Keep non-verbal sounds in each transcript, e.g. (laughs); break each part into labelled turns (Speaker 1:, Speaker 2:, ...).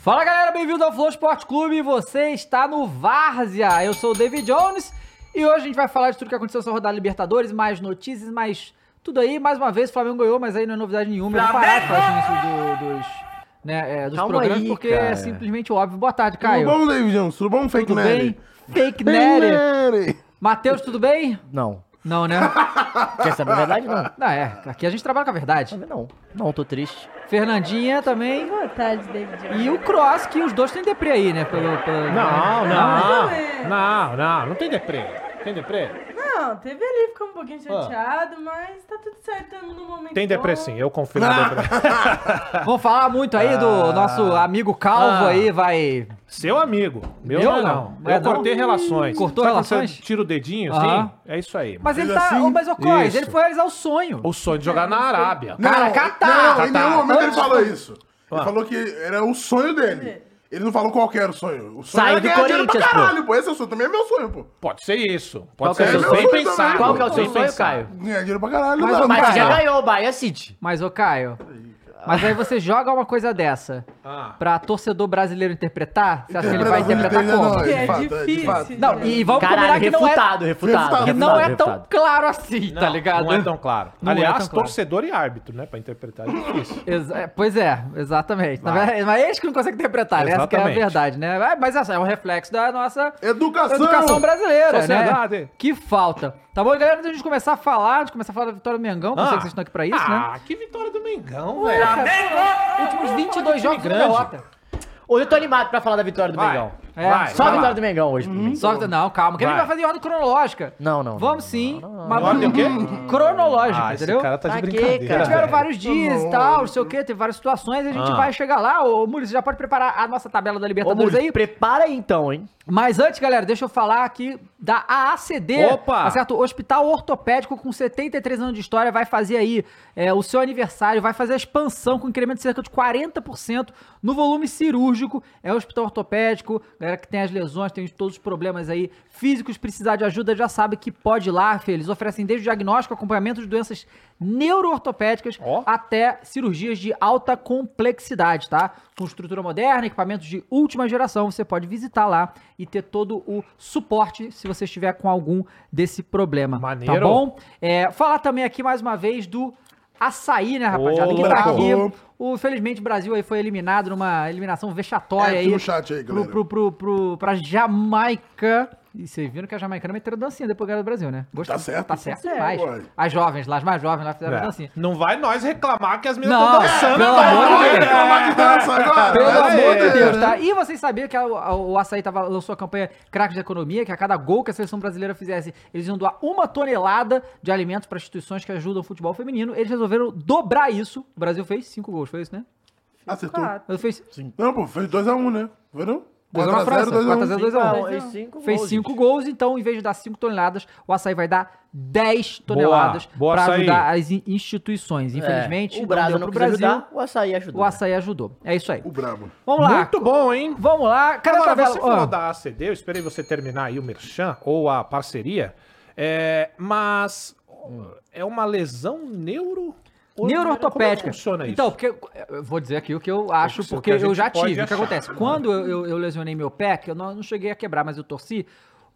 Speaker 1: Fala galera, bem-vindo ao Flow Sport Clube. Você está no Várzea. Eu sou o David Jones e hoje a gente vai falar de tudo que aconteceu nessa rodada Libertadores, mais notícias, mais tudo aí. Mais uma vez, o Flamengo ganhou, mas aí não é novidade nenhuma. Eu vou parar de falar isso do- dos, né, é, dos
Speaker 2: Calma
Speaker 1: programas
Speaker 2: aí,
Speaker 1: porque
Speaker 2: cara.
Speaker 1: é simplesmente óbvio. Boa tarde,
Speaker 3: Tudo
Speaker 1: Caio.
Speaker 3: bom, David Jones? Tudo bom, Fake
Speaker 1: Tudo bem?
Speaker 3: Nerd?
Speaker 1: Fake
Speaker 3: Fake
Speaker 2: né?
Speaker 1: Nery.
Speaker 3: Nerd.
Speaker 1: Matheus, tudo bem?
Speaker 2: Não.
Speaker 1: Não, né? (laughs)
Speaker 2: Quer saber a verdade? Não.
Speaker 1: Não, é. Aqui a gente trabalha com a verdade.
Speaker 2: Sabe não. Não, tô triste.
Speaker 1: Fernandinha também.
Speaker 4: Boa tarde, David.
Speaker 1: E o Cross, que os dois têm deprê aí, né? Pelo, pelo-
Speaker 5: Não,
Speaker 4: Não,
Speaker 5: não.
Speaker 4: é.
Speaker 5: Não, não. Não tem deprê. Tem deprê? Ah.
Speaker 4: Não, teve ali, ficou um pouquinho chateado, mas tá tudo certo tamo no momento.
Speaker 5: Tem deprê
Speaker 4: bom.
Speaker 5: sim. Eu confio no
Speaker 1: Ah.
Speaker 5: deprê.
Speaker 1: Vamos falar muito aí do nosso amigo Calvo
Speaker 5: Ah.
Speaker 1: aí, vai.
Speaker 5: (laughs) Seu amigo. Meu,
Speaker 1: Meu
Speaker 5: não, é
Speaker 1: não.
Speaker 5: não.
Speaker 1: Não é
Speaker 5: Eu cortei relações.
Speaker 1: Cortou
Speaker 5: Sabe quando
Speaker 1: relações?
Speaker 5: Você tira o dedinho,
Speaker 1: Aham.
Speaker 5: assim? É isso aí.
Speaker 1: Mas ele
Speaker 3: Ele
Speaker 1: tá.
Speaker 3: assim?
Speaker 1: Ô, mas, ô, Cross,
Speaker 5: Isso.
Speaker 1: ele foi realizar o sonho.
Speaker 5: O sonho de jogar na Arábia.
Speaker 3: Não,
Speaker 1: Cara, Catar,
Speaker 3: Não, em nenhum
Speaker 5: Catar.
Speaker 3: momento ele
Speaker 1: Antes
Speaker 3: falou isso.
Speaker 5: Ah.
Speaker 3: Ele falou que era o sonho dele. Ele não falou qual que era o sonho. O sonho
Speaker 2: Sai
Speaker 3: era
Speaker 2: do
Speaker 3: ganhar dinheiro pra
Speaker 2: Corinthians, pô.
Speaker 3: caralho, pô. Esse é o sonho. Também é meu sonho, pô.
Speaker 5: Pode ser isso.
Speaker 2: Qual
Speaker 5: Pode
Speaker 2: que é o
Speaker 5: ser
Speaker 2: seu
Speaker 5: isso. Bem
Speaker 3: sonho também?
Speaker 5: pensado.
Speaker 2: Qual que é o seu
Speaker 5: Bem
Speaker 2: sonho,
Speaker 5: pensado.
Speaker 2: Caio?
Speaker 3: Ganhar dinheiro pra caralho. né,
Speaker 1: Mas,
Speaker 3: dá,
Speaker 1: ô,
Speaker 2: Mas
Speaker 3: cara.
Speaker 2: você já ganhou é o Bahia City.
Speaker 1: Mas, ô, Caio. Mas aí você joga uma coisa dessa
Speaker 5: Ah.
Speaker 1: pra torcedor brasileiro interpretar? Você acha que ele vai interpretar
Speaker 3: Interpretação
Speaker 1: né?
Speaker 3: de
Speaker 1: como?
Speaker 3: treinador,
Speaker 4: É
Speaker 3: de fato, é, de
Speaker 4: difícil.
Speaker 3: fato.
Speaker 1: Não, e vamos combinar
Speaker 2: Caralho,
Speaker 1: que não é,
Speaker 2: refutado, refutado,
Speaker 3: Refutado,
Speaker 1: que não é tão
Speaker 2: refutado.
Speaker 1: claro assim, tá
Speaker 5: Não,
Speaker 1: ligado?
Speaker 5: Não é tão claro.
Speaker 1: Não é
Speaker 5: Aliás,
Speaker 1: tão claro.
Speaker 5: torcedor e árbitro, né? Pra interpretar é difícil.
Speaker 1: Exa- é, pois é, exatamente. Na
Speaker 5: Vai.
Speaker 1: verdade, mas eles que não conseguem interpretar, né? Essa que é a
Speaker 5: Exatamente.
Speaker 1: verdade, né? Ah, Mas essa é um reflexo da nossa
Speaker 3: Educação.
Speaker 1: educação brasileira, né?
Speaker 5: Sociedade.
Speaker 1: Que falta. Tá bom, galera? Antes de a gente começar a falar, antes de começar a falar da vitória do Mengão, que eu sei que vocês estão aqui pra isso, né?
Speaker 5: Ah, que vitória do Mengão, velho.
Speaker 1: Últimos 22 jogos né, de
Speaker 5: grande.
Speaker 1: derrota.
Speaker 2: Hoje eu tô animado pra falar da vitória do
Speaker 5: Vai.
Speaker 2: Mengão.
Speaker 1: É,
Speaker 5: Vai.
Speaker 2: Só a
Speaker 5: vai lá.
Speaker 2: vitória do Mengão hoje pra mim.
Speaker 1: Só que, tá, não, calma, que a gente vai
Speaker 5: Vai.
Speaker 1: fazer em ordem cronológica.
Speaker 2: Não, não.
Speaker 1: Hum. Vamos sim, mas
Speaker 5: Em ordem o quê?
Speaker 1: cronológica,
Speaker 5: Ah, esse
Speaker 1: entendeu?
Speaker 5: cara tá de
Speaker 2: Pra quê,
Speaker 5: brincadeira.
Speaker 2: cara?
Speaker 1: Tiveram
Speaker 5: velho.
Speaker 1: vários dias e
Speaker 3: Não.
Speaker 1: tal, não sei o que, teve várias situações, a gente
Speaker 5: Ah.
Speaker 1: vai chegar lá. Ô, Muri, você já pode preparar a nossa tabela da
Speaker 2: Ô,
Speaker 1: Libertadores aí?
Speaker 2: Muri, prepara aí então, hein?
Speaker 1: Mas antes, galera, deixa eu falar aqui da AACD.
Speaker 5: Opa!
Speaker 1: Tá certo? Hospital Ortopédico com 73 anos de história vai fazer aí é, o seu aniversário, vai fazer a expansão com incremento de cerca de 40% no volume cirúrgico. É o Hospital Ortopédico, galera que tem as lesões, tem todos os problemas aí físicos, precisar de ajuda, já sabe que pode ir lá, Fê. Eles oferecem desde o diagnóstico, acompanhamento de doenças neuroortopédicas
Speaker 5: Ó.
Speaker 1: até cirurgias de alta complexidade, tá? Com estrutura moderna, equipamentos de última geração, você pode visitar lá e ter todo o suporte se você estiver com algum desse problema. Tá
Speaker 5: Maneiro.
Speaker 1: bom? É, falar também aqui mais uma vez do açaí, né, rapaziada?
Speaker 5: Ô,
Speaker 1: que tá
Speaker 3: louco.
Speaker 1: aqui. O, felizmente o Brasil aí foi eliminado numa eliminação vexatória
Speaker 3: É, aqui
Speaker 1: aí.
Speaker 3: no chat aí,
Speaker 1: pro,
Speaker 3: galera.
Speaker 1: pro, pro, pro, pra Jamaica. E vocês viram que a jamaicana meteu dancinha depois que era do Brasil, né? Gostei.
Speaker 3: Tá certo.
Speaker 1: Tá certo
Speaker 3: Tá certo,
Speaker 1: demais.
Speaker 3: uai.
Speaker 1: As jovens lá, as mais jovens lá fizeram
Speaker 5: É.
Speaker 1: dancinha.
Speaker 5: Não vai nós reclamar que as meninas
Speaker 1: assim. Não,
Speaker 5: estão dançando.
Speaker 1: pelo
Speaker 5: vai.
Speaker 1: amor de
Speaker 3: Vai
Speaker 1: Deus.
Speaker 3: reclamar de dança
Speaker 1: (laughs)
Speaker 3: agora.
Speaker 1: Pelo
Speaker 3: Vai
Speaker 1: amor de
Speaker 3: ser.
Speaker 1: Deus, tá? E vocês sabiam que a- a- o Açaí tava, lançou a campanha Craques da Economia, que a cada gol que a seleção brasileira fizesse, eles iam doar uma tonelada de alimentos para instituições que ajudam o futebol feminino. Eles resolveram dobrar isso. O Brasil fez cinco gols, foi isso, né?
Speaker 3: Acertou.
Speaker 4: Ah,
Speaker 1: O Brasil fez,
Speaker 3: Não, pô, fez 2x1, né? Foi não?
Speaker 1: Dois a um na
Speaker 3: 4x0,
Speaker 1: França,
Speaker 3: 2x1.
Speaker 1: 4x0, 2x1.
Speaker 2: Não, é cinco
Speaker 1: fez
Speaker 2: gols,
Speaker 1: cinco
Speaker 2: gente.
Speaker 1: gols, então em vez de dar cinco toneladas, o Açaí vai dar 10 toneladas
Speaker 5: boa,
Speaker 1: para
Speaker 5: Açaí.
Speaker 1: ajudar as in- instituições. Infelizmente,
Speaker 2: É, o
Speaker 1: não
Speaker 2: Brasil
Speaker 1: deu
Speaker 2: não
Speaker 1: pro
Speaker 2: precisa ajudar, o Açaí ajudou.
Speaker 1: O Açaí ajudou. É isso aí.
Speaker 3: O brabo.
Speaker 1: Vamos lá.
Speaker 5: Muito bom, hein?
Speaker 1: Vamos lá. Cadê a
Speaker 5: Agora,
Speaker 1: tabela?
Speaker 5: você
Speaker 1: Ó.
Speaker 5: falou da ACD, eu esperei você terminar aí o merchan ou a parceria, é, mas é uma lesão neuro...
Speaker 1: Neuroortopédica.
Speaker 5: Como é que funciona isso?
Speaker 1: Então, porque eu vou dizer aqui o que eu acho,
Speaker 5: Isso,
Speaker 1: porque
Speaker 5: o que a
Speaker 1: eu
Speaker 5: gente
Speaker 1: já
Speaker 5: pode
Speaker 1: tive. O que
Speaker 5: achar.
Speaker 1: acontece? Quando eu, eu- eu lesionei meu pé, que eu não, não cheguei a quebrar, mas eu torci,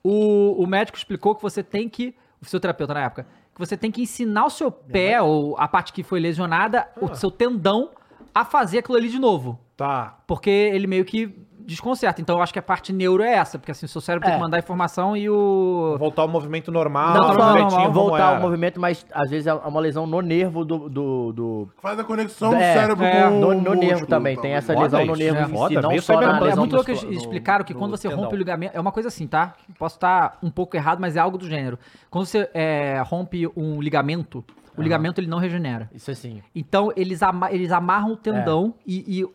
Speaker 1: o, o médico explicou que você tem que. O fisioterapeuta na época, que você tem que ensinar o seu pé, ou a parte que foi lesionada,
Speaker 5: Ah.
Speaker 1: o seu tendão, a fazer aquilo ali de novo.
Speaker 5: Tá.
Speaker 1: Porque ele meio que desconcerta. Então eu acho que a parte neuro é essa, porque assim, o seu cérebro tem
Speaker 2: É.
Speaker 1: que mandar informação e o.
Speaker 5: Voltar ao movimento normal.
Speaker 1: Não,
Speaker 2: Não,
Speaker 1: normal,
Speaker 2: só
Speaker 5: direitinho,
Speaker 1: normal,
Speaker 5: como
Speaker 2: voltar
Speaker 5: era.
Speaker 2: ao movimento, mas às vezes é uma lesão no nervo do- do- do,
Speaker 3: Faz a conexão do
Speaker 2: É,
Speaker 3: cérebro
Speaker 1: é.
Speaker 3: com
Speaker 2: No, no
Speaker 3: o músculo, tá
Speaker 2: nervo também,
Speaker 3: talvez.
Speaker 2: tem essa
Speaker 5: Foda
Speaker 2: lesão no
Speaker 5: isso,
Speaker 2: nervo
Speaker 5: né?
Speaker 2: em si,
Speaker 5: Foda,
Speaker 2: não
Speaker 5: meio
Speaker 2: só na
Speaker 5: cerebral.
Speaker 1: É
Speaker 2: lesão
Speaker 1: muito louco que
Speaker 2: muscular-
Speaker 1: eles explicaram que
Speaker 5: no
Speaker 1: quando você
Speaker 5: tendão.
Speaker 1: rompe o ligamento. É uma coisa assim, tá? Posso estar um pouco errado, mas é algo do gênero. Quando você é, rompe um ligamento, o ligamento ele não regenera.
Speaker 2: Isso assim.
Speaker 1: Então eles, ama- eles
Speaker 2: É.
Speaker 1: amarram o tendão e, e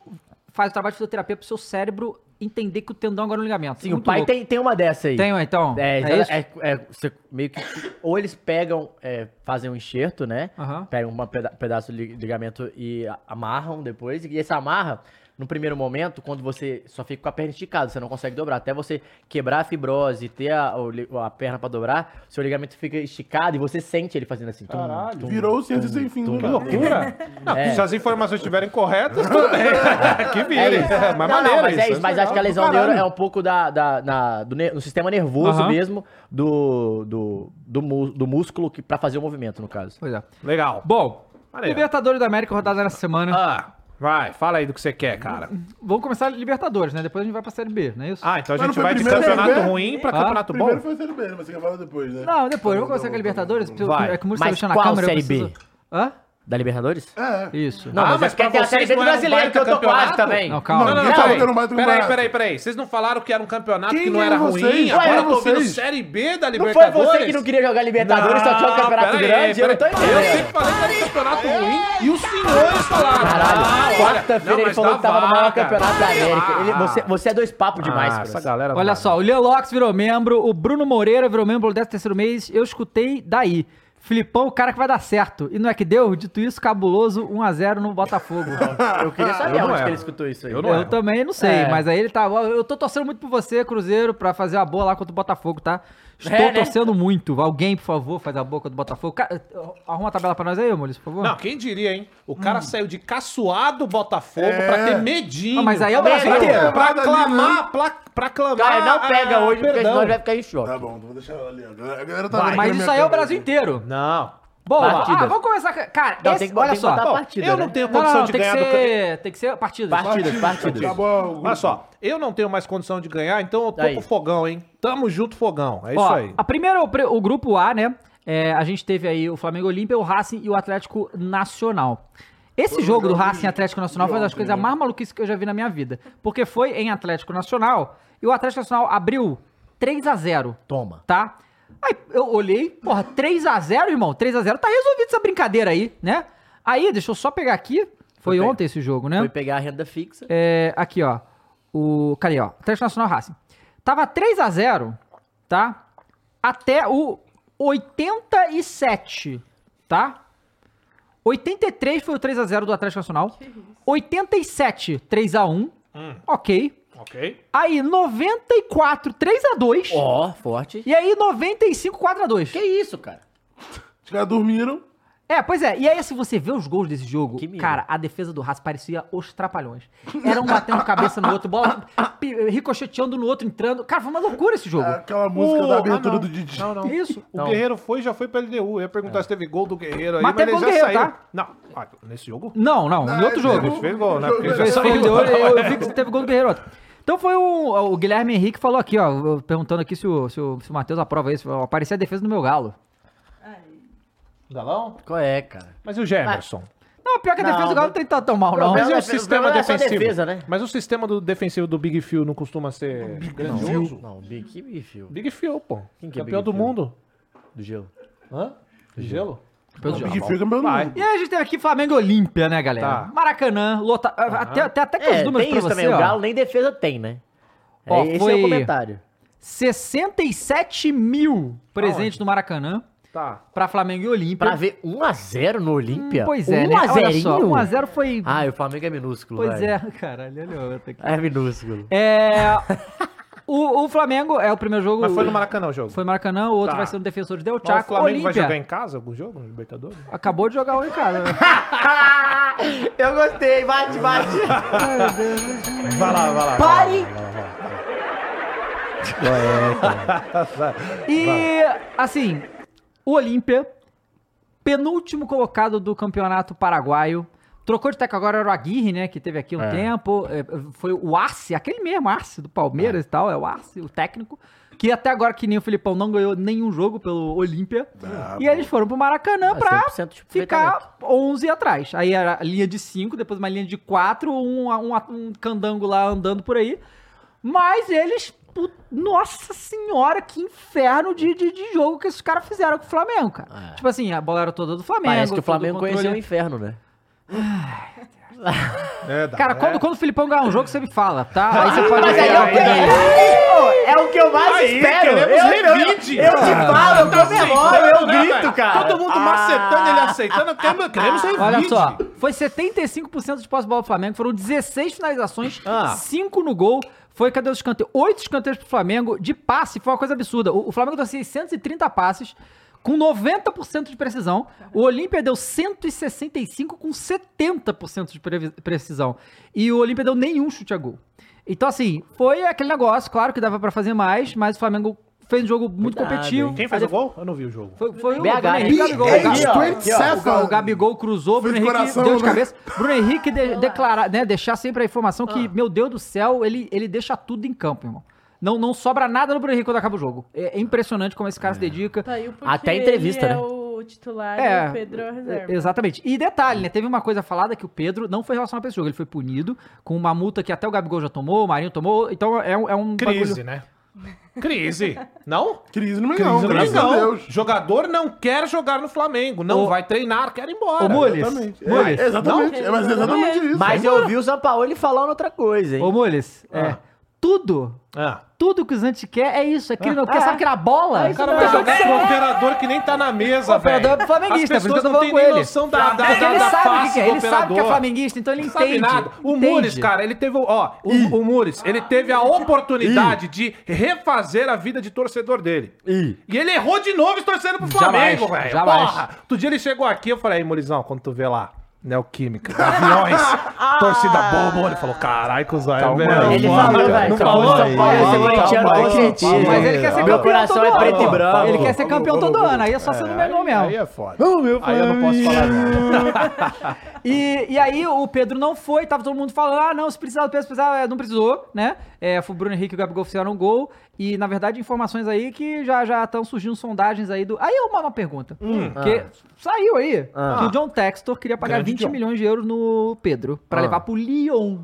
Speaker 1: faz o trabalho de fisioterapia pro seu cérebro entender que o tendão agora é um ligamento.
Speaker 2: Sim,
Speaker 1: Muito
Speaker 2: o pai
Speaker 1: louco.
Speaker 2: tem, tem uma dessa aí.
Speaker 1: Tem, ó, então.
Speaker 2: É,
Speaker 1: É isso?
Speaker 2: é, é- você meio que. Ou eles pegam, é, fazem um enxerto, né?
Speaker 1: Aham.
Speaker 2: Pegam um pedaço de ligamento e a- amarram depois. E essa amarra no primeiro momento, quando você só fica com a perna esticada, você não consegue dobrar. Até você quebrar a fibrose, ter a, o li- a perna pra dobrar, seu ligamento fica esticado e você sente ele fazendo assim. tum,
Speaker 5: Caralho.
Speaker 2: tum,
Speaker 3: Virou o ciência
Speaker 2: tum,
Speaker 3: sem fim né?
Speaker 2: tum.
Speaker 3: do
Speaker 5: Que
Speaker 3: nada.
Speaker 5: loucura! Não,
Speaker 2: É.
Speaker 5: Se as informações estiverem
Speaker 2: (laughs)
Speaker 5: corretas, tudo bem. (laughs) que
Speaker 2: É
Speaker 5: vire.
Speaker 2: isso.
Speaker 5: (laughs) É,
Speaker 2: Não, não,
Speaker 5: mas maneiro
Speaker 2: mas é
Speaker 5: isso,
Speaker 2: isso, mas acho que a
Speaker 5: legal.
Speaker 2: lesão
Speaker 5: Caralho.
Speaker 2: neuro é um pouco da, da- na- do, ne- no sistema nervoso
Speaker 5: Aham.
Speaker 2: mesmo do, do, do, mu- do músculo que, pra fazer o movimento, no caso.
Speaker 1: Pois é.
Speaker 5: Legal.
Speaker 1: Bom,
Speaker 2: é.
Speaker 5: Maneiro.
Speaker 1: Libertadores da América rodada nessa semana.
Speaker 5: Ah, vai, fala aí do que você quer, cara.
Speaker 1: Vamos começar Libertadores, né? Depois a gente vai pra Série B, não é isso?
Speaker 5: Ah, então a
Speaker 3: Mas
Speaker 5: gente
Speaker 3: não foi
Speaker 5: vai de
Speaker 3: primeiro,
Speaker 5: campeonato
Speaker 3: né?
Speaker 5: ruim pra
Speaker 1: Ah,
Speaker 5: campeonato bom.
Speaker 3: Primeiro foi o Série B, mas você quer falar depois, né?
Speaker 1: Não, depois,
Speaker 3: Tá
Speaker 1: vamos
Speaker 3: bom,
Speaker 1: começar
Speaker 3: tá
Speaker 1: com a
Speaker 3: bom,
Speaker 1: Libertadores,
Speaker 3: tá
Speaker 1: porque
Speaker 3: bom.
Speaker 5: Vai.
Speaker 1: é que o Murilo está
Speaker 2: Mas
Speaker 1: mexendo na
Speaker 2: qual
Speaker 1: câmera. eu
Speaker 2: Série B?
Speaker 1: preciso- Hã?
Speaker 2: Da
Speaker 5: Ah,
Speaker 2: Libertadores?
Speaker 3: É, é.
Speaker 1: Isso.
Speaker 2: Não, mas eu quero ter a Série B do
Speaker 5: não era um
Speaker 2: brasileiro,
Speaker 5: baita
Speaker 2: que eu tô quase
Speaker 5: campeonato?
Speaker 2: também.
Speaker 1: Não, calma.
Speaker 5: Não, não, não,
Speaker 3: Quem
Speaker 5: peraí.
Speaker 3: tá botando mais do
Speaker 5: Peraí,
Speaker 3: campeonato?
Speaker 5: peraí, peraí. Vocês não falaram que era um campeonato
Speaker 3: Quem
Speaker 5: que não era
Speaker 3: eram
Speaker 5: ruim?
Speaker 3: vocês?
Speaker 5: Agora
Speaker 2: Ué,
Speaker 5: eu tô
Speaker 3: vocês?
Speaker 5: vendo Série B da
Speaker 2: Não foi
Speaker 5: Libertadores? Ah,
Speaker 2: você que não queria jogar Libertadores, só tinha o campeonato
Speaker 5: peraí,
Speaker 2: grande, eu não tô
Speaker 5: peraí. Eu sempre
Speaker 2: entendendo.
Speaker 5: falei que era um campeonato ruim e os senhores falaram.
Speaker 2: Caralho,
Speaker 5: Ah, olha,
Speaker 2: quarta-feira
Speaker 5: não,
Speaker 2: ele
Speaker 5: mas
Speaker 2: falou
Speaker 5: dá
Speaker 2: que tava no maior
Speaker 5: vaga.
Speaker 2: campeonato da América.
Speaker 5: Ah,
Speaker 2: Ele- você, você é dois papos demais,
Speaker 5: ah,
Speaker 2: Cruz.
Speaker 5: essa galera
Speaker 1: Olha
Speaker 5: vai.
Speaker 1: só, o Leon Locks virou membro, o Bruno Moreira virou membro do 13º mês, eu escutei daí. Filipão, o cara que vai dar certo. E não é que deu? Dito isso, cabuloso 1x0 no Botafogo.
Speaker 2: Eu queria
Speaker 5: Eu
Speaker 2: saber
Speaker 5: não
Speaker 2: onde que
Speaker 5: era.
Speaker 2: ele escutou isso aí.
Speaker 5: Eu não
Speaker 1: eu
Speaker 5: era.
Speaker 1: também não sei,
Speaker 2: É.
Speaker 1: mas aí ele tá... ó, Eu tô torcendo muito por você, Cruzeiro, pra fazer a boa lá contra o Botafogo, tá? Estou
Speaker 2: É, né?
Speaker 1: torcendo muito. Alguém, por favor, faz a boa contra o Botafogo. Cara, arruma a tabela pra nós aí, Maurício, por favor.
Speaker 5: Não, quem diria, hein? O cara
Speaker 2: Hum.
Speaker 5: saiu de caçoado Botafogo pra ter medinho.
Speaker 1: Ah, mas aí é o Brasil
Speaker 5: Pra-
Speaker 1: inteiro.
Speaker 5: Pra
Speaker 3: Mas ali,
Speaker 5: clamar, pra, pra clamar.
Speaker 2: Cara, não pega
Speaker 5: ah,
Speaker 2: hoje, porque
Speaker 5: perdão.
Speaker 2: senão ele vai ficar em choque.
Speaker 3: Tá bom, vou deixar ela ali. ó. A galera tá
Speaker 5: Vai,
Speaker 1: mas
Speaker 3: vendo na
Speaker 1: isso
Speaker 3: minha
Speaker 1: aí é o
Speaker 3: câmera.
Speaker 1: Brasil inteiro.
Speaker 5: Não.
Speaker 1: Boa,
Speaker 2: Partida.
Speaker 1: ah, vamos começar... com- Cara,
Speaker 2: Não,
Speaker 1: esse-
Speaker 2: tem que-
Speaker 1: olha
Speaker 2: tem que
Speaker 1: só.
Speaker 2: botar
Speaker 5: Bom,
Speaker 2: partida,
Speaker 5: eu
Speaker 2: né?
Speaker 5: não tenho
Speaker 1: Não,
Speaker 5: condição
Speaker 1: não,
Speaker 5: de
Speaker 1: tem que,
Speaker 5: ganhar do
Speaker 1: ser, tem que ser partidas.
Speaker 2: Partida. partidas.
Speaker 3: Acabou o grupo.
Speaker 5: Olha só, eu não tenho mais condição de ganhar, então eu tô
Speaker 2: Tá Aí.
Speaker 5: pro fogão, hein? Tamo junto, fogão. É
Speaker 1: Ó,
Speaker 5: isso aí.
Speaker 1: A primeira, é o, pre- o grupo A, né? É, a gente teve aí o Flamengo Olímpia, o Racing e o Atlético Nacional. Esse
Speaker 3: Foi um
Speaker 1: jogo do
Speaker 3: jogo
Speaker 1: Racing e
Speaker 3: de-
Speaker 1: Atlético Nacional
Speaker 3: de
Speaker 1: foi uma das
Speaker 3: ontem,
Speaker 1: coisas
Speaker 3: né?
Speaker 1: mais maluquices que eu já vi na minha vida. Porque foi em Atlético Nacional e o Atlético Nacional abriu 3 a 0
Speaker 2: Toma.
Speaker 1: tá? Aí eu olhei, porra, 3x0, irmão, 3x0, tá resolvido essa brincadeira aí, né? Aí, deixa eu só pegar aqui, foi
Speaker 2: pegar.
Speaker 1: ontem esse jogo, né?
Speaker 2: Foi pegar a renda fixa.
Speaker 1: É, aqui, ó. O. Cadê, ó? Atlético Nacional Racing. Tava 3x0, tá? Até o 87, tá? 83 foi o 3x0 do Atlético Nacional. 87, 3x1.
Speaker 2: Hum.
Speaker 1: Ok.
Speaker 5: Ok.
Speaker 1: Aí, 94, 3x2.
Speaker 2: Ó, forte.
Speaker 1: E aí, 95, 4x2.
Speaker 2: Que isso, cara?
Speaker 3: Os caras dormiram.
Speaker 1: É, pois é. E aí, se você vê os gols desse jogo,
Speaker 2: Que mira.
Speaker 1: cara, a defesa do Haas parecia os trapalhões. Era um batendo cabeça no outro, bola pi- ricocheteando no outro, entrando. Cara, foi uma loucura esse jogo.
Speaker 3: Aquela música
Speaker 5: O-
Speaker 3: da
Speaker 5: ah,
Speaker 3: abertura
Speaker 5: não.
Speaker 3: do Didi.
Speaker 5: Não, não.
Speaker 1: Isso.
Speaker 5: (laughs) O Guerreiro foi e já foi pra LDU. Eu ia perguntar se teve gol do Guerreiro aí,
Speaker 1: Mas
Speaker 5: mas,
Speaker 1: teve gol
Speaker 5: ele
Speaker 1: do
Speaker 5: já
Speaker 1: Guerreiro,
Speaker 5: saiu.
Speaker 1: tá?
Speaker 5: Não. Ah, nesse jogo?
Speaker 1: Não, não, em outro
Speaker 3: é,
Speaker 1: jogo.
Speaker 5: Ele fez gol, né?
Speaker 3: Jogo-
Speaker 5: Porque ele já
Speaker 1: Foi só
Speaker 5: saiu.
Speaker 1: ele, eu, eu- eu vi que teve gol do Guerreiro. Então foi o, o Guilherme Henrique falou aqui, ó, eu- perguntando aqui se o, se o, se o Matheus aprova isso. Falou, Aparecia a defesa do meu galo.
Speaker 4: Aí.
Speaker 5: Galão?
Speaker 2: Qual é, cara?
Speaker 5: Mas e o Gemerson?
Speaker 1: Não, pior que a
Speaker 2: Não,
Speaker 1: defesa do galo não tem tá tão, tão mal, não.
Speaker 5: Mas
Speaker 2: Não,
Speaker 5: e o
Speaker 2: mas o
Speaker 5: sistema
Speaker 2: problema é só a
Speaker 5: defensivo?
Speaker 2: defesa, né?
Speaker 5: Mas o sistema do defensivo do Big Phil não costuma ser grandioso?
Speaker 2: Não, Big que bifio.
Speaker 5: Big Phil, pô.
Speaker 2: Quem que é
Speaker 5: Campeão
Speaker 2: Big
Speaker 5: do
Speaker 2: Phil?
Speaker 5: mundo.
Speaker 2: Do gelo.
Speaker 5: Hã? De gelo?
Speaker 1: Pelo
Speaker 3: O
Speaker 1: Galo.
Speaker 3: Big Fio é campeão do
Speaker 5: Vai.
Speaker 3: mundo.
Speaker 1: E aí a gente teve aqui Flamengo e Olímpia, né, galera?
Speaker 5: Tá.
Speaker 1: Maracanã, lota... até, até, até que os
Speaker 2: É,
Speaker 1: números
Speaker 2: tem
Speaker 1: pra
Speaker 2: isso
Speaker 1: você,
Speaker 2: também.
Speaker 1: ó.
Speaker 2: O Galo nem defesa tem, né?
Speaker 1: Ó,
Speaker 2: é, Esse é
Speaker 1: foi-
Speaker 2: o comentário.
Speaker 1: 67 mil presentes no Maracanã
Speaker 5: Tá.
Speaker 1: pra Flamengo e
Speaker 2: Pra
Speaker 1: Olímpia.
Speaker 2: ver 1x0 no Olímpia?
Speaker 1: Pois é,
Speaker 2: 1
Speaker 1: né?
Speaker 2: A 0
Speaker 1: Olha só, 1x0 foi...
Speaker 2: Ah, e o Flamengo é minúsculo,
Speaker 1: um. pois
Speaker 2: velho.
Speaker 1: é, (laughs) caralho, olha o outro aqui.
Speaker 2: É minúsculo.
Speaker 1: É... o, o Flamengo é o primeiro jogo...
Speaker 5: Mas foi no Maracanã o jogo?
Speaker 1: Foi Maracanã, o outro
Speaker 5: Tá.
Speaker 1: vai ser no Defensores Del
Speaker 5: Mas o
Speaker 1: Chaco.
Speaker 5: Flamengo vai jogar
Speaker 1: Olímpia
Speaker 5: em casa algum jogo no Libertadores?
Speaker 1: acabou de jogar um hoje, cara.
Speaker 2: Eu gostei, bate, bate.
Speaker 5: Vai lá, vai lá.
Speaker 2: Pare!
Speaker 1: E, assim, o Olímpia, penúltimo colocado do campeonato paraguaio. Trocou de técnico agora era o Aguirre, né? Que teve aqui um tempo. É, Foi o Arce, aquele mesmo Arce do Palmeiras e tal. É o Arce, o técnico. Que até agora, que nem o Filipão, não ganhou nenhum jogo pelo Olímpia. e eles foram pro Maracanã pra
Speaker 2: 100% de aproveitamento.
Speaker 1: ficar 11 atrás. Aí era a linha de 5, depois uma linha de 4, um, um, um candango lá andando por aí. Mas eles. put- Nossa senhora, que inferno de, de, de jogo que esses caras fizeram com o Flamengo, cara.
Speaker 2: É.
Speaker 1: Tipo assim, a bola era toda do Flamengo.
Speaker 2: Parece que o
Speaker 1: todo
Speaker 2: Flamengo conheceu o
Speaker 1: controle.
Speaker 2: inferno, né?
Speaker 5: É, dá,
Speaker 1: Cara,
Speaker 5: né?
Speaker 1: quando, quando o Filipão ganhar um jogo, você me fala, tá? Aí você pode.
Speaker 2: Mas aí
Speaker 5: é
Speaker 2: eu
Speaker 5: o quê?
Speaker 2: ganhei! É o que eu mais
Speaker 5: Aí,
Speaker 2: espero! Eu,
Speaker 5: queremos
Speaker 2: eu, eu
Speaker 5: revide. tá
Speaker 2: te falo,
Speaker 5: né,
Speaker 2: eu comemoro, eu grito, cara! Ah.
Speaker 5: Todo mundo macetando, ele aceitando. Queremos, queremos revide.
Speaker 1: Olha só, Foi 75% de posse de bola do Flamengo. Foram 16 finalizações,
Speaker 5: Ah.
Speaker 1: 5 no gol. Foi, cadê os escanteios? 8 escanteios pro Flamengo de passe. Foi uma coisa absurda. O, o Flamengo deu 630 passes. Com 90% de precisão, o Olímpia deu 165 com 70% de previ- precisão. E o Olímpia deu nenhum chute a gol. Então, assim, foi aquele negócio, claro que dava pra fazer mais, mas o Flamengo fez um jogo muito
Speaker 2: Cuidado,
Speaker 1: competitivo.
Speaker 2: hein?
Speaker 5: Quem faz o gol? Eu não vi o jogo.
Speaker 1: Foi, foi o
Speaker 2: BH,
Speaker 1: Bruno Henrique,
Speaker 2: hein?
Speaker 1: Gabigol,
Speaker 2: BH,
Speaker 1: Gabi-
Speaker 2: ó,
Speaker 1: o, Ga- o Gabigol cruzou, o
Speaker 3: Fez
Speaker 1: Bruno Henrique
Speaker 3: coração,
Speaker 1: deu de
Speaker 3: né?
Speaker 1: cabeça. Bruno Henrique de- declarar, né, deixar sempre a informação que, meu Deus do céu, ele, ele deixa tudo em campo, irmão. Não, não sobra nada no Bruno Henrique quando acaba o jogo. É, é impressionante como esse cara se dedica.
Speaker 4: Saiu tá porque
Speaker 2: Até a entrevista,
Speaker 4: ele
Speaker 2: né?
Speaker 4: é o titular e
Speaker 1: É,
Speaker 4: o Pedro é o reserva.
Speaker 1: é, Exatamente. E detalhe, né? Teve uma coisa falada que o Pedro não foi relacionado a esse jogo. Ele foi punido com uma multa que até o Gabigol já tomou, o Marinho tomou. Então é um, é um
Speaker 5: Crise, né? Crise. Não?
Speaker 3: Crise no
Speaker 5: Crise
Speaker 3: Mengão,
Speaker 5: no
Speaker 3: graças
Speaker 5: Mengão.
Speaker 3: a Deus.
Speaker 5: Jogador não quer jogar no Flamengo. Não
Speaker 1: Ô-
Speaker 5: vai treinar, quer ir embora.
Speaker 1: Ô, Mules,
Speaker 3: Exatamente.
Speaker 1: Mules,
Speaker 3: É, exatamente. É, mas é exatamente isso.
Speaker 2: Mas eu ouvi o Sampaoli falando outra coisa, hein?
Speaker 1: ô Mules, é,
Speaker 5: Ah.
Speaker 1: tudo,
Speaker 5: Ah.
Speaker 1: tudo que o Zante quer é isso. É que ele não
Speaker 2: Ah,
Speaker 1: quer, sabe que na bola...
Speaker 5: O cara vai jogar com um operador que nem tá na mesa,
Speaker 1: O operador
Speaker 5: velho.
Speaker 1: é flamenguista,
Speaker 5: As
Speaker 1: por isso que eu
Speaker 5: pessoas
Speaker 1: tô
Speaker 5: não
Speaker 1: falando
Speaker 5: têm
Speaker 1: com
Speaker 5: nem
Speaker 1: ele.
Speaker 5: noção da, da,
Speaker 1: É que
Speaker 5: da,
Speaker 1: ele
Speaker 5: da
Speaker 1: sabe o
Speaker 5: face
Speaker 1: que que é,
Speaker 5: do
Speaker 1: ele sabe que é
Speaker 5: operador.
Speaker 1: flamenguista, então ele
Speaker 5: Não
Speaker 1: entende.
Speaker 5: sabe nada. O
Speaker 1: entende.
Speaker 5: Mures, cara, ele teve, o- ó, o, o Mures, ele teve a oportunidade de refazer a vida de torcedor dele.
Speaker 2: Ih.
Speaker 5: E ele errou de novo torcendo pro
Speaker 1: Jamais,
Speaker 5: Flamengo, velho.
Speaker 1: jamais.
Speaker 5: Porra! Outro dia ele chegou aqui, eu falei, aí, Murizão, quando tu vê lá, né, Neoquímica, aviões, torcida bomba, ele falou, carai, cuzão, velho.
Speaker 2: Ele
Speaker 5: mano,
Speaker 2: falou,
Speaker 5: cara,
Speaker 2: velho. tá
Speaker 5: Não
Speaker 2: Calma
Speaker 5: falou,
Speaker 2: aí,
Speaker 5: São Paulo,
Speaker 2: calma
Speaker 5: você
Speaker 2: aí,
Speaker 5: vai
Speaker 2: calma
Speaker 5: tirar
Speaker 2: aí,
Speaker 5: com
Speaker 2: calma aí.
Speaker 5: certeza.
Speaker 1: Mas ele quer ser
Speaker 2: Meu
Speaker 1: campeão
Speaker 2: coração
Speaker 1: todo
Speaker 2: é
Speaker 1: ano.
Speaker 2: preto e branco.
Speaker 1: Ele quer ser campeão todo ano, aí é só sendo melhor mesmo.
Speaker 5: Aí é foda. Aí eu não posso falar nada.
Speaker 1: E, e aí o Pedro não foi, tava todo mundo falando, ah, não, se precisava do Pedro, se precisava, é, não precisou, né? É, foi o Bruno Henrique e o Gabigol fizeram um gol, e na verdade informações aí que já já estão surgindo sondagens aí do... Aí é uma, uma pergunta, porque saiu aí
Speaker 2: Ah.
Speaker 1: que o John Textor queria pagar
Speaker 5: Grande
Speaker 1: 20
Speaker 5: John.
Speaker 1: milhões de euros no Pedro, pra
Speaker 2: Ah.
Speaker 1: levar pro Lyon.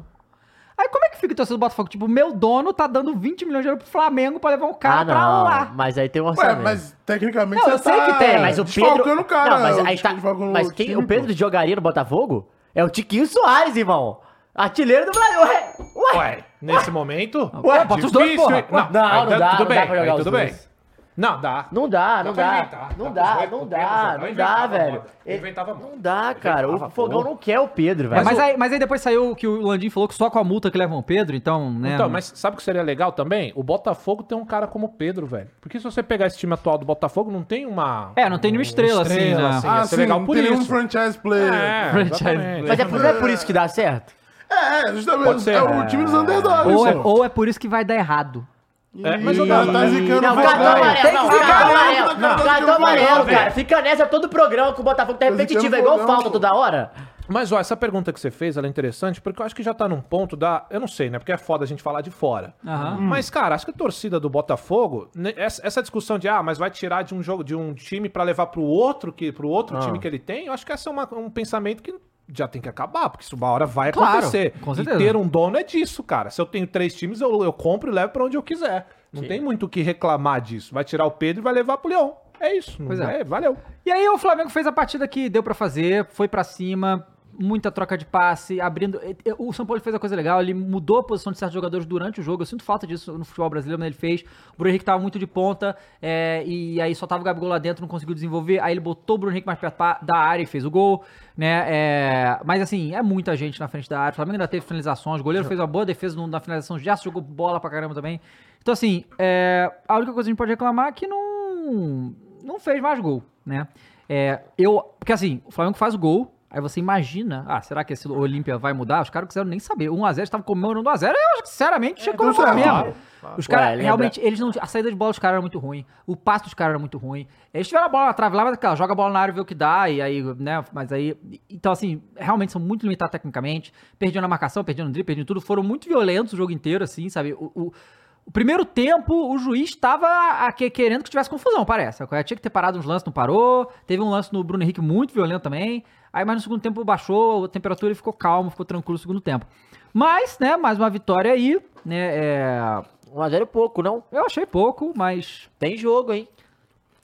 Speaker 1: Aí como é que fica o torcedor do Botafogo? Tipo, meu dono tá dando 20 milhões de euros pro Flamengo pra levar um cara
Speaker 2: Ah,
Speaker 1: pra lá.
Speaker 2: não. Mas aí tem um
Speaker 3: Ué,
Speaker 2: orçamento.
Speaker 3: mas tecnicamente
Speaker 1: Não,
Speaker 3: você
Speaker 1: eu sei
Speaker 3: tá
Speaker 1: que tem,
Speaker 2: É, mas o
Speaker 3: desfalcando
Speaker 2: Pedro.
Speaker 3: o cara.
Speaker 2: não, mas aí tá.
Speaker 3: desfalcando
Speaker 2: Mas quem,
Speaker 3: time,
Speaker 2: o Pedro jogaria no Botafogo é o Tiquinho Soares, irmão. Artilheiro do Brasil. Ué, ué.
Speaker 5: Ué, nesse momento. é
Speaker 1: Ué, bota os dois, porra.
Speaker 5: hein? Não,
Speaker 2: Não,
Speaker 5: aí
Speaker 2: não
Speaker 5: tá-
Speaker 2: dá,
Speaker 5: tudo
Speaker 2: não dá
Speaker 5: bem,
Speaker 2: pra jogar
Speaker 5: aí
Speaker 2: os
Speaker 5: tudo bem.
Speaker 2: dois.
Speaker 5: Não, dá.
Speaker 2: Não dá, não
Speaker 5: Dá pra
Speaker 2: dá.
Speaker 5: inventar,
Speaker 2: Não
Speaker 5: dá pra
Speaker 2: dá,
Speaker 5: jogar,
Speaker 2: não
Speaker 5: dá pra
Speaker 2: dá,
Speaker 5: jogar,
Speaker 2: não
Speaker 5: inventava
Speaker 2: dá,
Speaker 5: a
Speaker 2: velho.
Speaker 5: moda,
Speaker 2: Ele-
Speaker 5: inventava a moda.
Speaker 2: Não dá, cara.
Speaker 5: Inventava a
Speaker 2: O Fogão
Speaker 5: porra.
Speaker 2: não quer o Pedro,
Speaker 1: Mas,
Speaker 2: velho.
Speaker 1: aí, mas aí depois saiu que o Landim falou que só com a multa que levam o Pedro, então, né?
Speaker 5: Então, mas sabe o que seria legal também? O Botafogo tem um cara como o Pedro, velho. Porque se você pegar esse time atual do Botafogo, não tem uma.
Speaker 1: É, não tem nenhuma estrela, assim, né?
Speaker 5: ia
Speaker 3: Ah,
Speaker 5: ser
Speaker 3: sim,
Speaker 5: legal
Speaker 3: não
Speaker 5: por
Speaker 3: tem nenhum
Speaker 5: isso.
Speaker 3: franchise player.
Speaker 5: É,
Speaker 1: Franchise
Speaker 5: exatamente.
Speaker 2: Mas é por, não é por isso que dá certo?
Speaker 3: É, é, justamente.
Speaker 5: Pode ser.
Speaker 3: É o time dos underdogs.
Speaker 1: Ou é,
Speaker 3: pô.
Speaker 1: ou é por isso que vai dar errado.
Speaker 5: É, mas
Speaker 3: Ih,
Speaker 5: o Galo-
Speaker 3: tá zicando
Speaker 2: Não,
Speaker 3: o
Speaker 2: cartão
Speaker 3: Fogão.
Speaker 2: amarelo, não, cartão
Speaker 3: ficar calado,
Speaker 2: amarelo,
Speaker 3: tá
Speaker 2: não,
Speaker 3: ligado
Speaker 2: cartão
Speaker 3: que o
Speaker 2: amarelo,
Speaker 3: Fogão-
Speaker 2: cara. Fica nessa todo programa que o Botafogo tá
Speaker 3: Tá
Speaker 2: repetitivo,
Speaker 3: zicando
Speaker 2: é
Speaker 3: o
Speaker 2: igual
Speaker 3: Fogão,
Speaker 2: falta
Speaker 3: pô.
Speaker 2: toda hora.
Speaker 5: Mas, ó, essa pergunta que você fez, ela é interessante, porque eu acho que já tá num ponto da. Eu não sei, né? Porque é foda a gente falar de fora.
Speaker 1: Aham.
Speaker 5: Mas, cara, acho que a torcida do Botafogo, né, essa, essa discussão de, ah, mas vai tirar de um jogo de um time pra levar pro outro, que, pro outro
Speaker 2: Ah.
Speaker 5: time que ele tem, eu acho que esse é uma- um pensamento que já tem que acabar, porque isso uma hora vai
Speaker 1: Claro,
Speaker 5: acontecer.
Speaker 1: com
Speaker 5: e
Speaker 1: certeza.
Speaker 5: ter um dono é disso, cara. Se eu tenho três times, eu, eu compro e levo pra onde eu quiser. Não tem muito o que reclamar disso. Vai tirar o Pedro e vai levar pro Leão. É isso. não
Speaker 1: Pois é.
Speaker 5: vai- valeu.
Speaker 1: E aí o Flamengo fez a partida que deu pra fazer, foi pra cima, muita troca de passe, abrindo. e- e- O São Paulo fez a coisa legal, ele mudou a posição de certos jogadores durante o jogo. Eu sinto falta disso no futebol brasileiro, mas ele fez. O Bruno Henrique tava muito de ponta, é, e aí só tava o Gabigol lá dentro, não conseguiu desenvolver. Aí ele botou o Bruno Henrique mais perto pa- da área e fez o gol, né? é, mas assim, é muita gente na frente da área. O Flamengo ainda teve finalizações, o goleiro fez uma boa defesa no- na finalização, já jogou bola pra caramba também. Então, assim, é, a única coisa que a gente pode reclamar é que não, não fez mais gol, né? É, eu, porque assim, o Flamengo faz o gol, aí você imagina, ah, será que esse Olímpia vai mudar? Os caras não quiseram nem saber. 1x0, estavam comemorando 1x0, eu acho que sinceramente tinha que
Speaker 3: não
Speaker 1: comemorar
Speaker 3: sei,
Speaker 1: mesmo.
Speaker 3: claro,
Speaker 1: Os
Speaker 2: Ué,
Speaker 1: caras,
Speaker 2: lembra-
Speaker 1: realmente, eles não. A saída de bola dos caras era muito ruim. O passo dos caras era muito ruim. Eles tiveram a bola na trave lá, mas cara, joga a bola na área e vê o que dá. E aí, né? Mas aí. Então, assim, realmente são muito limitados tecnicamente. Perdiam na marcação, perdiam no drible, perdiam tudo. Foram muito violentos o jogo inteiro, assim, sabe? O, o- o primeiro tempo, o juiz estava a- que- querendo que tivesse confusão, parece. Tinha que ter parado uns lances, não parou. Teve um lance no Bruno Henrique muito violento também. Aí, mas no segundo tempo baixou a temperatura e ficou calmo, ficou tranquilo no segundo tempo. Mas, né, mais uma vitória aí, né? É,
Speaker 2: 1x0 é pouco, não.
Speaker 1: eu achei pouco, mas.
Speaker 2: Tem jogo, hein?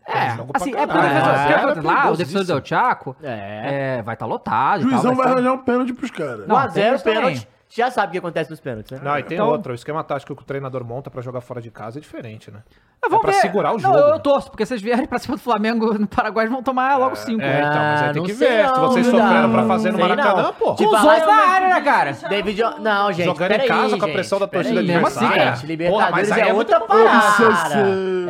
Speaker 1: É,
Speaker 5: jogo pra
Speaker 1: assim, é
Speaker 5: caralho.
Speaker 1: porque o defensor, porque
Speaker 2: É,
Speaker 5: é
Speaker 1: lá, o
Speaker 5: perigosíssimo.
Speaker 1: defensor do El Chaco
Speaker 2: É.
Speaker 1: é, vai estar lotado.
Speaker 3: O
Speaker 1: e tal, tá-
Speaker 3: juizão vai
Speaker 1: ser-
Speaker 3: arranjar um pênalti pros caras.
Speaker 1: Não, tem
Speaker 2: 1x0,
Speaker 1: isso também.
Speaker 2: pênalti. Já sabe o que acontece nos pênaltis, né?
Speaker 5: Ah, Não, e tem
Speaker 1: Então-
Speaker 5: outra. O esquema tático que o treinador monta pra jogar fora de casa é diferente, né?
Speaker 1: Mas Ah, vamos
Speaker 5: pra
Speaker 1: ver.
Speaker 5: segurar o
Speaker 1: Não,
Speaker 5: jogo,
Speaker 1: eu-
Speaker 5: né?
Speaker 1: eu torço, porque vocês vierem pra cima do Flamengo no Paraguai vão tomar logo cinco.
Speaker 5: É, então, mas aí
Speaker 2: Ah,
Speaker 5: tem
Speaker 2: não
Speaker 5: que
Speaker 2: sei
Speaker 5: ver. Se
Speaker 2: não,
Speaker 5: vocês
Speaker 2: não.
Speaker 5: sofreram pra fazer no
Speaker 2: Sei
Speaker 5: Maracanã,
Speaker 2: não.
Speaker 5: pô.
Speaker 1: Com
Speaker 2: Tipo,
Speaker 1: os
Speaker 2: falar-
Speaker 3: é
Speaker 1: dois na área, né, cara?
Speaker 2: David, Jo- não, gente.
Speaker 5: Jogando em
Speaker 2: peraí,
Speaker 5: casa com a
Speaker 2: gente,
Speaker 5: pressão da torcida
Speaker 2: peraí.
Speaker 1: Mesmo assim,
Speaker 5: adversária.
Speaker 1: gente,
Speaker 5: Porra, mas
Speaker 2: Libertadores
Speaker 5: aí
Speaker 2: é outra
Speaker 5: muito-
Speaker 2: parada.
Speaker 3: Nossa,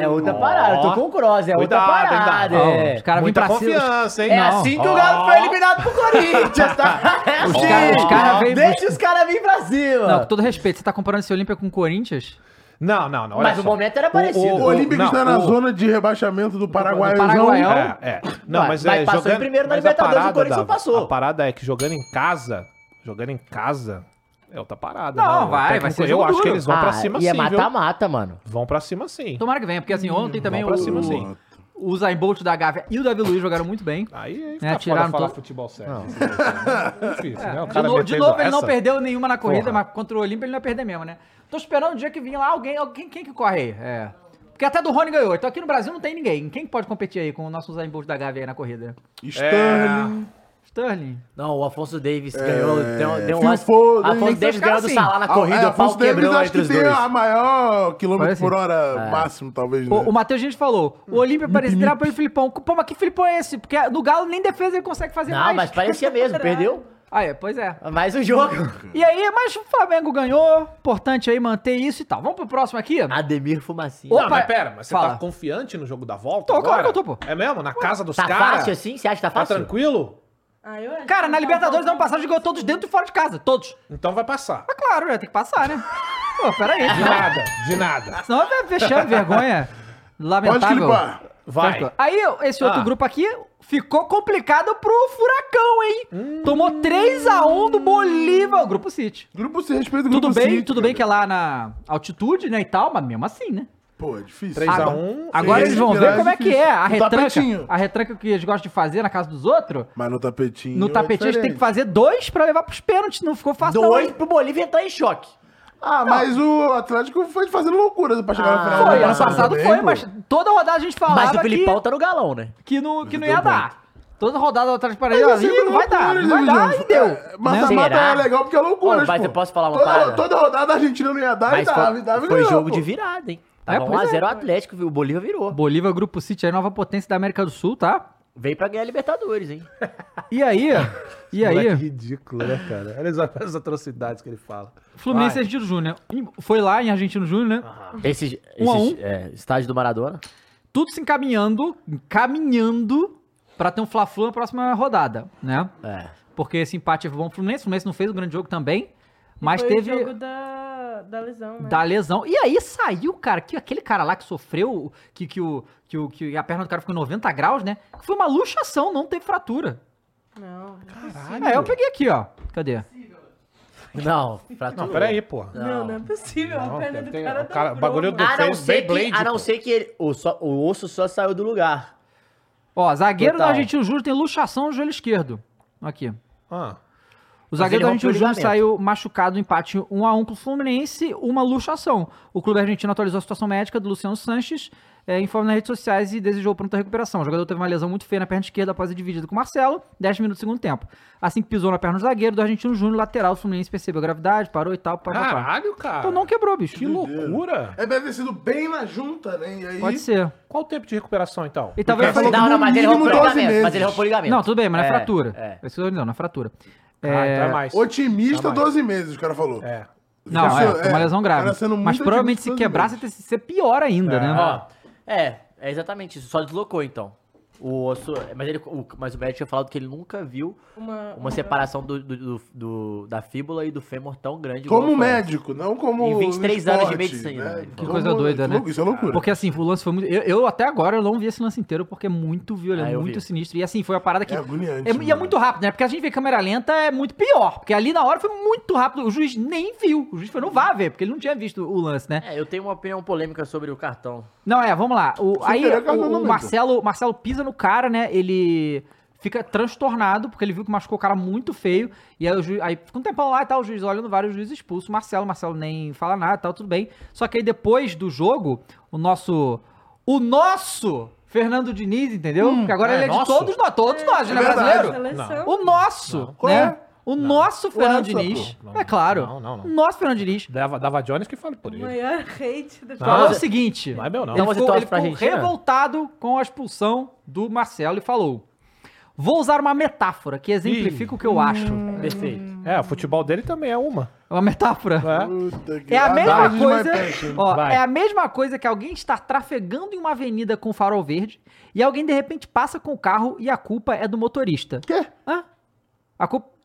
Speaker 2: É outra
Speaker 5: sim.
Speaker 2: parada. Tô com o Cross, é outra
Speaker 5: Cuidado, hein,
Speaker 2: parada.
Speaker 5: Dal.
Speaker 2: é.
Speaker 1: Os caras vêm
Speaker 5: Muita
Speaker 1: pra cima.
Speaker 5: confiança, hein?
Speaker 2: É
Speaker 5: Não.
Speaker 2: assim que o Galo foi eliminado pro Corinthians, tá?
Speaker 5: (laughs)
Speaker 2: É
Speaker 1: Os
Speaker 2: assim.
Speaker 1: caras- os caras vêm-
Speaker 2: Deixa os caras virem pra cima.
Speaker 1: Não, com todo respeito, você tá comparando esse Olímpia com o Corinthians?
Speaker 5: Não, não, não. olha
Speaker 2: Mas o
Speaker 5: só.
Speaker 2: momento era parecido.
Speaker 3: O
Speaker 5: o-
Speaker 3: Olímpico
Speaker 5: não,
Speaker 3: está na
Speaker 5: o-
Speaker 3: zona de rebaixamento do Paraguai.
Speaker 1: Paraguaião.
Speaker 5: É, é. Não,
Speaker 2: Vai,
Speaker 5: mas
Speaker 2: vai,
Speaker 5: é
Speaker 2: passou em
Speaker 5: jogando.
Speaker 2: primeiro na
Speaker 5: mas a
Speaker 2: Libertadores, o
Speaker 5: parada
Speaker 2: Corinthians
Speaker 5: da-
Speaker 2: passou.
Speaker 5: A parada é que jogando em casa, jogando em casa é outra parada.
Speaker 1: Não,
Speaker 5: O
Speaker 1: vai,
Speaker 5: técnico-
Speaker 1: vai ser
Speaker 5: Eu
Speaker 1: jogo
Speaker 5: acho que
Speaker 1: duro.
Speaker 5: eles vão pra cima
Speaker 2: e é
Speaker 5: sim, viu?
Speaker 2: mata-mata, mano.
Speaker 5: Vão pra cima sim.
Speaker 1: Tomara que venha, porque assim, ontem também
Speaker 5: Hum, pra
Speaker 1: o,
Speaker 5: cima, sim.
Speaker 1: o, o Zayn Bolt da Gávea e o Davi Luiz jogaram muito bem.
Speaker 5: Aí aí
Speaker 1: É,
Speaker 5: fica foda
Speaker 1: tiraram
Speaker 5: falar
Speaker 1: todo-
Speaker 5: futebol sério. É difícil, né? O
Speaker 1: De,
Speaker 5: cara
Speaker 1: novo- de
Speaker 5: metendo
Speaker 1: novo, ele não
Speaker 5: essa.
Speaker 1: perdeu nenhuma na corrida,
Speaker 5: Porra.
Speaker 1: mas contra o Olímpia ele não vai perder mesmo, né? Tô esperando o dia que vinha lá alguém, alguém quem que corre aí? É. Porque até do Rony ganhou. Então aqui no Brasil não tem ninguém. Quem que pode competir aí com o nosso Zayn Bolt da Gávea aí na corrida? É.
Speaker 3: Sterling.
Speaker 1: Sterling.
Speaker 2: Não, o Afonso Davis ganhou.
Speaker 5: É.
Speaker 2: Deu, deu um
Speaker 3: Phil
Speaker 2: lance.
Speaker 3: Foden.
Speaker 2: Afonso
Speaker 1: Tem que
Speaker 2: Davis
Speaker 1: ficar
Speaker 2: ganhou do
Speaker 1: assim.
Speaker 2: Salah na
Speaker 3: Ah,
Speaker 2: corrida,
Speaker 3: é,
Speaker 2: o pau
Speaker 3: Afonso Davis
Speaker 2: quebrou
Speaker 3: acho
Speaker 2: entre os
Speaker 3: que tem
Speaker 2: dois.
Speaker 3: a maior quilômetro
Speaker 1: Parece. assim. É.
Speaker 3: por hora máximo, talvez, né?
Speaker 1: O, o Matheus Gente falou: o Olímpia parecia tirar pelo Filipão. Pô, mas que Filipão é esse? Porque no Galo nem defesa ele consegue fazer
Speaker 2: Não,
Speaker 1: mais.
Speaker 2: mas parecia (laughs) mesmo, perdeu
Speaker 1: Ah, é, pois é.
Speaker 2: mais um jogo.
Speaker 1: E aí, mas o Flamengo ganhou. Importante aí manter isso e tal. Vamos pro próximo aqui?
Speaker 2: Ademir Fumacinha.
Speaker 5: Não,
Speaker 1: Opa,
Speaker 5: mas pera, mas você
Speaker 1: fala.
Speaker 5: tá confiante no jogo da volta?
Speaker 1: Tô, claro
Speaker 5: agora?
Speaker 1: que eu tô, pô.
Speaker 5: É mesmo? Na casa dos
Speaker 2: tá
Speaker 5: caras?
Speaker 2: fácil assim? Você acha que tá
Speaker 5: Tá
Speaker 2: fácil?
Speaker 5: tranquilo?
Speaker 4: Ah, eu acho
Speaker 1: Cara,
Speaker 4: que
Speaker 1: na
Speaker 4: tá
Speaker 1: Libertadores
Speaker 4: bom.
Speaker 1: ano passado jogou todos dentro e fora de casa. Todos.
Speaker 5: Então vai passar.
Speaker 1: Mas claro, né? Tem que passar, né? Pô, peraí.
Speaker 5: (laughs) De nada, de nada.
Speaker 1: Senão vai fechando vergonha.
Speaker 3: Pode
Speaker 1: Lamentável.
Speaker 3: clipar.
Speaker 5: Vai.
Speaker 1: Aí, esse outro
Speaker 5: Ah.
Speaker 1: grupo aqui ficou complicado pro Furacão, hein? Tomou 3x1 do Bolívar, Grupo City.
Speaker 3: Grupo C, respeita o grupo
Speaker 1: Tudo bem,
Speaker 3: City,
Speaker 1: tudo
Speaker 3: cara.
Speaker 1: bem que é lá na altitude, né, e tal, mas mesmo assim, né?
Speaker 3: Pô, é difícil.
Speaker 5: 3x1.
Speaker 1: Agora
Speaker 3: Sim,
Speaker 1: eles vão ver
Speaker 3: virar
Speaker 1: como é que
Speaker 3: difícil.
Speaker 1: é a
Speaker 3: No
Speaker 1: retranca,
Speaker 3: tapetinho.
Speaker 1: a retranca que eles gostam de fazer na casa dos outros.
Speaker 3: Mas no tapetinho. é
Speaker 1: No tapetinho a gente tem que fazer dois pra levar pros pênaltis, não ficou fácil não,
Speaker 2: Dois
Speaker 1: hein?
Speaker 2: pro Bolívia entrar em choque.
Speaker 3: Ah, mas o Atlético foi fazendo loucuras pra chegar
Speaker 2: Ah,
Speaker 3: na final. do
Speaker 1: Foi,
Speaker 2: Não,
Speaker 1: ano passado
Speaker 3: também,
Speaker 1: foi,
Speaker 3: pô.
Speaker 1: mas toda rodada a gente falava
Speaker 2: Mas o Filipão
Speaker 1: que,
Speaker 2: tá no galão, né?
Speaker 1: que, não, que não
Speaker 3: deu
Speaker 1: ia
Speaker 3: bom.
Speaker 1: dar. Toda rodada atrás de
Speaker 3: Mas
Speaker 1: parede, ó,
Speaker 3: sempre
Speaker 1: "Ih, assim, não vai
Speaker 3: loucura,
Speaker 1: dar, não vai
Speaker 3: né,
Speaker 1: dar,
Speaker 3: gente?
Speaker 1: e deu.
Speaker 3: É, Mata
Speaker 2: Né?
Speaker 3: mata
Speaker 2: Será?
Speaker 3: é legal porque é loucura,
Speaker 2: Ô, mas
Speaker 3: pô.
Speaker 2: eu posso falar uma
Speaker 3: toda,
Speaker 2: parada?
Speaker 3: Toda rodada a Argentina não ia dar
Speaker 2: Mas
Speaker 3: e dava, e dava
Speaker 2: foi,
Speaker 3: e
Speaker 2: foi
Speaker 3: ganhava,
Speaker 2: jogo
Speaker 3: pô.
Speaker 2: de virada, hein? Tava
Speaker 1: É, pois
Speaker 2: 1x0
Speaker 1: é.
Speaker 2: o Atlético, viu? o Bolívia virou.
Speaker 1: Bolívar, Grupo City, é a nova potência da América do Sul, tá?
Speaker 2: Veio pra ganhar a Libertadores, hein?
Speaker 1: E (laughs) aí, e
Speaker 5: Moleque
Speaker 1: aí,
Speaker 5: ridículo, né, cara? Olha as- as atrocidades que ele fala.
Speaker 1: Fluminense e
Speaker 5: Vai.
Speaker 1: Argentino Júnior. Foi lá em Argentino Júnior, né?
Speaker 2: Esse,
Speaker 1: Um a
Speaker 2: esse é, estádio do Maradona.
Speaker 1: Tudo se encaminhando, encaminhando pra ter um Fla-Flu na próxima rodada, né?
Speaker 2: É.
Speaker 1: Porque esse empate é bom pro Fluminense, o Fluminense não fez um grande jogo também,
Speaker 4: E
Speaker 1: mas
Speaker 4: foi
Speaker 1: teve
Speaker 4: O jogo da, da lesão, né?
Speaker 1: da lesão. E aí saiu, cara, que aquele cara lá que sofreu, que, que, o, que, o, que a perna do cara ficou 90 graus, né? Foi uma luxação, não teve fratura.
Speaker 4: Não. Caralho.
Speaker 5: Caralho.
Speaker 1: É, eu peguei aqui, ó. Cadê?
Speaker 2: Não, pra
Speaker 5: Não,
Speaker 2: tudo.
Speaker 5: peraí, porra.
Speaker 4: Não, não é possível.
Speaker 5: Não,
Speaker 4: a perna do
Speaker 5: tem-
Speaker 4: cara,
Speaker 5: o cara-
Speaker 4: dobrou,
Speaker 5: o bagulho
Speaker 4: mano.
Speaker 5: do-
Speaker 2: A não
Speaker 5: fez
Speaker 2: ser que,
Speaker 5: Beyblade,
Speaker 2: a não
Speaker 5: pô.
Speaker 2: ser que ele- o, só- o osso só saiu do lugar.
Speaker 1: Ó, zagueiro
Speaker 2: Total.
Speaker 1: da Argentina Júnior tem luxação no joelho esquerdo. Aqui.
Speaker 5: Ah,
Speaker 1: O zagueiro
Speaker 2: ele
Speaker 1: da Argentina
Speaker 2: rompeu o
Speaker 1: Júnior
Speaker 2: ligamento.
Speaker 1: saiu machucado no empate 1x1 com o Fluminense, uma luxação. O clube argentino atualizou a situação médica do Luciano Sanches, é, informe nas redes sociais e desejou pronta recuperação. O jogador teve uma lesão muito feia na perna esquerda após ser dividido com o Marcelo, 10 minutos do segundo tempo. Assim que pisou na perna do zagueiro, do Argentino Júnior, lateral, o Fluminense percebeu a gravidade, parou e tal, pá,
Speaker 3: Ah,
Speaker 1: pá, pá.
Speaker 5: caralho, cara.
Speaker 1: Então não quebrou, bicho.
Speaker 5: Que loucura.
Speaker 3: É, deve ter sido bem na junta, né? E aí...
Speaker 1: Pode ser.
Speaker 5: Qual o tempo de recuperação, então?
Speaker 1: E talvez
Speaker 3: Porque
Speaker 1: foi...
Speaker 3: Falou que
Speaker 2: Não, não,
Speaker 3: no
Speaker 2: mas ele
Speaker 3: mínimo
Speaker 2: rompeu o
Speaker 3: 12
Speaker 2: ligamento.
Speaker 3: meses.
Speaker 2: Mas ele rompeu o ligamento.
Speaker 1: Não, tudo bem, mas não é,
Speaker 2: É,
Speaker 1: fratura.
Speaker 2: é.
Speaker 1: Isso eu- não, não é fratura.
Speaker 5: Ah,
Speaker 1: É,
Speaker 5: então é mais.
Speaker 3: Otimista,
Speaker 5: Tá mais.
Speaker 3: 12 meses, o cara falou.
Speaker 5: É.
Speaker 1: Não,
Speaker 3: Isso,
Speaker 1: é, foi uma
Speaker 3: é,
Speaker 1: lesão grave.
Speaker 3: cara sendo
Speaker 1: Mas
Speaker 3: muito
Speaker 1: provavelmente se
Speaker 3: difícil
Speaker 1: quebrar, você
Speaker 3: fazer
Speaker 1: tem- você é pior ainda, né?
Speaker 3: Ah.
Speaker 2: Ó, é, é exatamente isso. Só deslocou, então. O osso. Mas, ele, o, mas o médico tinha falado que ele nunca viu
Speaker 4: Uma,
Speaker 2: uma separação do, do- do- do- da fíbula e do fêmur tão grande. igual
Speaker 3: Como
Speaker 2: foi.
Speaker 3: médico, não como.
Speaker 2: Em 23 anos de
Speaker 3: esporte,
Speaker 2: medicina, né? Que
Speaker 3: Como-
Speaker 1: coisa doida, né?
Speaker 3: Isso é loucura.
Speaker 1: Porque assim, o lance foi muito. Eu, eu até agora eu não vi esse lance inteiro porque é muito
Speaker 2: Ah,
Speaker 1: violento,
Speaker 2: eu
Speaker 1: muito
Speaker 2: vi.
Speaker 1: sinistro. E assim, foi uma parada que.
Speaker 3: É agoniante.
Speaker 1: é- e é
Speaker 3: mano.
Speaker 1: muito rápido, né? Porque a gente vê câmera lenta é muito pior. Porque ali na hora foi muito rápido. O juiz nem viu. O juiz foi, não vá ver, porque ele não tinha visto o lance, né?
Speaker 2: É, eu tenho uma opinião polêmica sobre o cartão.
Speaker 1: Não, é, vamos lá. O-
Speaker 3: Você
Speaker 1: aí
Speaker 3: perdeu aquela
Speaker 1: o, o
Speaker 3: momento.
Speaker 1: Marcelo, Marcelo pisa no cara, né? Ele fica transtornado, porque ele viu que machucou o cara muito feio. E aí, o juiz, aí fica um tempão lá e tal, o juiz olhando vários juízes expulso. o Marcelo, o Marcelo nem fala nada e tal, tudo bem. Só que aí depois do jogo, o nosso. O nosso Fernando Diniz, entendeu? Porque agora
Speaker 5: é
Speaker 1: ele é de
Speaker 5: nosso?
Speaker 1: todos nós, todos nós, né,
Speaker 3: verdade.
Speaker 1: brasileiro?
Speaker 4: Seleção.
Speaker 1: O nosso,
Speaker 3: Qual
Speaker 1: né?
Speaker 3: é?
Speaker 1: O nosso Fernando
Speaker 3: Lança,
Speaker 1: Diniz.
Speaker 5: pô. Não,
Speaker 1: É claro. é.
Speaker 5: não, não, não.
Speaker 1: O nosso Fernando Diniz
Speaker 5: Dava, dava Jones que fala por
Speaker 4: O
Speaker 5: ele.
Speaker 4: maior hate da
Speaker 1: falou
Speaker 5: mas
Speaker 1: o
Speaker 5: é-
Speaker 1: seguinte.
Speaker 5: Não é meu, não.
Speaker 1: Ele
Speaker 2: Então você
Speaker 1: ficou,
Speaker 2: torce
Speaker 1: ele
Speaker 2: pra
Speaker 1: ficou
Speaker 2: Argentina?
Speaker 1: revoltado com a expulsão do Marcelo e falou: Vou usar uma metáfora que exemplifica o que eu acho.
Speaker 2: Hum. Perfeito.
Speaker 5: É, o futebol dele também é uma.
Speaker 1: Uma metáfora.
Speaker 5: É.
Speaker 3: Puta que-
Speaker 1: É a
Speaker 3: Ah,
Speaker 1: mesma
Speaker 3: dá.
Speaker 1: coisa. Ó,
Speaker 5: Vai.
Speaker 1: é a mesma coisa que alguém estar trafegando em uma avenida com farol verde e alguém de repente passa com o carro e a culpa é do motorista.
Speaker 3: Quê?
Speaker 1: Hã? A culpa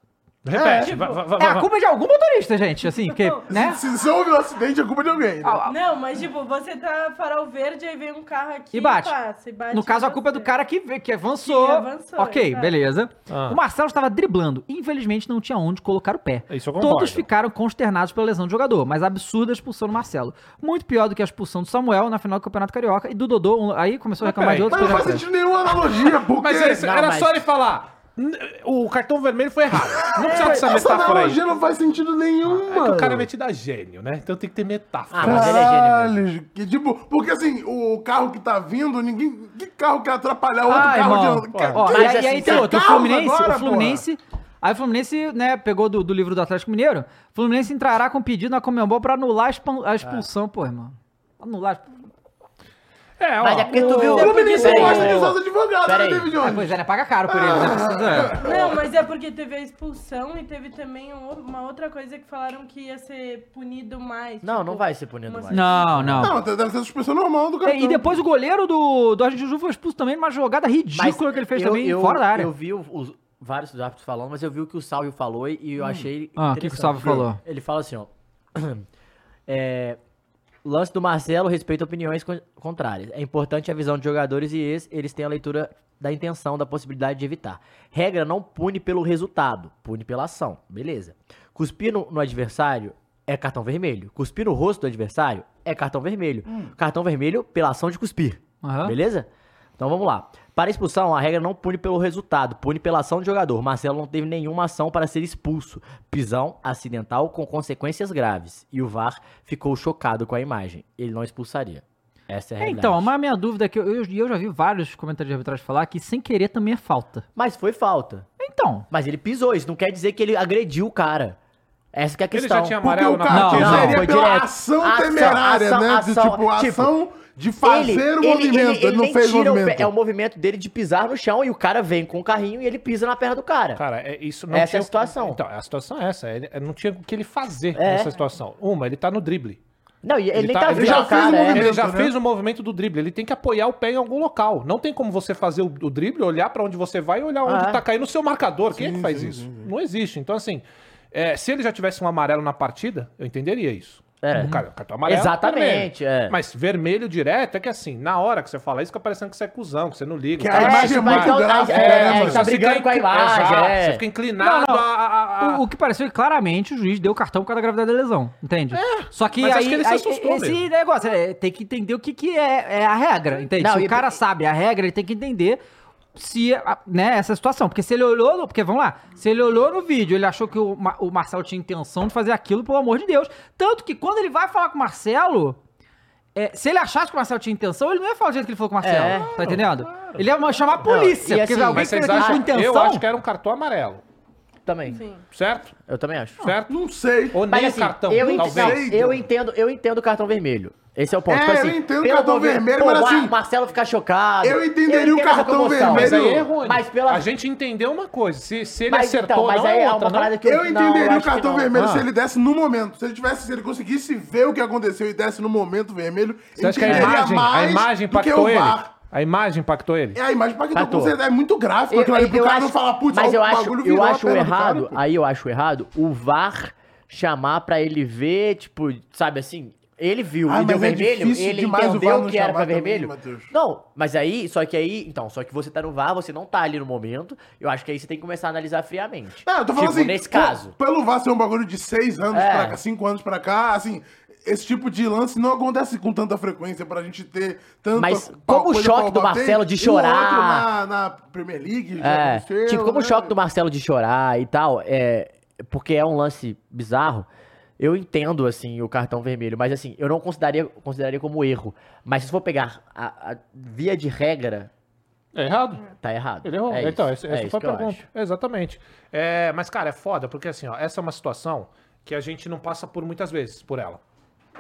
Speaker 5: Repete.
Speaker 4: tipo,
Speaker 5: vai, vai, vai,
Speaker 1: é a
Speaker 5: vai.
Speaker 1: culpa é de algum motorista, gente, assim, porque,
Speaker 4: Não.
Speaker 1: né?
Speaker 3: Se se houve um acidente, é culpa de alguém. né?
Speaker 1: Ah, ah,
Speaker 4: Não, mas tipo, você tá farol verde, aí vem um carro aqui
Speaker 1: E bate.
Speaker 4: passa, e bate
Speaker 1: No caso, a
Speaker 4: em
Speaker 1: culpa é
Speaker 4: você.
Speaker 1: do cara que, vê- que avançou.
Speaker 4: Que avançou,
Speaker 1: ok,
Speaker 4: exato.
Speaker 1: beleza.
Speaker 5: Ah.
Speaker 1: O Marcelo estava driblando e infelizmente não tinha onde colocar o pé.
Speaker 5: Isso eu concordo.
Speaker 1: Todos ficaram consternados pela lesão do jogador, mas a absurda expulsão do Marcelo. Muito pior do que a expulsão do Samuel na final do Campeonato Carioca e do Dodô. um- Aí começou a
Speaker 5: Mas
Speaker 1: reclamar de
Speaker 5: peraí,
Speaker 1: outros.
Speaker 3: Mas não faz sentido nenhuma
Speaker 1: (laughs)
Speaker 3: analogia, porque...
Speaker 5: Mas esse-
Speaker 2: Não,
Speaker 5: era
Speaker 2: mas-
Speaker 5: só ele falar. "N- O cartão vermelho foi errado. Não
Speaker 2: É,
Speaker 5: precisava dessa
Speaker 3: Essa
Speaker 5: metáfora aí.
Speaker 3: analogia não faz sentido nenhum,
Speaker 5: É que
Speaker 3: mano.
Speaker 5: o cara é metido a gênio, né? Então tem que ter metáfora.
Speaker 2: Ah, mas ele é gênio
Speaker 3: Caralho, que tipo, porque assim, o carro que tá vindo, ninguém. Que carro quer atrapalhar outro
Speaker 1: Ah,
Speaker 3: carro
Speaker 1: irmão.
Speaker 3: de.
Speaker 1: Pô,
Speaker 3: Que-
Speaker 1: ó,
Speaker 3: que-
Speaker 1: e
Speaker 2: mas
Speaker 1: aí,
Speaker 2: assim,
Speaker 1: aí tem
Speaker 2: tá
Speaker 1: outro. O
Speaker 3: calmo
Speaker 1: Fluminense,
Speaker 3: agora,
Speaker 1: o Fluminense. Aí o Fluminense, né, pegou do, do livro do Atlético Mineiro. O Fluminense entrará com pedido na Comembol pra anular a expan- a expulsão, pô, irmão. Anular. a expulsão.
Speaker 5: É, ó.
Speaker 2: Mas é porque tu viu.
Speaker 3: O Fluminense
Speaker 2: Peraí,
Speaker 3: não gosta de
Speaker 2: ô,
Speaker 3: usar os advogados,
Speaker 2: Pera
Speaker 3: né,
Speaker 2: aí.
Speaker 3: David
Speaker 1: Ah,
Speaker 3: Jones?
Speaker 1: pois é, né? Paga caro por eles, né? Precisa-
Speaker 4: Não, mas é porque teve a expulsão e teve também um- uma outra coisa que falaram que ia ser punido mais.
Speaker 2: Não,
Speaker 4: tipo,
Speaker 2: não vai ser punido
Speaker 4: Mas-
Speaker 2: mais.
Speaker 1: Não, não.
Speaker 3: Não, deve ser a suspensão normal do
Speaker 1: É,
Speaker 3: cartão.
Speaker 1: e depois o goleiro do, do Argentino Júnior foi expulso também numa jogada ridícula que ele fez
Speaker 2: eu-
Speaker 1: também
Speaker 2: eu-
Speaker 1: fora da área.
Speaker 2: Eu vi o- os, vários dos árbitros falando, mas eu vi o que o Salvio falou e eu achei.
Speaker 1: Ah, o que
Speaker 2: interessante.
Speaker 1: que o Salvio falou?
Speaker 2: Ele fala assim, ó. (clears throat) É, lance do Marcelo respeita opiniões con- contrárias. É importante a visão de jogadores e ex, eles têm a leitura da intenção, da possibilidade de evitar. Regra não pune pelo resultado, pune pela ação. Beleza. Cuspir no, no adversário é cartão vermelho. Cuspir no rosto do adversário é cartão vermelho.
Speaker 1: Hum.
Speaker 2: Cartão vermelho pela ação de cuspir.
Speaker 1: Aham.
Speaker 2: Beleza? Então vamos lá. Para expulsão, a regra não pune pelo resultado, pune pela ação do jogador. Marcelo não teve nenhuma ação para ser expulso. Pisão acidental com consequências graves. E o VAR ficou chocado com a imagem. Ele não expulsaria. Essa é a
Speaker 1: É,
Speaker 2: realidade.
Speaker 1: então, mas a minha dúvida é que eu, eu, e eu já vi vários comentários de arbitragem falar que sem querer também é falta.
Speaker 2: Mas foi falta.
Speaker 1: Então,
Speaker 2: Mas ele pisou, isso não quer dizer que ele agrediu o cara. Essa que é a
Speaker 5: Ele
Speaker 2: questão.
Speaker 5: já tinha
Speaker 3: Porque
Speaker 5: amarelo
Speaker 3: o
Speaker 5: na
Speaker 3: carro
Speaker 1: Não,
Speaker 5: partida.
Speaker 1: não,
Speaker 3: seria
Speaker 2: foi
Speaker 3: pela
Speaker 2: direto.
Speaker 3: ação,
Speaker 2: Ação,
Speaker 3: temerária,
Speaker 2: ação,
Speaker 3: né? de,
Speaker 2: ação,
Speaker 3: tipo, a
Speaker 2: tipo,
Speaker 3: ação de fazer o movimento. Ele, não
Speaker 2: nem
Speaker 3: fez o
Speaker 2: tira pé,
Speaker 3: movimento.
Speaker 2: é o movimento dele de pisar no chão e o cara vem com o carrinho e ele pisa na perna do cara.
Speaker 5: Cara, é, isso não
Speaker 2: Essa é
Speaker 5: tinha
Speaker 2: a
Speaker 5: o-
Speaker 2: situação.
Speaker 5: Então, a situação é essa. Ele, não tinha o que ele fazer
Speaker 2: É.
Speaker 5: nessa situação. Uma, ele tá no drible.
Speaker 2: Não, e ele,
Speaker 5: Ele
Speaker 2: nem
Speaker 5: tá-
Speaker 2: tá,
Speaker 5: ele
Speaker 2: vendo
Speaker 5: já
Speaker 2: o
Speaker 3: fez o
Speaker 2: cara. é.
Speaker 3: movimento.
Speaker 5: Ele já
Speaker 3: né?
Speaker 5: fez o movimento do drible. Ele tem que apoiar o pé em algum local. Não tem como você fazer o, o drible, olhar pra onde você vai e olhar onde
Speaker 2: Ah.
Speaker 5: tá caindo o seu marcador. Quem é que faz isso? Não existe. Então, assim, é, se ele já tivesse um amarelo na partida, eu entenderia isso.
Speaker 2: É.
Speaker 5: O cara, cartão amarelo.
Speaker 2: Exatamente,
Speaker 5: vermelho.
Speaker 2: é.
Speaker 5: Mas vermelho direto é que assim, na hora que você fala isso, fica parecendo que você é cuzão, que você não liga.
Speaker 3: Que
Speaker 5: Tá
Speaker 3: a imagem é
Speaker 2: tipo,
Speaker 3: muito
Speaker 2: então,
Speaker 3: gráfica,
Speaker 2: é, é,
Speaker 3: né, mano?
Speaker 2: tá
Speaker 5: Você
Speaker 2: brigando
Speaker 5: fica
Speaker 2: com a
Speaker 5: incli-
Speaker 2: imagem,
Speaker 5: Exato,
Speaker 2: é.
Speaker 5: Você fica inclinado
Speaker 1: Não, não.
Speaker 5: a- a- a- a-
Speaker 1: o, o que pareceu é que claramente o juiz deu cartão por causa da gravidade da lesão, entende? Só que
Speaker 5: É, mas
Speaker 1: aí,
Speaker 5: acho que ele se
Speaker 1: aí-
Speaker 5: assustou
Speaker 1: esse
Speaker 5: mesmo.
Speaker 1: negócio é, tem que entender o que, que é, é a regra, entende?
Speaker 2: Não,
Speaker 1: se
Speaker 2: e-
Speaker 1: o cara sabe a regra, ele tem que entender se a- né, essa situação, porque se ele olhou, no- porque vamos lá, se ele olhou no vídeo, ele achou que o, Ma- o Marcelo tinha intenção de fazer aquilo, pelo amor de Deus, tanto que quando ele vai falar com o Marcelo, é, se ele achasse que o Marcelo tinha intenção, ele não ia falar do jeito que ele falou com o Marcelo,
Speaker 2: É.
Speaker 1: tá entendendo? Ele ia ma- chamar a polícia,
Speaker 2: e
Speaker 1: porque
Speaker 2: assim,
Speaker 1: alguém
Speaker 5: Mas
Speaker 1: que fez
Speaker 5: vocês
Speaker 1: aquilo com
Speaker 5: acham?
Speaker 1: intenção...
Speaker 5: Eu acho que era um cartão amarelo,
Speaker 2: Também.
Speaker 4: Sim.
Speaker 5: certo?
Speaker 2: Eu também acho.
Speaker 5: Certo?
Speaker 3: Não sei.
Speaker 5: Ou
Speaker 2: Mas
Speaker 5: nem
Speaker 2: assim,
Speaker 5: o é cartão,
Speaker 2: eu, ent-
Speaker 5: talvez.
Speaker 2: não, eu entendo, eu entendo o cartão vermelho. Esse é o ponto.
Speaker 3: É,
Speaker 2: Tipo assim,
Speaker 3: eu entendo o
Speaker 2: pelo
Speaker 3: cartão
Speaker 2: movimento-
Speaker 3: vermelho,
Speaker 2: Pô,
Speaker 3: mas
Speaker 2: o Mar-
Speaker 3: assim,
Speaker 2: Marcelo fica chocado.
Speaker 3: eu entenderia o
Speaker 2: entendo essa
Speaker 3: cartão
Speaker 2: comoção.
Speaker 5: Mas aí
Speaker 3: vermelho.
Speaker 5: é errôneo.
Speaker 2: Mas pela-
Speaker 5: A gente entendeu uma coisa. Se, se ele
Speaker 2: Mas então,
Speaker 5: acertou,
Speaker 2: mas
Speaker 5: não
Speaker 2: aí
Speaker 5: é
Speaker 2: é
Speaker 5: outra,
Speaker 2: uma
Speaker 5: né?
Speaker 2: parada que
Speaker 3: Eu
Speaker 2: não,
Speaker 3: entenderia
Speaker 2: acho
Speaker 3: o
Speaker 2: que
Speaker 3: cartão
Speaker 2: não.
Speaker 3: vermelho se
Speaker 5: Ah.
Speaker 3: ele desse no momento. Se ele tivesse, se ele conseguisse ver o que aconteceu e desse no momento vermelho,
Speaker 5: Você acha que é a
Speaker 3: entenderia
Speaker 5: imagem, a
Speaker 3: mais
Speaker 5: imagem
Speaker 3: do que
Speaker 5: impactou
Speaker 3: o
Speaker 5: ele?
Speaker 3: VAR.
Speaker 5: A imagem impactou ele?
Speaker 3: É, a imagem pra que eu tô
Speaker 2: Impactou.
Speaker 3: com certeza, é muito gráfico
Speaker 2: Eu-
Speaker 3: aquilo ali, pro
Speaker 2: eu
Speaker 3: cara
Speaker 2: acho-
Speaker 3: não falar, putz,
Speaker 2: mas
Speaker 3: ó,
Speaker 2: eu
Speaker 3: o
Speaker 2: acho,
Speaker 3: bagulho
Speaker 2: eu
Speaker 3: virou a
Speaker 2: acho
Speaker 3: perna do cara,
Speaker 2: errado,
Speaker 3: pô.
Speaker 2: aí eu acho errado o VAR chamar pra ele ver, tipo, sabe assim, ele viu
Speaker 3: Ah,
Speaker 2: e deu
Speaker 3: mas é
Speaker 2: vermelho,
Speaker 3: difícil
Speaker 2: ele
Speaker 3: demais o VAR
Speaker 2: entendeu
Speaker 3: não
Speaker 2: que era pra
Speaker 3: chamar também,
Speaker 2: vermelho.
Speaker 3: Matheus.
Speaker 2: não, mas aí, só que aí, então, só que você tá no VAR, você não tá ali no momento, eu acho que aí você tem que começar a analisar friamente.
Speaker 3: É, eu tô falando
Speaker 2: tipo,
Speaker 3: assim,
Speaker 2: nesse
Speaker 3: pô,
Speaker 2: caso.
Speaker 3: pelo VAR ser um bagulho de seis anos
Speaker 2: É.
Speaker 3: pra cá, cinco anos pra cá, assim, esse tipo de lance não acontece com tanta frequência pra gente ter tanta
Speaker 2: Mas
Speaker 3: co-
Speaker 2: como o
Speaker 3: coisa
Speaker 2: choque
Speaker 3: pra
Speaker 2: do
Speaker 3: bater,
Speaker 2: Marcelo de
Speaker 3: e o
Speaker 2: chorar.
Speaker 3: outro na, na Premier League, já
Speaker 2: É,
Speaker 3: aconteceu,
Speaker 2: tipo, como o
Speaker 3: né?
Speaker 2: choque do Marcelo de chorar e tal, é, porque é um lance bizarro, eu entendo, assim, o cartão vermelho, mas assim, eu não consideraria, consideraria como erro. Mas se for pegar a, a via de regra,
Speaker 5: É errado.
Speaker 2: Tá errado.
Speaker 5: Ele errou.
Speaker 2: É
Speaker 5: então,
Speaker 2: isso,
Speaker 5: essa, essa
Speaker 2: é isso
Speaker 5: foi a
Speaker 2: que eu
Speaker 5: pergunta.
Speaker 2: acho.
Speaker 5: Exatamente. É, mas, cara, é foda, porque assim, ó, essa é uma situação que a gente não passa por muitas vezes por ela.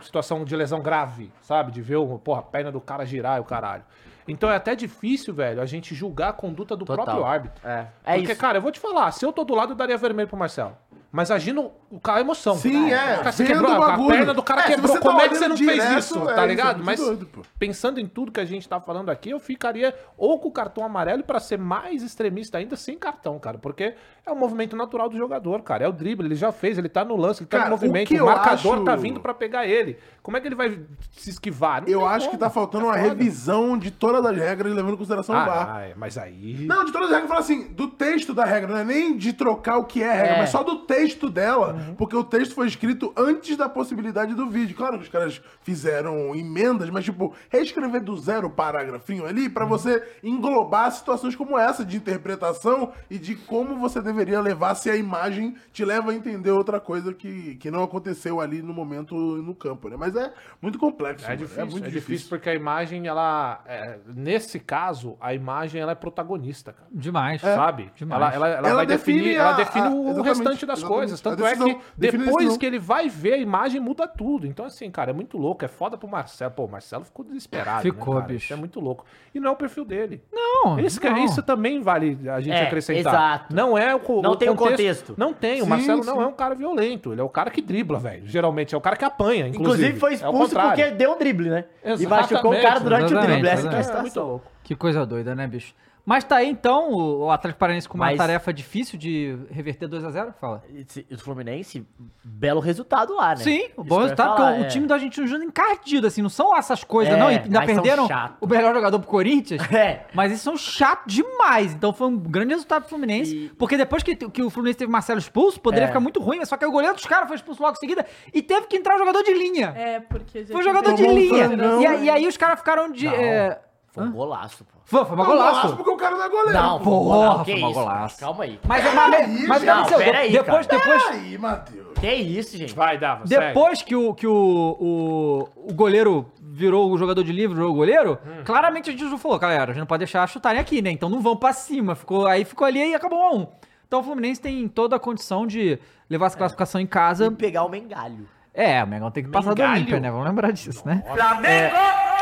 Speaker 5: Situação de lesão grave, sabe? De ver o, porra, a perna do cara girar e o caralho. Então é até difícil, velho, a gente julgar a conduta do
Speaker 2: Total.
Speaker 5: próprio árbitro.
Speaker 2: É, é
Speaker 5: porque,
Speaker 2: isso.
Speaker 5: cara, eu vou te falar, se eu tô do lado, eu daria vermelho pro Marcelo. Mas agindo com a emoção.
Speaker 3: Sim,
Speaker 5: Cara,
Speaker 3: é.
Speaker 5: Cara, você
Speaker 3: vendo
Speaker 5: quebrou,
Speaker 3: o
Speaker 5: a
Speaker 3: bagulho.
Speaker 5: perna do cara
Speaker 3: É, se
Speaker 5: quebrou.
Speaker 3: você tá
Speaker 5: Como é que você
Speaker 3: olhando
Speaker 5: não
Speaker 3: direto,
Speaker 5: fez isso,
Speaker 3: é,
Speaker 5: tá
Speaker 3: é
Speaker 5: ligado?
Speaker 3: muito
Speaker 5: Mas
Speaker 3: doido, pô.
Speaker 5: pensando em tudo que a gente tá falando aqui, eu ficaria ou com o cartão amarelo pra ser mais extremista ainda sem cartão, cara, porque é um movimento natural do jogador, cara. É o drible, ele já fez, ele tá no lance, ele tá
Speaker 3: Cara,
Speaker 5: no
Speaker 3: o
Speaker 5: movimento,
Speaker 3: que
Speaker 5: o,
Speaker 3: eu
Speaker 5: marcador
Speaker 3: acho-
Speaker 5: tá vindo pra pegar ele. Como é que ele vai se esquivar? Não
Speaker 3: Eu
Speaker 5: tem
Speaker 3: acho
Speaker 5: como.
Speaker 3: que tá faltando
Speaker 5: É
Speaker 3: uma
Speaker 5: foda.
Speaker 3: revisão de todas as regras, levando em consideração o VAR.
Speaker 5: Ah, é, mas aí
Speaker 3: Não, de todas as regras, fala assim, do texto da regra, não é nem de trocar o que é a regra,
Speaker 2: É.
Speaker 3: mas só do texto dela, porque o texto foi escrito antes da possibilidade do vídeo. Claro que os caras fizeram emendas, mas tipo, reescrever do zero o parágrafinho ali pra você englobar situações como essa de interpretação e de como você deveria levar se a imagem te leva a entender outra coisa que, que não aconteceu ali no momento no campo, né? Mas é muito complexo,
Speaker 5: É
Speaker 3: mano,
Speaker 5: difícil, é,
Speaker 3: muito
Speaker 5: difícil. porque a imagem, ela. é, nesse caso, a imagem ela é protagonista, cara.
Speaker 1: Demais.
Speaker 5: Sabe?
Speaker 1: É, Demais.
Speaker 5: Ela, ela, ela
Speaker 3: Ela
Speaker 5: vai
Speaker 3: define
Speaker 5: definir,
Speaker 3: a-
Speaker 5: ela define
Speaker 3: a-
Speaker 5: o
Speaker 3: exatamente,
Speaker 5: restante das
Speaker 3: exatamente.
Speaker 5: coisas.
Speaker 3: A
Speaker 5: Tanto é
Speaker 3: decisão,
Speaker 5: que
Speaker 3: define a
Speaker 5: depois
Speaker 3: decisão.
Speaker 5: que ele vai ver, a imagem muda tudo. Então, assim, cara, é muito louco. É foda pro Marcelo. Pô, o Marcelo ficou desesperado.
Speaker 1: Ficou,
Speaker 5: né, cara?
Speaker 1: bicho.
Speaker 5: Isso é muito louco. E não é o perfil dele.
Speaker 1: Não,
Speaker 5: Isso, que- é,
Speaker 1: não.
Speaker 5: isso também vale a gente
Speaker 2: É,
Speaker 5: acrescentar.
Speaker 2: exato.
Speaker 5: Não é o, co-
Speaker 2: Não tem o contexto.
Speaker 5: Não tem. O
Speaker 3: Sim,
Speaker 5: Marcelo não
Speaker 3: sim.
Speaker 5: é um cara violento. Ele é o cara que dribla, velho. Geralmente é o cara que apanha. Inclusive,
Speaker 2: Inclusive foi
Speaker 5: É o
Speaker 2: expulso
Speaker 5: contrário.
Speaker 2: porque deu um drible, né? E machucou o
Speaker 5: Exatamente,
Speaker 2: cara durante o drible.
Speaker 1: exatamente,
Speaker 2: Essa que é a
Speaker 1: exatamente.
Speaker 5: É, muito
Speaker 2: situação.
Speaker 5: louco.
Speaker 1: Que coisa doida, né, bicho? Mas tá aí então o o Atlético Paranaense com uma
Speaker 2: Mas-
Speaker 1: tarefa difícil de reverter 2x0? Fala.
Speaker 2: Esse- O Fluminense, belo resultado lá, né?
Speaker 1: Sim, o
Speaker 2: Isso que eu
Speaker 1: bom
Speaker 2: ia
Speaker 1: resultado,
Speaker 2: falar,
Speaker 1: porque o
Speaker 2: é.
Speaker 1: time do Argentino Júnior encardido, assim, não são essas coisas,
Speaker 2: É,
Speaker 1: não. E ainda
Speaker 2: mas são
Speaker 1: perderam
Speaker 2: chato.
Speaker 1: o melhor jogador pro
Speaker 2: (laughs)
Speaker 1: Corinthians.
Speaker 2: (laughs) É.
Speaker 1: Mas eles são chatos demais. Então foi um grande resultado pro Fluminense.
Speaker 2: E-
Speaker 1: Porque depois que, que o Fluminense teve o Marcelo expulso, poderia
Speaker 2: É.
Speaker 1: ficar muito ruim. mas Só que aí o goleiro dos caras foi expulso logo em seguida e teve que entrar o jogador de linha.
Speaker 4: É, porque... já
Speaker 1: Foi o
Speaker 4: tinha
Speaker 1: jogador de
Speaker 4: perdido
Speaker 1: linha.
Speaker 4: a liderança.
Speaker 1: E, aí- e aí os caras ficaram de.
Speaker 2: Não. Tá um
Speaker 1: É...
Speaker 2: Foi um golaço, pô.
Speaker 1: Foi, foi uma
Speaker 3: Não, golaço.
Speaker 1: golaço.
Speaker 3: porque o cara não é goleiro.
Speaker 2: Não, foi um
Speaker 1: porra,
Speaker 2: golaço.
Speaker 1: foi
Speaker 2: Que
Speaker 1: um
Speaker 2: isso?
Speaker 1: golaço.
Speaker 2: Calma aí.
Speaker 1: Mas é uma.
Speaker 3: Peraí,
Speaker 1: Mas
Speaker 3: gente.
Speaker 1: aconteceu.
Speaker 2: Não, peraí,
Speaker 1: depois,
Speaker 2: cara.
Speaker 1: depois,
Speaker 3: Aí, Matheus.
Speaker 2: Que isso, gente?
Speaker 5: Vai, Dava. segue.
Speaker 1: Depois que, o, que o, o, o goleiro virou o jogador de livre, virou o goleiro,
Speaker 5: Hum.
Speaker 1: claramente a gente falou, galera, a gente não pode deixar chutarem aqui, né? Então não vão pra cima. Ficou, aí ficou ali e acabou um a um. Então o Fluminense tem toda a condição de levar
Speaker 5: É.
Speaker 1: essa classificação em casa.
Speaker 2: E pegar o Mengalho.
Speaker 1: É, o Mengão tem que passar do
Speaker 5: Mengalho.
Speaker 1: Olímpia, né? Vamos lembrar disso, né? Flamengo! (laughs)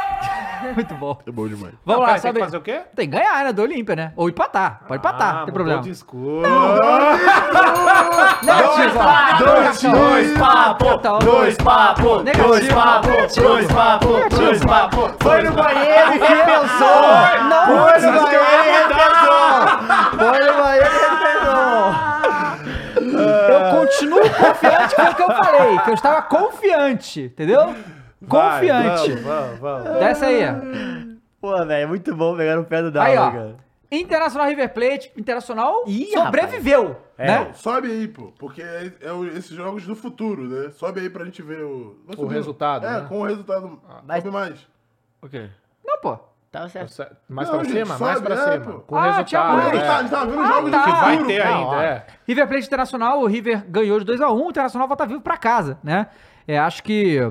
Speaker 1: Muito bom.
Speaker 3: É bom demais.
Speaker 1: Vamos
Speaker 5: Não,
Speaker 1: lá,
Speaker 5: peraí, tem
Speaker 1: sobe.
Speaker 5: que fazer o quê? Ah,
Speaker 1: Tem que ganhar, né? Do Olímpia, né? Ou empatar. Pode empatar, não Tá, tem problema. Negativo, ó.
Speaker 2: Dois, dois papo,
Speaker 1: Tá, ó.
Speaker 2: dois papo,
Speaker 1: Negativo.
Speaker 2: dois papo,
Speaker 1: Negativo.
Speaker 2: dois papo, dois papo. Foi no banheiro e repensou.
Speaker 1: Não,
Speaker 2: Foi no
Speaker 1: não.
Speaker 2: banheiro e repensou. Foi no banheiro e repensou.
Speaker 1: Eu continuo confiante com o que eu falei, que eu estava confiante, entendeu? Confiante.
Speaker 5: Vai, Vamos, vamos, vamos.
Speaker 1: Desce aí.
Speaker 2: Pô, velho, é muito bom pegar no pé
Speaker 5: Tá,
Speaker 2: do
Speaker 1: Aí, ó.
Speaker 2: Dava, cara.
Speaker 1: Internacional River Plate, Internacional
Speaker 2: Ih,
Speaker 1: sobreviveu,
Speaker 5: É.
Speaker 1: né?
Speaker 3: Sobe aí, pô, porque é, é o- esses jogos do futuro, né? Sobe aí pra gente ver o... Vai
Speaker 5: O
Speaker 3: subir.
Speaker 5: resultado,
Speaker 3: É,
Speaker 5: né?
Speaker 3: com o resultado.
Speaker 2: Mas-
Speaker 3: Sobe mais.
Speaker 1: Não, pô.
Speaker 2: Tava certo.
Speaker 5: É, Você- Mais
Speaker 3: Não,
Speaker 5: pra
Speaker 3: gente,
Speaker 5: cima, mais
Speaker 3: sobe,
Speaker 5: pra
Speaker 3: é,
Speaker 5: cima.
Speaker 3: pô.
Speaker 5: Com
Speaker 1: Ah, tinha mais.
Speaker 3: A
Speaker 5: resultado. é.
Speaker 3: gente tá, a gente tava vendo os
Speaker 1: Ah,
Speaker 3: jogos
Speaker 1: tá.
Speaker 3: do
Speaker 5: Que
Speaker 3: futuro.
Speaker 5: vai ter
Speaker 3: cara.
Speaker 5: ainda, é.
Speaker 1: River Plate Internacional, o River ganhou de 2x1, o Internacional volta vivo pra casa, né? É, acho que.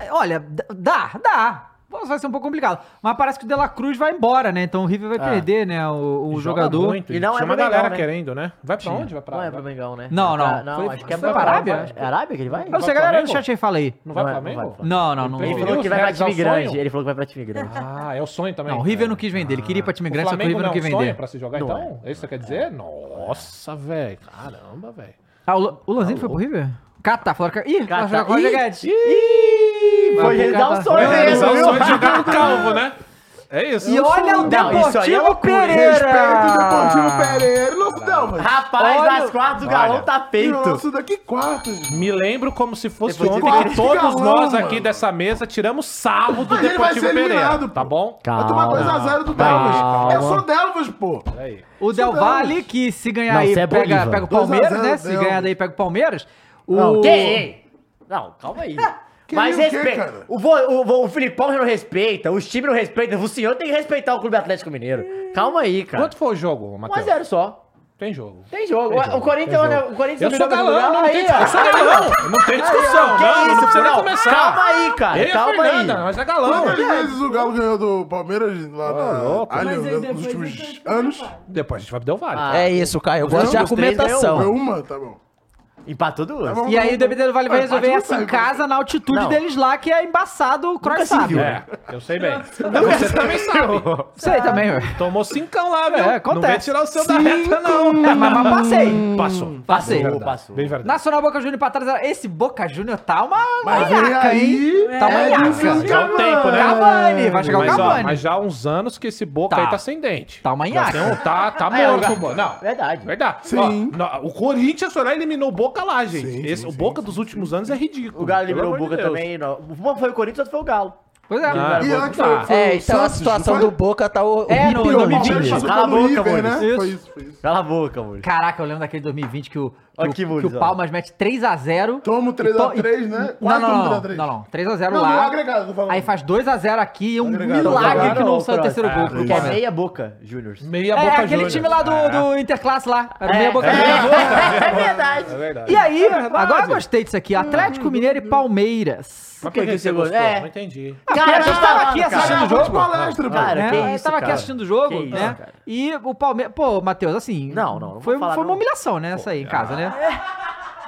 Speaker 1: é, Olha, d- dá, dá. Nossa, Vai ser um pouco complicado. Mas parece que o De La Cruz vai embora, né? Então o River vai
Speaker 2: Ah.
Speaker 1: perder, né? O, o
Speaker 5: É. Joga
Speaker 1: jogador.
Speaker 5: muito,
Speaker 2: E não é
Speaker 5: Tinha uma
Speaker 2: pro Mengão,
Speaker 5: galera
Speaker 2: né?
Speaker 5: querendo, né? Vai pra onde? Vai pra
Speaker 2: Não é pro
Speaker 5: vai-
Speaker 2: Mengão, né?
Speaker 1: Não, não.
Speaker 2: Pra- Não,
Speaker 1: Foi-
Speaker 2: acho que é
Speaker 1: foi
Speaker 2: pra
Speaker 1: pra Arábia?
Speaker 2: É Arábia que ele vai?
Speaker 1: Não sei, galera do chat aí, fala aí.
Speaker 5: Não vai
Speaker 2: Não é-
Speaker 5: pra
Speaker 2: não
Speaker 5: Flamengo?
Speaker 2: vai.
Speaker 1: Não, não, não.
Speaker 5: Ele
Speaker 2: Ele
Speaker 1: não.
Speaker 5: preferiu
Speaker 2: falou que vai pra
Speaker 5: realizar
Speaker 1: um
Speaker 2: time
Speaker 5: o sonho?
Speaker 2: grande. Ele falou que vai pra time grande.
Speaker 5: Ah, é o sonho também.
Speaker 1: Não, o River não quis vender, ele queria ir pra time grande,
Speaker 5: o
Speaker 1: só que o
Speaker 5: Flamengo
Speaker 1: tá River não
Speaker 5: não é
Speaker 1: quis
Speaker 5: um sonho
Speaker 1: vender.
Speaker 5: pra se jogar,
Speaker 2: Não
Speaker 5: então? Isso quer dizer? Nossa, velho. Caramba, velho.
Speaker 1: Ah, o, Lo- o Lanzini foi pro River? Catar, Flora. Ih,
Speaker 2: Catar.
Speaker 1: Flora com o Roger
Speaker 2: Ih,
Speaker 1: Guedes.
Speaker 2: Ih,
Speaker 1: Vai um
Speaker 2: foi
Speaker 1: pro
Speaker 2: realizar
Speaker 1: Catar.
Speaker 2: o um sonho
Speaker 1: Foi
Speaker 2: mesmo,
Speaker 1: realizar
Speaker 5: é, o
Speaker 2: viu?
Speaker 5: sonho de jogar no calvo, né? É isso.
Speaker 1: E olha o
Speaker 2: Não, isso aí é
Speaker 1: Deportivo
Speaker 2: loucura.
Speaker 1: Pereira.
Speaker 3: Respeito o Deportivo Pereira. Nosso Delmas.
Speaker 2: Rapaz,
Speaker 1: Olha-
Speaker 2: nas quartas o galão
Speaker 5: Olha.
Speaker 2: tá
Speaker 3: E o
Speaker 2: feito.
Speaker 3: nosso daqui quarto, gente.
Speaker 5: Me lembro como se fosse
Speaker 2: Depois de
Speaker 5: ontem que
Speaker 3: ter-
Speaker 5: todos
Speaker 3: Calma,
Speaker 5: nós aqui
Speaker 3: mano.
Speaker 5: dessa mesa tiramos sarro do
Speaker 3: Mas ele vai
Speaker 5: Deportivo
Speaker 3: ser eliminado,
Speaker 5: Pereira.
Speaker 3: pô.
Speaker 5: Tá bom?
Speaker 2: Calma.
Speaker 3: Vai tomar 2x0 do
Speaker 2: Calma.
Speaker 3: Delvas. É só Delvas, pô.
Speaker 5: Aí.
Speaker 1: O Del
Speaker 3: não.
Speaker 1: Valle, que se ganhar
Speaker 2: Não,
Speaker 1: aí
Speaker 2: isso é
Speaker 1: pega,
Speaker 2: Bolívar.
Speaker 1: pega o
Speaker 3: 2 a 0
Speaker 1: Palmeiras, né? Se
Speaker 3: Del.
Speaker 1: ganhar daí pega o Palmeiras. O...
Speaker 2: Não, que- ei. Não, calma aí.
Speaker 3: Que
Speaker 2: Mas
Speaker 3: nem o quê,
Speaker 2: respeita.
Speaker 3: cara?
Speaker 2: O, vo- o, vo- o Filipão já não respeita, os times não respeitam. O senhor tem que respeitar o Clube Atlético Mineiro. Calma aí, cara.
Speaker 1: é,
Speaker 5: Quanto foi o jogo, Matheus?
Speaker 2: 1x0 só.
Speaker 5: Tem jogo.
Speaker 2: é- Tem jogo. O- O Corinthians, né? o Corinthians
Speaker 5: Eu
Speaker 2: não
Speaker 5: sou
Speaker 2: ganhou
Speaker 5: galã,
Speaker 2: lugar.
Speaker 5: não tem
Speaker 2: Aí,
Speaker 5: discussão.
Speaker 2: ó.
Speaker 5: Eu sou galã. Não tem discussão.
Speaker 2: que
Speaker 5: não,
Speaker 2: isso,
Speaker 5: não precisa nem
Speaker 2: não.
Speaker 5: começar.
Speaker 2: Calma aí, cara,
Speaker 5: Eu e a
Speaker 2: calma aí.
Speaker 5: Fernanda, Nós é galão.
Speaker 3: Quantas vezes o Galo ganhou do Palmeiras lá
Speaker 1: é
Speaker 3: na
Speaker 5: louco.
Speaker 3: Allianz,
Speaker 4: Mas aí
Speaker 3: né,
Speaker 4: depois
Speaker 3: nos
Speaker 4: eu
Speaker 3: últimos
Speaker 4: tô-
Speaker 3: anos?
Speaker 5: Depois a gente vai pro Del Valle.
Speaker 2: Ah,
Speaker 6: É isso, Caio. Eu gosto de
Speaker 2: Os três
Speaker 3: Foi
Speaker 6: argumentação.
Speaker 3: uma? Tá bom. Tá
Speaker 2: Empatou duas.
Speaker 3: bom.
Speaker 1: E aí o DVD do Vale vai
Speaker 3: Ah,
Speaker 1: resolver
Speaker 3: empate não
Speaker 1: essa em
Speaker 3: serve,
Speaker 1: casa, na altitude
Speaker 2: Não.
Speaker 1: deles lá, que é embaçado, o Croy sabe.
Speaker 5: É, eu sei bem.
Speaker 3: é
Speaker 5: Você também sabe.
Speaker 1: Isso aí também, ué.
Speaker 5: Tomou cincão lá, velho. Não
Speaker 1: acontece.
Speaker 5: vem tirar o seu da reta, não.
Speaker 1: É, mas, mas passei.
Speaker 5: Passou.
Speaker 1: Passei.
Speaker 5: Verdade.
Speaker 2: Passou.
Speaker 5: Bem verdade.
Speaker 1: Nacional Boca Júnior empatado. zero. Esse Boca Júnior tá uma
Speaker 3: Mas vem
Speaker 1: manhaca, hein?
Speaker 3: aí...
Speaker 1: Tá
Speaker 3: é
Speaker 1: manhaca.
Speaker 3: difícil.
Speaker 5: Já o tempo, né?
Speaker 1: Cavani, vai chegar o
Speaker 5: mas, ó,
Speaker 1: Cavani.
Speaker 5: mas já há uns anos que esse Boca
Speaker 1: Tá.
Speaker 5: aí tá sem dente.
Speaker 1: Tá uma nhaca.
Speaker 5: Já tem um- Tá, tá
Speaker 2: É,
Speaker 5: morto.
Speaker 2: o
Speaker 5: o Boca. não,
Speaker 2: Verdade.
Speaker 5: verdade.
Speaker 3: Sim.
Speaker 5: Ó, no- o Corinthians foi lá e eliminou o Boca lá, gente.
Speaker 3: Sim,
Speaker 5: Esse-
Speaker 3: sim,
Speaker 5: o
Speaker 3: sim,
Speaker 5: Boca dos últimos anos é ridículo.
Speaker 2: O Galo
Speaker 5: pelo
Speaker 2: liberou o
Speaker 5: amor de
Speaker 2: Boca
Speaker 5: Deus.
Speaker 2: também. não. Uma foi o Corinthians, outra foi o Galo.
Speaker 1: Pois é.
Speaker 5: Ah,
Speaker 3: E
Speaker 5: Boca-
Speaker 3: antes foi-
Speaker 5: ah,
Speaker 3: foi
Speaker 6: É, então
Speaker 3: o
Speaker 6: a
Speaker 3: Santos,
Speaker 6: situação
Speaker 3: não foi?
Speaker 6: do Boca tá o,
Speaker 1: É, no- no
Speaker 6: pior.
Speaker 3: O Palmeiras
Speaker 1: Gente,
Speaker 3: passou
Speaker 2: cala a
Speaker 3: pelo
Speaker 2: boca, Maurício.
Speaker 3: River, né?
Speaker 1: Isso.
Speaker 3: Foi isso, foi isso.
Speaker 2: Cala a boca, amor.
Speaker 1: Caraca, eu lembro daquele 2020 que o, que
Speaker 2: Olha
Speaker 1: o- que
Speaker 2: que
Speaker 1: o
Speaker 2: bonito, ó.
Speaker 1: Palmas mete 3x0.
Speaker 3: Toma o 3x3, né?
Speaker 1: Não,
Speaker 3: Quase
Speaker 1: não,
Speaker 3: toma o
Speaker 1: não,
Speaker 3: 3x3.
Speaker 1: não, não. 3x0
Speaker 3: Não, no
Speaker 1: lá.
Speaker 3: agregado, tô falando.
Speaker 1: Aí faz 2x0 aqui e um
Speaker 3: Agregado.
Speaker 1: milagre que
Speaker 2: Agora, é
Speaker 1: não
Speaker 2: ó,
Speaker 1: sai o terceiro
Speaker 5: próximo.
Speaker 1: gol
Speaker 5: Ah,
Speaker 1: pro
Speaker 2: Que é
Speaker 1: Palmeiras.
Speaker 2: meia boca, Júnior.
Speaker 5: Meia
Speaker 1: É,
Speaker 5: Boca
Speaker 1: aquele
Speaker 5: Júnior.
Speaker 1: time lá do,
Speaker 5: É.
Speaker 1: do Interclasse lá. Era
Speaker 2: É,
Speaker 1: meia boca
Speaker 2: é.
Speaker 1: Júnior.
Speaker 2: É verdade.
Speaker 5: É verdade.
Speaker 1: E aí, agora eu gostei disso aqui. Atlético Mineiro e Palmeiras.
Speaker 5: Mas
Speaker 2: Por que
Speaker 5: por
Speaker 2: que
Speaker 5: que
Speaker 2: você
Speaker 5: você gostou?
Speaker 2: gostou?
Speaker 5: Não entendi.
Speaker 1: Porque a gente tava aqui
Speaker 2: cara.
Speaker 1: assistindo o
Speaker 3: Acabou de
Speaker 1: jogo.
Speaker 3: palestra, pô.
Speaker 2: Cara,
Speaker 1: né?
Speaker 2: que
Speaker 1: eu
Speaker 2: isso,
Speaker 1: tava aqui
Speaker 2: cara.
Speaker 1: assistindo o jogo,
Speaker 2: Que isso,
Speaker 1: né?
Speaker 2: cara.
Speaker 1: E o Palmeiras. Pô, Matheus, assim.
Speaker 2: Não, não, não
Speaker 1: Foi,
Speaker 2: vou falar,
Speaker 1: foi uma
Speaker 2: não.
Speaker 1: humilhação, né? Essa aí em casa, né?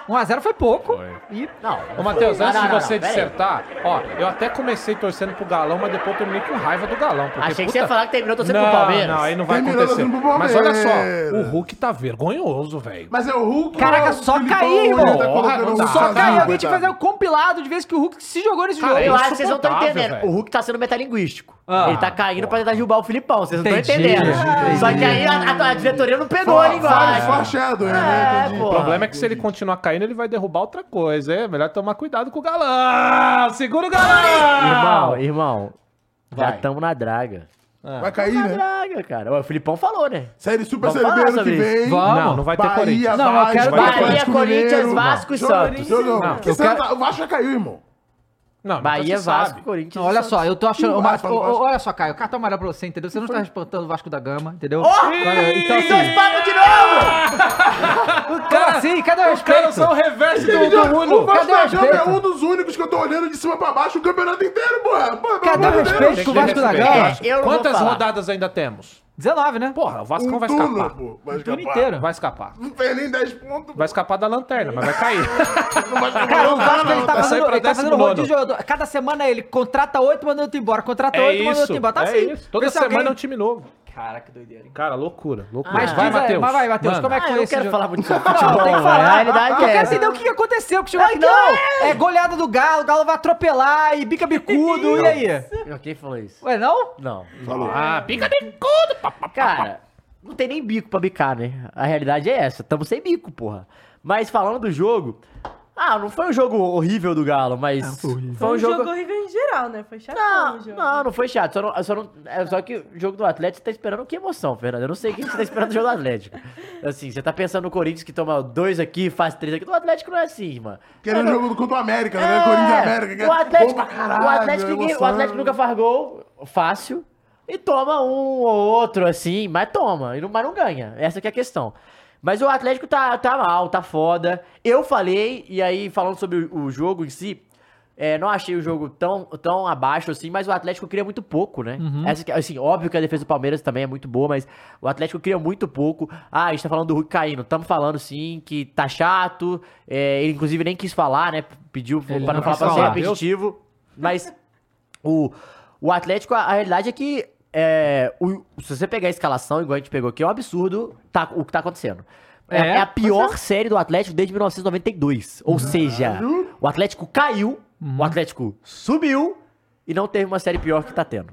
Speaker 1: 1x0 foi pouco. E
Speaker 2: Não.
Speaker 5: Ô, Matheus,
Speaker 2: Não,
Speaker 5: antes
Speaker 2: não,
Speaker 5: de
Speaker 2: não,
Speaker 5: você
Speaker 2: não, pera aí.
Speaker 5: dissertar, ó, eu até comecei torcendo pro Galão, mas depois eu terminei com raiva do Galão. Porque,
Speaker 2: Achei que
Speaker 5: puta-
Speaker 2: você ia falar que terminou torcendo
Speaker 5: não,
Speaker 2: pro Palmeiras.
Speaker 5: Não, aí não vai
Speaker 3: Terminou
Speaker 5: acontecer.
Speaker 3: torcendo pro
Speaker 5: Mas olha
Speaker 3: Palmeiras.
Speaker 5: só, o Hulk tá vergonhoso, velho.
Speaker 3: Mas é o Hulk.
Speaker 1: Caraca,
Speaker 3: ou é o
Speaker 1: só
Speaker 3: Filipão,
Speaker 1: cair,
Speaker 3: ele
Speaker 1: irmão.
Speaker 3: tá colocando
Speaker 5: Porra,
Speaker 3: um
Speaker 5: só
Speaker 1: só
Speaker 3: sozinho,
Speaker 1: que aí alguém tinha
Speaker 3: coitado.
Speaker 1: que fazer um compilado de vezes que o Hulk se jogou nesse
Speaker 5: Cara,
Speaker 1: jogo.
Speaker 2: Eu acho que vocês não estão
Speaker 5: insuportável,
Speaker 2: entendendo.
Speaker 5: velho.
Speaker 2: O Hulk tá sendo metalinguístico.
Speaker 1: Ah,
Speaker 2: ele tá caindo pra tentar derrubar o Filipão. Vocês não estão
Speaker 1: Entendi,
Speaker 2: entendendo.
Speaker 1: entendi.
Speaker 2: Só que aí a, a- a diretoria não pegou a
Speaker 3: Fala,
Speaker 2: linguagem.
Speaker 3: foreshadowing,
Speaker 2: É,
Speaker 3: né? Entendi.
Speaker 5: O
Speaker 2: pô.
Speaker 5: problema é que se ele continuar caindo, ele vai derrubar outra coisa. É melhor tomar cuidado com o Galão. Segura o Galão!
Speaker 2: Irmão, irmão. Já
Speaker 5: Vai.
Speaker 2: tamo na draga.
Speaker 3: Vai cair,
Speaker 2: Na
Speaker 3: né?
Speaker 2: draga, cara. Ó, O Filipão falou, né?
Speaker 3: Série Super
Speaker 2: Vamos
Speaker 3: Série B
Speaker 2: falar
Speaker 3: ano que
Speaker 2: sobre isso.
Speaker 3: vem.
Speaker 1: Vamos.
Speaker 5: Não, não vai ter Corinthians.
Speaker 1: Não, eu quero
Speaker 3: Vasco,
Speaker 1: Bahia,
Speaker 3: Atlético
Speaker 2: Corinthians,
Speaker 3: Mineiro.
Speaker 2: Vasco e
Speaker 3: Jogo,
Speaker 2: Santos.
Speaker 3: jogo.
Speaker 5: Não,
Speaker 3: Porque
Speaker 5: eu
Speaker 3: Santa-
Speaker 5: quero-
Speaker 3: O Vasco já caiu, irmão.
Speaker 5: Não, nunca
Speaker 2: Bahia, é
Speaker 5: se
Speaker 2: Vasco,
Speaker 5: sabe.
Speaker 2: Corinthians.
Speaker 1: Não, olha só, eu tô achando.
Speaker 3: Ih,
Speaker 1: uma-
Speaker 3: vai, fala,
Speaker 1: o- o-
Speaker 3: vai.
Speaker 1: olha só, Caio, cartão amarelo pra você, entendeu? Você não tá respeitando o Vasco da Gama, entendeu? Olha, então,
Speaker 2: Então, dois
Speaker 1: assim,
Speaker 2: papos de novo!
Speaker 1: então, assim, cadê o
Speaker 5: Cara,
Speaker 1: respeito?
Speaker 5: só o reverso do,
Speaker 3: Ele já-
Speaker 5: do Uno.
Speaker 3: O Vasco
Speaker 1: Cadê o
Speaker 3: da Gama é
Speaker 1: respeito?
Speaker 3: um dos únicos que eu tô olhando de cima pra baixo o campeonato inteiro, porra. Pô, pelo
Speaker 1: Cadê
Speaker 3: amor
Speaker 1: o
Speaker 3: de Deus.
Speaker 1: respeito com o
Speaker 5: Tem
Speaker 1: Vasco
Speaker 5: que
Speaker 1: da
Speaker 5: respeitar.
Speaker 1: Gama?
Speaker 2: É, eu não vou
Speaker 5: Quantas
Speaker 2: falar.
Speaker 5: rodadas ainda temos?
Speaker 1: 19, né?
Speaker 5: Porra, o Vasco
Speaker 3: Um
Speaker 5: vai
Speaker 3: turno,
Speaker 5: escapar.
Speaker 3: pô. Vai
Speaker 1: o turno
Speaker 3: escapar.
Speaker 1: inteiro.
Speaker 5: Vai escapar.
Speaker 3: Não fez nem 10 pontos.
Speaker 5: Vai escapar da lanterna, mas vai
Speaker 1: (laughs)
Speaker 5: cair.
Speaker 3: Não vai escapar,
Speaker 1: Cara,
Speaker 3: não,
Speaker 1: o Vasco
Speaker 3: não,
Speaker 1: ele tá
Speaker 5: vai sair
Speaker 1: fazendo,
Speaker 5: pra
Speaker 1: ele tá fazendo
Speaker 5: 19.
Speaker 1: rodízio de jogador. Cada semana ele contrata oito, manda outro embora. Contrata
Speaker 5: É
Speaker 1: oito, manda
Speaker 5: isso.
Speaker 1: outro embora. Tá
Speaker 5: é
Speaker 1: assim.
Speaker 5: isso. Toda
Speaker 1: Vê se
Speaker 5: semana é um
Speaker 1: alguém-
Speaker 5: time novo.
Speaker 1: Cara, que doideira. hein?
Speaker 5: Cara, loucura. loucura.
Speaker 1: Mas,
Speaker 5: vai,
Speaker 1: diz aí,
Speaker 5: Matheus.
Speaker 1: mas vai, Matheus,
Speaker 5: Manda.
Speaker 1: como é que
Speaker 2: Ah, eu
Speaker 1: foi
Speaker 2: não
Speaker 1: esse
Speaker 2: quero
Speaker 1: jogo?
Speaker 2: falar muito sobre
Speaker 1: Não,
Speaker 2: futebol,
Speaker 1: tem que
Speaker 2: velho.
Speaker 1: falar.
Speaker 2: A realidade
Speaker 1: eu
Speaker 2: é
Speaker 1: quero
Speaker 2: essa.
Speaker 1: entender o que que aconteceu. Que chegou aqui, não. É goleada do Galo, o Galo vai atropelar e bica bicudo. e aí?
Speaker 2: Quem falou isso?
Speaker 1: Ué, não?
Speaker 2: Não.
Speaker 1: é?
Speaker 5: Ah, pica de
Speaker 2: Cara, não tem nem bico pra bicar, né? A realidade é essa. Tamo sem bico, porra. Mas falando do jogo. Ah, não foi um jogo horrível do Galo, mas. foi,
Speaker 4: Foi
Speaker 2: um jogo.
Speaker 4: horrível em geral, né? Foi chato
Speaker 2: Não,
Speaker 4: o jogo.
Speaker 2: não, não foi chato. Só, não, eu só, não, é só que o jogo do Atlético você tá esperando que emoção, Fernando. Eu não sei o que você tá esperando do jogo do Atlético. Assim, você tá pensando no Corinthians que toma dois aqui, faz três aqui. Do Atlético não é assim, mano.
Speaker 3: Querendo
Speaker 2: Cara,
Speaker 3: jogo contra o América, né?
Speaker 2: é,
Speaker 3: Corinthians e América. que é
Speaker 2: o Atlético,
Speaker 3: bom pra caralho, né?
Speaker 2: o Atlético, ninguém- o
Speaker 3: emoção.
Speaker 2: Atlético nunca faz gol fácil e toma um ou outro assim, mas toma, e não- mas não ganha. Essa que é a questão. Mas o Atlético tá, tá mal, tá foda. Eu falei, e aí falando sobre o, o jogo em si, é, não achei o jogo tão, tão abaixo assim, mas o Atlético cria muito pouco, né?
Speaker 1: Uhum.
Speaker 2: Essa que- assim, óbvio que a defesa do Palmeiras também é muito boa, mas o Atlético cria muito pouco. Ah, a gente tá falando do Hulk caindo. Tamo falando sim que tá chato. é, ele inclusive nem quis falar, né? Pediu
Speaker 1: Ele
Speaker 2: pra
Speaker 1: não
Speaker 2: não falar
Speaker 1: quis
Speaker 2: pra ser
Speaker 1: falar.
Speaker 2: repetitivo. Mas o, o Atlético, a, a realidade é que é, o- se você pegar a escalação, igual a gente pegou aqui, é um absurdo tá, o que tá acontecendo. É,
Speaker 1: É,
Speaker 2: é a pior série do Atlético desde 1992. Ou seja, o Atlético caiu, o Atlético subiu e não teve uma série pior que tá tendo.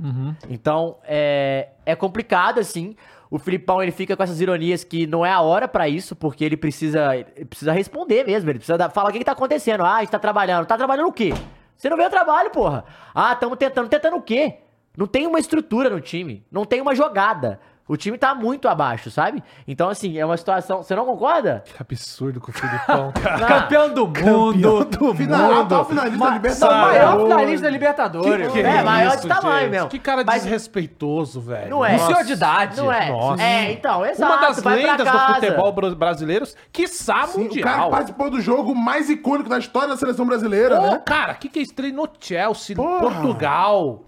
Speaker 2: Então, é, é complicado, assim. O Filipão, ele fica com essas ironias que não é a hora pra isso, porque ele precisa, ele precisa responder mesmo. Ele precisa dar- falar o que, que tá acontecendo. Ah, a gente tá trabalhando. Tá trabalhando o quê? Você não vê o trabalho, porra. Ah, estamos tentando. Tentando o quê? Não tem uma estrutura no time. Não tem uma jogada. O time tá muito abaixo, sabe? Então, assim, é uma situação. Você não concorda?
Speaker 5: Que absurdo
Speaker 1: (laughs)
Speaker 5: com o Filipão, cara.
Speaker 1: Campeão do mundo.
Speaker 5: do
Speaker 3: Final, atual finalista da
Speaker 1: Sou o maior
Speaker 3: Libertadores.
Speaker 1: finalista da Libertadores.
Speaker 5: Que
Speaker 2: É, maior de
Speaker 5: isso,
Speaker 2: tamanho
Speaker 5: gente?
Speaker 2: mesmo.
Speaker 5: Que cara
Speaker 2: Mas-
Speaker 5: desrespeitoso, velho.
Speaker 2: Não é.
Speaker 5: Nossa.
Speaker 1: Um Senhor de idade.
Speaker 2: Não é.
Speaker 5: Nossa.
Speaker 2: É, então, exato.
Speaker 5: Uma das
Speaker 2: vai pra
Speaker 5: lendas do
Speaker 2: casa.
Speaker 5: futebol bro- brasileiro, quiçá
Speaker 3: Sim, o cara é que
Speaker 5: mundial.
Speaker 3: participou do jogo mais icônico da história da seleção brasileira,
Speaker 5: Ô,
Speaker 3: né?
Speaker 5: cara, que que é estreia no Chelsea,
Speaker 3: Porra.
Speaker 5: Portugal?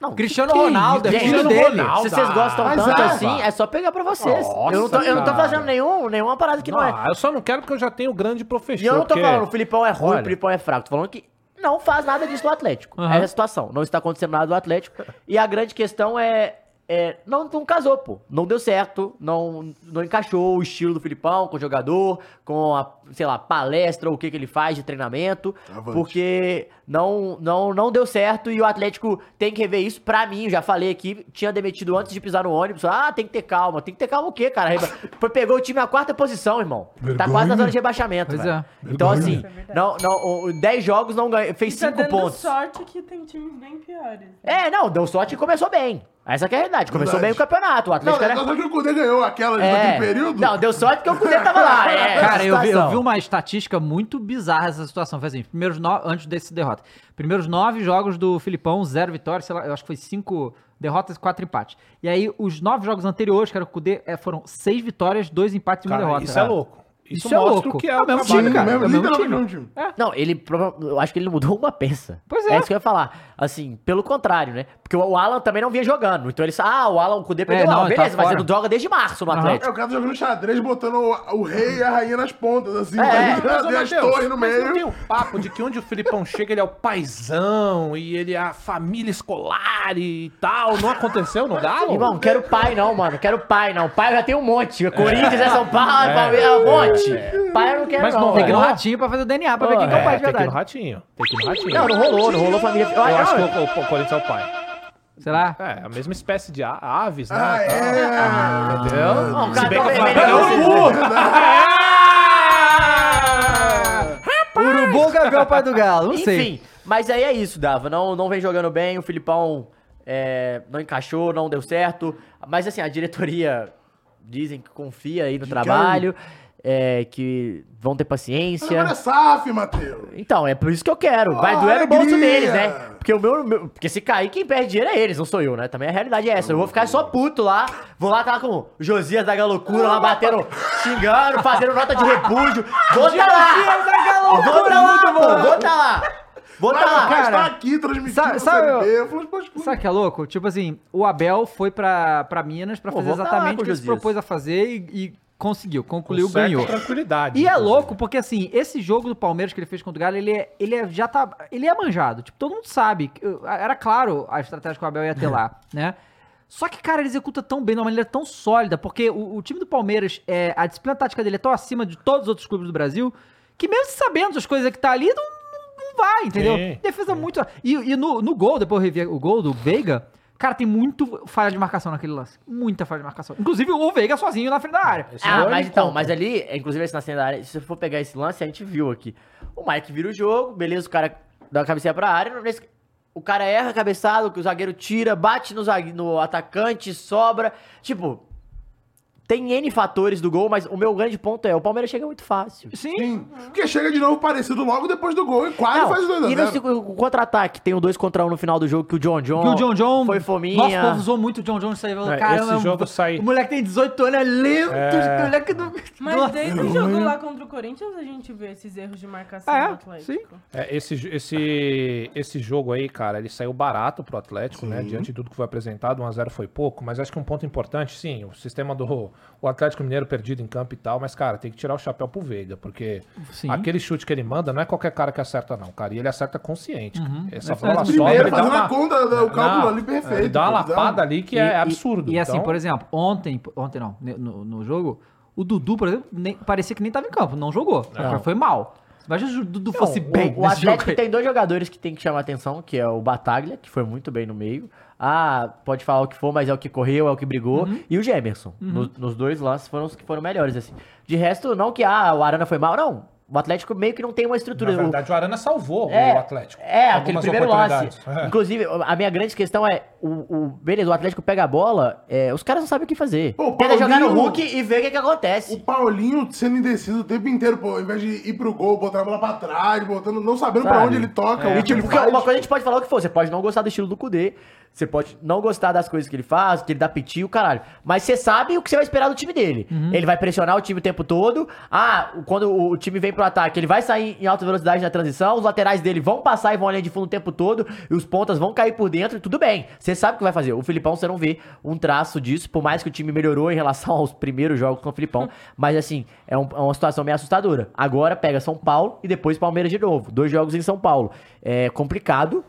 Speaker 2: Não,
Speaker 1: Cristiano Ronaldo, é
Speaker 2: isso,
Speaker 1: filho
Speaker 2: gente?
Speaker 1: dele.
Speaker 5: Ronaldo.
Speaker 2: Se vocês gostam
Speaker 3: Mas
Speaker 2: tanto
Speaker 3: é.
Speaker 2: assim, é só pegar pra vocês. eu, não tô,
Speaker 5: Nossa,
Speaker 2: eu não tô
Speaker 5: cara.
Speaker 2: fazendo nenhum, nenhuma parada que não, é.
Speaker 5: Ah, eu só não quero porque eu já tenho o grande
Speaker 2: E
Speaker 5: professor.
Speaker 2: eu não tô
Speaker 5: que-
Speaker 2: falando, o Filipão é ruim,
Speaker 5: Olha.
Speaker 2: o Filipão é fraco. Tô falando que não faz nada disso no Atlético.
Speaker 1: Aham.
Speaker 2: É a situação. Não está acontecendo nada do Atlético. E a grande questão é. é, não, não casou, pô. Não deu certo. Não, não encaixou o estilo do Filipão com o jogador, com a, sei lá, palestra ou o que, que ele faz de treinamento.
Speaker 3: Avante.
Speaker 2: Porque não, não, não deu certo e o Atlético tem que rever isso. Pra mim, já falei aqui, tinha demitido antes de pisar no ônibus. Ah, tem que ter calma. Tem que ter calma o quê, cara? Foi- (laughs) Pegou o time na quarta posição, irmão. Tá
Speaker 3: Vergonha.
Speaker 2: quase na zona de rebaixamento.
Speaker 1: Pois
Speaker 2: velho.
Speaker 1: é.
Speaker 2: Então, assim,
Speaker 3: Vergonha.
Speaker 2: não, não, o- o 10 jogos não ganhou, fez
Speaker 4: E tá
Speaker 2: 5
Speaker 4: dando
Speaker 2: pontos.
Speaker 4: sorte que tem times bem piores.
Speaker 2: É, não, deu sorte e começou bem. Essa que é a realidade. Começou
Speaker 3: Verdade.
Speaker 2: bem o campeonato. O
Speaker 3: Não,
Speaker 2: Atlético
Speaker 3: é
Speaker 2: era.
Speaker 3: só que o Cudê ganhou aquela
Speaker 2: É.
Speaker 3: naquele período.
Speaker 2: Não, deu sorte porque o Cudê tava lá. É,
Speaker 1: Cara,
Speaker 2: essa
Speaker 1: eu vi, eu
Speaker 2: situação.
Speaker 1: vi uma estatística muito bizarra essa situação. Foi assim, primeiros no... antes desse derrota. Primeiros nove jogos do Filipão, zero vitórias, sei lá, eu acho que foi cinco derrotas e quatro empates. E aí, os nove jogos anteriores, que era o Cudê, é, foram seis vitórias, dois empates e uma
Speaker 5: Cara,
Speaker 1: derrota.
Speaker 5: isso é louco.
Speaker 1: Isso
Speaker 5: Isso,
Speaker 1: é
Speaker 5: mostra
Speaker 1: louco.
Speaker 5: o que é
Speaker 1: É o
Speaker 5: o
Speaker 1: mesmo
Speaker 5: trabalho.
Speaker 1: time, cara. é o mesmo
Speaker 3: literalmente
Speaker 1: time.
Speaker 3: o Tá mesmo time.
Speaker 2: Não, ele. prova- Eu acho que ele não mudou uma peça.
Speaker 1: um- Pois é.
Speaker 2: isso que eu ia falar. Assim, pelo contrário, né? Porque o Alan também não vinha jogando. Então ele. sa- Ah, o Alan, o Cudê perdeu o
Speaker 1: não,
Speaker 2: Alan.
Speaker 1: ele tá
Speaker 2: Beleza, mas
Speaker 1: fora.
Speaker 2: ele não joga desde março no
Speaker 1: Aham.
Speaker 2: Atlético.
Speaker 3: É, o cara tá jogando xadrez, botando o, o rei e a rainha nas pontas, assim,
Speaker 2: É.
Speaker 3: é,
Speaker 5: Mas, ô,
Speaker 3: tem as
Speaker 5: Matheus,
Speaker 3: torres no
Speaker 5: mas não tem um-
Speaker 3: meio.
Speaker 5: o papo de que onde o Filipão chega, ele é o paizão e ele é a família escolar e tal. Não aconteceu no Galo?
Speaker 2: Irmão, não quero pai não, mano. Quero pai não. Pai eu já tem um monte. Corinthians, é São Paulo, é. Palmeiras, é um monte. Pai eu não quero
Speaker 5: Mas não
Speaker 2: não.
Speaker 1: Tem que ir no
Speaker 5: Ó.
Speaker 1: ratinho pra fazer o DNA, pra ver quem que é o pai de
Speaker 5: é. tem que ir
Speaker 1: verdade.
Speaker 5: no ratinho. Tem que ir no ratinho.
Speaker 2: Não, não rolou, não rolou família. Eu,
Speaker 5: Eu acho
Speaker 2: acho
Speaker 5: que o, o- o Corinthians é o pai.
Speaker 1: Será?
Speaker 5: É, a mesma espécie de a- aves, né?
Speaker 3: Ah, é. assim,
Speaker 5: Entendeu?
Speaker 2: Não, o
Speaker 5: Se bem
Speaker 2: cartão
Speaker 5: que o
Speaker 2: vermelho
Speaker 5: Flamengo
Speaker 2: é
Speaker 5: é o burro.
Speaker 3: né?
Speaker 5: Ah,
Speaker 1: Urubu Gabriel Pai do Galo, não
Speaker 2: Enfim,
Speaker 1: sei.
Speaker 2: mas aí é isso, Dava. Não, não vem jogando bem, o Filipão é, não encaixou, não deu certo. Mas assim, a diretoria dizem que confia aí no trabalho, é, que vão ter paciência.
Speaker 3: Agora é SAF, Matheus.
Speaker 2: Então, é por isso que eu quero. Vai
Speaker 3: Ah,
Speaker 2: doer no bolso
Speaker 3: alegria!
Speaker 2: deles, né? Porque o meu, meu- Porque se cair, quem perde dinheiro é eles, não sou eu, né? Também a realidade é essa. Eu vou ficar só puto lá. Vou lá, tá lá com o Josias da Galocura, lá batendo, xingando, fazendo nota de repúdio. Vou tá lá! Vou tá lá, pô! Vou tá lá! Vou tá
Speaker 3: Mas o
Speaker 2: lá!
Speaker 3: cara
Speaker 1: cara.
Speaker 3: está aqui transmitindo
Speaker 1: Sabe-
Speaker 3: a
Speaker 1: sabe,
Speaker 3: Série B. Eu falei, "Pô, escuta,
Speaker 1: Sabe o que é louco? Tipo assim, o Abel foi pra, pra Minas pra
Speaker 2: Pô,
Speaker 1: fazer
Speaker 2: vou falar
Speaker 1: exatamente
Speaker 2: com
Speaker 1: o que ele se
Speaker 2: Josias.
Speaker 1: propôs a fazer e, e conseguiu,
Speaker 5: Com
Speaker 1: concluiu,
Speaker 5: certa
Speaker 1: ganhou.
Speaker 5: Tranquilidade.
Speaker 1: E é
Speaker 5: inclusive.
Speaker 1: louco, porque assim, esse jogo do Palmeiras que ele fez contra o Galo, ele, é, ele é- já tá. Ele é manjado. Tipo, todo mundo sabe. que, uh, Era claro a estratégia que o Abel ia
Speaker 5: É.
Speaker 1: ter lá, né? Só que, cara, ele executa tão bem, de uma maneira tão sólida, porque o, o time do Palmeiras, é, a disciplina tática dele é tão acima de todos os outros clubes do Brasil, que mesmo sabendo as coisas que tá ali, não, não- não vai, entendeu?
Speaker 5: Sim.
Speaker 1: Defesa muito. E, e no, no gol, depois eu revi o gol do Veiga. Cara, tem muito falha de marcação naquele lance. Muita falha de marcação. Inclusive o Veiga sozinho na frente da área.
Speaker 5: Esse
Speaker 2: Ah,
Speaker 5: gol
Speaker 2: mas
Speaker 5: ele
Speaker 2: então,
Speaker 5: conta.
Speaker 2: mas ali, inclusive esse lance da área, se você for pegar esse lance, a gente viu aqui. O Mike vira o jogo, beleza, o cara dá uma cabeceada pra área, nesse- o cara erra a cabeçada, o zagueiro tira, bate no, zague- no atacante, sobra. Tipo, tem N fatores do gol, mas o meu grande ponto é, o Palmeiras chega muito fácil.
Speaker 1: Sim.
Speaker 3: Sim, porque chega de novo parecido logo depois do gol e quase
Speaker 2: Não,
Speaker 3: faz o 2
Speaker 2: e no
Speaker 3: a 0
Speaker 2: seg- o contra-ataque, tem o 2 contra 1 um no final do jogo, que o John John,
Speaker 1: Que o John John.
Speaker 2: foi
Speaker 1: Nosso
Speaker 2: fominha.
Speaker 1: povo usou muito o John John. Saiu, falou,
Speaker 5: É,
Speaker 1: caramba,
Speaker 5: esse
Speaker 1: é um-
Speaker 5: jogo sai-
Speaker 1: O moleque tem 18 anos, é lento.
Speaker 5: É.
Speaker 1: O moleque não.
Speaker 4: Mas
Speaker 1: Nossa.
Speaker 4: desde o jogo lá contra o Corinthians a gente vê esses erros de marcação
Speaker 1: É,
Speaker 4: do Atlético.
Speaker 5: É, esse, jo- esse, esse jogo aí, cara, ele saiu barato pro Atlético, né? Diante de tudo que foi apresentado, 1x0 foi pouco, mas acho que um ponto importante, sim, o sistema do o Atlético Mineiro perdido em campo e tal, mas, cara, tem que tirar o chapéu pro Veiga, porque
Speaker 1: Sim.
Speaker 5: aquele chute que ele manda não é qualquer cara que acerta, não, cara, e ele acerta consciente. Essa
Speaker 1: É,
Speaker 5: bola
Speaker 1: faz-
Speaker 5: sobra,
Speaker 3: Primeiro,
Speaker 5: ele dá
Speaker 3: fazendo
Speaker 5: uma...
Speaker 3: a conta, do- o cálculo
Speaker 5: Não,
Speaker 3: ali perfeito.
Speaker 5: Ele dá
Speaker 3: pô,
Speaker 5: uma
Speaker 3: então. dá
Speaker 5: lapada ali que é
Speaker 1: E- e-
Speaker 5: absurdo.
Speaker 1: E, assim,
Speaker 5: então-
Speaker 1: por exemplo, ontem. Ontem não, ne- no, no jogo, o Dudu, por exemplo, nem- parecia que nem tava em campo, não jogou.
Speaker 2: Não.
Speaker 1: Foi mal. Imagina se o Dudu fosse
Speaker 2: Não,
Speaker 1: bem.
Speaker 2: Então, o, o
Speaker 1: nesse jogo
Speaker 2: Atlético
Speaker 1: aí.
Speaker 2: tem dois jogadores que tem que chamar atenção, que é o Bataglia, que foi muito bem no meio. Ah, pode falar o que for, mas é o que correu, é o que brigou.
Speaker 1: Uhum.
Speaker 2: E o Gemerson. No- nos dois lances foram os que foram melhores, assim. De resto, não que ah, o Arana foi mal, não. O O Atlético meio que não tem uma estrutura.
Speaker 5: Na
Speaker 2: O-
Speaker 5: verdade, o Arana salvou o Atlético.
Speaker 2: É, aquele
Speaker 5: Algumas
Speaker 2: primeiro lance.
Speaker 5: oportunidades. (laughs) É.
Speaker 2: Inclusive, a minha grande questão é: o, o- beleza, o Atlético pega a bola, é, os caras não sabem o que fazer.
Speaker 3: Pô, o
Speaker 2: Tenta jogar no
Speaker 3: Paulinho-
Speaker 2: Hulk e ver o que, que
Speaker 3: O
Speaker 2: acontece.
Speaker 3: Paulinho sendo indeciso o tempo inteiro, pô, ao invés de ir pro gol, botar a bola pra trás, botando, não sabendo pra
Speaker 2: Sabe?
Speaker 3: onde ele toca,
Speaker 2: E,
Speaker 3: o que
Speaker 2: tipo,
Speaker 3: ele
Speaker 2: porque
Speaker 3: faz.
Speaker 2: uma coisa a gente pode falar o que for. Você pode não gostar do estilo do Kudê, você pode não gostar das coisas que ele faz, que ele dá piti, o caralho. Mas você sabe o que você vai esperar do time dele. Ele vai pressionar o time o tempo todo. Ah, o- quando o o time vem pro ataque, ele vai sair em alta velocidade na transição, os laterais dele vão passar e vão à linha de fundo o tempo todo, e os pontas vão cair por dentro, e tudo bem. Você sabe o que vai fazer. O Filipão, você não vê um traço disso, por mais que o time melhorou em relação (laughs) aos primeiros jogos com
Speaker 1: (laughs)
Speaker 2: o Filipão. Mas, assim, é, um- é uma situação meio assustadora. Agora pega São Paulo e depois Palmeiras de novo. Dois jogos em São Paulo. É complicado.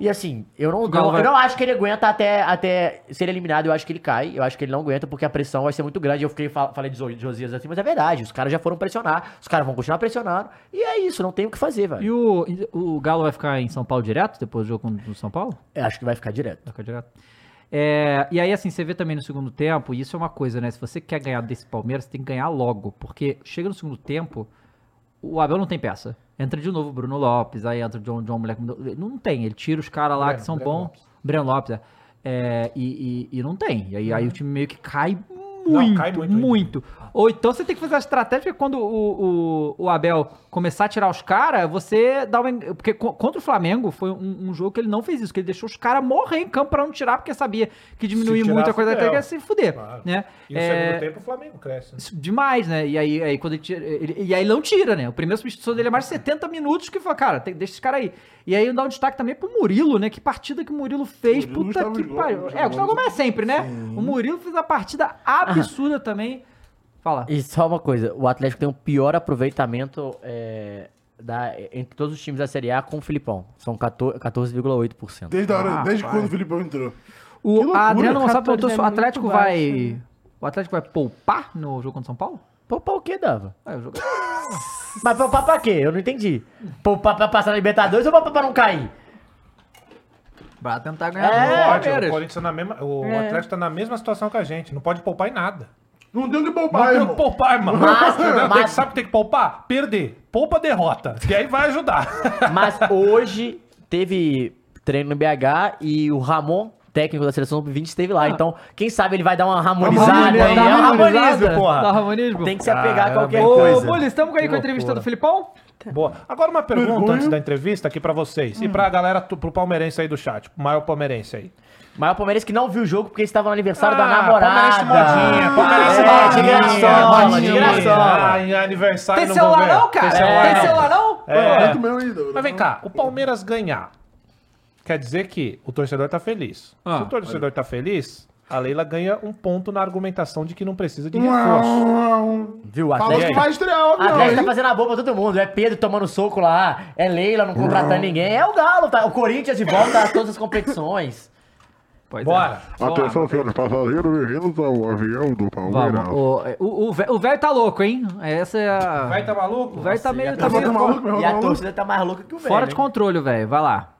Speaker 2: E assim, eu não,
Speaker 1: Galo
Speaker 2: eu,
Speaker 1: vai-
Speaker 2: eu não acho que ele aguenta até, até ser eliminado, eu acho que ele cai, eu acho que ele não aguenta porque a pressão vai ser muito grande. Eu fiquei, fa- falei de Zo- Josias assim, mas é verdade, os caras já foram pressionar, os caras vão continuar pressionando, e é isso, não tem o que fazer,
Speaker 1: E
Speaker 2: velho.
Speaker 1: o, o Galo vai ficar em São Paulo direto, depois do jogo contra o São Paulo?
Speaker 2: Eu acho que vai ficar direto.
Speaker 1: Vai ficar direto. É, e aí, assim, você vê também no segundo tempo, e isso é uma coisa, né? Se você quer ganhar desse Palmeiras, você tem que ganhar logo. Porque chega no segundo tempo, o Abel não tem peça. Entra de novo o Bruno Lopes, aí entra o John, John Moleque. Não tem, ele tira os caras lá
Speaker 5: Breno,
Speaker 1: que são
Speaker 5: Breno
Speaker 1: bons.
Speaker 5: Lopes.
Speaker 1: Breno Lopes, é. É, e, e- e não tem. E aí,
Speaker 5: Uhum.
Speaker 1: aí o time meio que cai
Speaker 5: Não,
Speaker 1: muito,
Speaker 5: cai muito,
Speaker 1: muito, Ou então você tem que fazer a estratégia que quando o, o, o Abel começar a tirar os caras, você dá uma. en- Porque co- contra o Flamengo foi um, um jogo que ele não fez isso, que ele deixou os caras morrer em campo pra não tirar, porque sabia que diminuir
Speaker 5: tirar,
Speaker 1: muito a coisa
Speaker 5: fudeu.
Speaker 1: técnica ia se fuder.
Speaker 5: Claro.
Speaker 1: Né?
Speaker 5: E no
Speaker 1: É,
Speaker 5: segundo tempo o Flamengo cresce. né?
Speaker 1: isso demais, né? E aí, aí quando ele, tira, ele- E aí ele não tira, né? O primeiro substituição dele é mais de 70 minutos que fala, cara, tem- deixa esse cara aí. E aí dá um destaque também pro Murilo, né? Que partida que o Murilo fez,
Speaker 3: Murilo,
Speaker 1: puta
Speaker 3: Gustavo
Speaker 1: que
Speaker 3: Gomes,
Speaker 1: pariu.
Speaker 3: Gustavo
Speaker 1: É, o Gustavo Gomes é sempre, né? O Murilo fez uma partida absurda também. Fala.
Speaker 2: E só uma coisa, o Atlético tem o pior aproveitamento é, da, entre todos os times da Série A com o Filipão, são 14 14,8%.
Speaker 3: Desde, a hora,
Speaker 1: Ah,
Speaker 3: desde
Speaker 1: pai.
Speaker 3: quando o Filipão entrou.
Speaker 1: O
Speaker 3: Que loucura,
Speaker 1: Adriano Gonçalves perguntou se o
Speaker 4: 14 é muito
Speaker 1: Atlético
Speaker 4: baixo,
Speaker 1: vai.
Speaker 4: né?
Speaker 1: O Atlético vai poupar no jogo contra o São Paulo?
Speaker 2: Poupar o que, Dava?
Speaker 1: Ah, o jogo- (laughs)
Speaker 2: Mas poupar pra quê? Eu não entendi. Poupar pra passar na Libertadores ou poupar pra não cair?
Speaker 1: Vai tentar ganhar
Speaker 2: É,
Speaker 1: do
Speaker 5: Não pode, o
Speaker 1: Palmeiras.
Speaker 5: Corinthians tá na mesma. O
Speaker 4: É.
Speaker 5: Atlético tá na mesma situação que a gente. Não pode poupar em nada.
Speaker 3: Não deu o que
Speaker 5: Não
Speaker 3: poupar,
Speaker 5: tem o que
Speaker 3: irmão.
Speaker 5: poupar, mano.
Speaker 2: Mas-
Speaker 5: (laughs) Tem-
Speaker 2: mas-
Speaker 5: Sabe o que tem que poupar? Perder. Poupa a derrota. Que aí vai ajudar.
Speaker 1: (laughs)
Speaker 2: Mas hoje teve treino no BH e o Ramon, técnico da seleção sub-20, esteve lá. Então, quem sabe ele vai dar uma ramonizada aí.
Speaker 3: Dá
Speaker 2: É um
Speaker 3: uma
Speaker 2: ramonismo, porra.
Speaker 1: Dá ramonismo?
Speaker 2: Tem que se apegar a
Speaker 5: Caramba,
Speaker 2: qualquer
Speaker 5: hein?
Speaker 1: Ô,
Speaker 2: coisa.
Speaker 1: Bolis, estamos aí com a
Speaker 5: Que
Speaker 1: entrevista
Speaker 5: loucura.
Speaker 1: do Filipão?
Speaker 5: Boa. Agora uma pergunta
Speaker 3: Vergonha.
Speaker 5: antes da entrevista aqui pra vocês. E
Speaker 1: Hum.
Speaker 5: pra galera, tu- pro palmeirense aí do chat. pro Maior palmeirense aí.
Speaker 2: Mas o Palmeiras que não viu o jogo porque estava no aniversário da
Speaker 5: Ah,
Speaker 2: namorada.
Speaker 5: Palmeirense modinha,
Speaker 2: é,
Speaker 5: Palmeirense modinha.
Speaker 2: de graçola, de
Speaker 5: modinha. Ah,
Speaker 2: graçola.
Speaker 5: em aniversário
Speaker 1: Tem
Speaker 5: não vou
Speaker 1: celular
Speaker 5: ver.
Speaker 1: não, cara? Tem
Speaker 5: não.
Speaker 1: celular não?
Speaker 5: É.
Speaker 3: Muito meu ainda, bro.
Speaker 5: Mas vem cá, o Palmeiras ganhar quer dizer que o torcedor tá feliz.
Speaker 1: Ah,
Speaker 5: Se o torcedor tá feliz, a Leila ganha um ponto na argumentação de que não precisa
Speaker 3: Um
Speaker 5: de reforço.
Speaker 3: Reforço.
Speaker 2: Viu, o
Speaker 3: Falou
Speaker 2: Atlético?
Speaker 3: um. que vai estrear,
Speaker 2: O Atlético tá
Speaker 3: óbvio, hein?
Speaker 2: fazendo a boa pra todo mundo. É Pedro tomando soco lá, é Leila não contratando ninguém. É o Galo, tá? O Corinthians de volta a todas as competições.
Speaker 1: Pois é.
Speaker 5: Bora.
Speaker 1: Vamos lá.
Speaker 6: Atenção, senhores passageiros, bem-vindos ao avião do Palmeiras.
Speaker 1: Vamos. O, o, o vé- o velho tá louco, hein? Essa é a...
Speaker 5: Vai tá maluco?
Speaker 1: O velho tá meio... Tá
Speaker 3: Tá
Speaker 1: meio
Speaker 3: maluco, maluco, meu
Speaker 2: E a
Speaker 3: maluco.
Speaker 2: torcida tá mais louca que o velho.
Speaker 1: fora de
Speaker 2: hein?
Speaker 1: controle, velho. Vai lá.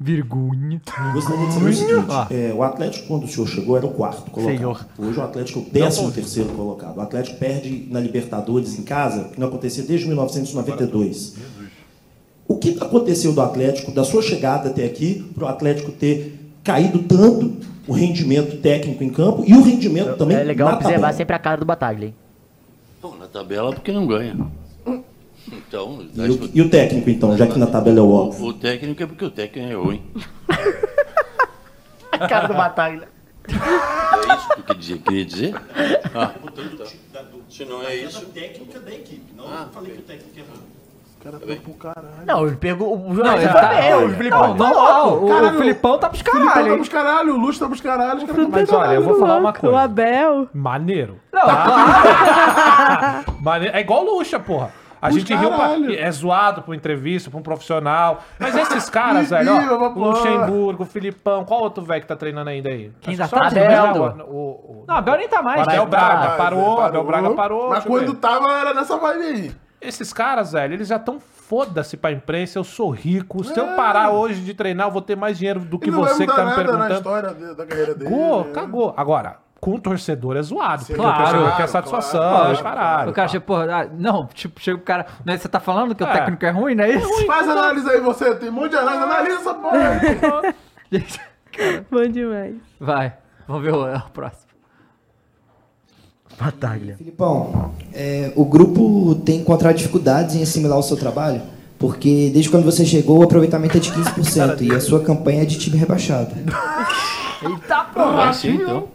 Speaker 1: Vergonha.
Speaker 7: Gostaria de saber o seguinte: é, o Atlético, quando o senhor chegou, era o quarto colocado.
Speaker 2: Senhor.
Speaker 7: Hoje o Atlético é o décimo terceiro colocado. O Atlético perde na Libertadores em casa, que não acontecia desde 1992. O que aconteceu do Atlético, da sua chegada até aqui, para o Atlético ter caído tanto o rendimento técnico em campo e o rendimento também
Speaker 2: É legal
Speaker 7: na
Speaker 2: observar
Speaker 7: tabela?
Speaker 2: sempre a cara do Bataglia, hein?
Speaker 8: Bom, na tabela porque não ganha. Então,
Speaker 7: E o, e o técnico, então, já que na tabela é o óbvio.
Speaker 8: o, o técnico é porque o técnico é ruim.
Speaker 2: A (laughs) cara do Bataglia.
Speaker 8: É isso que tu quer dizer? Queria dizer? Ah, se não é isso.
Speaker 2: Não, ele pegou. O jornalista
Speaker 1: ele
Speaker 2: tá
Speaker 1: tá-
Speaker 2: bem, o Filipão.
Speaker 1: Não,
Speaker 2: tá
Speaker 1: normal. O,
Speaker 3: Caralho,
Speaker 1: o Filipão tá pros
Speaker 3: Filipão tá
Speaker 1: caralho, hein?
Speaker 3: pros caralho, o Lúcio tá pros caralho. os caras tão
Speaker 5: Mas
Speaker 3: pros
Speaker 5: olha, eu vou falar uma
Speaker 4: O
Speaker 5: coisa.
Speaker 4: Abel.
Speaker 5: Maneiro.
Speaker 1: Não, claro.
Speaker 5: (laughs) Maneiro. É igual luxa, porra. A
Speaker 3: Os
Speaker 5: gente riu pra...
Speaker 3: caralho.
Speaker 5: É zoado pra uma entrevista, pra um profissional. Mas esses caras, velho,
Speaker 3: Viva,
Speaker 5: ó,
Speaker 3: vamos lá.
Speaker 5: Luxemburgo, Filipão, qual outro velho que tá treinando ainda aí?
Speaker 1: Quem
Speaker 5: Acho que
Speaker 1: já
Speaker 5: só
Speaker 1: tá
Speaker 5: o Abel, né?
Speaker 1: treinando?
Speaker 5: O, o- o-
Speaker 1: Não, Abel nem tá mais. cara.
Speaker 5: Abel Braga.
Speaker 3: caralho,
Speaker 5: parou,
Speaker 3: velho,
Speaker 5: Abel Braga parou,
Speaker 3: Mas
Speaker 5: deixa eu
Speaker 3: quando
Speaker 5: ver.
Speaker 3: tava, era nessa vibe aí.
Speaker 5: Esses caras, velho, eles já tão foda-se pra imprensa, eu sou rico. Se eu parar hoje de treinar, eu vou ter mais dinheiro do que
Speaker 3: Ele É. não vai
Speaker 5: você que
Speaker 3: mudar
Speaker 5: tá me
Speaker 3: nada na
Speaker 5: perguntando.
Speaker 3: história de- da carreira dele.
Speaker 5: Cagou,
Speaker 3: né?
Speaker 5: cagou. Agora, com o torcedor é zoado. Porque
Speaker 1: Claro,
Speaker 5: o torcedor quer
Speaker 3: claro,
Speaker 5: satisfação,
Speaker 3: claro,
Speaker 5: os caralho.
Speaker 1: o cara chega, porra, ah, não, tipo, chega o cara. Não é isso que você tá falando que o
Speaker 5: É.
Speaker 1: técnico é ruim, não é (laughs) isso?
Speaker 3: Faz análise aí você, tem um monte de análise, analisa essa porra. aí.
Speaker 5: (laughs)
Speaker 4: Bom demais.
Speaker 1: Vai, vamos ver o, o próximo.
Speaker 2: Batalha.
Speaker 9: Filipão, é, o grupo tem encontrado dificuldades em assimilar o seu trabalho? Porque desde quando você chegou, o aproveitamento é de 15% e a sua campanha é de time rebaixado.
Speaker 1: Eita
Speaker 8: Vai
Speaker 1: porra!
Speaker 8: sim, então.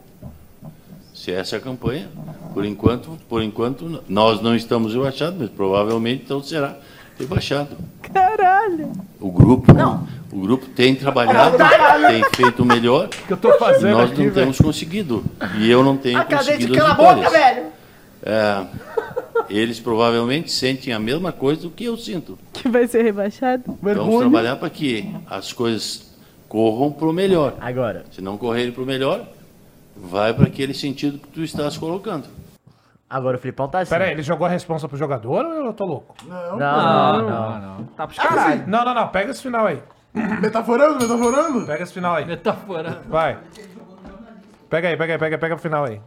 Speaker 8: Se essa é a campanha, por enquanto, por enquanto, nós não estamos rebaixados, mas provavelmente então será rebaixado.
Speaker 4: Caralho.
Speaker 8: O grupo, o grupo tem trabalhado, tem feito o melhor,
Speaker 5: O que eu tô
Speaker 8: e
Speaker 5: fazendo
Speaker 8: nós
Speaker 5: aqui,
Speaker 8: não
Speaker 5: velho?
Speaker 8: temos conseguido. E eu não tenho conseguido as vitórias.
Speaker 4: velho.
Speaker 8: É, eles provavelmente sentem a mesma coisa do que eu sinto. Então,
Speaker 4: Que vai ser rebaixado.
Speaker 8: Vamos trabalhar para que as coisas corram para o melhor.
Speaker 2: Agora,
Speaker 8: Se não correrem para o melhor, vai para aquele sentido que tu estás colocando.
Speaker 2: agora o Filipão tá assim.
Speaker 5: Pera aí, ele jogou a responsa pro jogador ou eu tô louco?
Speaker 2: Não, não, não.
Speaker 1: Tá pros (laughs) caralho.
Speaker 5: Não, não, não. Pega esse final aí.
Speaker 3: Metaforando, metaforando.
Speaker 5: Pega esse final aí.
Speaker 1: Metaforando.
Speaker 5: Vai. Pega aí, pega aí, pega, pega o final aí.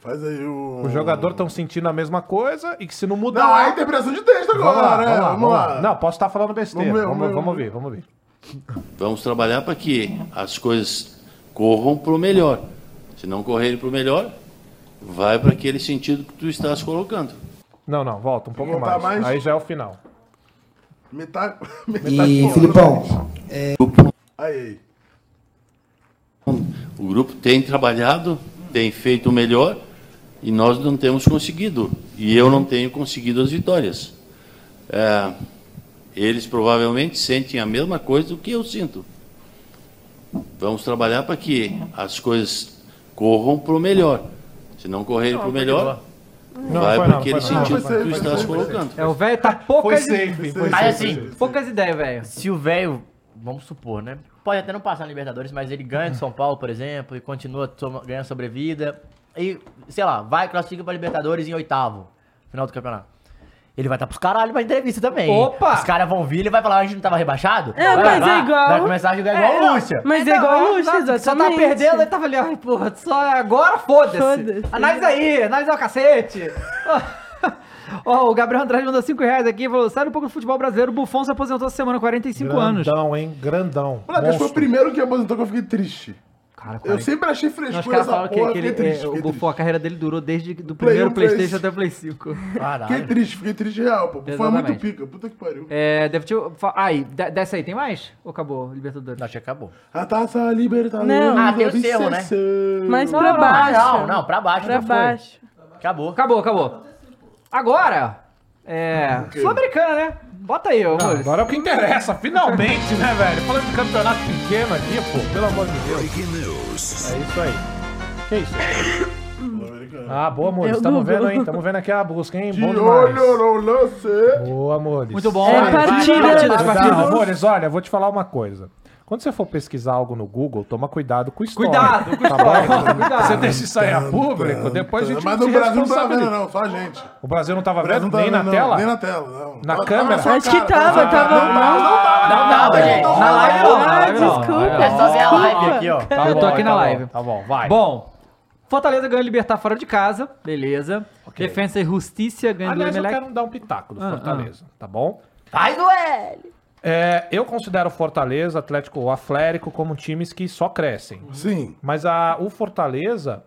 Speaker 3: Faz aí o...
Speaker 5: Os jogadores estão sentindo a mesma coisa e que se não mudar.
Speaker 3: Não, é a interpretação de texto agora,
Speaker 5: Vamos lá,
Speaker 3: né?
Speaker 5: vamos lá, vamos lá.
Speaker 3: Não.
Speaker 5: Não, posso estar falando besteira.
Speaker 3: Vamos ver,
Speaker 5: Vamos,
Speaker 3: vamos ver,
Speaker 5: vamos ouvir, vamos ouvir.
Speaker 8: Vamos trabalhar para que as coisas corram para o melhor. Se não correrem para o melhor, vai para aquele sentido que tu estás colocando.
Speaker 5: Não, não, volta um pouco
Speaker 3: voltar
Speaker 5: mais.
Speaker 3: mais?
Speaker 5: Aí já é o final. (laughs)
Speaker 3: Meta...
Speaker 9: E,
Speaker 3: metaforando.
Speaker 9: Filipão,
Speaker 3: Aí, aí.
Speaker 8: O grupo tem trabalhado, tem feito o melhor e nós não temos conseguido. E eu não tenho conseguido as vitórias. É, eles provavelmente sentem a mesma coisa do que eu sinto. Vamos trabalhar para que as coisas corram para o melhor. Se não correrem para o melhor, vai
Speaker 5: foi
Speaker 8: para
Speaker 5: não,
Speaker 8: aquele
Speaker 5: foi não.
Speaker 3: Foi
Speaker 8: sentido que
Speaker 3: safe,
Speaker 8: tu
Speaker 3: foi
Speaker 8: estás
Speaker 3: safe, foi
Speaker 8: colocando.
Speaker 1: É, o velho tá
Speaker 5: Foi
Speaker 1: poucas,
Speaker 5: safe, foi safe.
Speaker 2: Mas assim,
Speaker 1: poucas ideias, velho.
Speaker 2: se o velho, vamos supor, né? Pode até não passar na Libertadores, mas ele ganha de São Paulo, por exemplo, e continua toma- ganha sobrevida. E, sei lá, vai, classifica pra Libertadores em oitavo, final do campeonato. Ele vai estar pros caralho pra entrevista também.
Speaker 1: Opa!
Speaker 2: Os caras vão vir, ele vai falar, a gente não tava rebaixado?
Speaker 4: É,
Speaker 2: Vai
Speaker 4: mas
Speaker 2: lá,
Speaker 4: é igual-
Speaker 2: Vai começar a jogar igual o Lúcia.
Speaker 4: Mas é
Speaker 1: Não,
Speaker 4: igual o Luxo,
Speaker 1: não,
Speaker 4: exatamente.
Speaker 1: Só tava perdendo, ele tá tava ali, ai, porra, só agora foda-se.
Speaker 4: Foda-se.
Speaker 1: Analisa aí, analisa o cacete. Ó, o Gabriel Andrade mandou 5 reais aqui e falou: sai um pouco do futebol brasileiro, o Buffon se aposentou essa semana, 45 anos.
Speaker 5: Grandão, hein? Grandão.
Speaker 3: Moleque, acho que foi o
Speaker 5: Monstro.
Speaker 3: primeiro que aposentou que eu fiquei triste.
Speaker 1: Cara,
Speaker 3: Eu
Speaker 1: 40.
Speaker 3: sempre achei
Speaker 1: Não, os
Speaker 3: frescura
Speaker 1: caras
Speaker 3: essa
Speaker 1: falam que,
Speaker 3: porra,
Speaker 1: que
Speaker 3: fiquei
Speaker 1: ele,
Speaker 3: triste.
Speaker 1: é, o
Speaker 3: fiquei
Speaker 1: Buffon, a
Speaker 3: triste.
Speaker 1: carreira dele durou desde do
Speaker 3: Play
Speaker 1: primeiro
Speaker 3: um, Play
Speaker 1: Playstation
Speaker 3: seis.
Speaker 1: até o Play 5.
Speaker 3: Fiquei
Speaker 2: Caralho.
Speaker 3: triste, fiquei triste real, pô. Foi muito
Speaker 1: Exatamente.
Speaker 3: pica, puta que pariu.
Speaker 1: É, deve ter. fa- Aí, de- dessa aí, tem mais? Ou acabou, Libertadores?
Speaker 2: Não, acho que acabou.
Speaker 3: A taça libertadora.
Speaker 4: Não.
Speaker 2: Ah, tem o cerro, né?
Speaker 4: Mas
Speaker 1: Não,
Speaker 4: pra
Speaker 1: não,
Speaker 4: baixo.
Speaker 2: Não, não, pra baixo.
Speaker 4: Pra
Speaker 2: já foi.
Speaker 4: baixo.
Speaker 2: Acabou.
Speaker 1: Acabou, acabou. Agora, é. Sul-Americana, né? Bota aí, ô. Mules.
Speaker 5: Agora é o que interessa, finalmente, né, velho? Falando de campeonato pequeno aqui, pô, pelo amor de Deus. É isso aí. Que isso? Ah, boa, Amores.
Speaker 4: Eu
Speaker 5: Tamo
Speaker 4: Google.
Speaker 5: vendo, hein? Tamo vendo aqui a busca, hein?
Speaker 3: De
Speaker 5: Bom demais.
Speaker 3: olho no lance.
Speaker 5: Boa, Amores.
Speaker 1: Muito bom.
Speaker 4: É
Speaker 1: Vai, vai,
Speaker 4: partida.
Speaker 1: partidas,
Speaker 5: Não,
Speaker 1: partidas.
Speaker 5: Amores, olha, eu vou te falar uma coisa. Quando você for pesquisar algo no Google, toma cuidado com o histórico.
Speaker 1: Cuidado, com o
Speaker 5: tá
Speaker 1: histórico,
Speaker 5: bom?
Speaker 1: cuidado.
Speaker 5: Você deixa isso aí a público, depois a gente
Speaker 3: Mas
Speaker 5: se
Speaker 3: o Brasil não tava
Speaker 5: responsabiliza.
Speaker 3: vendo, não, só a gente.
Speaker 5: O Brasil não tava
Speaker 3: O Brasil
Speaker 5: vendo
Speaker 3: não tava
Speaker 5: nem na
Speaker 3: vendo, não.
Speaker 5: tela?
Speaker 3: Nem na tela, não.
Speaker 5: Na
Speaker 3: Tava
Speaker 5: câmera?
Speaker 3: sua
Speaker 4: Acho que
Speaker 3: cara,
Speaker 4: tava, tava
Speaker 5: não, não,
Speaker 2: Não, não,
Speaker 3: é,
Speaker 2: gente.
Speaker 1: não,
Speaker 2: Na
Speaker 1: não,
Speaker 2: live
Speaker 1: não,
Speaker 2: não.
Speaker 1: não,
Speaker 4: Ah,
Speaker 1: não, não,
Speaker 4: desculpa.
Speaker 1: não.
Speaker 2: É só ver a live
Speaker 4: desculpa.
Speaker 2: aqui, ó. Tá
Speaker 1: Eu tô
Speaker 5: bom,
Speaker 1: aqui na
Speaker 5: tá bom,
Speaker 1: live.
Speaker 5: Tá bom, vai.
Speaker 1: Bom, Fortaleza ganhou Libertar fora de casa, beleza.
Speaker 5: Ok.
Speaker 1: Defensa e Justiça ganhando do
Speaker 5: Aliás, eu
Speaker 1: Emelec.
Speaker 5: quero dar um pitaco do
Speaker 1: Ah,
Speaker 5: Fortaleza, tá bom?
Speaker 2: Faz o L.
Speaker 5: É, eu considero o Fortaleza, Atlético ou Atlético como times que só crescem.
Speaker 3: Sim.
Speaker 5: Mas a, o Fortaleza,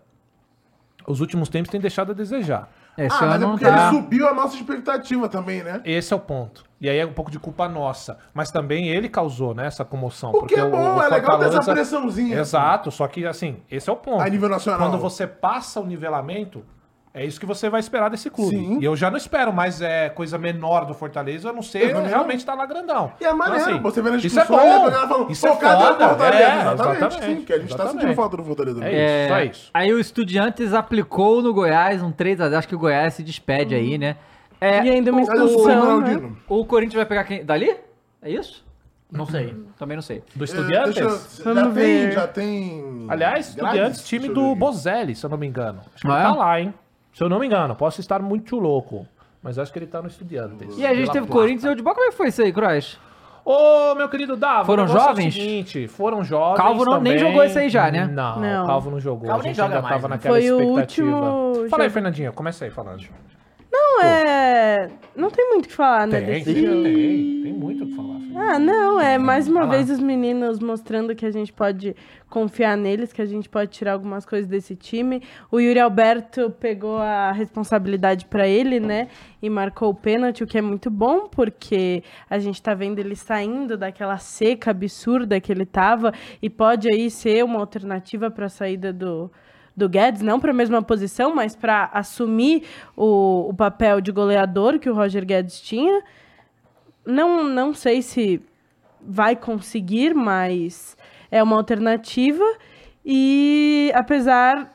Speaker 5: os últimos tempos, tem deixado a desejar.
Speaker 1: Esse
Speaker 3: Ah, mas é
Speaker 1: ano não
Speaker 3: porque
Speaker 1: tá.
Speaker 3: ele subiu a nossa expectativa também, né?
Speaker 5: Esse é o ponto. E aí é um pouco de culpa nossa. Mas também ele causou, né, essa comoção.
Speaker 3: O que é bom, é legal ter essa
Speaker 5: Fortaleza-
Speaker 3: pressãozinha.
Speaker 5: Exato, só que assim, esse é o ponto.
Speaker 3: A nível nacional.
Speaker 5: Quando você passa o nivelamento, é isso que você vai esperar desse clube.
Speaker 3: Sim.
Speaker 5: E eu já não espero mais é, coisa menor do Fortaleza, a não ser
Speaker 3: Exatamente.
Speaker 5: realmente estar lá grandão.
Speaker 3: E é maneiro,
Speaker 5: Então,
Speaker 3: você vê né? nas
Speaker 5: isso é
Speaker 3: discussões,
Speaker 5: bom.
Speaker 3: a galera falando,
Speaker 5: isso é
Speaker 3: pô, cadê o
Speaker 5: foda.
Speaker 3: um Fortaleza?
Speaker 5: É,
Speaker 3: exatamente, sim,
Speaker 5: exatamente,
Speaker 3: porque a gente tá sentindo
Speaker 5: exatamente.
Speaker 3: falta do Fortaleza.
Speaker 5: É
Speaker 3: mesmo.
Speaker 5: isso,
Speaker 1: É,
Speaker 5: só isso.
Speaker 1: Aí o Estudiantes aplicou no Goiás um 3x0. Acho que o Goiás se despede aí, né? É,
Speaker 4: E ainda uma
Speaker 3: Cadê o Sul,
Speaker 4: expulsão, né?
Speaker 3: Ronaldinho?
Speaker 1: O Corinthians vai pegar quem? Dali? É isso?
Speaker 2: Não sei.
Speaker 1: Também não sei.
Speaker 5: Do
Speaker 3: É,
Speaker 5: Estudiantes?
Speaker 3: deixa eu- Já
Speaker 4: Vamos
Speaker 3: tem,
Speaker 4: ver.
Speaker 3: já tem...
Speaker 5: Aliás, Estudiantes,
Speaker 3: grades?
Speaker 5: time
Speaker 3: Deixa eu
Speaker 5: do
Speaker 3: ver.
Speaker 5: Bozelli, se eu não me engano. Acho que
Speaker 1: Ah,
Speaker 5: ele
Speaker 1: é?
Speaker 5: tá lá, hein? Se eu não me engano, posso estar muito louco. Mas acho que ele tá no Estudiantes.
Speaker 1: E a gente
Speaker 5: Pela
Speaker 1: teve
Speaker 5: placa.
Speaker 1: Corinthians e o de Como é que foi isso aí, Croix?
Speaker 5: Ô, meu querido Dava,
Speaker 1: Foram
Speaker 5: o negócio
Speaker 1: jovens?
Speaker 5: É o seguinte, foram jovens.
Speaker 1: Calvo não- nem
Speaker 5: também.
Speaker 1: jogou esse aí já, né?
Speaker 5: Não,
Speaker 4: Não.
Speaker 5: o Calvo não jogou.
Speaker 2: Calvo
Speaker 5: a gente
Speaker 2: nem joga
Speaker 5: ainda
Speaker 2: mais,
Speaker 5: tava
Speaker 2: né?
Speaker 5: naquela
Speaker 4: Foi o
Speaker 5: expectativa.
Speaker 4: último
Speaker 5: Fala aí,
Speaker 4: jogo.
Speaker 5: Fernandinha, começa aí falando.
Speaker 4: Não, é. Não tem muito o que falar, né?
Speaker 5: Tem, tem,
Speaker 4: desse
Speaker 5: tem, tem muito o que falar. Fernandinha.
Speaker 4: Ah, não, é mais uma
Speaker 5: Vai lá.
Speaker 4: vez os meninos mostrando que a gente pode confiar neles, que a gente pode tirar algumas coisas desse time. O Yuri Alberto pegou a responsabilidade pra ele, né? E marcou o pênalti, o que é muito bom, porque a gente tá vendo ele saindo daquela seca absurda que ele tava e pode aí ser uma alternativa pra saída do do Guedes, não para a mesma posição, mas para assumir o, o papel de goleador que o Roger Guedes tinha. Não, não sei se vai conseguir, mas é uma alternativa. E apesar,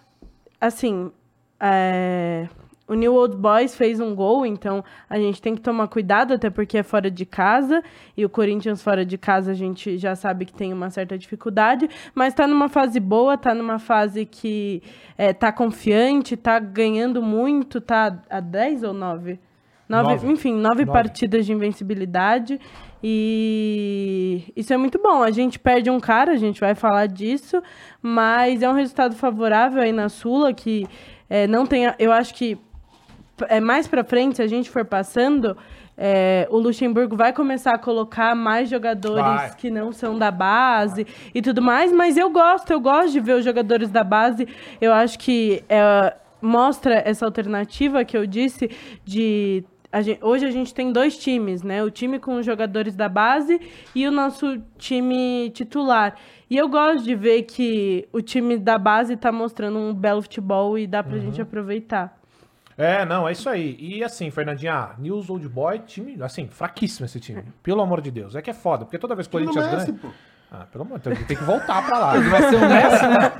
Speaker 4: assim, é, o New Old Boys fez um gol, então a gente tem que tomar cuidado, até porque é fora de casa. E o Corinthians fora de casa a gente já sabe que tem uma certa dificuldade, mas tá numa fase boa, tá numa fase que é, tá confiante, tá ganhando muito, tá a 10 ou 9? Nove,
Speaker 5: Nove.
Speaker 4: Enfim, nove,
Speaker 5: Nove.
Speaker 4: partidas de invencibilidade. E isso é muito bom. A gente perde um cara, a gente vai falar disso, mas é um resultado favorável aí na Sula, que é, não tem. a- Eu acho que é, mais pra frente, se a gente for passando, é, o Luxemburgo vai começar a colocar mais jogadores
Speaker 5: Vai.
Speaker 4: que não são da base e tudo mais, mas eu gosto, eu gosto de ver os jogadores da base. Eu acho que é, mostra essa alternativa que eu disse de. a gen- hoje a gente tem dois times, né? O time com os jogadores da base e o nosso time titular. E eu gosto de ver que o time da base tá mostrando um belo futebol e dá pra gente aproveitar.
Speaker 5: É, não, é isso aí. E assim, Fernandinha, News Old Boy, time, assim, fraquíssimo esse time. Pelo amor de Deus. É que é foda, porque toda vez que o
Speaker 3: no
Speaker 5: Corinthians
Speaker 3: Messi,
Speaker 5: ganha.
Speaker 3: pô.
Speaker 5: Ah, pelo amor de Deus, tem que voltar
Speaker 1: (laughs)
Speaker 5: pra lá.
Speaker 1: Vai ser um Messi, né?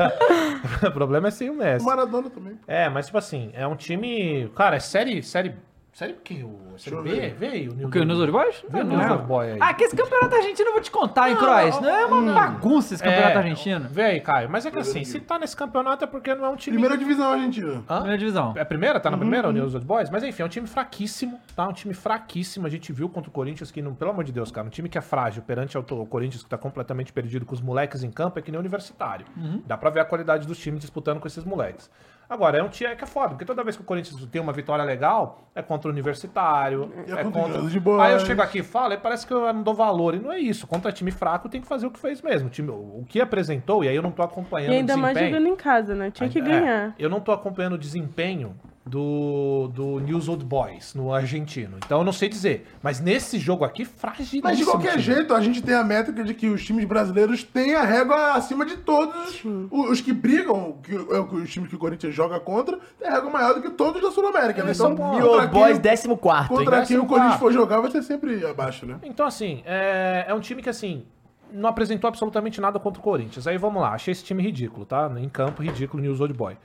Speaker 5: (laughs) o problema é sem o
Speaker 3: O
Speaker 5: Messi.
Speaker 3: Maradona também.
Speaker 5: É, mas tipo assim, é um time. Cara, é série. Série. Série que? O série
Speaker 3: eu
Speaker 5: B?
Speaker 3: ver.
Speaker 5: Vê aí o News
Speaker 1: O que, o News Old Boys?
Speaker 5: Vê o News Old Boy aí.
Speaker 1: Ah, que esse campeonato argentino eu vou te contar, hein, Croix? Não é uma bagunça esse
Speaker 5: É.
Speaker 1: campeonato argentino.
Speaker 5: Vê aí, Caio. Mas é que assim, se tá nesse campeonato é porque não é um time.
Speaker 3: Primeira divisão argentina.
Speaker 5: Hã?
Speaker 1: Primeira divisão.
Speaker 5: É a primeira? Tá na
Speaker 4: Uhum,
Speaker 5: primeira, o News Old Boys? Mas enfim, é um time fraquíssimo, tá? Um time fraquíssimo. A gente viu contra o Corinthians que, não, pelo amor de Deus, cara, um time que é frágil perante ao- o Corinthians que tá completamente perdido com os moleques em campo é que nem universitário.
Speaker 4: Uhum.
Speaker 5: Dá pra ver a qualidade dos times disputando com esses moleques. Agora, é um time que é foda, porque toda vez que o Corinthians tem uma vitória legal, é contra o Universitário,
Speaker 3: É
Speaker 5: é
Speaker 3: contra o
Speaker 5: contra...
Speaker 3: News Old Boys.
Speaker 5: Aí eu chego aqui e falo, e parece que eu não dou valor, e não é isso. Contra time fraco tem que fazer o que fez mesmo. O, time, o que apresentou, e aí eu não tô acompanhando
Speaker 4: E ainda
Speaker 5: o
Speaker 4: mais
Speaker 5: desempenho.
Speaker 4: jogando em casa, né? Tinha que
Speaker 5: É,
Speaker 4: ganhar.
Speaker 5: eu não tô acompanhando o desempenho do, do News Old Boys no argentino. Então eu não sei dizer. Mas nesse jogo aqui, fragilíssimo.
Speaker 3: Mas de qualquer
Speaker 5: time.
Speaker 3: jeito, a gente tem a métrica de que os times brasileiros têm a régua acima de todos o- os que brigam, que, é o que os times que o Corinthians joga contra, tem a régua maior do que todos da Sul-América. Né? Então,
Speaker 2: New Old Boys, 14.
Speaker 3: contra quem o
Speaker 5: décimo
Speaker 3: Corinthians
Speaker 5: quarto.
Speaker 3: for jogar vai ser sempre abaixo, né?
Speaker 5: Então, assim, é, é um time que, assim, não apresentou absolutamente nada contra o Corinthians. Aí vamos lá, achei esse time ridículo, tá? Em campo, ridículo, News Old Boy.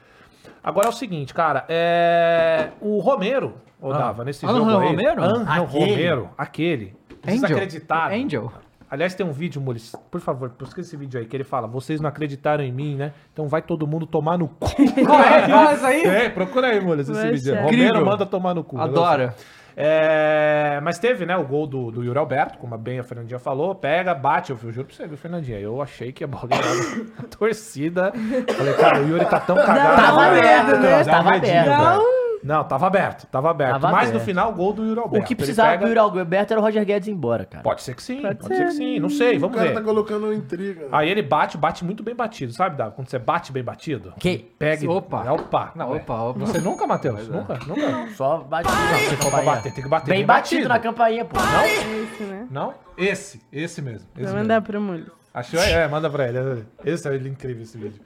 Speaker 5: Agora é o seguinte, cara, é, o Romero, ô
Speaker 3: Ah.
Speaker 5: Dava, nesse
Speaker 1: Angel
Speaker 5: jogo
Speaker 3: é
Speaker 5: aí...
Speaker 1: Romero?
Speaker 5: Angel
Speaker 2: Aquele.
Speaker 5: Romero, aquele. é
Speaker 3: É
Speaker 5: Desacreditado.
Speaker 1: Angel.
Speaker 5: Aliás, tem um vídeo, Mules, por favor, busca esse vídeo aí, que ele fala, vocês não acreditaram em mim, né? Então vai todo mundo tomar no
Speaker 1: (laughs)
Speaker 5: cu.
Speaker 1: Qual é? Fala isso aí.
Speaker 5: É, procura aí, Mules, esse
Speaker 4: Vai
Speaker 5: vídeo. aí.
Speaker 4: ser.
Speaker 5: Romero
Speaker 1: Incrível.
Speaker 5: manda tomar no cu.
Speaker 1: Adoro.
Speaker 5: É, mas teve, né, o gol do, do Yuri Alberto, como bem a Fernandinha falou, pega, bate, eu, eu juro pra você, viu, Fernandinha, eu achei que a bola ia na (laughs) torcida, falei, cara, o Yuri tá tão cagado.
Speaker 2: Tava
Speaker 5: Não,
Speaker 2: aberto, né?
Speaker 5: dá um
Speaker 2: Tava
Speaker 5: medinho,
Speaker 2: aberto.
Speaker 5: cara. Não, tava aberto, tava aberto,
Speaker 2: Tava
Speaker 5: mas no
Speaker 2: aberto.
Speaker 5: final, gol do Yuri Alberto.
Speaker 2: O que
Speaker 5: Ele
Speaker 2: precisava
Speaker 5: pega-
Speaker 2: do Yuri Alberto era o Roger Guedes ir embora, cara.
Speaker 5: Pode ser que sim, pode,
Speaker 4: Pode
Speaker 5: ser
Speaker 4: ser.
Speaker 5: que sim, não sei,
Speaker 3: O
Speaker 5: vamos
Speaker 3: cara
Speaker 5: ver.
Speaker 3: tá colocando intriga.
Speaker 5: Aí ele bate, bate muito bem batido, sabe, Davi? Quando você bate bem batido.
Speaker 2: Que?
Speaker 5: Pega e-
Speaker 1: Opa.
Speaker 5: Opa.
Speaker 1: Não,
Speaker 5: é.
Speaker 1: opa, é. opa.
Speaker 5: Você nunca, Matheus? Nunca? Nunca?
Speaker 2: Só batido
Speaker 5: Se
Speaker 2: na
Speaker 5: for pra
Speaker 2: campainha.
Speaker 5: bater, tem que bater
Speaker 2: Bem,
Speaker 5: bem
Speaker 2: batido
Speaker 5: batido.
Speaker 2: na campainha, pô. Não?
Speaker 4: Isso, né?
Speaker 5: Não? Esse, esse mesmo. Esse
Speaker 4: Vou
Speaker 5: mesmo.
Speaker 4: mandar pro Mulho.
Speaker 5: Achou? É, manda pra ele. Esse é ele, incrível esse vídeo.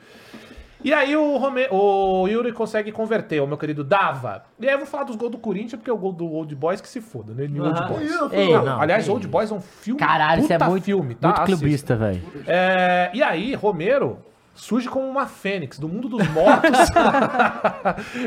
Speaker 5: E aí o, Rome... o Yuri consegue converter, o meu querido Dava. E aí eu vou falar dos gols do Corinthians, porque é o gol do Old Boys que se foda, né? Ele é Old Boys.
Speaker 3: Ih, eu
Speaker 2: Ei,
Speaker 3: falo,
Speaker 2: não.
Speaker 5: Aliás,
Speaker 2: que
Speaker 5: Old Boys é um filme.
Speaker 2: Caralho, isso é
Speaker 5: puta
Speaker 2: muito,
Speaker 5: filme, tá?
Speaker 2: muito
Speaker 5: Assista.
Speaker 2: clubista, velho.
Speaker 5: É, e aí, Romero surge como uma fênix do mundo dos mortos.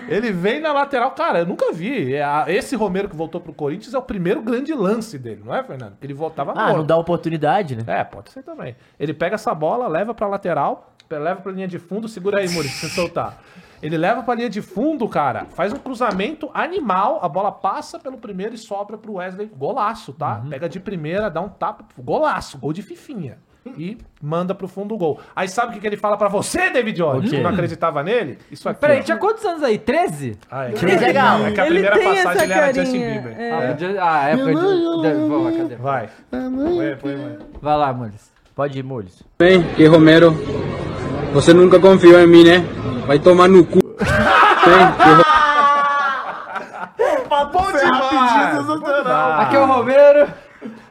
Speaker 5: ele vem na lateral. Cara, eu nunca vi. É, a- Esse Romero que voltou pro Corinthians é o primeiro grande lance dele, não é, Fernando? Porque ele voltava
Speaker 2: Ah, não
Speaker 5: morto.
Speaker 2: dá oportunidade,
Speaker 5: (laughs)
Speaker 2: né?
Speaker 5: É, pode ser também. Ele pega essa bola, leva pra lateral, pe- leva pra linha de fundo, segura aí, Muri, se soltar. Ele leva pra linha de fundo, cara. Faz um cruzamento animal. A bola passa pelo primeiro e sobra pro Wesley. Golaço, tá?
Speaker 4: Uhum.
Speaker 5: Pega de primeira, dá um tapa. Golaço. Gol de fifinha. E manda pro fundo o gol. Aí sabe o que, que ele fala pra você, David Jones? Que não acreditava nele? Isso aqui.
Speaker 1: Peraí,
Speaker 5: ó.
Speaker 1: tinha quantos anos aí? 13?
Speaker 5: Ah, é.
Speaker 2: Que legal.
Speaker 5: É que a
Speaker 4: Ele
Speaker 5: primeira
Speaker 4: tem essa
Speaker 5: passagem ele era Justin
Speaker 4: carinha,
Speaker 5: Bieber.
Speaker 4: é.
Speaker 5: Ah,
Speaker 1: Ah,
Speaker 5: é.
Speaker 1: de- Ah, é época de... de- Vamos lá, cadê?
Speaker 5: Vai. Põe, põe, põe.
Speaker 1: Vai lá, Mules.
Speaker 2: Pode ir, Mules.
Speaker 10: Bem, que Romero, você nunca confiou em mim, né? Vai tomar no cu.
Speaker 3: Bom rapidinho,
Speaker 5: Ah,
Speaker 3: sensacional.
Speaker 1: Aqui é o Romero.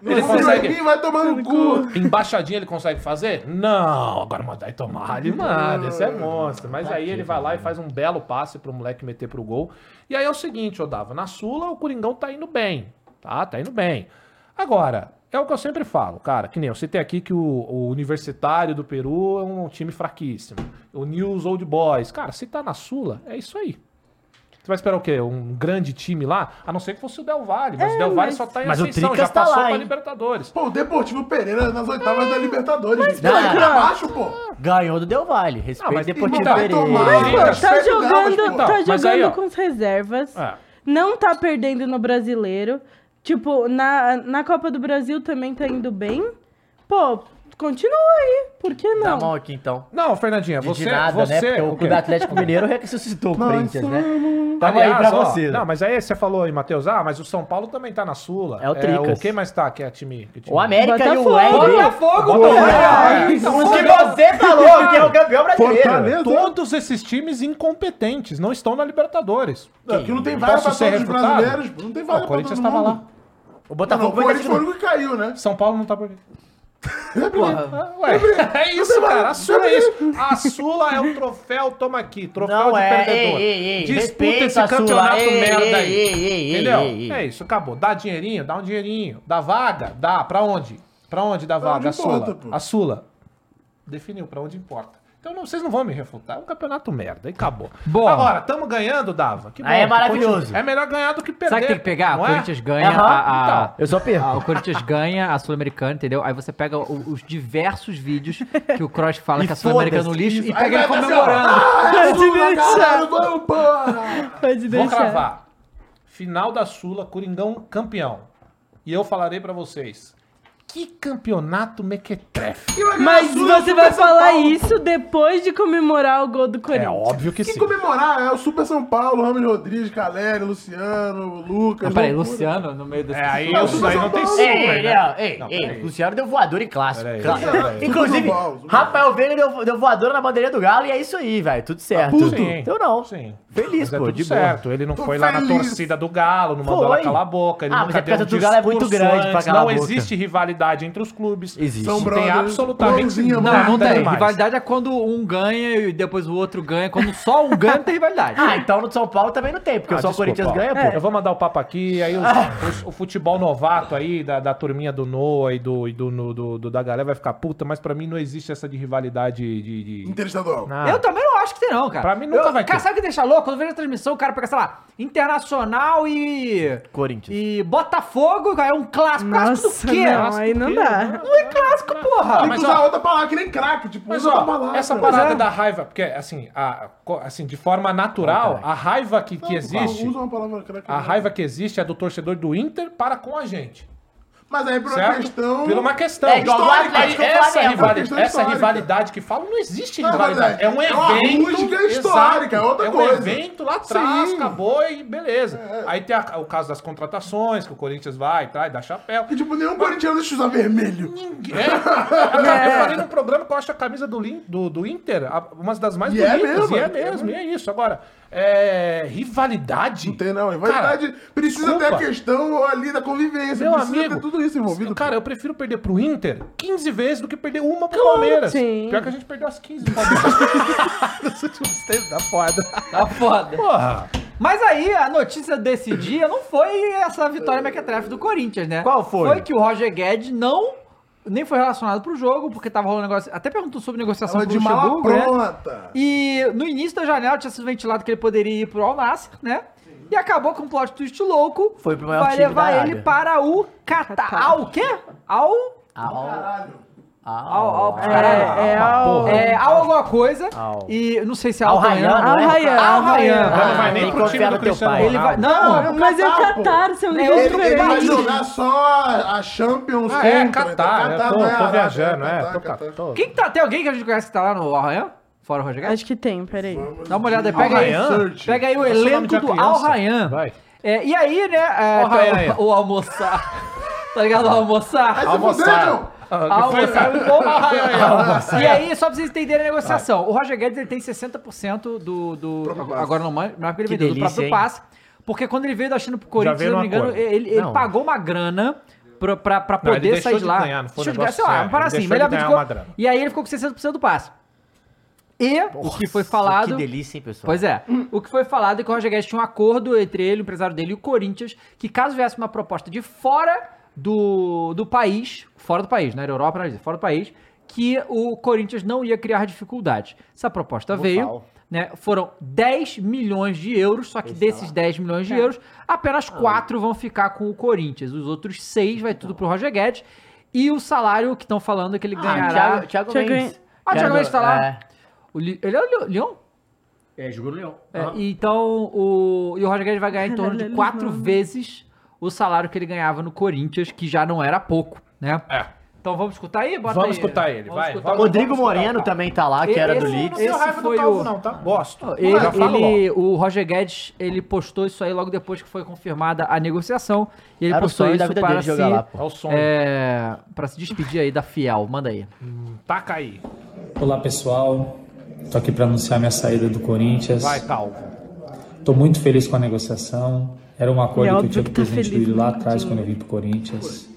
Speaker 5: Ele
Speaker 3: Consegue.
Speaker 5: consegue.
Speaker 3: vai tomar no cu.
Speaker 5: Embaixadinha ele consegue fazer? Não, agora mandar e tomar, ele manda, esse é monstro. Mas aí ele vai lá e faz um belo passe pro moleque meter pro gol. E aí é o seguinte, Odava, na Sula o Coringão tá indo bem, tá? Tá indo bem. Agora, é o que eu sempre falo, cara, que nem eu citei aqui que o, o Universitário do Peru é um time fraquíssimo. O News Old Boys, cara, se tá na Sula, é isso aí. Você vai esperar o quê? Um grande time lá? A não ser que fosse o Del Valle, mas o Del Valle só tá em
Speaker 2: Mas o
Speaker 5: ascensão, já
Speaker 2: Tricas tá
Speaker 5: passou
Speaker 2: lá,
Speaker 5: pra
Speaker 2: hein?
Speaker 5: Libertadores.
Speaker 3: Pô, o Deportivo Pereira nas oitavas da Libertadores. Mas,
Speaker 2: pô,
Speaker 3: tá
Speaker 2: cara.
Speaker 3: abaixo, pô.
Speaker 2: Ganhou do Del Valle. Respeito
Speaker 5: Ah,
Speaker 2: ah,
Speaker 5: mas
Speaker 2: Deportivo
Speaker 5: então,
Speaker 3: vai tomar.
Speaker 2: Pereira.
Speaker 5: Sim,
Speaker 4: Pô,
Speaker 5: cara,
Speaker 4: tá
Speaker 3: certo,
Speaker 4: jogando,
Speaker 3: não, mas,
Speaker 4: tá
Speaker 5: pô, mas
Speaker 4: jogando
Speaker 5: aí, ó.
Speaker 4: com as reservas.
Speaker 5: É.
Speaker 4: Não tá perdendo no brasileiro. Tipo, na, na Copa do Brasil também tá indo bem. Pô, continua aí. Por que
Speaker 2: Tá
Speaker 4: não?
Speaker 2: mal aqui, então.
Speaker 5: Não, Fernandinha,
Speaker 2: De
Speaker 5: você.
Speaker 2: nada,
Speaker 5: você é
Speaker 2: né? Porque o Clube Atlético Mineiro ressuscitou o Corinthians, né? Tava
Speaker 5: Aliás,
Speaker 2: aí pra
Speaker 5: ó,
Speaker 2: você.
Speaker 5: Não, mas aí você falou aí, Matheus, ah, mas o São Paulo também tá na Sula.
Speaker 2: É o Tricas.
Speaker 5: o quem mais tá que é time? que time?
Speaker 2: O América
Speaker 4: Botafogo.
Speaker 2: e o Ed.
Speaker 1: Botafogo,
Speaker 5: Botafogo,
Speaker 1: porra!
Speaker 5: é.
Speaker 1: Então,
Speaker 2: O que você falou, que é o campeão brasileiro.
Speaker 3: Fortaleza.
Speaker 5: Todos esses times incompetentes não estão na Libertadores.
Speaker 3: Aqui não tem vaga
Speaker 5: Posso
Speaker 3: pra
Speaker 5: ser
Speaker 3: todos os
Speaker 5: refutado?
Speaker 3: brasileiros. pô. Não tem
Speaker 5: Ah,
Speaker 3: vaga
Speaker 5: o
Speaker 3: pra
Speaker 5: Corinthians
Speaker 3: todo
Speaker 5: tava
Speaker 3: mundo.
Speaker 5: lá.
Speaker 2: O
Speaker 5: Tá,
Speaker 3: Não, não,
Speaker 2: Botafogo
Speaker 3: o
Speaker 2: vai
Speaker 3: Corinthians foi o
Speaker 2: decidir.
Speaker 3: único que caiu, né?
Speaker 5: São Paulo não
Speaker 3: (laughs)
Speaker 5: tá por aqui.
Speaker 1: porra.
Speaker 5: Ah, Ué, é isso, cara. A Sula é isso. A Sula é o troféu, toma aqui. Troféu
Speaker 2: Não
Speaker 5: de
Speaker 2: é,
Speaker 5: perdedor.
Speaker 2: ei, ei, ei,
Speaker 5: Disputa
Speaker 2: respeita
Speaker 5: esse
Speaker 2: a Sula,
Speaker 5: campeonato
Speaker 2: ei,
Speaker 5: merda
Speaker 2: ei,
Speaker 5: aí.
Speaker 2: ei, ei, ei,
Speaker 5: Entendeu?
Speaker 2: ei, ei.
Speaker 5: É isso, acabou. Dá dinheirinho, dá um dinheirinho. Dá vaga, dá. Pra onde? Pra onde dá vaga?
Speaker 3: onde
Speaker 5: a Sula.
Speaker 3: importa, pô.
Speaker 5: a Sula. Definiu pra onde importa. Então não, vocês não vão me refutar. É um campeonato merda. E acabou.
Speaker 1: Bom.
Speaker 5: Agora, tamo ganhando, Dava. Que
Speaker 2: Aí é
Speaker 5: que
Speaker 2: maravilhoso.
Speaker 5: continua. É melhor ganhar do que perder.
Speaker 1: Sabe o que tem que pegar?
Speaker 5: não
Speaker 1: O
Speaker 5: é?
Speaker 1: Corinthians ganha
Speaker 2: Aham,
Speaker 1: a... a-
Speaker 5: então.
Speaker 2: Eu só perco.
Speaker 1: Ah, o Corinthians ganha a Sul-Americana, entendeu? Aí você pega o- os diversos vídeos que o Cross fala
Speaker 2: E
Speaker 1: que a Sul-Americana é um
Speaker 2: foda-se,
Speaker 1: lixo e
Speaker 3: Aí
Speaker 1: pega ele
Speaker 3: vai fazer, ó,
Speaker 1: comemorando.
Speaker 3: "Ah, é Sula,
Speaker 4: Divertido.
Speaker 3: caralho, vamos,
Speaker 5: (laughs)
Speaker 3: porra!"
Speaker 4: Pode
Speaker 5: Vou
Speaker 4: deixar.
Speaker 5: cravar. Final da Sula, Coringão campeão. E eu falarei pra vocês. Que campeonato mequetrefe.
Speaker 3: Quem vai ganhar a
Speaker 4: Mas
Speaker 3: Sula é o
Speaker 4: você
Speaker 3: Super
Speaker 4: vai
Speaker 3: São
Speaker 4: falar
Speaker 3: Paulo.
Speaker 4: isso depois de comemorar o gol do
Speaker 5: É
Speaker 4: Corinthians.
Speaker 5: óbvio que
Speaker 3: Quem
Speaker 5: sim.
Speaker 3: comemorar é o Super São Paulo, Ramos Rodrigues, Caleri, Luciano, Lucas.
Speaker 1: Ah, peraí,
Speaker 3: loucura.
Speaker 1: Luciano no meio desse...
Speaker 5: É, aí,
Speaker 3: Não,
Speaker 5: eu-
Speaker 3: tudo
Speaker 5: aí
Speaker 3: São
Speaker 5: não tem
Speaker 3: Paulo.
Speaker 5: sim,
Speaker 2: Ei, ei,
Speaker 5: né?
Speaker 2: não, ei,
Speaker 5: Não,
Speaker 2: ei,
Speaker 5: peraí.
Speaker 2: Luciano deu voador em clássico.
Speaker 5: Peraí,
Speaker 2: Cla-
Speaker 3: peraí.
Speaker 2: Inclusive,
Speaker 3: Tudo bom, tudo bom.
Speaker 2: Rafael Veiga deu, deu voadora na bandeirinha do Galo e é isso aí, velho. Tudo certo.
Speaker 5: Sim.
Speaker 2: Então não.
Speaker 5: Sim.
Speaker 2: Feliz,
Speaker 5: Mas é
Speaker 2: pô,
Speaker 5: tudo
Speaker 2: de boa.
Speaker 5: certo. Ele não
Speaker 3: Tô
Speaker 5: foi lá na
Speaker 3: feliz.
Speaker 5: torcida do Galo, não mandou
Speaker 2: Foi.
Speaker 5: ela calar a boca. Ele
Speaker 2: Ah, mas
Speaker 5: nunca
Speaker 2: a
Speaker 5: deu um
Speaker 2: torcida do Galo é muito
Speaker 5: discurso
Speaker 2: grande pra
Speaker 5: antes.
Speaker 2: calar
Speaker 5: Não
Speaker 2: a boca.
Speaker 5: existe rivalidade entre os clubes.
Speaker 2: Existe.
Speaker 5: Não
Speaker 3: São
Speaker 5: tem
Speaker 3: brothers.
Speaker 5: absolutamente
Speaker 3: Mãozinha,
Speaker 5: nada
Speaker 1: Não, não tem.
Speaker 5: demais.
Speaker 1: Rivalidade é quando um ganha e depois o outro ganha. Quando só um ganha, não tem rivalidade.
Speaker 2: (laughs) Ah, então no São Paulo também não tem, porque
Speaker 5: Ah,
Speaker 2: só o
Speaker 5: desculpa,
Speaker 2: Corinthians
Speaker 5: ó.
Speaker 2: ganha, pô.
Speaker 5: Eu vou mandar o papo
Speaker 2: (laughs)
Speaker 5: aqui, aí os- os- o futebol novato aí, da, da turminha do Noah e, do, e do, no- do- do- da galera vai ficar puta, mas pra mim não existe essa de rivalidade de... de-
Speaker 3: Interestadual.
Speaker 5: Ah,
Speaker 1: Eu também não acho que tem, não, cara.
Speaker 5: Pra mim nunca
Speaker 1: eu,
Speaker 5: vai
Speaker 1: Cara,
Speaker 5: ter.
Speaker 1: sabe o que deixa louco? Quando eu vejo a transmissão, o cara pega, sei lá, Internacional e.
Speaker 2: Corinthians.
Speaker 1: E Botafogo, cara, é um clássico. clássico
Speaker 4: Nossa,
Speaker 1: do quê?
Speaker 4: não, aí não dá.
Speaker 1: Não é clássico, porra.
Speaker 3: Tem
Speaker 5: Ah, mas,
Speaker 3: que usar
Speaker 5: ó,
Speaker 3: outra palavra, que nem craque. Tipo,
Speaker 5: Mas
Speaker 3: usa outra
Speaker 5: ó,
Speaker 3: palavra. é,
Speaker 5: essa
Speaker 2: é.
Speaker 5: parada da raiva, porque assim, a- co- assim de forma natural, a raiva que, que existe,
Speaker 3: Usa uma palavra craque.
Speaker 5: a raiva que existe é do torcedor do Inter para com a gente.
Speaker 3: Mas aí por uma
Speaker 5: Certo?
Speaker 3: questão. É
Speaker 5: Por uma questão.
Speaker 2: É igual
Speaker 5: histórica.
Speaker 2: o Atlético
Speaker 5: Essa,
Speaker 2: com o Flamengo.
Speaker 5: rivalidade-
Speaker 3: Questão
Speaker 5: essa
Speaker 3: histórica.
Speaker 5: rivalidade que falam não existe
Speaker 3: Não, mas
Speaker 5: rivalidade.
Speaker 3: é-
Speaker 5: É um
Speaker 3: é uma
Speaker 5: evento.
Speaker 3: rusga histórica, é outra
Speaker 5: é um
Speaker 3: coisa.
Speaker 5: evento lá atrás,
Speaker 3: Sim. É.
Speaker 5: acabou e beleza. Aí tem a- o caso das contratações, que o Corinthians vai, traz, dá chapéu.
Speaker 3: Que, tipo, nenhum corintiano deixa usar vermelho.
Speaker 5: Ninguém.
Speaker 3: (laughs)
Speaker 5: Eu falei num programa que eu acho a camisa do, Lin- do, do Inter a- uma das mais
Speaker 3: E é
Speaker 5: bonitas.
Speaker 3: mesmo,
Speaker 5: e é
Speaker 3: é
Speaker 5: mesmo, e é isso. Agora, é, rivalidade.
Speaker 3: Não tem, não. Rivalidade precisa ter
Speaker 5: desculpa.
Speaker 3: a questão ali da convivência.
Speaker 5: Meu
Speaker 3: precisa
Speaker 5: amigo,
Speaker 3: ter tudo isso envolvido.
Speaker 5: Cara, eu prefiro perder pro Inter 15 vezes do que perder uma pro Palmeiras.
Speaker 4: sim.
Speaker 5: Pior que a gente perdeu as 15 pro Palmeiras. Nos últimos tempos, tá foda.
Speaker 1: Tá foda.
Speaker 5: Porra.
Speaker 1: Mas aí, a notícia desse dia não foi essa vitória mequetrefe do Corinthians, né?
Speaker 2: Qual foi?
Speaker 1: Foi que o Roger Guedes não... Nem foi relacionado pro jogo, porque tava rolando um negócio... Até perguntou sobre negociação
Speaker 3: Ela é
Speaker 1: pro
Speaker 3: de mala
Speaker 5: é
Speaker 1: Luxemburgo, né?
Speaker 3: pronta.
Speaker 1: E no início da janela tinha sido ventilado que ele poderia ir pro Al Nassr, né? E acabou com um plot twist louco.
Speaker 2: Foi pro maior
Speaker 1: Vai
Speaker 2: time da
Speaker 1: levar
Speaker 2: Arábia.
Speaker 1: ele para o Catar. Ao quê? Ao.
Speaker 2: Ah, ó.
Speaker 3: Caralho.
Speaker 1: Ao, ao,
Speaker 2: É,
Speaker 1: caralho.
Speaker 2: é ao-
Speaker 1: É, ao alguma coisa.
Speaker 2: Ao.
Speaker 1: E não sei se é
Speaker 2: Ao
Speaker 1: ao Ryan.
Speaker 2: Rayan,
Speaker 4: Ah,
Speaker 2: não é?
Speaker 1: Ao
Speaker 5: Ah,
Speaker 2: Ao Rayan.
Speaker 1: Rayan.
Speaker 2: Mas não vai nem
Speaker 1: Tem
Speaker 2: pro
Speaker 1: que
Speaker 2: time
Speaker 1: confiar
Speaker 2: do
Speaker 1: no Ah, teu
Speaker 2: Cristiano
Speaker 1: pai. Ele vai-
Speaker 2: Ronaldo.
Speaker 1: Não,
Speaker 4: Mas é o Catar, seu
Speaker 1: É,
Speaker 4: nível
Speaker 1: ele-
Speaker 3: Ele vai jogar
Speaker 4: diferente.
Speaker 3: só a Champions
Speaker 5: Ah, é,
Speaker 3: contra,
Speaker 5: Catar, né?
Speaker 3: Catar,
Speaker 5: Tô-
Speaker 3: não é
Speaker 5: tô
Speaker 3: Arábia,
Speaker 5: viajando,
Speaker 3: Catar,
Speaker 5: é, tô-
Speaker 3: Catar.
Speaker 5: tô-
Speaker 1: Quem que tá? Tem alguém que a gente conhece que tá lá no Al Rayan? Fora o Roger Guedes?
Speaker 4: Acho que tem, peraí.
Speaker 1: Dá uma olhada aí.
Speaker 5: Al
Speaker 1: Pega aí,
Speaker 5: Rayan?
Speaker 1: Search. pega aí o
Speaker 5: Esse é o nome de
Speaker 1: elenco do
Speaker 5: uma
Speaker 1: Al
Speaker 5: criança.
Speaker 1: Rayan.
Speaker 5: Vai.
Speaker 1: É, e aí, né? é,
Speaker 5: Al Rayan aí.
Speaker 1: (laughs) o, o almoçar. Tá ligado? O almoçar.
Speaker 3: Aí você
Speaker 5: Almoçaram. Ah, que foi?
Speaker 1: Almoçar com o Al
Speaker 5: assim.
Speaker 1: Rayan. E aí, só pra vocês entenderem a negociação. O Roger Guedes ele tem 60% do. do agora não mais, porque ele
Speaker 2: Que
Speaker 1: vendeu do
Speaker 2: delícia,
Speaker 1: próprio
Speaker 2: hein?
Speaker 1: passe. Porque quando ele veio da China pro
Speaker 5: Já
Speaker 1: Corinthians, se
Speaker 5: veio
Speaker 1: eu não me
Speaker 5: num
Speaker 1: engano,
Speaker 5: acordo.
Speaker 1: ele, ele
Speaker 2: Não.
Speaker 1: pagou uma grana pra, pra, pra
Speaker 5: Não, ele
Speaker 1: poder
Speaker 5: deixou
Speaker 1: sair
Speaker 5: de
Speaker 1: lá.
Speaker 5: ganhar, não foi um
Speaker 1: Deixou de
Speaker 5: negócio
Speaker 1: sei lá,
Speaker 5: sério.
Speaker 1: uma parada
Speaker 5: Ele
Speaker 1: assim.
Speaker 5: deixou
Speaker 1: Mas
Speaker 5: de
Speaker 1: ele
Speaker 5: ganhar
Speaker 1: ficou-
Speaker 5: uma grana.
Speaker 1: E aí ele ficou com 60% do passe. E o que foi falado.
Speaker 2: Que delícia, hein, pessoal?
Speaker 1: Pois é. O que foi falado é que o Roger Guedes tinha um acordo entre ele, o empresário dele e o Corinthians, que caso viesse uma proposta de fora do, do país, fora do país, não era Europa, não era isso, fora do país, que o Corinthians não ia criar dificuldades. Essa proposta veio, né? Foram 10 milhões de euros, só que desses 10 milhões
Speaker 2: É.
Speaker 1: de euros, apenas 4 vão ficar com o Corinthians. Os outros 6 vai tudo pro Roger Guedes. E o salário que estão falando é que ele ganhará.
Speaker 2: Ah, Thiago, Thiago
Speaker 4: Thiago
Speaker 2: Mendes.
Speaker 4: Mendes.
Speaker 1: Ah, o Thiago Mendes tá lá?
Speaker 2: É,
Speaker 1: O Li- Ele é o Leão?
Speaker 2: é jogou no Leão.
Speaker 1: É,
Speaker 5: Ah.
Speaker 2: Aham.
Speaker 1: Então, o, e o Roger Guedes vai ganhar em torno de
Speaker 4: Caralho,
Speaker 1: quatro
Speaker 4: mano.
Speaker 1: vezes o salário que ele ganhava no Corinthians, que já não era pouco, né?
Speaker 5: É.
Speaker 1: Então vamos escutar aí? Bota
Speaker 5: Vamos
Speaker 1: aí.
Speaker 5: escutar ele, vai,
Speaker 1: escutar.
Speaker 5: vamos.
Speaker 2: Rodrigo Moreno também tá lá, que era do
Speaker 1: Esse-
Speaker 2: Leeds.
Speaker 1: esse foi o-
Speaker 5: tá? Gosto.
Speaker 1: Ele-
Speaker 5: Já falo logo.
Speaker 1: ele- o Roger Guedes, ele postou isso aí logo depois que foi confirmada a negociação. E ele
Speaker 2: Era o
Speaker 1: postou
Speaker 2: sonho da
Speaker 1: isso
Speaker 2: vida
Speaker 1: para
Speaker 2: dele
Speaker 1: se,
Speaker 2: jogar lá, pô.
Speaker 5: É o som.
Speaker 1: é, para se despedir aí da Fiel. Manda aí.
Speaker 5: Taca Tá aí.
Speaker 11: Olá pessoal, estou aqui para anunciar minha saída do Corinthians.
Speaker 5: Vai, Talvo.
Speaker 11: Estou muito feliz com a negociação. Era uma
Speaker 4: É
Speaker 11: coisa que eu
Speaker 4: óbvio
Speaker 11: tinha
Speaker 4: que
Speaker 11: com
Speaker 4: tá
Speaker 11: o presidente
Speaker 4: feliz,
Speaker 11: Duílio lá
Speaker 4: né,
Speaker 11: atrás
Speaker 4: Coutinho?
Speaker 11: quando eu vim para o Corinthians.
Speaker 4: né?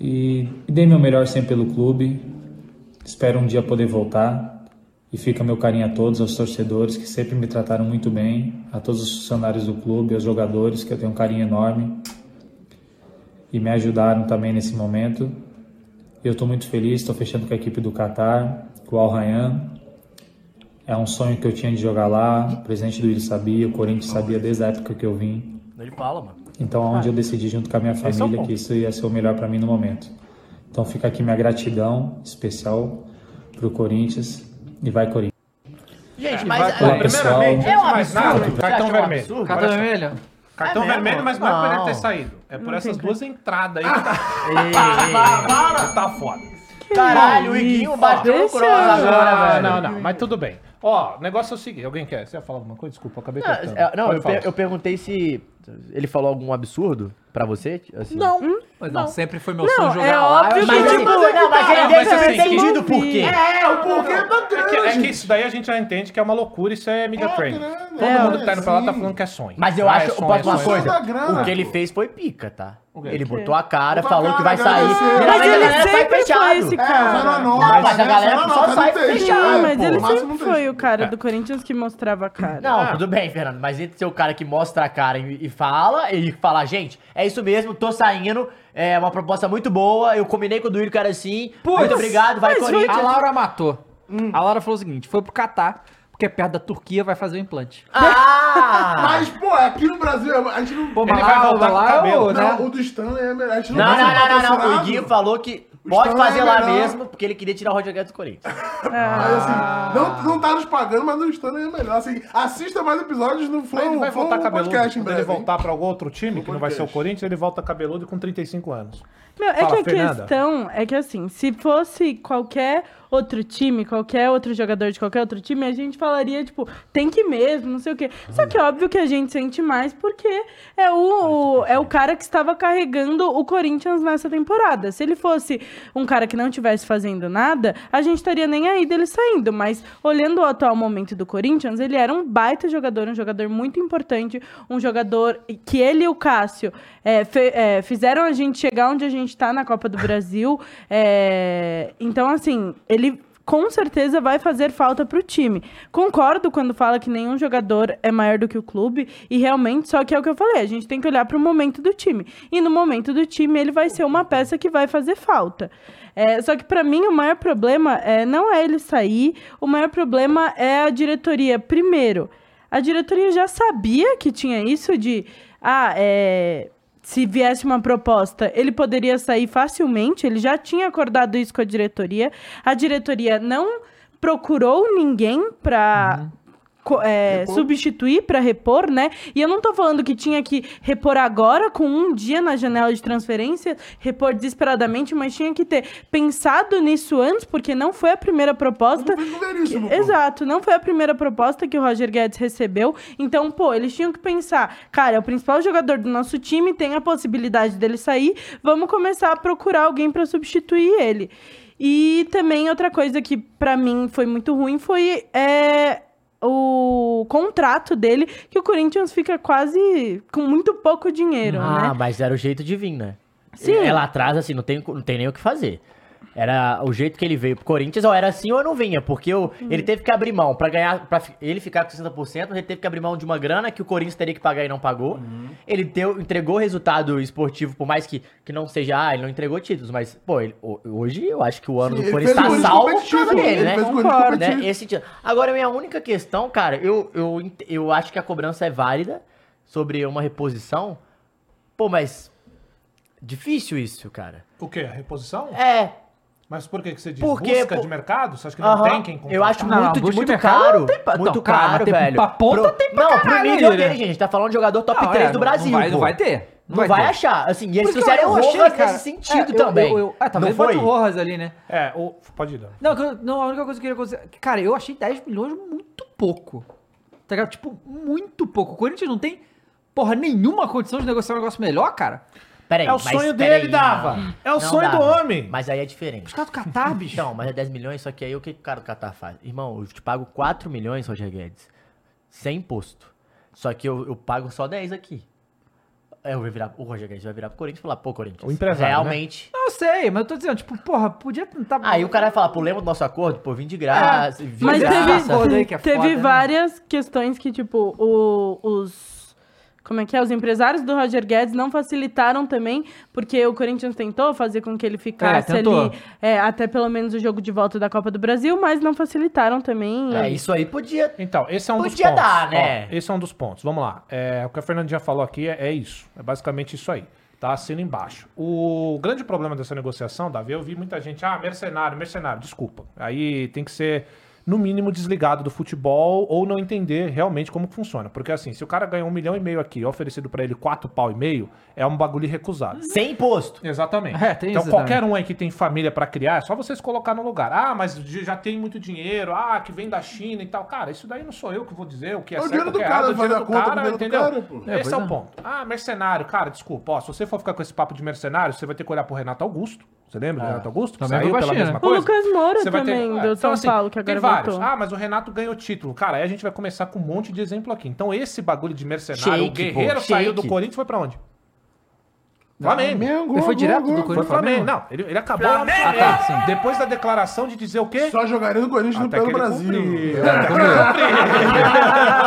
Speaker 11: E e dei meu melhor sempre pelo clube. Espero um dia poder voltar. E fica meu carinho a todos, aos torcedores que sempre me trataram muito bem, a todos os funcionários do clube, aos jogadores que eu tenho um carinho enorme e me ajudaram também nesse momento. Eu estou muito feliz, estou fechando com a equipe do Qatar, com o Al Rayyan. É um sonho que eu tinha de jogar lá, o presidente do Willis sabia, o Corinthians sabia desde a época que eu vim.
Speaker 2: Ele fala, mano.
Speaker 11: Então, onde eu decidi junto com a minha
Speaker 5: Ah. é o
Speaker 11: família
Speaker 5: ponto.
Speaker 11: que isso ia ser o melhor para mim no momento. Então, fica aqui minha gratidão especial pro Corinthians e vai Corinthians.
Speaker 2: Gente,
Speaker 5: Vai,
Speaker 2: mas...
Speaker 5: Talvo.
Speaker 11: é, pessoal.
Speaker 5: primeiramente,
Speaker 2: É um
Speaker 5: antes de mais
Speaker 2: absurdo.
Speaker 5: nada,
Speaker 2: Você acha
Speaker 5: cartão
Speaker 2: um
Speaker 5: vermelho.
Speaker 2: absurdo?
Speaker 1: Cartão
Speaker 5: Olha só.
Speaker 1: vermelho?
Speaker 5: Cartão
Speaker 2: É mesmo?
Speaker 5: vermelho, mas não, é por ele
Speaker 2: Não.
Speaker 5: ter saído. É por essas duas
Speaker 2: (laughs)
Speaker 5: entradas aí. tá-
Speaker 2: Ei,
Speaker 5: Para! Tá foda.
Speaker 2: Caralho, o Iguinho bateu no
Speaker 4: Esse
Speaker 2: cross
Speaker 4: é-
Speaker 2: agora,
Speaker 5: Não,
Speaker 2: velho.
Speaker 5: não, não, mas tudo bem. Ó, o negócio é o seguinte: alguém quer? Você ia falar alguma coisa? Desculpa, eu acabei
Speaker 2: Não,
Speaker 5: cortando.
Speaker 2: é, Não,
Speaker 5: Pode
Speaker 2: eu,
Speaker 5: falar.
Speaker 2: per- eu perguntei se ele falou algum absurdo pra você. assim.
Speaker 1: Não. Mas não, sempre foi meu
Speaker 4: Não,
Speaker 1: sonho jogar
Speaker 4: é
Speaker 1: lá.
Speaker 4: óbvio
Speaker 1: eu
Speaker 4: que,
Speaker 1: joguei.
Speaker 4: tipo,
Speaker 2: não, mas ele
Speaker 5: mas
Speaker 2: deve
Speaker 5: assim,
Speaker 2: ter
Speaker 5: que-
Speaker 2: entendido por quê.
Speaker 3: É, o porquê é
Speaker 5: É
Speaker 3: bacana.
Speaker 5: que, é que isso daí a gente já entende que é uma loucura, isso é mídia training.
Speaker 3: grana,
Speaker 5: Todo
Speaker 3: é,
Speaker 5: mundo que tá indo pra lá
Speaker 3: sim.
Speaker 5: tá falando que é sonho.
Speaker 2: Mas eu
Speaker 5: Ah,
Speaker 2: acho,
Speaker 5: é sonho,
Speaker 2: posso falar uma
Speaker 5: sonho.
Speaker 3: sonho.
Speaker 2: coisa?
Speaker 3: Isso dá grana,
Speaker 2: o que ele
Speaker 3: pô.
Speaker 2: fez foi pica, tá?
Speaker 5: quê?
Speaker 2: Ele botou a cara,
Speaker 3: Botou a
Speaker 2: falou que vai
Speaker 3: cara,
Speaker 2: sair.
Speaker 3: agradeceu.
Speaker 2: Geralmente
Speaker 4: Mas
Speaker 2: a
Speaker 4: ele
Speaker 2: galera sai
Speaker 4: sempre
Speaker 2: fechado.
Speaker 4: foi esse
Speaker 3: É,
Speaker 4: cara.
Speaker 3: não, não,
Speaker 2: Não, mas a galera só sai
Speaker 4: Não,
Speaker 2: fechado,
Speaker 4: mas
Speaker 2: pô.
Speaker 4: ele
Speaker 3: né? Márcio
Speaker 4: sempre
Speaker 3: não
Speaker 4: foi
Speaker 3: deixa.
Speaker 4: então, é, o cara do Corinthians que mostrava a cara.
Speaker 2: Não, tudo bem, Fernando, mas entre ser o cara que mostra a cara e e fala, e falar, gente, é isso mesmo, tô saindo, é uma proposta muito boa, eu combinei com o Duílio, cara, assim,
Speaker 1: Putz,
Speaker 2: muito obrigado, vai
Speaker 4: mas foi-
Speaker 1: A
Speaker 2: Corinthians.
Speaker 1: Laura matou.
Speaker 5: Hum.
Speaker 1: A Laura falou o seguinte: foi pro Catar, porque é perto da Turquia, vai fazer o implante.
Speaker 2: Ah!
Speaker 3: Mas, pô, aqui no Brasil, a gente não...
Speaker 1: Pô,
Speaker 5: Ele
Speaker 1: mas
Speaker 5: vai
Speaker 1: lá, lá,
Speaker 5: voltar com
Speaker 1: lá,
Speaker 5: o cabelo.
Speaker 1: eu- né?
Speaker 3: Não, o do Stanley é melhor. A gente
Speaker 2: Não, não, não, não, não, o
Speaker 3: patrocinado.
Speaker 2: Iguinho falou que
Speaker 3: O
Speaker 2: pode
Speaker 3: Stan é
Speaker 2: fazer lá
Speaker 3: melhor.
Speaker 2: mesmo, porque ele queria tirar o Roger Guedes do Corinthians.
Speaker 3: Mas, assim, não, não tá nos pagando, mas o Stanley é melhor. Assim, assista mais episódios no Flow,
Speaker 5: Aí ele vai
Speaker 3: Flow
Speaker 5: voltar cabeludo.
Speaker 3: Podcast em
Speaker 5: Quando
Speaker 3: breve.
Speaker 5: ele voltar pra algum outro time, que não vai ser o
Speaker 3: podcast.
Speaker 5: Corinthians, ele volta cabeludo com 35 anos.
Speaker 4: Meu, é
Speaker 5: Fala,
Speaker 4: que a
Speaker 5: Fernanda.
Speaker 4: questão é que assim, se fosse qualquer outro time, qualquer outro jogador de qualquer outro time, a gente falaria, tipo, tem que ir mesmo, não sei o quê. Só que é óbvio que a gente sente mais porque é o, o- é o cara que estava carregando o Corinthians nessa temporada. Se ele fosse um cara que não tivesse fazendo nada, a gente estaria nem aí dele saindo. Mas olhando o atual momento do Corinthians, ele era um baita jogador, um jogador muito importante, um jogador que ele e o Cássio é, fe- é, fizeram a gente chegar onde a gente tá na Copa do Brasil. É, então, assim, ele com certeza vai fazer falta pro time. Concordo quando fala que nenhum jogador é maior do que o clube e realmente só que é o que eu falei, a gente tem que olhar pro momento do time. E no momento do time ele vai ser uma peça que vai fazer falta. É, só que pra mim o maior problema é, não é ele sair, o maior problema é a diretoria primeiro. A diretoria já sabia que tinha isso de ah, é se viesse uma proposta, ele poderia sair facilmente. Ele já tinha acordado isso com a diretoria. A diretoria não procurou ninguém para co- é, substituir para repor, né? E eu não tô falando que tinha que repor agora, com um dia na janela de transferência, repor desesperadamente, mas tinha que ter pensado nisso antes, porque não foi a primeira proposta. que- Exato, não foi a primeira proposta que o Roger Guedes recebeu. Então, pô, eles tinham que pensar, cara, é o principal jogador do nosso time, tem a possibilidade dele sair, vamos começar a procurar alguém para substituir ele. E também outra coisa que pra mim foi muito ruim foi é, o contrato dele, que o Corinthians fica quase com muito pouco dinheiro,
Speaker 2: Ah,
Speaker 4: né?
Speaker 2: mas era o jeito de vir, né?
Speaker 4: Sim.
Speaker 2: Ela atrás, assim, não tem, não tem nem o que fazer. Era o jeito que ele veio pro Corinthians, ou era assim ou não vinha, porque o, ele teve que abrir mão pra ganhar, para ele ficar com 60%, ele teve que abrir mão de uma grana que o Corinthians teria que pagar e não pagou. Ele deu, entregou resultado esportivo, por mais que, que não seja, ah, ele não entregou títulos, mas, pô, ele- ho- hoje eu acho que o ano do
Speaker 5: Sim, ele
Speaker 2: Corinthians
Speaker 5: fez o
Speaker 2: tá
Speaker 5: Corinthians
Speaker 2: salvo por
Speaker 5: competitivo,
Speaker 2: causa dele,
Speaker 5: ele
Speaker 2: né?
Speaker 5: fez o Corinthians
Speaker 2: Concordo, né?
Speaker 5: competitivo.
Speaker 2: Esse sentido. Agora, minha única questão, cara, eu, eu, ent- eu acho que a cobrança é válida sobre uma reposição, Pô, mas. Difícil isso, cara.
Speaker 5: O quê? A reposição?
Speaker 2: É.
Speaker 5: Mas por que, que você diz?
Speaker 2: Porque,
Speaker 5: busca
Speaker 2: pô-
Speaker 5: de mercado? Você acha que não
Speaker 2: Aham.
Speaker 5: tem quem
Speaker 2: Eu acho
Speaker 5: contratar?
Speaker 2: muito, muito caro. muito caro, velho. Pro- Não, pro nível dele, gente. Tá falando de jogador top
Speaker 1: Não, é,
Speaker 2: 3 do
Speaker 1: não- não
Speaker 2: Brasil.
Speaker 1: vai- não
Speaker 2: pô.
Speaker 1: vai ter. Não
Speaker 2: Não,
Speaker 1: vai
Speaker 2: vai,
Speaker 1: ter.
Speaker 2: achar. Assim, e
Speaker 1: Por
Speaker 2: eles
Speaker 1: isso que
Speaker 2: fizeram
Speaker 1: eu achei,
Speaker 2: horror
Speaker 1: cara.
Speaker 2: nesse sentido
Speaker 1: É, eu-
Speaker 2: também.
Speaker 1: eu- eu- ah, talvez
Speaker 2: não foi?
Speaker 1: bota o Rojas ali, né?
Speaker 5: É, o... pode ir, Dan.
Speaker 1: Não, que eu- não, a única coisa que eu queria dizer. que, Cara, eu achei 10 milhões muito pouco. Tá ligado? Tipo, muito pouco. O Corinthians não tem, porra, nenhuma condição de negociar um negócio melhor, cara.
Speaker 2: Peraí,
Speaker 1: É o
Speaker 2: mas
Speaker 1: sonho
Speaker 2: peraí,
Speaker 1: dele, Dava.
Speaker 2: não.
Speaker 1: É o
Speaker 2: Não,
Speaker 1: sonho do homem.
Speaker 2: Mas aí é diferente. Os
Speaker 1: caras do Catar, (laughs) bicho.
Speaker 2: Não, mas é 10 milhões, só que aí o que o cara do Catar faz? Irmão, eu te pago 4 milhões, Roger Guedes, sem imposto. Só que eu, eu pago só 10 aqui. Aí Eu vou virar, o Roger Guedes vai virar pro Corinthians e falar, pô, Corinthians,
Speaker 1: O empresário, né?
Speaker 2: realmente...
Speaker 1: Não eu sei, mas eu tô dizendo, tipo, porra, podia tentar.
Speaker 2: Aí Ah, o cara vai falar, pô, lembra do nosso acordo? Pô, vim de graça.
Speaker 1: É,
Speaker 2: vim
Speaker 4: Mas
Speaker 2: de graça.
Speaker 4: teve, teve várias questões que, tipo, o- os. Como é que é? Os empresários do Roger Guedes não facilitaram também, porque o Corinthians tentou fazer com que ele ficasse
Speaker 2: É, tentou.
Speaker 4: ali é, até pelo menos o jogo de volta da Copa do Brasil, mas não facilitaram também.
Speaker 2: É, isso aí podia.
Speaker 5: Então, esse é um dos
Speaker 2: Podia
Speaker 5: pontos.
Speaker 2: dar, né?
Speaker 5: Ó, esse é um dos pontos. Vamos lá. É, o que a Fernandinha falou aqui é, é isso. É basicamente isso aí. Tá assina embaixo. O grande problema dessa negociação, Davi, eu vi muita gente, ah, mercenário, mercenário, desculpa. Aí tem que ser, no mínimo, desligado do futebol ou não entender realmente como que funciona. Porque assim, se o cara ganha um milhão e meio aqui, oferecido pra ele quatro pau e meio, é um bagulho recusado.
Speaker 2: Sem imposto.
Speaker 5: Exatamente.
Speaker 1: É, tem
Speaker 5: então
Speaker 1: isso
Speaker 5: qualquer
Speaker 1: também.
Speaker 5: um aí que tem família pra criar, é só vocês colocar no lugar. Ah, mas já tem muito dinheiro, ah, que vem da China e tal. Cara, isso daí não sou eu que vou dizer o que é,
Speaker 3: É o
Speaker 5: certo,
Speaker 3: dinheiro
Speaker 5: o
Speaker 3: do
Speaker 5: que é
Speaker 3: cara,
Speaker 5: errado, é o
Speaker 3: fazer
Speaker 5: dinheiro
Speaker 3: a conta do dinheiro do
Speaker 5: entendeu?
Speaker 3: cara, pô.
Speaker 5: Esse
Speaker 1: É,
Speaker 5: é, o
Speaker 1: pois é.
Speaker 5: ponto. Ah, mercenário, cara, desculpa. Ó, se você for ficar com esse papo de mercenário, você vai ter que olhar pro Renato Augusto. Você lembra do Renato Augusto? Que
Speaker 1: Também
Speaker 5: saiu
Speaker 1: foi pra
Speaker 5: pela
Speaker 1: China.
Speaker 5: mesma
Speaker 1: O
Speaker 5: coisa?
Speaker 4: Lucas Moura
Speaker 5: Você vai ter-
Speaker 4: também,
Speaker 5: é,
Speaker 4: do São Paulo, que
Speaker 5: tem
Speaker 4: agora
Speaker 5: vários.
Speaker 4: voltou.
Speaker 5: Ah, mas o Renato ganhou título. Cara, aí a gente vai começar com um monte de exemplo aqui. Então esse bagulho de mercenário, o
Speaker 2: Shake, pô,
Speaker 5: Guerreiro saiu
Speaker 2: shake.
Speaker 5: do Corinthians foi pra onde?
Speaker 3: é
Speaker 1: Não,
Speaker 5: Flamengo.
Speaker 1: Flamengo, Ele foi direto do
Speaker 5: Foi
Speaker 1: Corinthians pro
Speaker 5: Flamengo.
Speaker 1: Flamengo?
Speaker 5: Não, ele, ele acabou.
Speaker 1: Flamengo!
Speaker 5: Ah, tá, sim.
Speaker 1: É.
Speaker 5: Depois da declaração de dizer o quê?
Speaker 3: Só jogaria no Corinthians no
Speaker 5: Até
Speaker 3: pelo
Speaker 5: que ele
Speaker 3: Brasil.
Speaker 5: cumpriu.
Speaker 3: É, até que ele
Speaker 5: (laughs)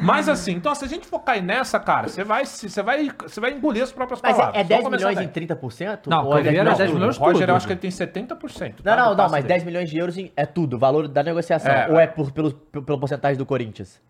Speaker 5: Mas assim, então se a gente focar aí nessa, cara, você vai, se- você vai, você vai engolir as próprias
Speaker 2: Mas
Speaker 5: palavras.
Speaker 2: é, é
Speaker 5: Só
Speaker 2: 10
Speaker 5: começar
Speaker 2: milhões
Speaker 5: daí.
Speaker 2: em 30%?
Speaker 5: Não,
Speaker 2: Ou é
Speaker 5: Caveira, 10
Speaker 2: tudo?
Speaker 5: milhões O Roger, tudo. eu acho que ele tem 70%,
Speaker 2: Não,
Speaker 5: tá?
Speaker 2: não,
Speaker 5: Do
Speaker 2: não,
Speaker 5: passe
Speaker 2: mas
Speaker 5: dele.
Speaker 2: 10 milhões de euros em- é tudo, o valor da negociação.
Speaker 5: É.
Speaker 2: Ou é por, pelo, pelo, pela porcentagem do Corinthians?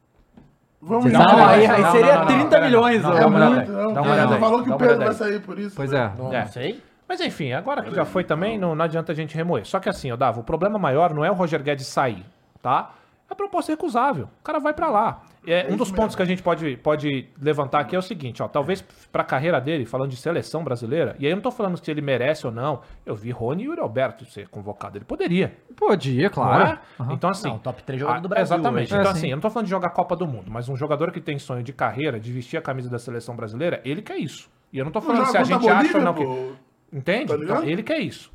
Speaker 3: Vamos
Speaker 2: Você
Speaker 3: dar
Speaker 2: sabe?
Speaker 3: uma
Speaker 2: Aí-
Speaker 3: olhada.
Speaker 2: aí
Speaker 3: Não, não,
Speaker 2: seria
Speaker 3: não, não,
Speaker 2: 30
Speaker 3: pera aí.
Speaker 2: milhões,
Speaker 3: Não,
Speaker 2: ó.
Speaker 3: dá uma
Speaker 2: Dá
Speaker 3: olhada aí.
Speaker 5: Dá uma olhada aí.
Speaker 3: falou que
Speaker 5: Dá
Speaker 3: o
Speaker 5: uma olhada
Speaker 3: Pedro vai
Speaker 5: aí.
Speaker 3: sair por isso.
Speaker 1: né?
Speaker 3: né?
Speaker 1: Pois é.
Speaker 5: É. Mas enfim, agora que já foi também, não, não adianta a gente remoer. Só que assim, ó, Dava, o problema maior não é o Roger Guedes sair, tá? É a proposta recusável. O cara vai pra lá. É, um dos pontos que a gente pode, pode levantar aqui é o seguinte, ó, talvez pra carreira dele, falando de seleção brasileira, e aí eu não tô falando se ele merece ou não, eu vi Rony e Yuri Alberto ser convocado, ele poderia.
Speaker 1: Podia,
Speaker 5: não
Speaker 1: claro.
Speaker 5: é? Então assim, top 3
Speaker 2: jogador do Brasil
Speaker 5: Exatamente.
Speaker 2: hoje.
Speaker 5: Então
Speaker 2: É, sim.
Speaker 5: assim, eu não tô falando de jogar Copa do Mundo, mas um jogador que tem sonho de carreira, de vestir a camisa da seleção brasileira, ele quer isso. E eu não tô
Speaker 3: Não,
Speaker 5: falando
Speaker 3: joga
Speaker 5: se a
Speaker 3: contra a
Speaker 5: gente acha
Speaker 3: Bolívia,
Speaker 5: ou não
Speaker 3: pô.
Speaker 5: que... Entende?
Speaker 3: Tá ligado?
Speaker 5: Então, ele quer isso.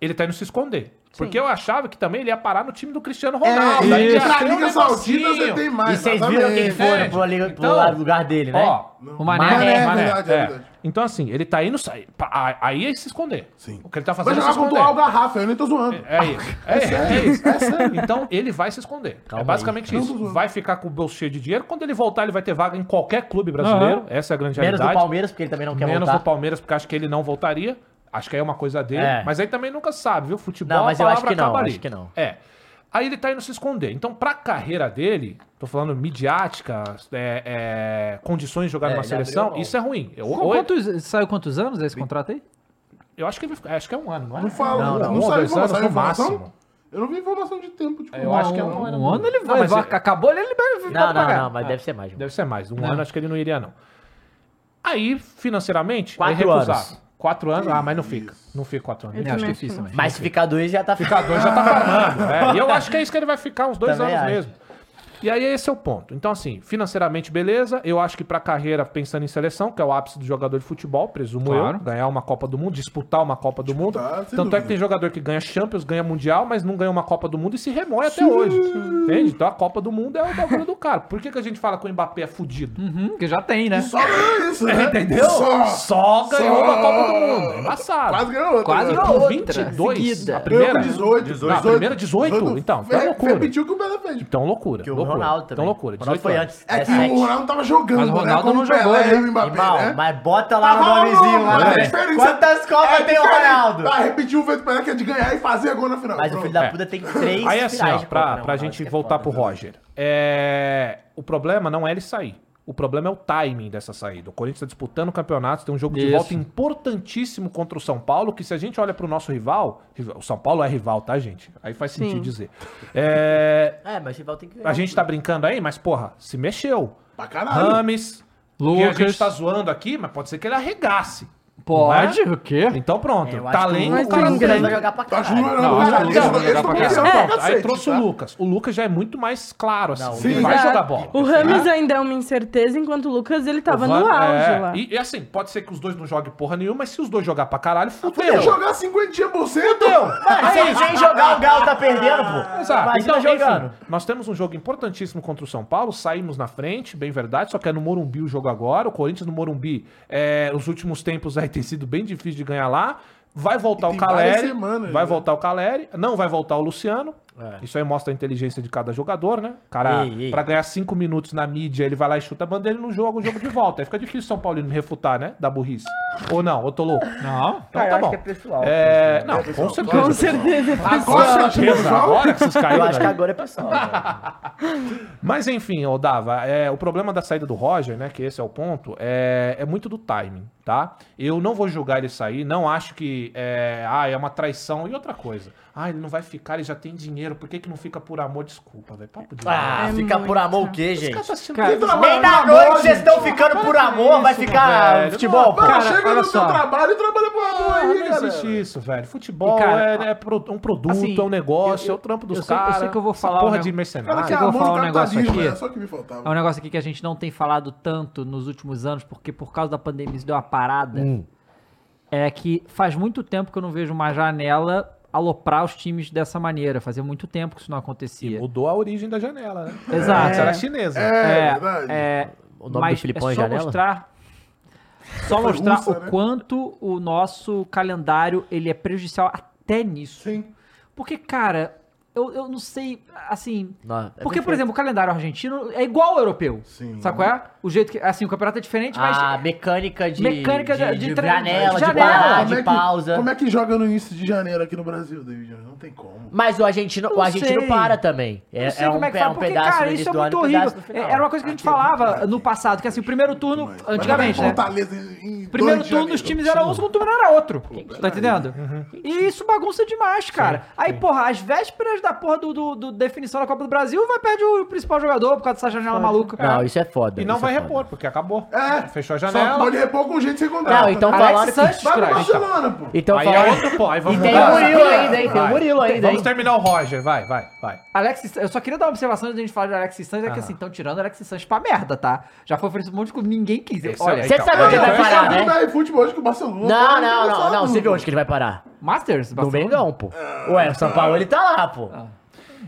Speaker 5: Ele tá indo se esconder. Porque eu achava que também ele ia parar no time do Cristiano Ronaldo.
Speaker 3: É,
Speaker 5: Aí
Speaker 3: isso.
Speaker 5: já
Speaker 3: Pra
Speaker 5: tem um
Speaker 3: Liga Saudita
Speaker 5: negocinho.
Speaker 3: você tem mais,
Speaker 2: E vocês viram quem foram pro, ali- pro
Speaker 5: Então,
Speaker 2: lado do lugar dele, né?
Speaker 5: Ó,
Speaker 2: o Mané.
Speaker 5: Mané,
Speaker 2: Mané,
Speaker 5: Mané,
Speaker 2: verdade,
Speaker 5: é.
Speaker 2: é verdade.
Speaker 5: Então, assim, ele tá indo. sair- pa- a- Aí é se esconder. O que ele tá
Speaker 3: Vai
Speaker 5: fazendo é se
Speaker 3: jogar contra
Speaker 5: esconder.
Speaker 3: o Alga Rafa, eu nem tô zoando.
Speaker 5: É isso. É,
Speaker 3: É
Speaker 5: é
Speaker 3: sério.
Speaker 5: isso. É sério. Então ele vai se esconder. é basicamente
Speaker 3: aí.
Speaker 5: isso. Vai ficar com o bolso cheio de dinheiro. Quando ele voltar, ele vai ter vaga em qualquer clube brasileiro.
Speaker 2: Aham.
Speaker 5: Essa é a grande
Speaker 2: Menos do
Speaker 5: realidade.
Speaker 2: Palmeiras, porque ele também não quer
Speaker 5: Menos
Speaker 2: voltar.
Speaker 5: do Palmeiras, porque acho que ele não voltaria. Acho que aí é uma coisa dele.
Speaker 2: É.
Speaker 5: Mas aí também nunca sabe, viu? Futebol
Speaker 2: Não, mas
Speaker 5: a
Speaker 2: eu acho
Speaker 5: palavra
Speaker 2: que não,
Speaker 5: acaba
Speaker 2: acho
Speaker 5: ali.
Speaker 2: que não.
Speaker 5: É. Aí ele tá indo se esconder. Então, pra carreira dele, tô falando midiática, é, é, condições de jogar
Speaker 1: É,
Speaker 5: numa
Speaker 1: ele abriu
Speaker 5: saiu,
Speaker 1: mão.
Speaker 5: isso é ruim. Eu,
Speaker 1: Qu-
Speaker 5: ou-
Speaker 1: quantos- saiu quantos anos esse contrato aí?
Speaker 5: eu acho que ele vai ficar- acho que é um ano, não é?
Speaker 3: Não fala, não,
Speaker 5: um ou
Speaker 3: saiu
Speaker 5: dois anos
Speaker 3: informação,
Speaker 5: no
Speaker 3: saiu informação?
Speaker 5: máximo.
Speaker 3: Eu não vi informação de tempo, tipo,
Speaker 5: É, eu acho que é um ano. Não, mas é-
Speaker 1: acabou, ele libera.
Speaker 5: Não,
Speaker 2: não, não, mas deve ser mais.
Speaker 5: Deve ser mais. Um
Speaker 2: Não.
Speaker 5: ano acho que ele não iria, não. Aí, financeiramente,
Speaker 2: Quatro
Speaker 5: é recusado.
Speaker 2: anos.
Speaker 5: Quatro anos? Ah, mas não fica. Não fica quatro anos.
Speaker 2: Eu
Speaker 5: Nem
Speaker 2: também
Speaker 5: fica.
Speaker 2: acho que não.
Speaker 5: Não
Speaker 2: Mas se ficar dois já tá
Speaker 5: Ficar dois já tá farmando. né? E eu acho que é isso que ele vai ficar uns dois
Speaker 2: Também
Speaker 5: anos
Speaker 2: acho.
Speaker 5: mesmo. E aí esse é o ponto. Então, assim, financeiramente, beleza. Eu acho que pra carreira, pensando em seleção, que é o ápice do jogador de futebol, presumo
Speaker 1: Claro.
Speaker 5: eu, ganhar uma Copa do Mundo, disputar uma Copa do Mundo. Tanto
Speaker 3: sem
Speaker 5: é que tem jogador que ganha Champions, ganha Mundial, mas não ganha uma Copa do Mundo e se remói até hoje. Entende? Então a Copa do Mundo é o bagulho do cara. Por que, que a gente fala que o Mbappé é fudido?
Speaker 1: Porque já tem, né?
Speaker 3: Só ganhou isso, né?
Speaker 5: Entendeu?
Speaker 3: Só,
Speaker 5: Só ganhou
Speaker 3: Só.
Speaker 5: uma Copa do Mundo. É embaçado.
Speaker 3: Quase ganhou outra.
Speaker 1: Quase
Speaker 3: né?
Speaker 1: ganhou
Speaker 5: Com
Speaker 1: outra,
Speaker 5: 22?
Speaker 1: seguida.
Speaker 5: A primeira?
Speaker 3: Ganhou com 18.
Speaker 5: Não, a primeira 18?
Speaker 3: 18.
Speaker 5: Então, então é
Speaker 3: Fe-
Speaker 5: loucura.
Speaker 3: Repetiu o que o Bela fez.
Speaker 5: Então loucura.
Speaker 2: Que o
Speaker 5: loucura.
Speaker 2: Ronaldo também.
Speaker 5: Então loucura.
Speaker 2: O Ronaldo
Speaker 5: 18
Speaker 2: foi
Speaker 5: anos.
Speaker 2: antes.
Speaker 3: É que
Speaker 2: 17.
Speaker 3: o Ronaldo tava jogando,
Speaker 1: Mas o
Speaker 3: né?
Speaker 1: Ronaldo
Speaker 3: Como
Speaker 1: não
Speaker 3: o Pelé
Speaker 1: jogou,
Speaker 3: e o Mbappé,
Speaker 2: Irmão,
Speaker 3: né?
Speaker 2: mas bota lá
Speaker 3: Tava
Speaker 2: no nomezinho
Speaker 3: maluco,
Speaker 2: lá,
Speaker 3: é
Speaker 2: velho.
Speaker 3: diferença.
Speaker 2: Quantas copas
Speaker 3: É
Speaker 2: tem o
Speaker 3: diferente.
Speaker 2: Ronaldo?
Speaker 3: Tá, repetiu o feito Pelé que é de ganhar e fazer gol na final.
Speaker 2: Mas o
Speaker 3: Pronto.
Speaker 2: filho da puta tem três
Speaker 5: Aí assim, ó,
Speaker 2: finais de Copa,
Speaker 5: pra,
Speaker 2: né,
Speaker 5: pra
Speaker 2: Ronaldo?
Speaker 5: gente
Speaker 2: Isso é
Speaker 5: voltar
Speaker 2: foda.
Speaker 5: pro Roger. É, o problema não é ele sair. O problema é o timing dessa saída. O Corinthians tá disputando o campeonato, tem um jogo de
Speaker 1: Isso.
Speaker 5: volta importantíssimo contra o São Paulo, que se a gente olha pro nosso rival, rival- o São Paulo é rival, tá, gente? Aí faz sentido
Speaker 4: Sim.
Speaker 5: dizer. É,
Speaker 2: É, mas o rival tem que ganhar.
Speaker 5: a gente tá brincando aí, mas porra, se mexeu.
Speaker 3: Pra caralho.
Speaker 5: Rames, que a
Speaker 1: Lucas.
Speaker 5: gente tá zoando aqui, mas pode ser que ele arregasse.
Speaker 1: Pode?
Speaker 5: Não é?
Speaker 1: O quê?
Speaker 5: Então pronto,
Speaker 2: É, eu acho
Speaker 5: talento
Speaker 2: que
Speaker 5: o
Speaker 2: o
Speaker 5: cara não
Speaker 2: Lucas
Speaker 5: tem.
Speaker 2: vai jogar pra
Speaker 3: Tá
Speaker 2: caralho.
Speaker 3: jogando pra
Speaker 5: Não, o
Speaker 3: caralho.
Speaker 5: Lucas
Speaker 3: Esse-
Speaker 5: vai
Speaker 3: esse
Speaker 5: jogar pra
Speaker 3: foi
Speaker 5: caralho. É,
Speaker 3: campeão pra
Speaker 5: Aí
Speaker 3: cacete,
Speaker 5: trouxe
Speaker 3: tá?
Speaker 5: o Lucas. O Lucas já é muito mais claro, assim.
Speaker 2: Não, o
Speaker 5: Ele
Speaker 2: Lucas-
Speaker 5: vai
Speaker 4: Exato.
Speaker 5: jogar bola. né?
Speaker 4: O Rames ainda é uma incerteza, enquanto o Lucas ele tava no auge
Speaker 5: é.
Speaker 4: lá.
Speaker 5: E, e assim, pode ser que os dois não joguem porra nenhuma, mas se os dois jogar pra caralho,
Speaker 3: Tem
Speaker 5: fudeu.
Speaker 3: que jogar 50%.
Speaker 2: Mano, sem, sem jogar o Galo tá perdendo, pô.
Speaker 5: Exato.
Speaker 2: Imagina
Speaker 5: Então,
Speaker 2: jogando.
Speaker 5: enfim, nós temos um jogo importantíssimo contra o São Paulo, saímos na frente, bem verdade, só que é no Morumbi o jogo agora, o Corinthians no Morumbi, é, os últimos tempos aí tem sido bem difícil de ganhar lá, vai voltar
Speaker 3: E
Speaker 5: o
Speaker 3: tem várias
Speaker 5: Caleri,
Speaker 3: semanas, né?
Speaker 5: vai
Speaker 3: É.
Speaker 5: voltar o Caleri, não vai voltar o Luciano, isso aí mostra a inteligência de cada jogador, né? O Cara,
Speaker 2: Ei, ei.
Speaker 5: pra ganhar cinco minutos na mídia, ele vai lá e chuta a bandeira e não joga o jogo de volta, aí fica difícil o São Paulino me refutar, né? Da burrice. Ou não, eu tô louco.
Speaker 1: Não.
Speaker 5: Então
Speaker 2: eu
Speaker 5: tá
Speaker 2: acho
Speaker 5: bom.
Speaker 2: que é pessoal.
Speaker 5: É, não, com certeza.
Speaker 4: Com certeza.
Speaker 3: Agora tá chegando o
Speaker 5: Beleza,
Speaker 3: jogo.
Speaker 5: Agora que vocês
Speaker 2: Eu
Speaker 5: caíram.
Speaker 2: acho que
Speaker 5: velho.
Speaker 2: agora é pessoal. velho.
Speaker 5: Mas enfim, ô Dava, é, o problema da saída do Roger, né? Que esse é o ponto, é, é muito do timing, tá? Eu não vou julgar ele sair, não acho que é, ah, é uma traição e outra coisa. Ah, ele não vai ficar, ele já tem dinheiro, por que, que não fica por amor? Desculpa, velho. Papo de
Speaker 2: Ah,
Speaker 5: velho.
Speaker 2: fica
Speaker 4: muito.
Speaker 2: por amor o quê,
Speaker 5: É Os
Speaker 2: gente?
Speaker 5: caras tá assistindo
Speaker 1: Cara,
Speaker 5: TV.
Speaker 2: Nem na noite vocês estão ficando por amor, vai ficar
Speaker 5: velho.
Speaker 2: futebol, pô.
Speaker 3: Cara,
Speaker 1: Cara,
Speaker 3: chega
Speaker 1: olha
Speaker 3: no seu
Speaker 1: só.
Speaker 3: trabalho e trabalha pro amor
Speaker 5: Ah,
Speaker 3: aí,
Speaker 5: não
Speaker 3: cara.
Speaker 5: existe isso, velho.
Speaker 1: né,
Speaker 5: Futebol
Speaker 1: E, cara,
Speaker 5: é, é pro- um produto,
Speaker 1: assim,
Speaker 5: é um negócio,
Speaker 1: eu-
Speaker 5: é o trampo
Speaker 1: eu
Speaker 5: dos
Speaker 1: sei- eu
Speaker 5: caras.
Speaker 1: sei que eu vou
Speaker 5: essa
Speaker 1: falar,
Speaker 5: porra
Speaker 1: né?
Speaker 5: de mercenário.
Speaker 2: Ah,
Speaker 3: Cara, que
Speaker 1: eu vou
Speaker 3: amor
Speaker 1: falar
Speaker 3: do
Speaker 1: um negócio
Speaker 3: capitalismo,
Speaker 1: aqui.
Speaker 3: é só o que me
Speaker 1: É
Speaker 3: faltava.
Speaker 1: um negócio aqui que a gente não tem falado tanto nos últimos anos, porque por causa da pandemia isso deu uma parada. É que faz muito tempo que eu não vejo uma janela aloprar os times dessa maneira. Fazia muito tempo que isso não acontecia.
Speaker 5: Mudou a origem da janela, né?
Speaker 1: é- Exato.
Speaker 5: Antes era chinesa.
Speaker 3: É,
Speaker 1: É,
Speaker 3: verdade.
Speaker 1: é,
Speaker 2: O nome
Speaker 1: mas
Speaker 2: do Filipão
Speaker 1: é
Speaker 2: é
Speaker 1: só
Speaker 2: janela?
Speaker 1: mostrar, só
Speaker 3: Foi
Speaker 1: mostrar
Speaker 3: russa,
Speaker 1: o
Speaker 3: né?
Speaker 1: quanto o nosso calendário ele é prejudicial até nisso.
Speaker 3: Sim.
Speaker 1: Porque, cara, eu, eu não sei, assim...
Speaker 2: Não, é
Speaker 1: porque, por
Speaker 2: perfeito.
Speaker 1: exemplo, o calendário argentino é igual ao europeu.
Speaker 3: Sim.
Speaker 1: Sabe qual é? O jeito que... Assim, o campeonato é diferente, mas...
Speaker 2: Ah, mecânica de.
Speaker 1: Mecânica de-
Speaker 2: de,
Speaker 1: de
Speaker 2: de,
Speaker 1: tre-
Speaker 2: janela,
Speaker 1: de
Speaker 2: de,
Speaker 1: janela.
Speaker 2: parar,
Speaker 3: Como é
Speaker 2: de
Speaker 3: que-
Speaker 2: pausa.
Speaker 3: Como é que joga no início de janeiro aqui no Brasil, David? Não tem como.
Speaker 2: Mas o argentino,
Speaker 1: Não
Speaker 2: o argentino
Speaker 1: sei.
Speaker 2: para também. É,
Speaker 1: não sei
Speaker 2: é um,
Speaker 1: como é que
Speaker 2: é
Speaker 1: fala,
Speaker 2: um
Speaker 1: porque,
Speaker 2: pedaço
Speaker 1: cara,
Speaker 2: no
Speaker 1: isso
Speaker 2: início
Speaker 1: é
Speaker 2: do ano,
Speaker 1: muito
Speaker 2: um pedaço
Speaker 1: horrível.
Speaker 2: no final.
Speaker 1: Era uma coisa que a gente falava no passado, que assim, o primeiro turno, antigamente, né?
Speaker 3: Fortaleza em, em
Speaker 1: Primeiro
Speaker 3: 2 de
Speaker 1: turno, os
Speaker 3: janeiro.
Speaker 1: times eram um, segundo turno era outro. Tá entendendo? E isso bagunça demais, cara. Aí, porra, às vésperas da porra do, do- do definição da Copa do Brasil, vai perder o principal jogador por causa dessa janela maluca.
Speaker 2: Não, isso é foda.
Speaker 5: E não
Speaker 2: isso
Speaker 5: vai
Speaker 2: é foda.
Speaker 5: repor, porque acabou.
Speaker 3: É.
Speaker 5: Fechou a
Speaker 3: Só
Speaker 5: janela.
Speaker 3: pode repor com gente sem contrato.
Speaker 2: Não, então
Speaker 1: Alex
Speaker 2: falaram
Speaker 1: Sanches,
Speaker 2: que.
Speaker 3: Vai pro
Speaker 5: Christ.
Speaker 3: Barcelona, pô.
Speaker 2: Então
Speaker 5: aí é
Speaker 2: falaram.
Speaker 5: outro, pô. Aí
Speaker 2: E
Speaker 5: vamos
Speaker 2: tem o
Speaker 1: um
Speaker 5: mudar.
Speaker 2: Murilo ainda, hein? Tem o
Speaker 5: Vai.
Speaker 2: Murilo ainda, hein?
Speaker 5: Vamos terminar o Roger, vai, vai, vai.
Speaker 1: Alex, eu só queria dar uma observação antes de a gente falar de Alex Sanches, é que
Speaker 5: Aham.
Speaker 1: assim, estão tirando Alex Sanches pra merda, tá? Já foi oferecido um monte de clube, ninguém quis.
Speaker 5: Esse
Speaker 1: Olha,
Speaker 5: é-
Speaker 2: Você
Speaker 5: Então,
Speaker 2: sabe onde ele vai
Speaker 5: então,
Speaker 2: parar, né?
Speaker 3: Vai futebol hoje com o Barcelona.
Speaker 2: Não,
Speaker 3: Tá
Speaker 2: não, não, não.
Speaker 3: engraçado.
Speaker 2: Você viu onde que ele vai parar?
Speaker 1: Masters?
Speaker 2: No
Speaker 1: Barcelona?
Speaker 2: Mengão, pô. Ué, o São Paulo ele tá lá, pô.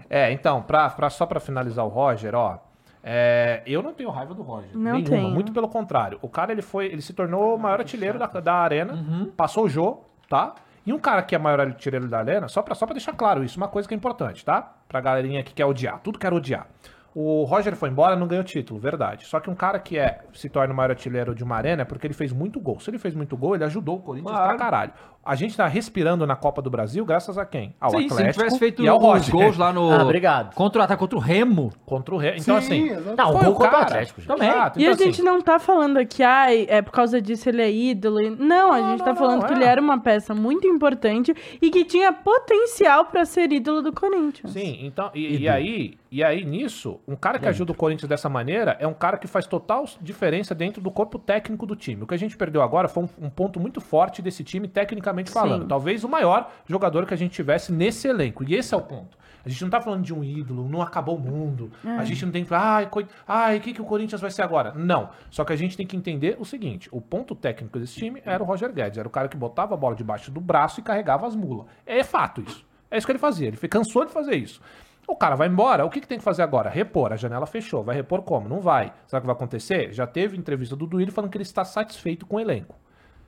Speaker 5: É, então, pra, pra- só pra finalizar o Roger, ó. é, eu não tenho raiva do Roger.
Speaker 4: Não
Speaker 5: nenhuma,
Speaker 4: tenho. Ah,
Speaker 5: Muito pelo contrário. O cara, ele foi. Ele se tornou o maior artilheiro da, da arena.
Speaker 1: Uhum.
Speaker 5: Passou o jogo, tá? E um cara que é maior artilheiro da arena, só pra, só pra deixar claro isso, uma coisa que é importante, tá? Pra galerinha que quer odiar, tudo quer odiar. O Roger foi embora, não ganhou título, verdade. Só que um cara que é, se torna o maior artilheiro de uma arena é porque ele fez muito gol. Se ele fez muito gol, ele ajudou o Corinthians pra caralho. A gente tá respirando na Copa do Brasil graças a quem? Ao
Speaker 1: Sim, se ele
Speaker 5: Atlético
Speaker 1: tivesse feito
Speaker 5: e ao
Speaker 1: os
Speaker 5: Roger.
Speaker 1: gols lá no.
Speaker 2: Ah, obrigado.
Speaker 1: Contra o ataque contra o Remo.
Speaker 5: Contra o Remo. Então, assim,
Speaker 2: exato. não, gol contra o Atlético, gente.
Speaker 1: Também.
Speaker 5: Exato,
Speaker 4: E a
Speaker 5: então,
Speaker 4: gente
Speaker 5: assim,
Speaker 4: não tá falando aqui, ai, é por causa disso ele é ídolo. e- Não, a gente tá falando
Speaker 3: é.
Speaker 4: que ele era uma peça muito importante e que tinha potencial pra ser ídolo do Corinthians.
Speaker 5: Sim, então, e, e aí, e aí nisso, um cara que ajuda o Corinthians dessa maneira é um cara que faz total diferença dentro do corpo técnico do time. O que a gente perdeu agora foi um, um ponto muito forte desse time, tecnicamente falando.
Speaker 4: Sim.
Speaker 5: Talvez o maior jogador que a gente tivesse nesse elenco. E esse é o ponto. A gente não tá falando de um ídolo, não acabou o mundo. A
Speaker 4: É.
Speaker 5: gente não tem que falar, ai, coi- ai, o que, que o Corinthians vai ser agora? Não. Só que a gente tem que entender o seguinte: o ponto técnico desse time era o Roger Guedes, era o cara que botava a bola debaixo do braço e carregava as mulas. É fato isso. É isso que ele fazia. Ele fe- cansou de fazer isso. O cara vai embora, o que, que tem que fazer agora? Repor, a janela fechou. Vai repor como? Não vai. Sabe o que vai acontecer? Já teve entrevista do Duílio falando que ele está satisfeito com o elenco.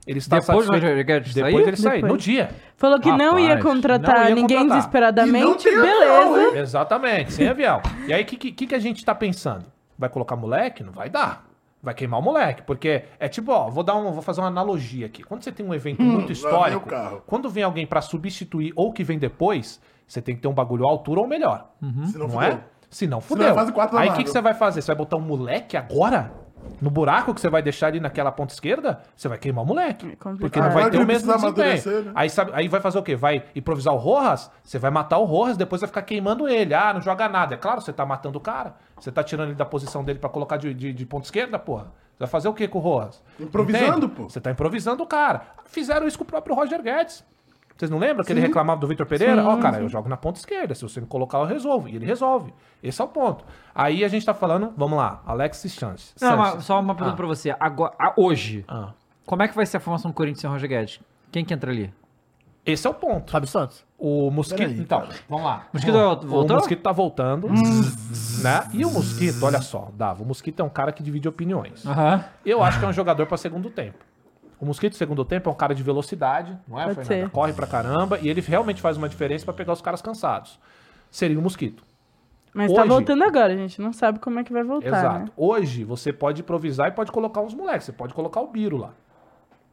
Speaker 5: Ele está
Speaker 1: Depois do
Speaker 5: satisfeito.
Speaker 1: Roger Guedes
Speaker 5: depois
Speaker 1: sair?
Speaker 5: ele sair,
Speaker 4: Depois.
Speaker 5: no dia.
Speaker 4: Falou que não
Speaker 5: Rapaz,
Speaker 4: ia contratar
Speaker 5: não ia
Speaker 4: ninguém
Speaker 3: E
Speaker 5: contratar.
Speaker 3: não
Speaker 4: desesperadamente,
Speaker 3: tem
Speaker 4: beleza.
Speaker 3: avião, hein?
Speaker 5: Exatamente, sem avião. E aí, o que, que, que a gente tá pensando? Vai colocar moleque? Não vai dar. Vai queimar o moleque, porque é tipo, ó, vou dar um, vou fazer uma analogia aqui. Quando você tem um evento muito histórico,
Speaker 3: Hum, o carro.
Speaker 5: quando vem alguém pra substituir ou que vem depois, você tem que ter um bagulho à altura ou melhor.
Speaker 3: Se não
Speaker 5: Não,
Speaker 3: for.
Speaker 5: é? Se
Speaker 3: Senão é
Speaker 5: não, fudeu.
Speaker 3: fase quatro da
Speaker 5: Aí o
Speaker 3: Marvel.
Speaker 5: que, que você vai fazer? Você vai botar um moleque agora? No buraco que você vai deixar ali naquela ponta esquerda? Você vai queimar o moleque.
Speaker 4: complicado.
Speaker 5: Porque não
Speaker 3: Ah,
Speaker 5: vai ter
Speaker 3: ele
Speaker 5: o mesmo
Speaker 3: precisa
Speaker 5: desempenho.
Speaker 3: amadurecer, né?
Speaker 5: Aí, sabe, aí vai fazer o quê? Vai improvisar o Rojas? Você vai matar o Rojas, depois vai ficar queimando ele. Ah, não joga nada. É claro, você tá matando o cara. Você tá tirando ele da posição dele pra colocar de, de, de ponta esquerda, porra. Você vai fazer o quê com o Rojas?
Speaker 3: Improvisando,
Speaker 5: Entende?
Speaker 3: pô.
Speaker 5: Você tá improvisando o cara. Fizeram isso com o próprio Roger Guedes. Vocês não lembram que ele reclamava do Vitor Pereira? Ó, cara, eu jogo na ponta esquerda. Se você me colocar, eu resolvo. E ele resolve. Esse é o ponto. Aí a gente tá falando, vamos lá, Alexis Chance.
Speaker 1: Não,
Speaker 5: Sanchez.
Speaker 1: mas só uma pergunta
Speaker 5: Ah.
Speaker 1: pra você. Agora, ah, hoje,
Speaker 5: Ah.
Speaker 1: como é que vai ser a formação do Corinthians sem Roger Guedes? Quem que entra ali?
Speaker 5: Esse é o ponto.
Speaker 2: Fábio Santos.
Speaker 5: O Mosquito. então, vamos lá.
Speaker 1: Mosquito
Speaker 5: Vamos.
Speaker 1: voltou?
Speaker 5: O Mosquito tá voltando. né? E o Mosquito, olha só, Dava. O Mosquito é um cara que divide opiniões.
Speaker 1: Aham.
Speaker 5: Eu acho que é um jogador pra segundo tempo. O Mosquito, segundo tempo, é um cara de velocidade, não é,
Speaker 4: Pode
Speaker 5: Fernanda?
Speaker 4: ser.
Speaker 5: Corre pra caramba e ele realmente faz uma diferença pra pegar os caras cansados. Seria o Mosquito.
Speaker 4: Mas tá
Speaker 5: Hoje-
Speaker 4: voltando agora, a gente não sabe como é que vai voltar,
Speaker 5: Exato.
Speaker 4: né?
Speaker 5: Hoje você pode improvisar e pode colocar uns moleques. Você pode colocar o Biro lá.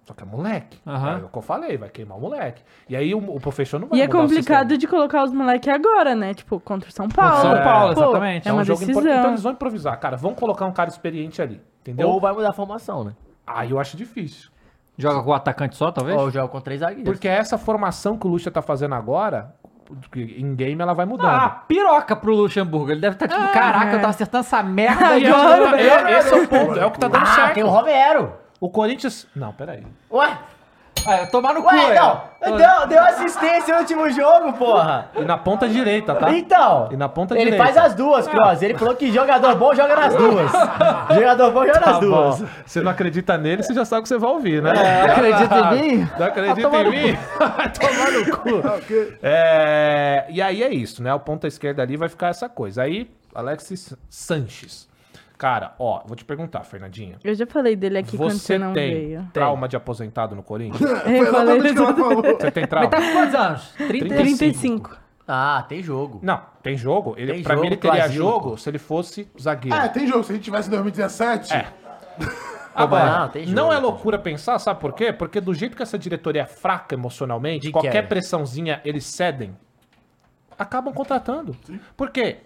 Speaker 5: Só que é moleque.
Speaker 1: Aham.
Speaker 5: É o que eu falei, vai queimar o moleque. E aí o, o professor não vai
Speaker 4: E é
Speaker 5: mudar o
Speaker 4: complicado
Speaker 5: sistema.
Speaker 4: de colocar os moleques agora, né? Tipo, contra o São Paulo.
Speaker 1: São Paulo,
Speaker 4: Pô,
Speaker 1: exatamente.
Speaker 4: É
Speaker 5: um
Speaker 4: uma
Speaker 5: jogo
Speaker 4: decisão.
Speaker 5: importante. Então eles vão improvisar, cara. Vamos colocar um cara experiente ali. Entendeu?
Speaker 2: Ou vai mudar a formação, né?
Speaker 5: Aí eu acho difícil.
Speaker 1: Joga com o atacante só, talvez?
Speaker 2: Ou joga com três zagueiros.
Speaker 5: Porque essa formação que o Lucha tá fazendo agora, que em game ela vai mudando.
Speaker 1: Ah, piroca pro Luxemburgo. Ele deve estar tipo, caraca, eu tava acertando essa
Speaker 5: (laughs)
Speaker 4: Ah,
Speaker 1: merda aí.
Speaker 5: E é o que tá- é- esse é o ponto, é o que tá dando
Speaker 2: Ah, tem o
Speaker 5: certo.
Speaker 2: Romero.
Speaker 5: O Corinthians. Não, peraí.
Speaker 2: Ué,
Speaker 1: Ah, tomar no cu, é.
Speaker 2: ué, não. Deu, deu assistência no último jogo, porra.
Speaker 5: E na ponta direita, tá?
Speaker 2: Então.
Speaker 5: E na ponta
Speaker 2: ele
Speaker 5: direita.
Speaker 2: faz as duas, Cross. Ele falou que jogador bom joga nas duas. jogador bom joga nas
Speaker 5: Tá bom.
Speaker 2: duas.
Speaker 5: Você não acredita nele, você já sabe o que você vai ouvir, né?
Speaker 1: Não acredita em mim?
Speaker 5: Não acredita
Speaker 1: Vai tomar
Speaker 5: em
Speaker 1: no
Speaker 5: mim? (laughs) Vai tomar no cu. É, e aí é isso, né? O ponta esquerda ali vai ficar essa coisa. Aí, Alexis Sanches. Cara, ó, vou te perguntar, Fernandinha.
Speaker 4: Eu já falei dele aqui quando você
Speaker 5: Você
Speaker 4: não
Speaker 5: tem
Speaker 4: veio.
Speaker 5: trauma de aposentado no
Speaker 1: (laughs)
Speaker 5: Corinthians?
Speaker 3: Foi
Speaker 4: falei
Speaker 3: exatamente o que ela
Speaker 4: (laughs)
Speaker 3: falou.
Speaker 5: Você tem
Speaker 1: Mas
Speaker 5: trauma?
Speaker 1: tá com quantos anos? 30?
Speaker 5: 35.
Speaker 4: 35.
Speaker 2: Ah, tem jogo.
Speaker 5: Não, tem jogo. Ele,
Speaker 2: Tem
Speaker 5: pra
Speaker 2: jogo,
Speaker 5: mim, ele teria
Speaker 2: Brasil.
Speaker 5: jogo se ele fosse
Speaker 3: (laughs)
Speaker 5: zagueiro.
Speaker 3: É, tem jogo. Se a gente tivesse em 2017,
Speaker 5: É. Agora,
Speaker 2: Ah, não,
Speaker 5: não,
Speaker 2: tem jogo,
Speaker 5: é
Speaker 2: tem
Speaker 5: loucura pensar, sabe por quê? Porque do jeito que essa diretoria é fraca emocionalmente,
Speaker 2: De é?
Speaker 5: qualquer
Speaker 2: queda.
Speaker 5: pressãozinha eles cedem, acabam contratando. Por quê?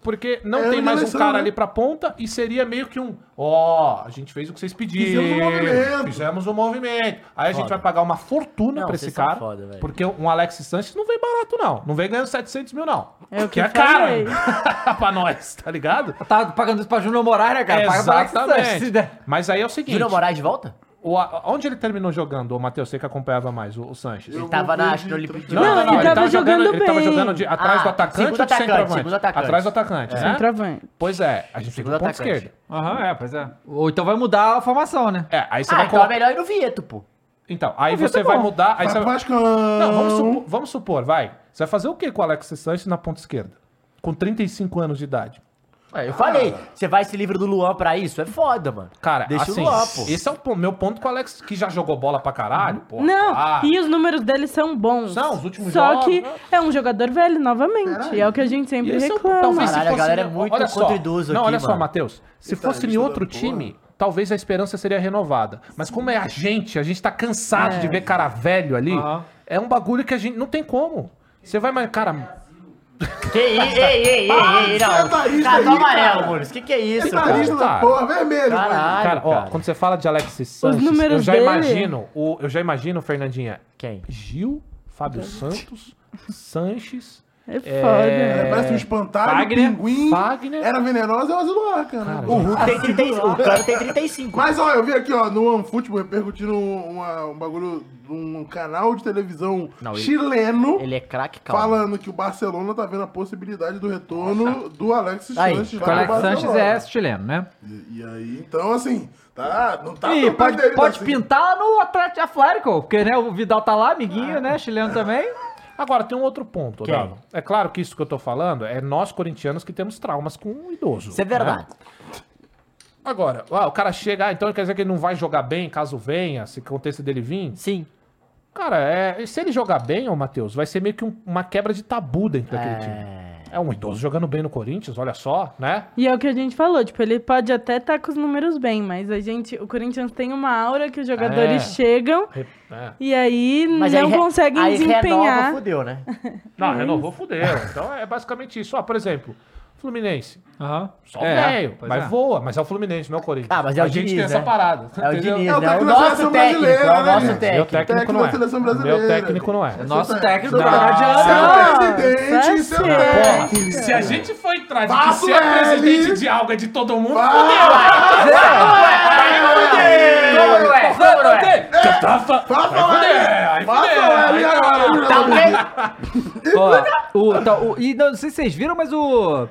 Speaker 5: Porque não
Speaker 3: É,
Speaker 5: tem
Speaker 3: eu
Speaker 5: mais um
Speaker 3: pensando,
Speaker 5: cara
Speaker 3: né?
Speaker 5: ali pra ponta e seria meio que um, ó, a gente fez o que vocês pediram.
Speaker 3: Fizemos um movimento.
Speaker 5: Fizemos um movimento. Aí a gente vai pagar uma fortuna
Speaker 2: Não,
Speaker 5: pra
Speaker 2: vocês
Speaker 5: esse
Speaker 2: são
Speaker 5: cara.
Speaker 2: foda, velho.
Speaker 5: porque um Alex Sanches não vem barato, não. Não vem ganhando 700 mil, não.
Speaker 4: É o que
Speaker 5: é
Speaker 4: eu falei.
Speaker 5: caro (laughs) pra nós, tá ligado?
Speaker 1: Tá pagando isso pra Júnior Moraes, né, cara? Paga pra Alex Sanches, né? se der.
Speaker 5: Exatamente. Mas aí é o seguinte.
Speaker 2: Júnior Moraes de volta?
Speaker 5: O, a- onde ele terminou jogando, o Matheus, você que acompanhava mais, o, o Sanches?
Speaker 3: Eu
Speaker 2: Ele tava
Speaker 3: vou
Speaker 2: na,
Speaker 3: ver
Speaker 2: acho que no
Speaker 3: de
Speaker 2: Olympique. de
Speaker 4: Não,
Speaker 2: Lyon.
Speaker 4: ele tava jogando
Speaker 5: Ele tava
Speaker 4: bem.
Speaker 5: jogando de- atrás
Speaker 2: Ah,
Speaker 5: do atacante
Speaker 2: segundo
Speaker 5: ou de
Speaker 2: atacante,
Speaker 5: centroavante?
Speaker 2: segundo atacante.
Speaker 5: Atrás do atacante, né?
Speaker 4: Centroavante.
Speaker 5: Pois é, a gente tem que ir
Speaker 2: Segundo
Speaker 5: ponta
Speaker 2: atacante.
Speaker 5: esquerda.
Speaker 1: Aham, é, pois é. Ou então vai mudar a formação, né?
Speaker 5: É, aí você
Speaker 2: Ah,
Speaker 5: vai
Speaker 2: então é
Speaker 5: colocar...
Speaker 2: melhor ir no Vieto, pô.
Speaker 5: Então, aí
Speaker 1: Vitor,
Speaker 5: você
Speaker 1: tá
Speaker 5: vai
Speaker 1: bom.
Speaker 5: mudar...
Speaker 3: Vai
Speaker 5: Aí você...
Speaker 3: pro
Speaker 5: vai-
Speaker 3: Vascão.
Speaker 5: Não, vamos
Speaker 3: um
Speaker 5: supor, vamos supor, vai. Você vai fazer o que com o Alex Sanches na ponta esquerda? Com 35 anos de idade.
Speaker 2: É, eu falei, você vai se livre do Luan pra isso? É foda, mano.
Speaker 5: Cara,
Speaker 2: Deixa
Speaker 5: assim,
Speaker 2: o Luan, pô.
Speaker 5: esse é o po- meu ponto com o Alex, que já jogou bola pra caralho, pô.
Speaker 4: Não,
Speaker 5: Ah,
Speaker 4: e os números dele são bons.
Speaker 5: São, os últimos
Speaker 4: Só
Speaker 5: jogos,
Speaker 4: que
Speaker 5: né?
Speaker 4: é um jogador velho, novamente. É o que a gente sempre
Speaker 5: esse é o-
Speaker 4: reclama.
Speaker 5: talvez se fosse-
Speaker 2: galera é muito
Speaker 5: olha só,
Speaker 2: contra idoso
Speaker 5: Não,
Speaker 2: aqui,
Speaker 5: olha só,
Speaker 2: mano.
Speaker 5: Matheus. Se
Speaker 2: Tá,
Speaker 5: fosse em
Speaker 2: isso da
Speaker 5: outro time, talvez a esperança seria renovada. Mas como é a gente, a gente tá cansado
Speaker 2: É.
Speaker 5: de ver cara velho ali. É um bagulho que a gente não tem como. Você vai, mas, cara.
Speaker 2: Que isso? Ei, ei, ei,
Speaker 5: Para
Speaker 2: ei,
Speaker 5: de ser
Speaker 2: não.
Speaker 5: atarista
Speaker 2: Cartão
Speaker 5: aí,
Speaker 2: amarelo,
Speaker 5: cara.
Speaker 2: Muros. Que que é isso,
Speaker 5: Atarista
Speaker 2: cara?
Speaker 5: da porra, vermelho,
Speaker 2: Caralho,
Speaker 5: cara, ó,
Speaker 2: cara.
Speaker 5: quando você fala de Alexis Sanches,
Speaker 2: números
Speaker 5: eu já
Speaker 2: dele-
Speaker 5: imagino, o, eu já imagino, Fernandinha.
Speaker 2: Quem?
Speaker 5: Gil, Fábio Santos, Sanches.
Speaker 4: É
Speaker 3: foda. Ela parece um espantalho,
Speaker 5: Fagner,
Speaker 3: pinguim.
Speaker 5: Fagner.
Speaker 3: Era venenosa, é o Azular, cara.
Speaker 5: Cara,
Speaker 3: o Hulk
Speaker 2: tem 35,
Speaker 3: Azular.
Speaker 2: o cara tem 35.
Speaker 3: Mas, ó, eu vi aqui, ó, no OneFootball repercutindo uma- um bagulho, um canal de televisão
Speaker 2: Não, ele-
Speaker 3: chileno
Speaker 2: Ele é craque, calma.
Speaker 3: falando que o Barcelona tá vendo a possibilidade do retorno do Alex
Speaker 1: Aí,
Speaker 3: Sanches.
Speaker 1: o Alex Sanches é
Speaker 3: essa.
Speaker 1: chileno, né?
Speaker 3: E aí, então, assim, tá, não tá
Speaker 1: Ih,
Speaker 3: tão
Speaker 1: pode,
Speaker 3: perto
Speaker 1: pode
Speaker 3: assim.
Speaker 1: pintar no Atlético Atlético, porque né, o Vidal tá lá, amiguinho, né? Chileno também.
Speaker 5: Agora, tem um outro ponto,
Speaker 1: Quem?
Speaker 5: Dava. É claro que isso que eu tô falando é nós corintianos que temos traumas com o idoso.
Speaker 2: Isso é verdade.
Speaker 5: né? Agora, ah, o cara chega, ah, então quer dizer que ele não vai jogar bem caso venha, se aconteça dele vir?
Speaker 2: Sim.
Speaker 5: Cara, é, se ele jogar bem, ô Matheus, vai ser meio que um- uma quebra de tabu dentro daquele Tá time. É um idoso jogando bem no Corinthians, olha só, né?
Speaker 4: E é o que a gente falou, tipo, ele pode até estar com os números bem, mas a gente, o Corinthians tem uma aura que os jogadores
Speaker 5: É.
Speaker 4: chegam
Speaker 5: Re- é.
Speaker 4: e aí
Speaker 2: Mas
Speaker 4: não
Speaker 2: aí re-
Speaker 4: conseguem
Speaker 2: aí renova,
Speaker 4: desempenhar.
Speaker 2: fudeu, né?
Speaker 5: Não, renovou, fudeu. Então é basicamente isso. Ó, por exemplo, Fluminense.
Speaker 1: Aham.
Speaker 5: Só
Speaker 1: É,
Speaker 5: velho,
Speaker 1: pois
Speaker 5: mas
Speaker 1: é.
Speaker 5: voa, mas é o Fluminense, não é o Corinthians.
Speaker 2: Ah, mas é o
Speaker 5: A gente
Speaker 2: Diniz,
Speaker 5: tem essa
Speaker 2: né?
Speaker 5: parada.
Speaker 2: É o
Speaker 5: entendeu?
Speaker 2: Diniz,
Speaker 3: É o
Speaker 2: né? O
Speaker 3: técnico da
Speaker 2: nosso
Speaker 3: seleção
Speaker 2: técnico, é
Speaker 3: brasileira,
Speaker 2: o
Speaker 3: né,
Speaker 2: nosso
Speaker 3: gente?
Speaker 2: técnico.
Speaker 5: Meu técnico
Speaker 3: Técnico
Speaker 5: não
Speaker 3: da seleção
Speaker 5: é.
Speaker 3: brasileira.
Speaker 5: Meu técnico não é.
Speaker 1: Nosso técnico
Speaker 3: Ah, Seu
Speaker 1: não adianta.
Speaker 3: presidente,
Speaker 4: Tá
Speaker 3: seu
Speaker 4: certo.
Speaker 3: técnico.
Speaker 5: Se a gente for entrar de que
Speaker 3: Faço
Speaker 5: ser
Speaker 3: L.
Speaker 5: presidente de algo é de todo mundo,
Speaker 2: Vamos, ué, vamos, ué. Talvez.
Speaker 1: Ó, o, tá, o- e não, sei se vocês viram, mas o.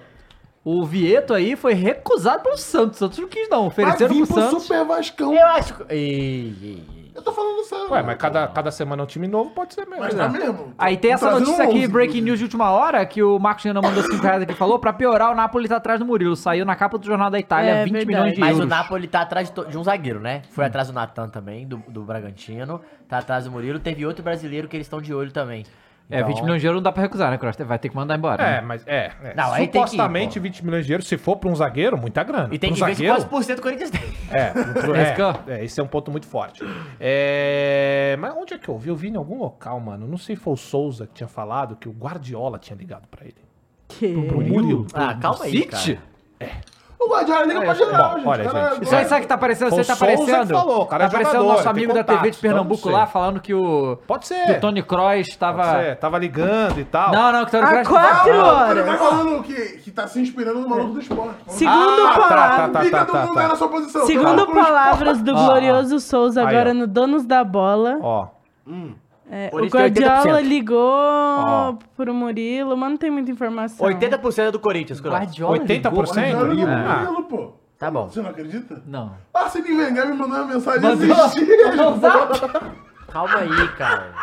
Speaker 1: O Vieto aí foi recusado pelo Santos. O Santos não quis, não. Ofereceram pro
Speaker 3: vir pro
Speaker 1: Santos.
Speaker 3: Super Vascão.
Speaker 2: Eu acho que... Ei, ei, ei.
Speaker 3: Eu tô falando sério.
Speaker 5: Ué, mas é. cada, cada semana é um time novo, pode ser mesmo. né?
Speaker 3: Mas tá mesmo.
Speaker 1: Aí tem essa
Speaker 3: Trazendo
Speaker 1: notícia
Speaker 3: um
Speaker 1: aqui,
Speaker 3: onze,
Speaker 1: breaking news de última hora, que o Marcos Renan mandou 5 reais aqui e falou, pra piorar, o Napoli tá atrás do Murilo. Saiu na capa do Jornal da Itália,
Speaker 4: É,
Speaker 1: 20
Speaker 4: verdade.
Speaker 1: milhões de
Speaker 2: Mas
Speaker 1: euros.
Speaker 2: o Napoli tá atrás de, to- de um zagueiro, né? Foi atrás do Natan também, do, do Bragantino. Tá atrás do Murilo. Teve outro brasileiro que eles estão de olho também.
Speaker 1: É, 20 milhões de euros não dá pra recusar, né, Cross? Vai ter que mandar embora.
Speaker 5: É,
Speaker 1: né?
Speaker 5: mas é. é.
Speaker 2: Não, aí tem que ir,
Speaker 5: Supostamente
Speaker 2: pô.
Speaker 5: 20 milhões de euros, se for pra um zagueiro, muita grana.
Speaker 2: E tem
Speaker 5: Pra um
Speaker 2: que ver se
Speaker 5: zagueiro,
Speaker 2: quantos por cento o Corinthians (laughs) tem.
Speaker 5: É, pro-
Speaker 1: Let's
Speaker 5: é, é, esse é um ponto muito forte. É, mas onde é que eu vi? Eu vi em algum local, mano. Não sei se foi o Souza que tinha falado que o Guardiola tinha ligado pra ele.
Speaker 4: Que-
Speaker 5: Pro Murilo.
Speaker 2: Ah, calma aí,
Speaker 1: City?
Speaker 2: cara.
Speaker 3: O Guardiola liga pra geral,
Speaker 5: Bom,
Speaker 3: gente. é
Speaker 5: olha,
Speaker 3: cara,
Speaker 5: gente,
Speaker 1: Isso aí, sabe que tá aparecendo? Você
Speaker 5: Foi
Speaker 1: tá
Speaker 5: o Souza que
Speaker 1: aparecendo?
Speaker 5: falou, o cara
Speaker 1: tá
Speaker 5: é
Speaker 1: aparecendo o
Speaker 5: jogador,
Speaker 1: nosso
Speaker 5: ele tem
Speaker 1: amigo da TV de
Speaker 5: contatos, então
Speaker 1: Pernambuco
Speaker 5: não sei.
Speaker 1: lá, falando que o,
Speaker 5: Pode
Speaker 1: que o
Speaker 5: ser.
Speaker 1: Tony Kroos
Speaker 5: Pode
Speaker 1: tava...
Speaker 5: ser. Tava ligando e tal.
Speaker 1: Não, não, que o Tony
Speaker 4: Há
Speaker 1: Kroos...
Speaker 4: quatro
Speaker 3: Ele vai
Speaker 4: horas.
Speaker 3: falando que, que tá se inspirando no maluco do esporte.
Speaker 4: Segundo,
Speaker 5: Ah, tá,
Speaker 4: palavra-
Speaker 5: tá, tá.
Speaker 3: Pica do mundo é na sua posição.
Speaker 4: segundo
Speaker 3: Tá.
Speaker 4: palavras do
Speaker 1: Ah.
Speaker 4: glorioso Souza
Speaker 5: Aí,
Speaker 4: agora
Speaker 5: ó.
Speaker 4: no Donos da Bola.
Speaker 5: Ó,
Speaker 4: É, o
Speaker 2: Corinthians tem
Speaker 4: Guardiola
Speaker 2: 80%.
Speaker 4: ligou
Speaker 5: Ó.
Speaker 4: pro Murilo, mas não tem muita informação.
Speaker 2: 80% é do Corinthians, Corinthians.
Speaker 1: Guardiola ligou?
Speaker 5: 80%?
Speaker 3: Guardiola liga pro
Speaker 5: Ah,
Speaker 3: Murilo, pô.
Speaker 2: Tá bom.
Speaker 3: Você não acredita?
Speaker 1: Não.
Speaker 3: Ah, se me vingar, me mandou uma mensagem
Speaker 1: Mandou?
Speaker 3: esses dias.
Speaker 2: Calma aí, cara.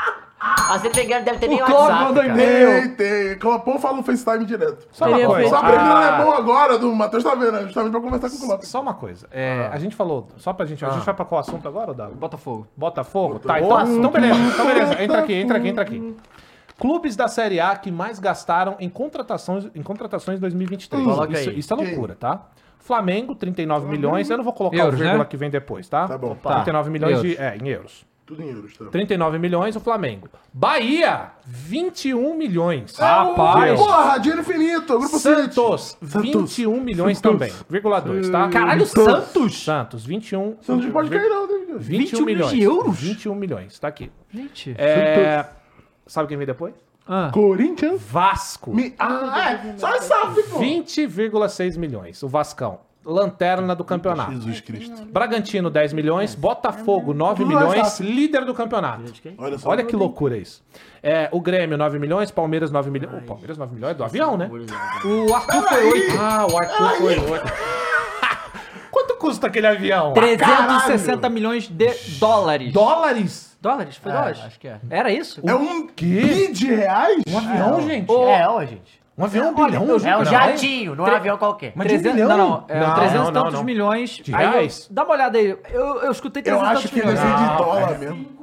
Speaker 2: A CTG deve ter
Speaker 1: O
Speaker 2: nem
Speaker 1: Cláudio
Speaker 2: WhatsApp,
Speaker 1: mandou
Speaker 2: cara.
Speaker 1: e-mail.
Speaker 3: Tem, tem. Clopão fala no FaceTime direto.
Speaker 5: Só uma
Speaker 4: Teria
Speaker 5: coisa.
Speaker 4: feito.
Speaker 3: Só aprendendo
Speaker 5: Ah,
Speaker 3: alemão agora do Matheus Taveira, justamente pra conversar com o Klopp.
Speaker 5: Só uma coisa. É, A gente falou, só pra gente. A gente vai pra qual assunto agora, Davi?
Speaker 1: Botafogo.
Speaker 5: Botafogo? Tá, então, então beleza, então beleza. Entra aqui, entra aqui, entra aqui. Clubes da Série A que mais gastaram em contratações em contratações 2023.
Speaker 2: Coloca
Speaker 5: isso,
Speaker 2: aí.
Speaker 5: isso é loucura, tá? Flamengo, 39 milhões. Eu não vou colocar
Speaker 1: Euros,
Speaker 5: o vírgula
Speaker 1: né?
Speaker 5: que vem depois, tá?
Speaker 3: Tá bom.
Speaker 5: Tá. 39 milhões
Speaker 1: Euros.
Speaker 5: de, é, em euros.
Speaker 3: Tudo em euros, tá?
Speaker 5: 39 milhões o Flamengo. Bahia, 21 milhões.
Speaker 1: Rapaz.
Speaker 3: É um Porra, dinheiro infinito, grupo
Speaker 5: Santos,
Speaker 3: City.
Speaker 5: 21 milhões também. Vírgula 2, tá?
Speaker 1: Caralho, Santos?
Speaker 5: Santos, 21.
Speaker 3: Santos não pode cair, não, David.
Speaker 5: 21 milhões
Speaker 1: de euros?
Speaker 5: 21 milhões, tá aqui.
Speaker 1: Gente.
Speaker 5: É, sabe quem vem depois?
Speaker 1: Ah.
Speaker 3: Corinthians.
Speaker 5: Vasco.
Speaker 3: Me... Ah, é. Só em SAF, pô.
Speaker 5: 20,6 milhões. O Vascão. Lanterna do campeonato.
Speaker 3: Jesus Cristo.
Speaker 5: Bragantino, 10 milhões. Botafogo, 9
Speaker 3: Tudo vai
Speaker 5: milhões.
Speaker 3: SAF.
Speaker 5: Líder do campeonato.
Speaker 3: Olha só.
Speaker 5: Olha que loucura isso. É, o Grêmio, 9 milhões. Palmeiras, 9 milhões. O Palmeiras, 9 milhões é do avião, né?
Speaker 1: O Arthur foi oito.
Speaker 5: Ah, o Arthur foi outro. (laughs) Quanto custa aquele avião?
Speaker 1: 360 milhões de dólares.
Speaker 5: Dólares?
Speaker 1: Dólares? Foi dólares?
Speaker 2: Acho que é.
Speaker 1: Era isso?
Speaker 3: É um bi de reais?
Speaker 5: Um avião, gente?
Speaker 2: É, ó, gente. É
Speaker 5: Um avião, um
Speaker 2: Olha,
Speaker 5: bilhão.
Speaker 2: eu juro que
Speaker 3: é
Speaker 2: não.
Speaker 3: um
Speaker 2: Tre-
Speaker 5: Mas
Speaker 1: Mas 300,
Speaker 5: de um bilhão?
Speaker 1: Não, não. É, 300 e
Speaker 5: não,
Speaker 1: tantos
Speaker 5: não.
Speaker 1: milhões.
Speaker 5: De
Speaker 1: Aí eu-
Speaker 5: reais?
Speaker 1: dá uma olhada aí. Eu, eu escutei 300
Speaker 3: tá
Speaker 1: e tantos milhões.
Speaker 3: mesmo.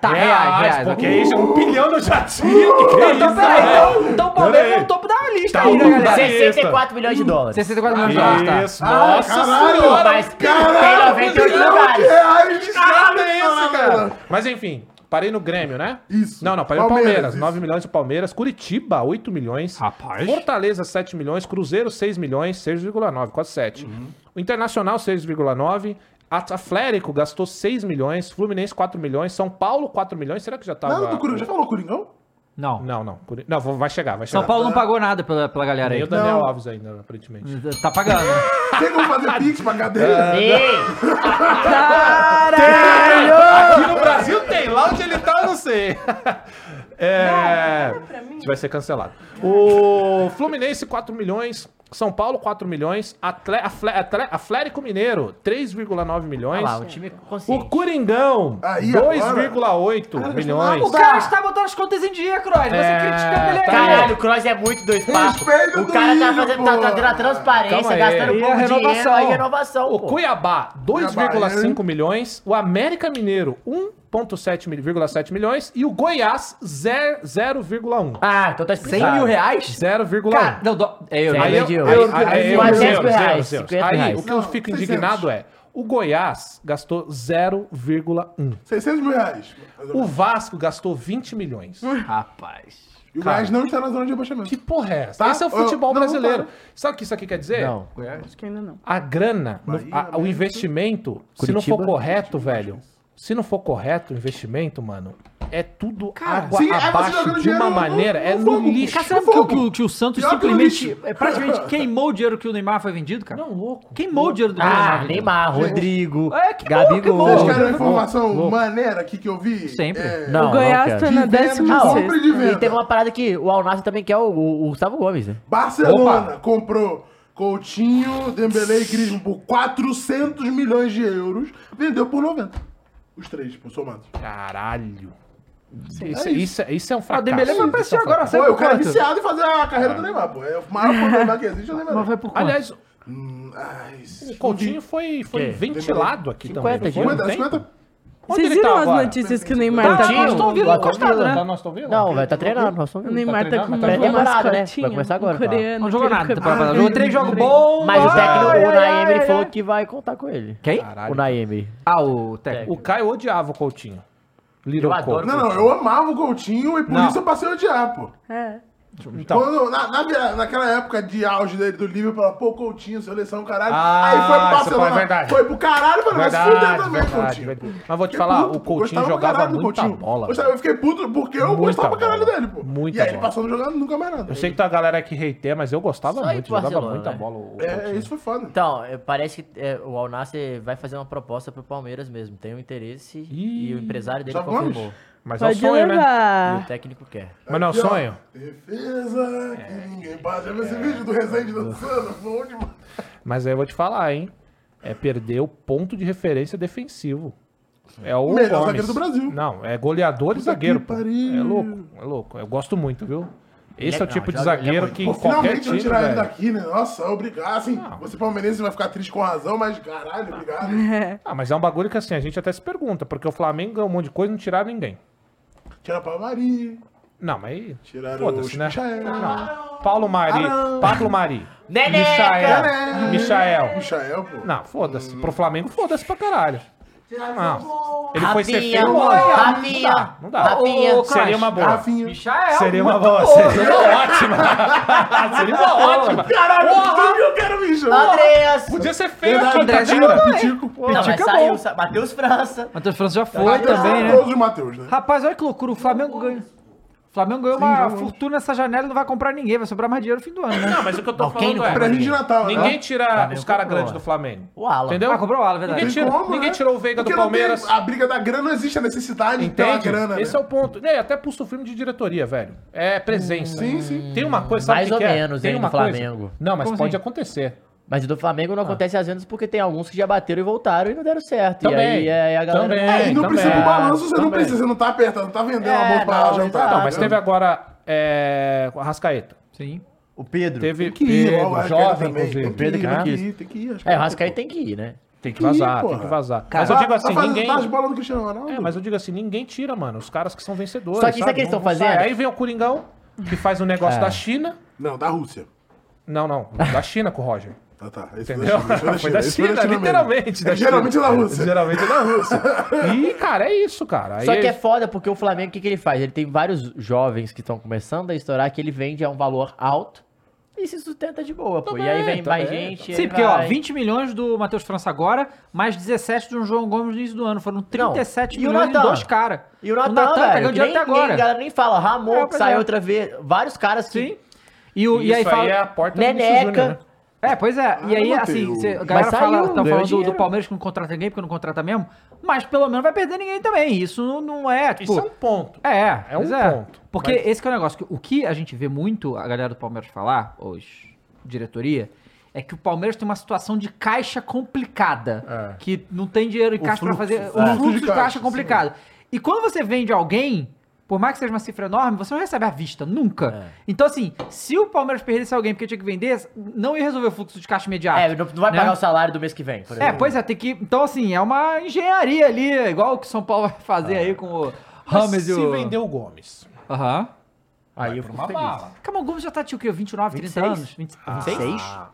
Speaker 1: Tá, reais, reais.
Speaker 5: Porque
Speaker 1: ok.
Speaker 5: isso é um bilhão no jatinho. que
Speaker 1: Não,
Speaker 5: é
Speaker 1: então
Speaker 5: isso,
Speaker 1: peraí,
Speaker 5: né?
Speaker 1: então, então o Palmeiras
Speaker 5: Peraí.
Speaker 1: é o topo da lista
Speaker 5: Tá
Speaker 1: aí, né,
Speaker 5: o topo
Speaker 1: galera?
Speaker 5: da lista.
Speaker 2: 64 milhões de dólares.
Speaker 1: 64 milhões de dólares,
Speaker 5: Isso,
Speaker 1: tá.
Speaker 5: nossa
Speaker 1: caralho,
Speaker 5: senhora.
Speaker 1: mas
Speaker 5: Caralho,
Speaker 2: tem 98
Speaker 5: bilhão de
Speaker 2: lugares.
Speaker 5: reais,
Speaker 3: Caralho,
Speaker 5: que é isso,
Speaker 3: mano.
Speaker 5: cara? Mas enfim, parei no Grêmio, né? Isso. Não, não, parei no
Speaker 3: Palmeiras,
Speaker 5: Palmeiras.
Speaker 3: isso.
Speaker 5: 9 milhões do Palmeiras. Curitiba, 8 milhões. Rapaz. Fortaleza, 7 milhões. Cruzeiro, 6 milhões. 6,9, quase 7.
Speaker 1: Uhum.
Speaker 5: O Internacional, 6,9. Atlético gastou 6 milhões, Fluminense 4 milhões, São Paulo 4 milhões. Será que já tava.
Speaker 3: Não, do Coringão. Já falou Coringão?
Speaker 1: Não.
Speaker 5: Não, não. Curi- Não, vou- vai chegar, vai chegar.
Speaker 1: São Paulo não pagou nada pela, pela galera aí.
Speaker 5: Nem o Daniel
Speaker 1: Não.
Speaker 5: Alves ainda, aparentemente.
Speaker 1: Tá pagando.
Speaker 3: Tem como fazer pix pra cadeia?
Speaker 5: É. Caralho! Aqui no Brasil tem, lá onde ele tá, eu
Speaker 2: (laughs)
Speaker 5: não sei. É, vai ser cancelado.
Speaker 2: Ah.
Speaker 5: O Fluminense, 4 milhões. São Paulo, 4 milhões. Atle- Afle- Atle- Atlético Mineiro, 3,9 milhões.
Speaker 2: Olha lá, é? o time
Speaker 5: O Coringão,
Speaker 1: Aí,
Speaker 5: 2,8
Speaker 1: (laughs)
Speaker 5: milhões.
Speaker 1: Os caras tá botando as contas em dia, Croy. Você
Speaker 5: É,
Speaker 1: criticando ele aí.
Speaker 2: Caralho, o Kroos é muito dois papos.
Speaker 1: Respeito
Speaker 2: O cara tá
Speaker 1: do
Speaker 2: fazendo,
Speaker 1: índio,
Speaker 2: tá,
Speaker 1: pô.
Speaker 2: tá tendo a
Speaker 5: Calma
Speaker 2: transparência,
Speaker 5: aí.
Speaker 2: gastando
Speaker 5: E a
Speaker 2: pouco dinheiro,
Speaker 5: renovação?
Speaker 2: aí renovação,
Speaker 5: O é
Speaker 2: pô.
Speaker 5: Cuiabá,
Speaker 2: Cuiabá,
Speaker 5: 2,5 milhões. O América Mineiro, 1,7 milhões. E o Goiás, zero- 0,1.
Speaker 2: Ah, então tá
Speaker 1: explicado. 100 mil reais?
Speaker 5: 0,1.
Speaker 1: Não, dó- é euro.
Speaker 5: Aí eu-
Speaker 1: é euro.
Speaker 5: aí-
Speaker 1: Euro,
Speaker 5: aí- aí-
Speaker 1: euro,
Speaker 5: euros,
Speaker 1: euro,
Speaker 5: euros,
Speaker 1: reais,
Speaker 5: euros, euros.
Speaker 1: 50
Speaker 5: Aí,
Speaker 1: reais.
Speaker 5: o que eu fico indignado é, o Goiás gastou 0,1.
Speaker 3: 600 mil reais.
Speaker 5: O Vasco gastou 20 milhões.
Speaker 1: Hum. Rapaz.
Speaker 3: E o Goiás não está na zona de rebaixamento.
Speaker 5: Que porra é
Speaker 1: Tá?
Speaker 5: essa? Esse é o futebol brasileiro. Sabe o que isso aqui quer dizer?
Speaker 3: Não.
Speaker 4: Acho que ainda não.
Speaker 5: A grana, no- a- o investimento, se não for
Speaker 3: Curitiba.
Speaker 5: correto, velho, se não for correto o investimento, mano, é tudo água
Speaker 1: sim, é você
Speaker 5: abaixo
Speaker 1: jogando
Speaker 5: de
Speaker 1: dinheiro
Speaker 5: uma
Speaker 1: no-
Speaker 5: maneira,
Speaker 1: no
Speaker 5: é no lixo.
Speaker 1: Cara, sabe que, o- que o- que o Santos
Speaker 5: Pior que no
Speaker 1: simplesmente
Speaker 5: lixo.
Speaker 1: é, praticamente queimou o dinheiro que o Neymar foi vendido, cara?
Speaker 5: Não, louco.
Speaker 1: Queimou o dinheiro do que o
Speaker 2: Ah,
Speaker 1: vendeu.
Speaker 2: Neymar, Rodrigo,
Speaker 1: É, que
Speaker 2: Gabigol.
Speaker 1: Gabigol.
Speaker 3: Vocês querem uma
Speaker 2: Louco, né?
Speaker 3: informação
Speaker 2: louco.
Speaker 3: maneira aqui que eu vi?
Speaker 1: Sempre.
Speaker 2: Não,
Speaker 4: o Goiás
Speaker 2: não
Speaker 4: tá
Speaker 2: quero.
Speaker 4: na
Speaker 3: De venda, de
Speaker 4: 16
Speaker 3: compra e de
Speaker 2: E
Speaker 3: venda.
Speaker 2: teve uma parada que o Alnasser também quer o, o, o Gustavo Gomes, né?
Speaker 3: Barcelona comprou Coutinho, Dembélé e Griezmann por 400 milhões de euros. Vendeu por 90. Os três, por somados.
Speaker 5: Caralho. Isso,
Speaker 3: é isso.
Speaker 5: isso é- isso é um
Speaker 1: Ah, o
Speaker 5: fracasso.
Speaker 1: Dembélé vai
Speaker 5: Isso
Speaker 1: aparecer
Speaker 5: é um
Speaker 1: agora,
Speaker 5: fracasso.
Speaker 1: sabe
Speaker 3: Pô, o
Speaker 1: por
Speaker 3: cara é
Speaker 1: quanto?
Speaker 3: viciado em fazer a carreira do Neymar, pô. É o maior fã do Neymar que existe é o Neymar. Hum,
Speaker 1: Mas vai por quanto?
Speaker 5: Aliás,
Speaker 3: Ai,
Speaker 5: o Coutinho é foi, foi
Speaker 3: Que?
Speaker 5: ventilado aqui
Speaker 3: 50
Speaker 5: também.
Speaker 3: de
Speaker 5: não foi?
Speaker 3: 50,
Speaker 5: Tem?
Speaker 3: 50?
Speaker 5: Onde
Speaker 4: Vocês
Speaker 5: ele tá
Speaker 4: viram as
Speaker 5: agora?
Speaker 4: notícias que o Neymar tá
Speaker 5: Tá, nós estamos ouvindo
Speaker 4: com...
Speaker 5: lá, encostado, né? Tá, nós estamos ouvindo?
Speaker 2: Não, velho, tá treinando, nós estamos
Speaker 4: O Neymar tá com
Speaker 2: tá treinando, pré-temporada, né?
Speaker 4: mascotinho,
Speaker 2: Vai começar
Speaker 4: um
Speaker 2: agora, tá?
Speaker 4: coreano
Speaker 1: Não jogou
Speaker 4: que ele
Speaker 1: nada,
Speaker 4: fica-
Speaker 1: temporada. Jogou três jogos bons.
Speaker 2: Mas o
Speaker 1: ai,
Speaker 2: técnico, o
Speaker 1: ai, ai,
Speaker 2: Naemi, ele
Speaker 1: ai.
Speaker 2: falou que vai contar com ele.
Speaker 1: Quem?
Speaker 2: O Naemi.
Speaker 1: Ah, o técnico.
Speaker 5: O Caio odiava o Coutinho. Little
Speaker 2: Eu adoro
Speaker 3: Não, não, eu amava o Coutinho e por
Speaker 5: Não.
Speaker 3: isso eu passei a odiar, pô.
Speaker 4: É.
Speaker 5: Então.
Speaker 3: Quando, na, na vira- naquela época de auge dele do Liverpool, eu falava, pô, Coutinho, seleção, caralho.
Speaker 5: Ah,
Speaker 3: Aí foi pro
Speaker 5: isso foi
Speaker 3: Barcelona.
Speaker 5: verdade.
Speaker 3: Foi pro caralho, mano. Mas
Speaker 5: Verdade,
Speaker 3: fudeu também,
Speaker 5: verdade,
Speaker 3: Coutinho.
Speaker 5: verdade. Mas vou te
Speaker 3: Fiquei
Speaker 5: falar,
Speaker 3: puto,
Speaker 5: o
Speaker 3: pô,
Speaker 5: Coutinho
Speaker 3: gostava pra
Speaker 5: jogava
Speaker 3: caralho do
Speaker 5: muita
Speaker 3: Coutinho.
Speaker 5: bola,
Speaker 3: Gostava, eu fiquei puto porque eu
Speaker 5: Muita
Speaker 3: gostava pra
Speaker 5: bola.
Speaker 3: caralho dele, pô.
Speaker 5: Muita
Speaker 3: e aí ele
Speaker 5: bola.
Speaker 3: passou não jogando nunca mais nada.
Speaker 5: Eu sei que tem a galera que hateia, mas eu gostava
Speaker 2: Só ir
Speaker 5: muito.
Speaker 2: pro
Speaker 5: Jogava
Speaker 2: Barcelona,
Speaker 5: muita
Speaker 2: né?
Speaker 5: bola. o- o
Speaker 3: É,
Speaker 5: Coutinho.
Speaker 3: isso foi foda.
Speaker 2: Então, é, parece que é, o Alnasser vai fazer uma proposta pro Palmeiras mesmo. Tem um interesse e o empresário dele
Speaker 3: já vamos?
Speaker 2: confirmou.
Speaker 5: Mas é o
Speaker 4: Pode
Speaker 5: sonho, né?
Speaker 4: levar.
Speaker 2: E o técnico quer.
Speaker 5: Mas não é o
Speaker 3: Aqui, ó,
Speaker 5: sonho?
Speaker 3: Defesa que
Speaker 5: É.
Speaker 3: ninguém bate. Esse vídeo do Rezende dançando, bom demais.
Speaker 5: Mas aí eu vou te falar, hein? É perder o ponto de referência defensivo. É o
Speaker 3: Melhor
Speaker 5: Gomes.
Speaker 3: zagueiro do Brasil.
Speaker 5: Não, é goleador e zagueiro. pô.
Speaker 3: pariu.
Speaker 5: É louco, é louco. Eu gosto muito, viu?
Speaker 2: Ele
Speaker 5: Esse é,
Speaker 2: é-
Speaker 5: o tipo
Speaker 2: não, joga- ele
Speaker 5: de
Speaker 2: é
Speaker 5: zagueiro
Speaker 2: muito
Speaker 5: que
Speaker 3: Pô,
Speaker 5: em qualquer
Speaker 3: finalmente
Speaker 5: time,
Speaker 3: vão tirar ele
Speaker 5: velho.
Speaker 3: daqui, né? Nossa, obrigado. Assim, você palmeirense vai ficar triste com razão, mas caralho, obrigado.
Speaker 5: Ah, mas é um bagulho que assim, a gente até se pergunta, porque o Flamengo ganhou um monte de coisa e não tiraram ninguém.
Speaker 3: Tira a Palmaria.
Speaker 5: Não, mas aí.
Speaker 3: Tiraram
Speaker 5: Foda-se,
Speaker 3: o
Speaker 5: né?
Speaker 3: Michael.
Speaker 5: Não. Paulo Mari.
Speaker 3: Arão.
Speaker 5: Pablo Mari.
Speaker 2: Ah, Neneca.
Speaker 5: Michael. Michael.
Speaker 3: Michael, pô.
Speaker 5: Não, foda-se. Pro Flamengo, foda-se pra caralho. Não. Ele foi ser
Speaker 2: Rafinha,
Speaker 5: feio. Não
Speaker 2: Rafinha,
Speaker 5: dá, não dá.
Speaker 2: Rafinha.
Speaker 5: Ah, Ô, ô, Seria uma boa.
Speaker 3: Rafinha.
Speaker 1: Michael,
Speaker 5: Seria uma
Speaker 1: é um muito
Speaker 5: boa.
Speaker 1: boa.
Speaker 5: Seria uma ótima. (laughs) Seria uma ótima.
Speaker 3: Caralho,
Speaker 5: Porra!
Speaker 3: eu quero me chamar.
Speaker 2: Andreas!
Speaker 5: Podia ser feio
Speaker 3: Verdade,
Speaker 5: aqui, tá
Speaker 1: André,
Speaker 5: Tadira.
Speaker 1: André.
Speaker 3: Pitico.
Speaker 2: Não, mas
Speaker 1: Pitica é
Speaker 2: saiu,
Speaker 1: bom.
Speaker 2: sa- Matheus França.
Speaker 1: Matheus França já foi
Speaker 3: Matheus
Speaker 1: também, né?
Speaker 3: é todos os Matheus, né?
Speaker 1: Rapaz, olha que loucura. O Flamengo ganhou. O Flamengo ganhou uma fortuna nessa janela e não vai comprar ninguém. Vai sobrar mais dinheiro no fim do ano, né?
Speaker 5: Não, mas o que eu tô
Speaker 2: Não, quem
Speaker 5: falando
Speaker 2: não
Speaker 5: é.
Speaker 3: Presente de Natal, né?
Speaker 5: Ninguém tira
Speaker 2: Flamengo
Speaker 5: os caras
Speaker 2: comprou,
Speaker 5: grandes
Speaker 2: né?
Speaker 5: do Flamengo.
Speaker 2: O Alan.
Speaker 5: Entendeu?
Speaker 1: Ah, comprou o Alan,
Speaker 5: Ninguém
Speaker 1: verdade.
Speaker 5: tirou, ninguém tirou o Veiga do
Speaker 3: Porque não tem-
Speaker 5: Palmeiras.
Speaker 3: A briga da grana não existe, a necessidade pela
Speaker 5: Entende?
Speaker 3: grana.
Speaker 5: Esse
Speaker 3: né?
Speaker 5: é o ponto. E aí, até pro filme de diretoria, velho. É presença.
Speaker 3: Sim, sim.
Speaker 5: Tem uma coisa, sabe
Speaker 2: Mais
Speaker 5: o que
Speaker 2: ou
Speaker 5: que é?
Speaker 2: menos,
Speaker 5: Tem
Speaker 2: hein,
Speaker 5: uma
Speaker 2: no
Speaker 5: coisa-
Speaker 2: Flamengo.
Speaker 5: Não, mas
Speaker 1: Como
Speaker 5: pode
Speaker 1: assim?
Speaker 5: acontecer.
Speaker 2: Mas o do Flamengo
Speaker 5: Ah.
Speaker 2: não acontece às vezes porque tem alguns que já bateram e voltaram e não deram certo.
Speaker 5: Também.
Speaker 2: E aí, aí a galera.
Speaker 5: Também.
Speaker 3: É, e não
Speaker 5: também,
Speaker 3: precisa do balanço, você não
Speaker 5: também.
Speaker 3: precisa, você não tá apertando, não tá vendendo
Speaker 2: É,
Speaker 3: uma boa pra
Speaker 2: não,
Speaker 3: jantar.
Speaker 2: exato.
Speaker 5: Não, mas teve agora é, o Arrascaeta.
Speaker 1: Sim.
Speaker 5: O Pedro. Teve
Speaker 3: Tem que ir
Speaker 5: Pedro,
Speaker 3: logo, o Arrascaeta
Speaker 5: um jovem,
Speaker 3: também.
Speaker 5: inclusive.
Speaker 3: Tem que ir,
Speaker 5: né?
Speaker 3: tem que ir, tem que ir, acho que
Speaker 2: É, o
Speaker 3: vai,
Speaker 2: Rascaeta
Speaker 3: pô.
Speaker 2: tem que ir, né?
Speaker 5: Tem que vazar,
Speaker 3: Ih,
Speaker 5: tem que
Speaker 3: porra.
Speaker 5: vazar. mas
Speaker 3: Cara,
Speaker 5: eu digo
Speaker 3: tá
Speaker 5: assim,
Speaker 3: fazendo
Speaker 5: ninguém...
Speaker 3: mais bola do que o Cristiano Ronaldo.
Speaker 5: É, mas eu digo assim, ninguém tira, mano, os caras que são vencedores.
Speaker 2: Só que isso
Speaker 5: sabe?
Speaker 2: é que eles
Speaker 5: Não-
Speaker 2: estão
Speaker 5: não sai.
Speaker 2: fazendo.
Speaker 5: Aí vem o Coringão, que faz um negócio
Speaker 2: É.
Speaker 5: da China.
Speaker 3: Não, da Rússia.
Speaker 5: Não, não, da China com
Speaker 3: (laughs)
Speaker 5: o Roger.
Speaker 3: Tá, tá. Esse
Speaker 5: Entendeu?
Speaker 3: foi da China,
Speaker 5: (laughs) Foi da
Speaker 3: esse foi da
Speaker 5: China,
Speaker 3: China mesmo.
Speaker 5: literalmente.
Speaker 3: É, geralmente é da Rússia.
Speaker 5: Geralmente é da Rússia.
Speaker 3: (laughs)
Speaker 5: E, cara, é isso, cara.
Speaker 2: Só
Speaker 5: Aí
Speaker 2: que é foda porque o Flamengo, o que, que ele faz? Ele tem vários jovens que estão começando a estourar que ele vende a um valor alto e se sustenta de boa, pô. e aí vem mais gente.
Speaker 1: Sim,
Speaker 2: aí
Speaker 1: porque ó,
Speaker 2: vai.
Speaker 1: 20 milhões do Matheus França agora, mais 17 do João Gomes no início do ano. Foram 37
Speaker 2: E o
Speaker 1: milhões de
Speaker 2: Natan?
Speaker 1: dois caras.
Speaker 2: E o Natan,
Speaker 1: tá
Speaker 2: velho,
Speaker 1: ganhando
Speaker 2: que nem,
Speaker 1: dinheiro até agora.
Speaker 2: nem- a galera nem fala. Ramon,
Speaker 1: É,
Speaker 2: que
Speaker 1: pois
Speaker 2: saiu
Speaker 1: é.
Speaker 2: outra vez. Vários caras que...
Speaker 1: Sim. tá E, o, e aí
Speaker 5: Isso
Speaker 1: fala.
Speaker 5: aí é a porta do Vinícius Júnior, né?
Speaker 1: Neneca. É, pois é. E aí,
Speaker 5: Mateus.
Speaker 1: assim, cê- a
Speaker 5: Mas
Speaker 1: galera
Speaker 5: saiu,
Speaker 2: é
Speaker 1: fala,
Speaker 2: um
Speaker 1: tão
Speaker 5: ganhou
Speaker 1: falando do, do
Speaker 5: dinheiro.
Speaker 1: Palmeiras que não contrata ninguém, porque não contrata mesmo, mas pelo menos vai perder ninguém também. Isso não- não é, tipo...
Speaker 5: Isso é um ponto.
Speaker 1: É,
Speaker 5: É
Speaker 1: pois
Speaker 5: um
Speaker 1: é.
Speaker 5: ponto.
Speaker 1: Porque
Speaker 5: Mas-
Speaker 1: esse que é o negócio. que O que a gente vê muito a galera do Palmeiras falar, os diretoria, é que o Palmeiras tem uma situação de caixa complicada. Que não tem dinheiro em
Speaker 5: É. O
Speaker 1: caixa pra
Speaker 5: fluxo,
Speaker 1: fazer.
Speaker 5: é.
Speaker 1: O fluxo de
Speaker 5: de
Speaker 1: caixa,
Speaker 5: caixa,
Speaker 1: é complicado. E quando você vende alguém, por mais que seja uma cifra enorme, você não recebe à vista,
Speaker 5: É.
Speaker 1: nunca. Então, assim, se o Palmeiras perdesse alguém porque tinha que vender, não ia resolver o fluxo de caixa imediato.
Speaker 2: É, não, não vai
Speaker 1: né?
Speaker 2: pagar o salário do mês que vem, por
Speaker 1: É,
Speaker 2: exemplo.
Speaker 1: pois é, tem que. Então, assim, é uma engenharia ali, igual o que o São Paulo vai
Speaker 5: É.
Speaker 1: fazer aí com o
Speaker 5: Mas
Speaker 1: Rames e
Speaker 5: se
Speaker 1: o.
Speaker 5: vender o Gomes.
Speaker 1: Aham.
Speaker 5: Aí eu fico
Speaker 1: Uma
Speaker 5: feliz.
Speaker 1: bala. Calma, o Gomes já tá tinha o quê? 29, 30 anos? 20,
Speaker 2: Ah,
Speaker 1: 26?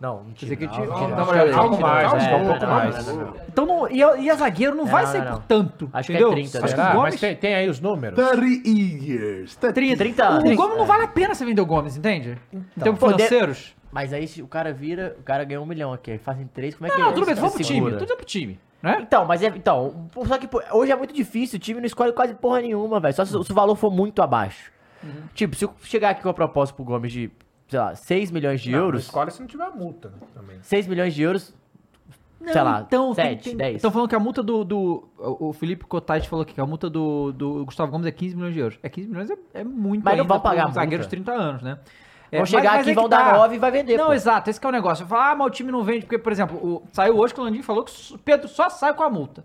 Speaker 2: Não, não
Speaker 1: tinha.
Speaker 2: não, não,
Speaker 5: não, acho que é algo mais, acho que é um pouco mais.
Speaker 1: Então, não, e, a- e a zagueiro não,
Speaker 5: Não,
Speaker 1: vai
Speaker 5: não,
Speaker 1: sair
Speaker 5: não.
Speaker 1: por tanto.
Speaker 5: Acho que é
Speaker 1: entendeu?
Speaker 5: 30,
Speaker 1: Acho
Speaker 2: né?
Speaker 1: que
Speaker 2: Ah,
Speaker 5: será?
Speaker 1: o Gomes...
Speaker 5: Mas tem- aí os números.
Speaker 3: 30 years.
Speaker 1: 30,
Speaker 2: 30 anos.
Speaker 1: O Gomes não vale a pena você vender o Gomes, entende? Em termos
Speaker 2: Poder-
Speaker 1: financeiros.
Speaker 2: Mas aí se o cara vira, o cara ganhou um milhão aqui, aí fazem três, como é que
Speaker 1: Não,
Speaker 2: é?
Speaker 1: tudo bem,
Speaker 2: Se
Speaker 1: vamos pro time.
Speaker 2: segura?
Speaker 1: Tudo é pro time.
Speaker 2: Então, mas é. Então, pô, só que pô, hoje é muito difícil, o time não escolhe quase porra nenhuma, velho. Só se, o- se o valor for muito abaixo.
Speaker 1: Uhum.
Speaker 2: Tipo, se eu chegar aqui com a proposta pro Gomes de, sei lá, 6 milhões de
Speaker 5: Não, não
Speaker 2: euros.
Speaker 5: Escolhe se não tiver multa, né? Também.
Speaker 2: 6 milhões de euros.
Speaker 1: Não,
Speaker 2: sei lá,
Speaker 1: então, tem-
Speaker 2: 7,
Speaker 1: tem-
Speaker 2: 10.
Speaker 1: Estão falando que a multa do. do o o Felipe Cotais falou aqui que a multa do, do Gustavo Gomes é 15 milhões de euros. É 15 milhões, é, é muito
Speaker 2: Mas não
Speaker 1: ainda
Speaker 2: vão pagar
Speaker 1: pra
Speaker 2: a
Speaker 1: um
Speaker 2: multa.
Speaker 1: zagueiro de 30 anos, né? É,
Speaker 2: Vão chegar aqui,
Speaker 1: é que
Speaker 2: vão dar nove e vai vender,
Speaker 1: Não,
Speaker 2: pô.
Speaker 1: exato, esse que é o negócio. Eu falo, ah, mas o time não vende, porque, por exemplo, o- saiu hoje que o Landim falou que o Pedro só sai com a multa.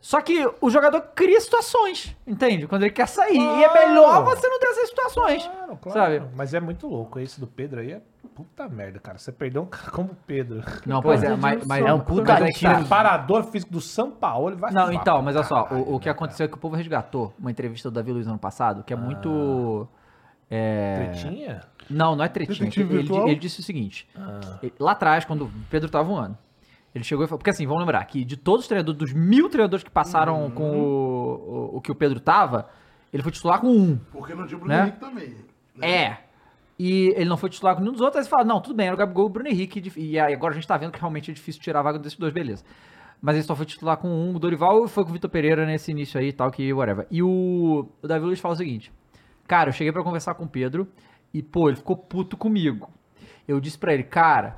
Speaker 1: Só que o jogador cria situações, entende? Quando ele quer sair. E é
Speaker 5: Claro.
Speaker 1: melhor você não ter essas situações.
Speaker 5: Ah, Claro,
Speaker 1: Sabe?
Speaker 5: Mas é muito louco. Esse do Pedro aí é puta merda, cara. Você perdeu um cara (laughs) como o Pedro.
Speaker 1: Não, pois é, mas- mas- É um puta
Speaker 5: mas é que
Speaker 1: time.
Speaker 5: o parador físico do São Paulo. Ele vai
Speaker 1: Não,
Speaker 5: vai
Speaker 1: então, mas olha só, o, o que aconteceu é que o povo resgatou uma entrevista do Davi Luiz ano passado, que é muito. é,
Speaker 5: Tretinha?
Speaker 1: Não, não é tretinha.
Speaker 5: Detetive
Speaker 1: Ele,
Speaker 5: virtual?
Speaker 1: ele disse o seguinte:
Speaker 5: Ah.
Speaker 1: ele- lá atrás, quando o Pedro tava voando, ele chegou e falou. Porque assim, vamos lembrar que de todos os treinadores, dos mil treinadores que passaram com o, o, o que o Pedro tava, ele foi titular com um.
Speaker 3: Porque não tinha o Bruno
Speaker 1: Né?
Speaker 3: Henrique também.
Speaker 1: É. E ele não foi titular com nenhum dos outros, aí você fala, não, tudo bem, era o Gabigol e o Bruno Henrique, dif- e aí agora a gente tá vendo que realmente é difícil tirar a vaga desses dois, beleza. Mas ele só foi titular com um, o Dorival foi com o Vitor Pereira nesse início aí e tal, que whatever. E o, o Davi Luiz fala o seguinte, cara, eu cheguei pra conversar com o Pedro, e pô, ele ficou puto comigo. Eu disse pra ele, cara,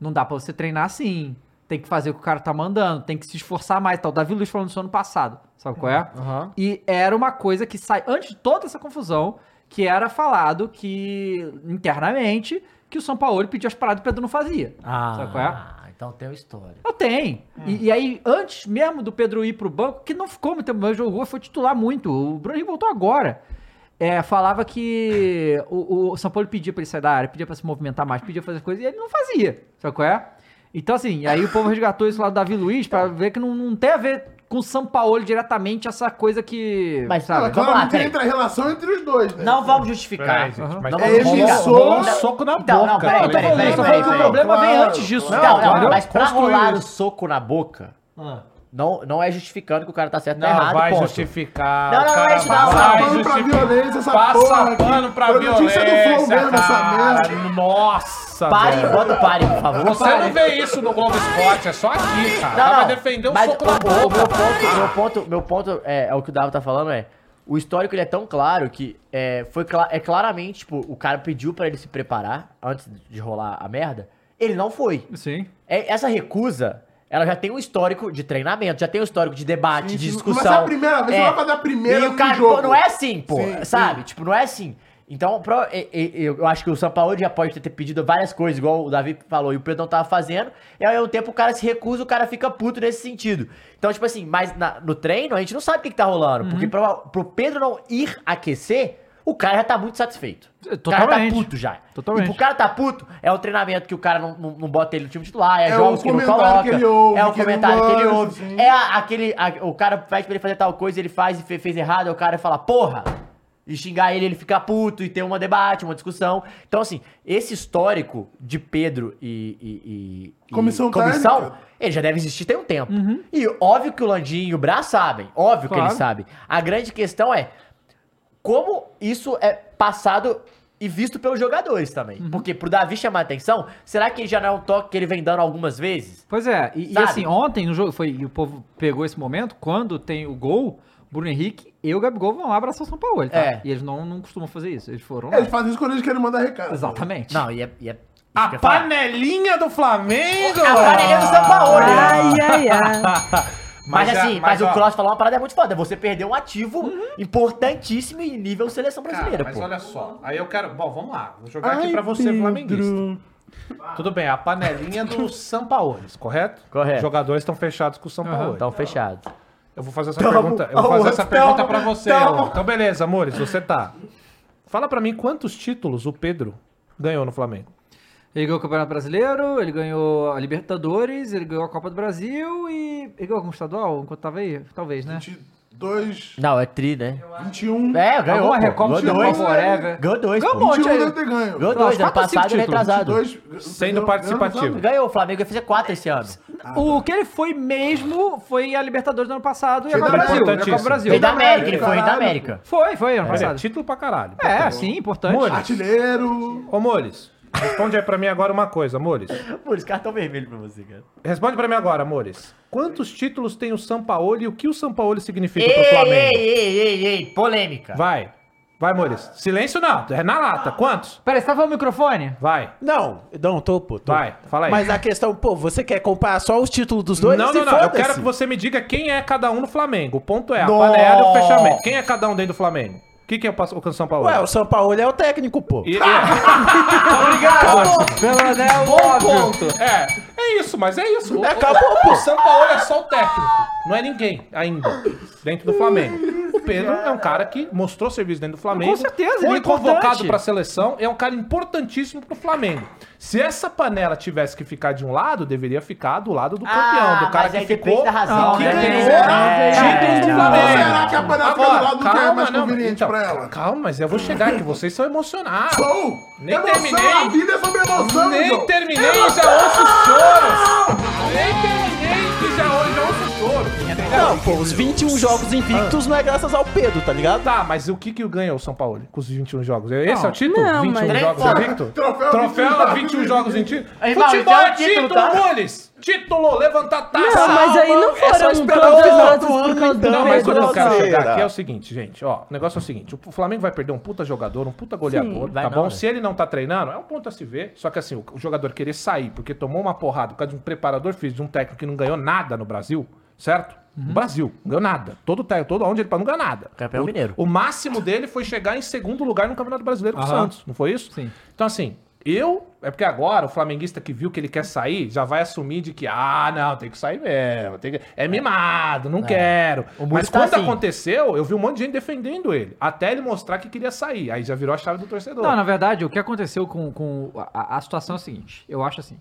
Speaker 1: não dá pra você treinar assim, tem que fazer o que o cara tá mandando, tem que se esforçar mais e tal. O Davi Luiz falando isso ano passado, sabe qual é? E era uma coisa que sai antes de toda essa confusão, que era falado que internamente que o São Paulo pedia as paradas e o Pedro não fazia.
Speaker 2: Ah,
Speaker 1: Sabe qual é?
Speaker 2: então tem uma história.
Speaker 1: Não tem. E, e aí, antes mesmo do Pedro ir pro banco, que não ficou muito tempo, mas jogou, foi titular muito. O Bruno Henrique voltou agora. É, falava que o, o São Paulo pedia pra ele sair da área, pedia pra se movimentar mais, pedia fazer coisas, e ele não fazia. Sabe qual é? Então, assim, aí o povo resgatou isso lá do Davi Luiz pra ver que não, não tem a ver com o São Paulo diretamente essa coisa que.
Speaker 2: Mas,
Speaker 1: sabe?
Speaker 2: vamos lá,
Speaker 3: Claro, não tem
Speaker 2: peraí.
Speaker 3: entre a relação entre os dois, né?
Speaker 1: É,
Speaker 2: Não vamos justificar.
Speaker 5: Peraí, gente,
Speaker 2: Uhum.
Speaker 5: mas
Speaker 2: Não
Speaker 5: tá
Speaker 2: vamos
Speaker 5: bom,
Speaker 2: justificar.
Speaker 5: soco-
Speaker 2: Vamos dar-
Speaker 5: soco na
Speaker 2: Então,
Speaker 5: boca,
Speaker 2: Não, peraí,
Speaker 5: não,
Speaker 2: peraí,
Speaker 5: tô
Speaker 2: peraí,
Speaker 5: falando,
Speaker 2: peraí,
Speaker 5: tô falando que o
Speaker 2: peraí.
Speaker 5: problema vem
Speaker 2: Claro,
Speaker 5: antes disso,
Speaker 2: claro.
Speaker 5: tá,
Speaker 2: Não, não,
Speaker 5: entendeu?
Speaker 2: mas pra
Speaker 5: Construir
Speaker 2: rolar o
Speaker 5: isso.
Speaker 2: soco na boca,
Speaker 5: Ah.
Speaker 2: não, não é justificando que o cara tá certo ou
Speaker 5: Não,
Speaker 2: tá errado,
Speaker 5: vai
Speaker 2: ponto.
Speaker 5: justificar.
Speaker 2: Não,
Speaker 5: o
Speaker 2: não, não
Speaker 5: cara
Speaker 2: é isso, não,
Speaker 5: vai
Speaker 2: não.
Speaker 3: Pano pra
Speaker 5: justificar.
Speaker 3: violência, essa
Speaker 5: Passa
Speaker 3: porra aqui.
Speaker 5: pano pra
Speaker 3: Foi notícia do Flow
Speaker 5: violência,
Speaker 3: mesmo, essa
Speaker 5: cara.
Speaker 3: merda.
Speaker 5: Nossa,
Speaker 2: Pare,
Speaker 5: velho.
Speaker 2: bota o pare, por favor.
Speaker 5: Você
Speaker 2: Pare.
Speaker 5: não vê isso no Globo Esporte, é só aqui, cara.
Speaker 2: Não,
Speaker 5: Ela
Speaker 2: não.
Speaker 5: vai defender um
Speaker 2: Mas
Speaker 5: soco
Speaker 2: o,
Speaker 5: na
Speaker 2: o- o meu
Speaker 5: boca.
Speaker 2: ponto, meu ponto, meu ponto é, é o que o Davo tá falando é o histórico ele é tão claro que é, foi cla- é claramente tipo o cara pediu pra ele se preparar antes de rolar a merda, ele não foi.
Speaker 1: Sim.
Speaker 2: É, essa recusa ela já tem um histórico de treinamento, já tem um histórico de debate, de
Speaker 3: Mas
Speaker 2: discussão.
Speaker 3: é a primeira vez,
Speaker 2: É.
Speaker 3: você vai fazer a primeira
Speaker 2: E o
Speaker 3: no
Speaker 2: cara,
Speaker 3: jogo.
Speaker 2: pô, não é assim, pô,
Speaker 3: Sim,
Speaker 2: sabe? Tipo, não é assim. Então, pro- e- e- eu acho que o Sampaoli já pode ter pedido várias coisas, igual o Davi falou, e o Pedrão tava fazendo, e ao mesmo tempo o cara se recusa, o cara fica puto nesse sentido. Então, tipo assim, mas na- no treino a gente não sabe o que, que tá rolando, porque pro, pro Pedro não ir aquecer, O cara já tá muito satisfeito. O cara tá
Speaker 1: Totalmente.
Speaker 2: puto já.
Speaker 1: Totalmente.
Speaker 2: E pro cara tá puto, é o treinamento que o cara não, não, não bota ele no time titular, é,
Speaker 3: É
Speaker 2: jogos
Speaker 3: o
Speaker 2: que não
Speaker 3: comentário
Speaker 2: coloca,
Speaker 3: que ele ouve,
Speaker 2: é o
Speaker 3: que ele
Speaker 2: comentário
Speaker 3: não
Speaker 2: que ele
Speaker 3: gosta,
Speaker 2: ouve, é a- aquele, a- o cara pede pra ele fazer tal coisa, ele faz e fe- fez errado, aí o cara fala, porra, e xingar ele, ele fica puto, e tem um debate, uma discussão. Então, assim, esse histórico de Pedro e... e- e- e-
Speaker 3: Comissão técnica.
Speaker 2: ele já deve existir tem um tempo. E óbvio que o Landinho e o Braz sabem, óbvio que
Speaker 1: Claro.
Speaker 2: eles sabem. A grande questão é, como isso é passado e visto pelos jogadores também. Porque pro Davi chamar atenção, será que já não é um toque que ele vem dando algumas vezes?
Speaker 1: Pois é, e, e
Speaker 2: Sabe?
Speaker 1: assim, ontem no jogo foi, e o povo pegou esse momento, quando tem o gol, Bruno Henrique e o Gabigol vão lá abraçar o São Paulo, tá?
Speaker 2: É.
Speaker 1: E eles não, não costumam fazer isso, eles foram lá.
Speaker 3: Eles fazem isso quando eles querem mandar recado.
Speaker 1: Exatamente.
Speaker 2: Não, e é. E é isso que
Speaker 5: A
Speaker 2: eu ia falar.
Speaker 5: panelinha do Flamengo!
Speaker 2: A panelinha do São Paulo! né?
Speaker 4: Ai, ai, ai.
Speaker 2: Mas,
Speaker 5: Mas,
Speaker 2: assim,
Speaker 5: é,
Speaker 2: mas,
Speaker 5: mas,
Speaker 2: o
Speaker 5: ó,
Speaker 2: Cross falou uma parada muito foda. Você perdeu um ativo importantíssimo em nível seleção brasileira,
Speaker 5: Cara, mas
Speaker 2: é pô.
Speaker 5: olha só, aí eu quero. Bom, vamos lá. Vou jogar aqui
Speaker 3: Ai,
Speaker 5: pra você,
Speaker 3: Pedro.
Speaker 5: flamenguista. Tudo bem, a panelinha do Sampaolis, correto?
Speaker 2: Correto.
Speaker 5: Os jogadores estão fechados com o Sampaoli.
Speaker 2: Então, fechado.
Speaker 5: Eu vou fazer essa
Speaker 2: Tamo,
Speaker 5: pergunta. Eu vou
Speaker 2: tamo,
Speaker 5: fazer essa
Speaker 2: tamo,
Speaker 5: pergunta pra você,
Speaker 2: tamo.
Speaker 5: Elon. Então, beleza, amores, você tá. Fala pra mim quantos títulos o Pedro ganhou no Flamengo?
Speaker 1: Ele ganhou o Campeonato Brasileiro, ele ganhou a Libertadores, ele ganhou a Copa do Brasil e. Ele ganhou algum estadual enquanto tava aí? Talvez, né?
Speaker 3: 22,
Speaker 2: Não, é tri, né?
Speaker 3: 21.
Speaker 2: É, ganhou.
Speaker 1: Alguma
Speaker 2: pô.
Speaker 1: Recopa
Speaker 2: Ganhou
Speaker 1: Champions
Speaker 2: dois.
Speaker 1: Forever.
Speaker 2: Ganhou dois,
Speaker 1: Ganhou um
Speaker 2: pô.
Speaker 1: monte
Speaker 3: 21
Speaker 1: aí.
Speaker 3: deve ter ganho.
Speaker 2: Ganhou dois,
Speaker 1: Quatro,
Speaker 2: ano passado
Speaker 1: cinco
Speaker 2: e
Speaker 1: títulos.
Speaker 2: retrasado.
Speaker 3: 22,
Speaker 5: Sendo
Speaker 3: ganhou-
Speaker 5: participativo.
Speaker 2: Ganhou, o Flamengo ia fazer quatro esse ano.
Speaker 1: O que ele foi mesmo foi a Libertadores do ano passado e a
Speaker 3: Foi
Speaker 1: Copa do
Speaker 3: da
Speaker 1: Brasil. E a Copa do
Speaker 5: importantíssimo.
Speaker 1: Brasil.
Speaker 2: Rei da
Speaker 3: América,
Speaker 2: América, ele foi rei da
Speaker 3: caralho,
Speaker 2: América.
Speaker 1: Foi, foi
Speaker 2: É.
Speaker 1: ano
Speaker 5: Olha,
Speaker 1: passado.
Speaker 5: título pra caralho.
Speaker 1: É, sim, importante.
Speaker 5: Muito.
Speaker 3: Artilheiro.
Speaker 5: Ô, Mores, responde aí pra mim agora uma coisa, Mores.
Speaker 2: Por isso, cartão é vermelho pra você, cara.
Speaker 5: Responde pra mim agora, Mores. Quantos títulos tem o Sampaoli e o que o Sampaoli significa
Speaker 2: Ei,
Speaker 5: pro
Speaker 2: ei,
Speaker 5: Flamengo?
Speaker 2: ei, ei, ei, polêmica.
Speaker 5: Vai. Vai, Mores. Silêncio não. É na lata. Quantos?
Speaker 1: Peraí, você tá falando no microfone?
Speaker 5: Vai.
Speaker 12: Não, não, tô, pô. tô.
Speaker 5: Vai, fala aí.
Speaker 12: Mas a questão, pô, você quer comparar só os títulos dos dois?
Speaker 5: não,
Speaker 12: Se
Speaker 5: não, não. Eu
Speaker 12: foda-se.
Speaker 5: quero que você me diga quem é cada um no Flamengo. O ponto é a
Speaker 12: Nó.
Speaker 5: panela e o fechamento. Quem é cada um dentro do Flamengo? O que, que é o, Pas- o São Paulo?
Speaker 12: Ué, o São Paulo é o técnico, pô.
Speaker 5: E- e- (laughs) Obrigado.
Speaker 1: Pelo
Speaker 2: né,
Speaker 1: anel,
Speaker 5: Bom
Speaker 1: óbvio.
Speaker 5: ponto. É, é isso, mas é isso. O-
Speaker 12: Acabou,
Speaker 5: o,
Speaker 12: pô.
Speaker 5: o São Paulo é só o técnico. Não é ninguém ainda dentro do Flamengo. O Pedro é um cara que mostrou serviço dentro do Flamengo.
Speaker 1: Com certeza, ele
Speaker 5: Foi
Speaker 1: é importante.
Speaker 5: convocado para a seleção. É um cara importantíssimo pro Flamengo. Se essa panela tivesse que ficar de um lado, deveria ficar do lado do campeão. Do cara
Speaker 2: Ah, mas
Speaker 5: que
Speaker 2: aí depende
Speaker 5: ficou.
Speaker 2: da razão,
Speaker 5: que
Speaker 2: né?
Speaker 5: ganhou
Speaker 2: É,
Speaker 5: títulos do
Speaker 2: não.
Speaker 5: Flamengo.
Speaker 3: Será que a panela fica do lado do que é mais conveniente
Speaker 5: então,
Speaker 3: pra ela?
Speaker 5: Calma, mas eu vou chegar que vocês são emocionados.
Speaker 3: Show!
Speaker 5: Nem
Speaker 3: emoção,
Speaker 5: terminei.
Speaker 3: a vida é sobre emoção,
Speaker 5: Nem
Speaker 3: João.
Speaker 5: terminei e já ouço choros. Nem terminei e já, ou- já ouço choros.
Speaker 12: Não,
Speaker 2: é.
Speaker 12: pô, os 21 jogos invictos não é graças ao Pedro, tá ligado?
Speaker 5: Tá, mas o que que ganhou o São Paulo com os 21 jogos? Esse é o título?
Speaker 4: Não,
Speaker 5: 21
Speaker 4: mas-
Speaker 5: jogos invicto?
Speaker 3: Troféu 21
Speaker 5: Troféu 21 jogos invicto?
Speaker 2: Aí, Mauro,
Speaker 5: Futebol é
Speaker 2: já é o título,
Speaker 5: título,
Speaker 2: tá?
Speaker 5: Mules! Título, levanta a taça!
Speaker 4: Não, mas aí não
Speaker 12: É só
Speaker 4: foram
Speaker 12: esperar
Speaker 4: todos
Speaker 12: o
Speaker 4: os
Speaker 12: final
Speaker 4: outros
Speaker 12: do ano,
Speaker 4: por causa do
Speaker 12: então.
Speaker 5: Não,
Speaker 12: Não,
Speaker 5: mas
Speaker 12: mas
Speaker 5: onde eu quero
Speaker 12: grosseira.
Speaker 5: chegar aqui é o seguinte, gente, ó, o negócio é o seguinte, o Flamengo vai perder um puta jogador, um puta goleador,
Speaker 2: vai
Speaker 5: tá
Speaker 2: não,
Speaker 5: bom?
Speaker 2: né?
Speaker 5: Se ele não tá treinando, é um ponto a se ver, só que assim, o, o jogador querer sair porque tomou uma porrada por causa de um preparador físico, de um técnico que não ganhou nada no Brasil, certo? No Brasil, não ganhou nada. Todo técnico, todo onde ele pra não ganhar nada.
Speaker 2: Uhum. Campeão
Speaker 5: o,
Speaker 2: mineiro.
Speaker 5: O máximo dele foi chegar em segundo lugar no Campeonato Brasileiro com o Santos, não foi isso?
Speaker 1: Sim.
Speaker 5: Então assim, eu, é porque agora o flamenguista que viu que ele quer sair, já vai assumir de que, ah, não, tem que sair mesmo, tem que- é mimado, não quero.
Speaker 2: O Muricy
Speaker 5: Mas
Speaker 2: tá
Speaker 5: quando
Speaker 2: assim.
Speaker 5: aconteceu, eu vi um monte de gente defendendo ele. Até ele mostrar que queria sair. Aí já virou a chave do torcedor.
Speaker 1: Não, na verdade, o que aconteceu com, com a, a- a situação é o seguinte. Eu acho assim.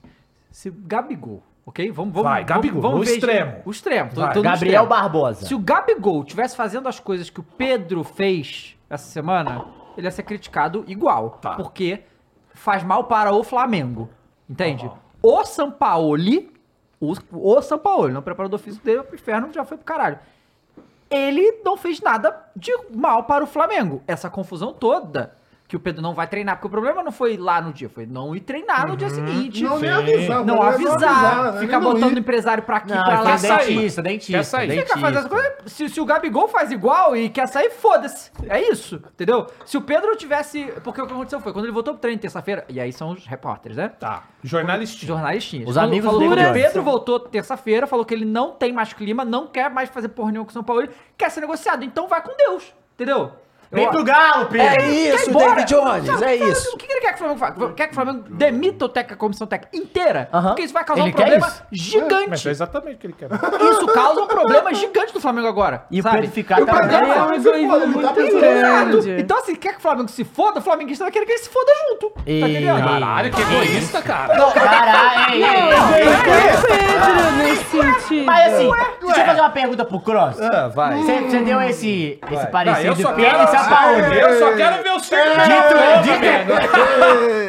Speaker 1: Se Gabigol, ok? Vamos, vamos,
Speaker 5: Vai,
Speaker 1: vamos-
Speaker 5: Gabigol,
Speaker 1: vamos
Speaker 5: no
Speaker 1: ver-
Speaker 5: extremo.
Speaker 1: O extremo. tô-
Speaker 5: Vai.
Speaker 1: tô no
Speaker 2: Gabriel
Speaker 1: extremo.
Speaker 2: Barbosa.
Speaker 1: Se o Gabigol tivesse fazendo as coisas que o Pedro fez essa semana, ele ia ser criticado igual.
Speaker 5: Tá.
Speaker 1: Porque faz mal para o Flamengo. Entende? O Sampaoli, o, o Sampaoli, não preparador físico dele, o inferno já foi pro caralho. Ele não fez nada de mal para o Flamengo. Essa confusão toda. Que o Pedro não vai treinar, porque o problema não foi lá no dia, foi não ir treinar no dia seguinte.
Speaker 3: Não nem avisar,
Speaker 1: Não
Speaker 3: não
Speaker 1: avisar,
Speaker 3: avisar, né?
Speaker 1: ficar
Speaker 3: Nem não
Speaker 1: botando
Speaker 3: ir.
Speaker 1: empresário pra aqui,
Speaker 2: Não,
Speaker 1: pra lá.
Speaker 2: quer
Speaker 1: sair.
Speaker 2: dentista, dentista.
Speaker 5: Quer sair.
Speaker 1: Fica fazendo
Speaker 2: dentista.
Speaker 1: essa coisa. Se, se o Gabigol faz igual e quer sair, foda-se. É isso, entendeu? Se o Pedro tivesse. Porque o que aconteceu foi, quando ele voltou pro treino terça-feira, e aí são os repórteres, né?
Speaker 5: Tá. Jornalistinho.
Speaker 1: Jornalistinhas.
Speaker 2: Os
Speaker 1: Falou-
Speaker 2: amigos
Speaker 1: falou
Speaker 2: do
Speaker 1: que
Speaker 2: David
Speaker 1: o
Speaker 2: Jones.
Speaker 1: Pedro voltou terça-feira, falou que ele não tem mais clima, não quer mais fazer porra nenhuma com o São Paulo, ele quer ser negociado, então vai com Deus, entendeu?
Speaker 2: Vem pro Galo, Pedro.
Speaker 1: Ele
Speaker 2: É isso,
Speaker 1: quer ir embora.
Speaker 12: David Jones,
Speaker 1: Não,
Speaker 12: é
Speaker 1: não,
Speaker 12: isso.
Speaker 1: O que que ele quer que o Flamengo faça? Quer que o Flamengo demita o técnico, a comissão técnica inteira? Porque isso vai causar
Speaker 2: Ele
Speaker 1: um
Speaker 2: quer
Speaker 1: problema
Speaker 2: isso?
Speaker 1: gigante.
Speaker 5: Mas é exatamente o que ele quer.
Speaker 1: Isso causa um problema gigante do Flamengo
Speaker 2: (laughs)
Speaker 1: agora.
Speaker 2: E o
Speaker 1: sabe?
Speaker 2: Pedro ficar
Speaker 1: E o
Speaker 2: também.
Speaker 1: problema
Speaker 2: Ele é um
Speaker 1: Flamengo,
Speaker 2: egoísmo
Speaker 1: ele tá
Speaker 2: muito
Speaker 1: pensando,
Speaker 2: grande.
Speaker 1: "Exato." Então, assim, quer que o Flamengo se foda, o flamenguista vai querer que ele se foda junto. Tá entendendo?
Speaker 5: Caralho, que é egoísta, cara.
Speaker 2: Não, caralho,
Speaker 4: Não,
Speaker 2: é,
Speaker 4: não,
Speaker 2: é, é.
Speaker 4: Pedro, nesse sentido.
Speaker 2: Mas assim, deixa eu fazer uma pergunta pro Cross.
Speaker 5: Ah, vai.
Speaker 2: Você você deu esse, esse
Speaker 5: Não,
Speaker 2: parecer
Speaker 5: eu
Speaker 2: de
Speaker 5: só
Speaker 2: Pedro e
Speaker 5: quero- Ah,
Speaker 2: Sampaoli.
Speaker 5: Eu só quero ver o seu
Speaker 2: Dito-
Speaker 5: dito,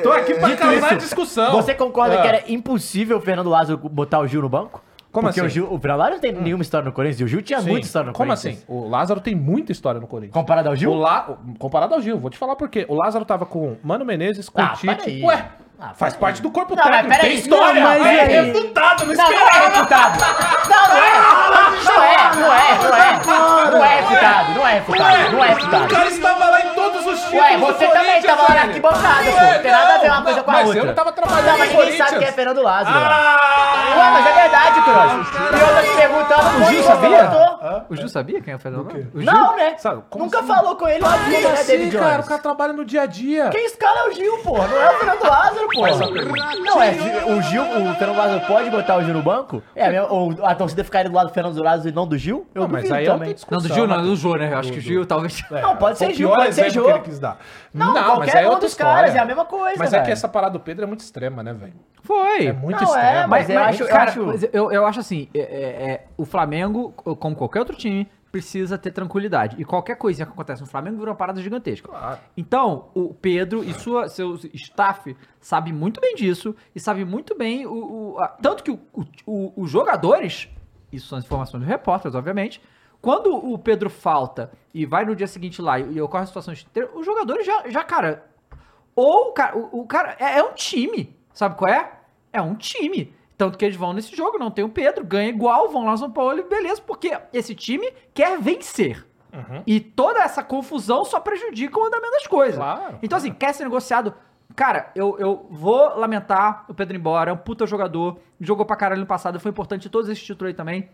Speaker 5: Tô aqui pra causar discussão.
Speaker 2: Você concorda
Speaker 5: Ah.
Speaker 2: que era impossível o Fernando Lázaro botar o Gil no banco?
Speaker 5: Como
Speaker 2: Porque
Speaker 5: assim?
Speaker 2: o Gil, o Fernando Lázaro não tem nenhuma história no Corinthians e o Gil tinha
Speaker 5: Ah, Sim.
Speaker 2: muita história no
Speaker 5: Como
Speaker 2: Corinthians.
Speaker 5: assim? O Lázaro tem muita história no Corinthians.
Speaker 2: Comparado ao Gil?
Speaker 5: O La- Comparado ao Gil, vou te falar por quê. O Lázaro tava com Mano Menezes, com
Speaker 2: Ah, peraí.
Speaker 5: Tite. Ué,
Speaker 2: Ah,
Speaker 5: faz
Speaker 2: peraí.
Speaker 5: parte do corpo
Speaker 2: Não,
Speaker 5: técnico.
Speaker 2: mas peraí.
Speaker 5: Tem história.
Speaker 2: Não, mas e
Speaker 5: é
Speaker 2: aí?
Speaker 5: refutado, não
Speaker 2: Não, não é
Speaker 5: esperava.
Speaker 2: refutado. Não, não é. Não é, não é, não é. Não é refutado, não é refutado, não é
Speaker 5: O
Speaker 2: refutado.
Speaker 5: cara estava lá em todos os títulos.
Speaker 2: Ué, você também
Speaker 5: do Corinthians,
Speaker 2: tava lá na
Speaker 5: velho.
Speaker 2: arquibancada,
Speaker 5: Ué,
Speaker 2: pô. Tem nada a ver uma
Speaker 5: não,
Speaker 2: coisa com a
Speaker 5: mas
Speaker 2: outra.
Speaker 5: eu não tava trabalhando
Speaker 2: Não, mas
Speaker 5: no
Speaker 2: ninguém sabe
Speaker 5: Corinthians.
Speaker 2: quem é Fernando Lázaro. velho.
Speaker 5: Ah!
Speaker 2: Ué, mas é verdade, Cross. E eu tô te perguntando
Speaker 1: O
Speaker 2: quando
Speaker 1: Gil
Speaker 2: você
Speaker 1: sabia?
Speaker 2: votou.
Speaker 1: O Gil sabia quem é o Fernando? O Gil?
Speaker 2: Não, né?
Speaker 5: Sabe, como
Speaker 2: Nunca
Speaker 5: assim?
Speaker 2: falou com ele, óbvio,
Speaker 5: Como
Speaker 2: né,
Speaker 5: assim,
Speaker 2: David Jones?
Speaker 5: cara? O cara trabalha no dia a dia.
Speaker 2: Quem esse cara é o Gil, pô? Não é o Fernando Lázaro, pô. Não, é Gil- o Gil, o Fernando Lázaro pode botar o Gil no banco? É, mesmo, ou a torcida ficaria do lado do Fernando Lázaro e não do Gil? Eu
Speaker 12: Ah,
Speaker 2: é
Speaker 5: Não, mas
Speaker 2: duvido
Speaker 12: é
Speaker 5: aí eu não
Speaker 2: também.
Speaker 5: tenho discussão.
Speaker 1: Não, do Gil não,
Speaker 5: Matheus.
Speaker 1: do Jô, né? Eu acho que o Gil talvez...
Speaker 2: Não, pode
Speaker 5: Foi
Speaker 2: ser
Speaker 5: o
Speaker 2: Gil,
Speaker 5: pior
Speaker 2: pode ser
Speaker 5: exemplo
Speaker 2: Gil.
Speaker 5: que ele quis dar.
Speaker 2: Não, qualquer um dos caras, é a mesma coisa,
Speaker 5: Mas é que
Speaker 2: velho.
Speaker 5: essa parada do Pedro é muito extrema, né, velho?
Speaker 1: Foi.
Speaker 5: É muito
Speaker 2: Não,
Speaker 5: extrema.
Speaker 2: é, mas eu acho- eu
Speaker 1: cara,
Speaker 2: acho-
Speaker 1: mas eu, eu acho assim, é- é- é, o Flamengo, co- como qualquer outro time, precisa ter tranquilidade. E qualquer coisinha que acontece no Flamengo vira uma parada gigantesca.
Speaker 5: Claro.
Speaker 1: Então, o Pedro e sua, seu staff sabe muito bem disso e sabe muito bem o... o- a- tanto que o- o- o- os jogadores, isso são as informações dos repórteres, obviamente, quando o Pedro falta e vai no dia seguinte lá e, e ocorre a situação extrema, os jogadores já, já cara, ou o cara, o, o cara é, é um time, sabe qual é? É um time. Tanto que eles vão nesse jogo, não tem o Pedro, ganha igual, vão lá no São Paulo e beleza, porque esse time quer vencer. E toda essa confusão só prejudica o andamento das coisas.
Speaker 5: Claro.
Speaker 1: Então, assim, quer ser negociado. Cara, eu, eu vou lamentar o Pedro ir embora, é um puta jogador, jogou pra caralho no passado, foi importante em todos esses títulos aí também.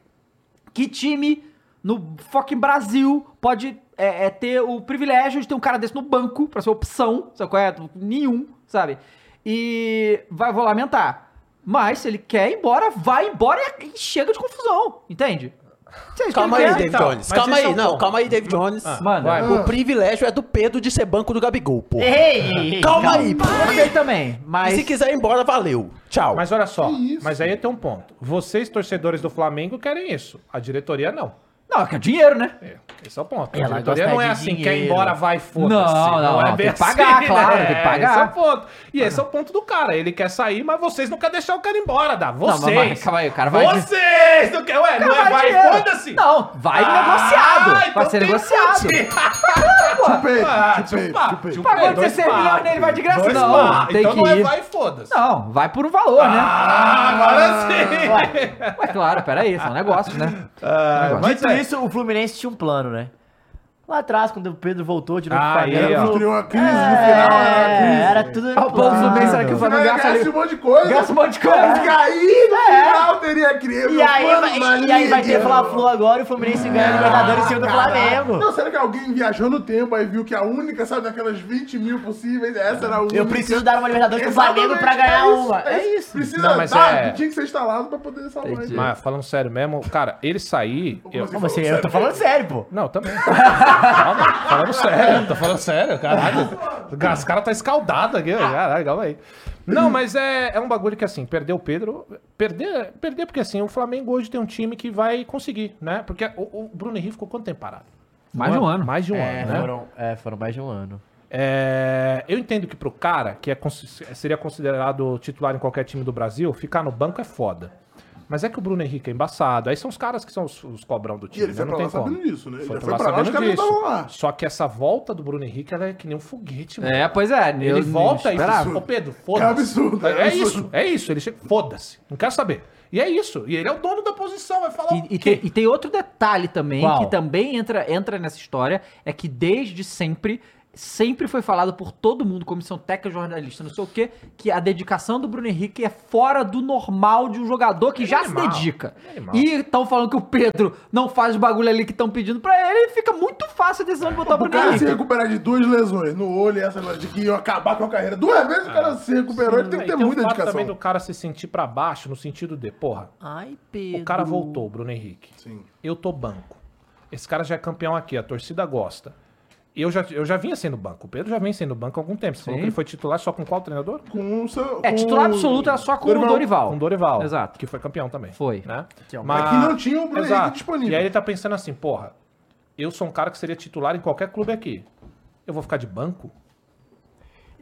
Speaker 1: Que time no fucking Brasil pode é, é, ter o privilégio de ter um cara desse no banco pra ser opção, sabe qual é? Nenhum, sabe? E vai, vou lamentar. Mas se ele quer ir embora, vai embora e, e chega de confusão, entende? Se é isso que
Speaker 12: Calma
Speaker 1: ele
Speaker 12: aí,
Speaker 1: quer,
Speaker 12: David
Speaker 5: então,
Speaker 12: Jones.
Speaker 5: mas
Speaker 12: Calma
Speaker 5: esse é
Speaker 12: aí,
Speaker 5: o
Speaker 12: não.
Speaker 5: ponto.
Speaker 12: Calma aí, David Jones.
Speaker 2: Ah.
Speaker 1: Mano,
Speaker 5: Vai.
Speaker 12: O privilégio é do Pedro de ser banco do Gabigol, pô.
Speaker 2: Ei, ei, ei,
Speaker 12: Calma aí, pô.
Speaker 1: eu sei também,
Speaker 12: E
Speaker 1: mas...
Speaker 12: se quiser ir embora, valeu. Tchau.
Speaker 5: Mas olha só, mas aí tem um ponto. Vocês, torcedores do Flamengo, querem isso. A diretoria não.
Speaker 1: Não, é dinheiro, né?
Speaker 5: É, Esse é o ponto. A
Speaker 2: Ela
Speaker 5: diretoria
Speaker 2: gosta
Speaker 5: não é
Speaker 2: de
Speaker 5: assim, quer ir
Speaker 2: dinheiro.
Speaker 5: embora, vai, foda-se.
Speaker 1: Não, não,
Speaker 5: é
Speaker 1: não, tem
Speaker 5: bem
Speaker 1: que pagar, claro, tem que pagar.
Speaker 5: Esse é o ponto. E esse é o ponto do cara. Ele quer sair, mas vocês não querem deixar o cara embora, Dá. Vocês.
Speaker 1: mas- mas calma aí, o cara vai-
Speaker 5: Vocês não querem. Ué, não é vai,
Speaker 1: dinheiro.
Speaker 5: foda-se.
Speaker 1: Não, vai
Speaker 5: Ah,
Speaker 1: Tá negociado. Vai
Speaker 5: então
Speaker 1: ser
Speaker 5: tem
Speaker 1: negociado.
Speaker 5: sentido.
Speaker 3: Chupei,
Speaker 5: Ah,
Speaker 3: chupei,
Speaker 5: chupa,
Speaker 3: chupei.
Speaker 5: chupa,
Speaker 1: Pagou
Speaker 5: dois
Speaker 1: 16 milhões
Speaker 5: papos.
Speaker 1: nele, vai de graça?
Speaker 5: Dois
Speaker 1: né? Não,
Speaker 5: papos.
Speaker 1: tem
Speaker 5: então
Speaker 1: que
Speaker 5: não é
Speaker 1: ir.
Speaker 5: vai, foda-se.
Speaker 1: Não, vai por um valor,
Speaker 5: Ah, agora sim.
Speaker 1: né? Ué, claro, peraí,
Speaker 5: (laughs)
Speaker 1: são negócios, né?
Speaker 5: Ah, mas
Speaker 2: Dito
Speaker 5: é.
Speaker 2: isso, o Fluminense tinha um plano, né? Lá atrás, quando o Pedro voltou de novo
Speaker 5: Ah,
Speaker 2: pro Flamengo,
Speaker 5: aí, ó.
Speaker 2: falou,
Speaker 3: Criou uma crise no final.
Speaker 2: é,
Speaker 3: né?
Speaker 2: era tudo
Speaker 1: Ah, o povo do bem, será que o
Speaker 3: Vai
Speaker 1: Flamengo gasta
Speaker 3: gastar
Speaker 1: ali?
Speaker 3: um monte de coisa.
Speaker 1: Gasta um monte de coisa.
Speaker 3: Mas que aí, no final, teria criado.
Speaker 2: E aí, vai, e aí vai ter Fla-Flu agora e o Fluminense ganha Ah, o Libertadores em cima do Flamengo.
Speaker 3: Não, será que alguém viajou no tempo aí viu que a única, sabe, daquelas 20 mil possíveis, essa era a única.
Speaker 2: Eu preciso dar uma Libertadores pro Flamengo pra
Speaker 3: Exatamente,
Speaker 2: ganhar
Speaker 3: é isso,
Speaker 2: uma. É isso.
Speaker 3: Precisa
Speaker 5: Não, mas
Speaker 3: dar,
Speaker 5: é-
Speaker 3: tinha que ser instalado pra poder salvar
Speaker 1: Entendi.
Speaker 3: ele.
Speaker 5: Mas falando sério mesmo, cara, ele sair. eu-
Speaker 2: Não, mas Assim, eu tô falando sério, pô.
Speaker 5: Não, também. Calma, falando sério, tô falando sério, caralho. Os caras tá escaldado aqui, ó, caralho, calma aí. Não, mas é, é um bagulho que assim, perder o Pedro. Perder, perder porque assim, o Flamengo hoje tem um time que vai conseguir, né? Porque o, o Bruno Henrique ficou quanto tempo parado?
Speaker 1: Mais de um ano.
Speaker 5: Mais de um
Speaker 2: É,
Speaker 5: ano, né?
Speaker 2: foram, é, foram mais de um ano.
Speaker 5: É, eu entendo que pro cara, que é cons- seria considerado titular em qualquer time do Brasil, ficar no banco é foda. Mas é que o Bruno Henrique é embaçado. Aí são os caras que são os, os cobrão do time.
Speaker 3: ele
Speaker 5: né?
Speaker 3: foi
Speaker 5: Não
Speaker 3: pra
Speaker 5: tem
Speaker 3: lá
Speaker 5: como.
Speaker 3: sabendo disso, né? Ele
Speaker 5: Foi
Speaker 3: já
Speaker 5: pra lá
Speaker 3: foi pra lá, os
Speaker 5: sabendo
Speaker 3: caras
Speaker 5: disso.
Speaker 3: estavam lá.
Speaker 5: Só que essa volta do Bruno Henrique ela é que nem um foguete, mano.
Speaker 1: É, pois é. eu
Speaker 5: Ele
Speaker 1: não
Speaker 5: volta e
Speaker 1: esperava.
Speaker 5: fala, ô Pedro, foda-se.
Speaker 3: É absurdo, é
Speaker 5: É,
Speaker 3: absurdo.
Speaker 5: isso, é isso. Ele chega, foda-se. Não quero saber. E é isso. E ele é o dono da posição, vai
Speaker 3: um
Speaker 5: falar
Speaker 1: E,
Speaker 5: o
Speaker 1: e
Speaker 5: quê?
Speaker 1: tem, e tem outro detalhe também,
Speaker 2: Qual?
Speaker 1: que também entra, entra nessa história, é que desde sempre sempre foi falado por todo mundo, comissão técnica, jornalista, não sei o quê, que a dedicação do Bruno Henrique é fora do normal de um jogador que já
Speaker 5: animal,
Speaker 1: se dedica.
Speaker 5: ele é animal.
Speaker 1: e estão falando que o Pedro não faz o bagulho ali que estão pedindo pra ele, fica muito fácil a decisão de botar o
Speaker 3: O
Speaker 1: Bruno
Speaker 3: cara se
Speaker 1: Henrique.
Speaker 3: recuperar de duas lesões no olho e essa agora, de que iam acabar com a carreira. Duas vezes o cara
Speaker 5: Ah,
Speaker 3: se recuperou, ele tem que ter
Speaker 5: e
Speaker 3: muita
Speaker 5: é, então o fato também
Speaker 3: dedicação.
Speaker 5: do cara se sentir pra baixo, no sentido de, porra,
Speaker 2: Ai,
Speaker 5: o cara voltou, Bruno Henrique. Eu tô banco. Esse cara já é campeão aqui, a torcida gosta. Eu já, eu já vinha sendo banco. O Pedro já vem sendo banco há algum tempo. Você falou
Speaker 1: Sim.
Speaker 5: que ele foi titular só com qual treinador?
Speaker 3: Com um o seu,
Speaker 1: É, titular absoluto era só com o Dorival.
Speaker 5: Com o Dorival.
Speaker 1: Exato.
Speaker 5: Que foi campeão também.
Speaker 1: Foi.
Speaker 5: Né?
Speaker 1: é um-
Speaker 3: É que não tinha o Bruno Henrique
Speaker 5: Exato.
Speaker 3: disponível.
Speaker 5: E aí ele tá pensando assim, porra, eu sou um cara que seria titular em qualquer clube aqui. Eu vou ficar de banco?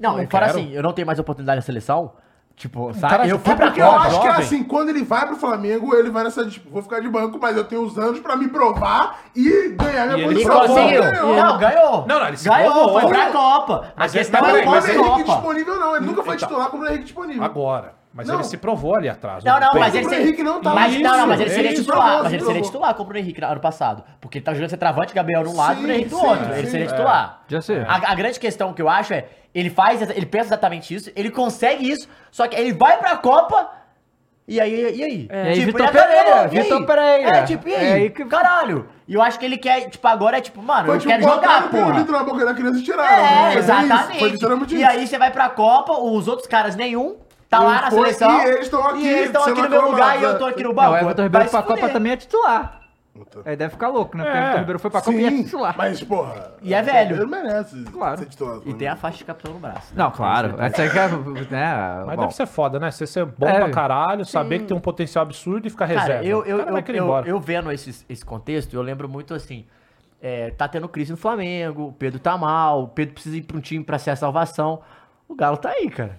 Speaker 2: Não,
Speaker 5: Não
Speaker 2: e fala
Speaker 5: quero.
Speaker 2: assim, eu não tenho mais oportunidade na seleção. Tipo, sabe?
Speaker 5: cara
Speaker 2: eu
Speaker 5: já
Speaker 2: fui
Speaker 5: tá
Speaker 2: pra
Speaker 3: Porque eu
Speaker 2: Copa.
Speaker 3: acho que é
Speaker 2: jovem.
Speaker 3: assim, quando ele vai pro Flamengo, ele vai nessa disputa. Vou ficar de banco, mas eu tenho os anos pra me provar e ganhar minha
Speaker 5: E ele
Speaker 2: Ele
Speaker 3: posição.
Speaker 2: conseguiu.
Speaker 3: Ele ganhou.
Speaker 2: Não, ganhou.
Speaker 5: Não, não, ele se
Speaker 2: ganhou,
Speaker 5: provou.
Speaker 2: foi pra Copa. A
Speaker 5: Mas esse
Speaker 2: questão
Speaker 5: tá
Speaker 2: é
Speaker 5: bem,
Speaker 3: Não,
Speaker 2: foi
Speaker 5: mas
Speaker 2: pra
Speaker 3: mas ele Henrique
Speaker 2: Copa.
Speaker 3: disponível não, ele nunca foi
Speaker 5: Então.
Speaker 3: titular com o Bruno Henrique disponível.
Speaker 5: Agora. Mas
Speaker 3: Não.
Speaker 5: ele se provou ali atrás. né?
Speaker 2: Não, não,
Speaker 5: tem
Speaker 2: mas
Speaker 3: o
Speaker 2: ele
Speaker 3: Bruno
Speaker 2: seria.
Speaker 3: Henrique não tá
Speaker 2: mas, não, não, mas ele
Speaker 5: Isso,
Speaker 2: seria
Speaker 5: isso,
Speaker 2: titular.
Speaker 3: provou,
Speaker 2: Mas ele
Speaker 3: provou.
Speaker 2: seria titular com o Bruno Henrique ano passado. Porque ele tá jogando centroavante, Gabriel de um lado e o
Speaker 3: Sim,
Speaker 2: Bruno Henrique do
Speaker 3: sim,
Speaker 2: outro. Ele
Speaker 3: sim.
Speaker 2: seria titular.
Speaker 1: Já sei.
Speaker 2: A, a grande questão que eu acho é, ele faz, exa- ele pensa exatamente isso, ele consegue isso, só que ele vai pra Copa e aí, e aí? Tipo,
Speaker 1: E aí, Vitor
Speaker 2: e agora,
Speaker 1: Pereira,
Speaker 2: e aí?
Speaker 1: Vitor Pereira.
Speaker 2: É, tipo, e aí?
Speaker 1: É aí que-
Speaker 2: Caralho. E eu acho que ele quer, tipo, agora é tipo, mano,
Speaker 3: Foi
Speaker 2: eu
Speaker 3: tipo,
Speaker 2: quero jogar,
Speaker 3: botaram o
Speaker 2: porra.
Speaker 3: litro na boca da criança e tiraram. né? Foi
Speaker 2: É,
Speaker 3: isso,
Speaker 2: exatamente.
Speaker 3: Foi literalmente
Speaker 2: e
Speaker 3: isso.
Speaker 2: aí você vai pra Copa, os outros caras nenhum, tá lá na
Speaker 3: Foi,
Speaker 2: seleção.
Speaker 3: e eles estão aqui
Speaker 2: e eles tão
Speaker 3: sendo
Speaker 2: aqui no meu lugar
Speaker 3: aclamados,
Speaker 2: e eu
Speaker 3: é.
Speaker 2: tô aqui no
Speaker 1: Não,
Speaker 2: banco.
Speaker 1: o Everton
Speaker 2: Vai
Speaker 1: Ribeiro
Speaker 2: se
Speaker 1: pra Copa
Speaker 2: fuder.
Speaker 1: também é titular.
Speaker 3: Puta.
Speaker 1: Aí deve ficar louco, né? Porque
Speaker 5: É.
Speaker 1: o Everton Ribeiro foi pra Copa e é
Speaker 3: Sim,
Speaker 1: titular.
Speaker 3: mas porra.
Speaker 2: E é velho.
Speaker 3: Ele merece
Speaker 1: Claro.
Speaker 3: ser titular.
Speaker 2: E tem a faixa de capitão no braço. né?
Speaker 1: Não, claro. Essa é que é, né,
Speaker 5: Mas
Speaker 1: bom.
Speaker 5: deve ser foda, né? Você ser bom
Speaker 1: É.
Speaker 5: pra caralho, saber que tem um potencial absurdo e ficar reserva.
Speaker 2: Cara, eu, eu,
Speaker 5: O cara
Speaker 2: eu,
Speaker 5: vai querer ir
Speaker 2: eu,
Speaker 5: embora.
Speaker 2: eu vendo esse, esse contexto, eu lembro muito assim. é, tá tendo crise no Flamengo, o Pedro tá mal, o Pedro precisa ir pra um time pra ser a salvação. O Galo tá aí, cara.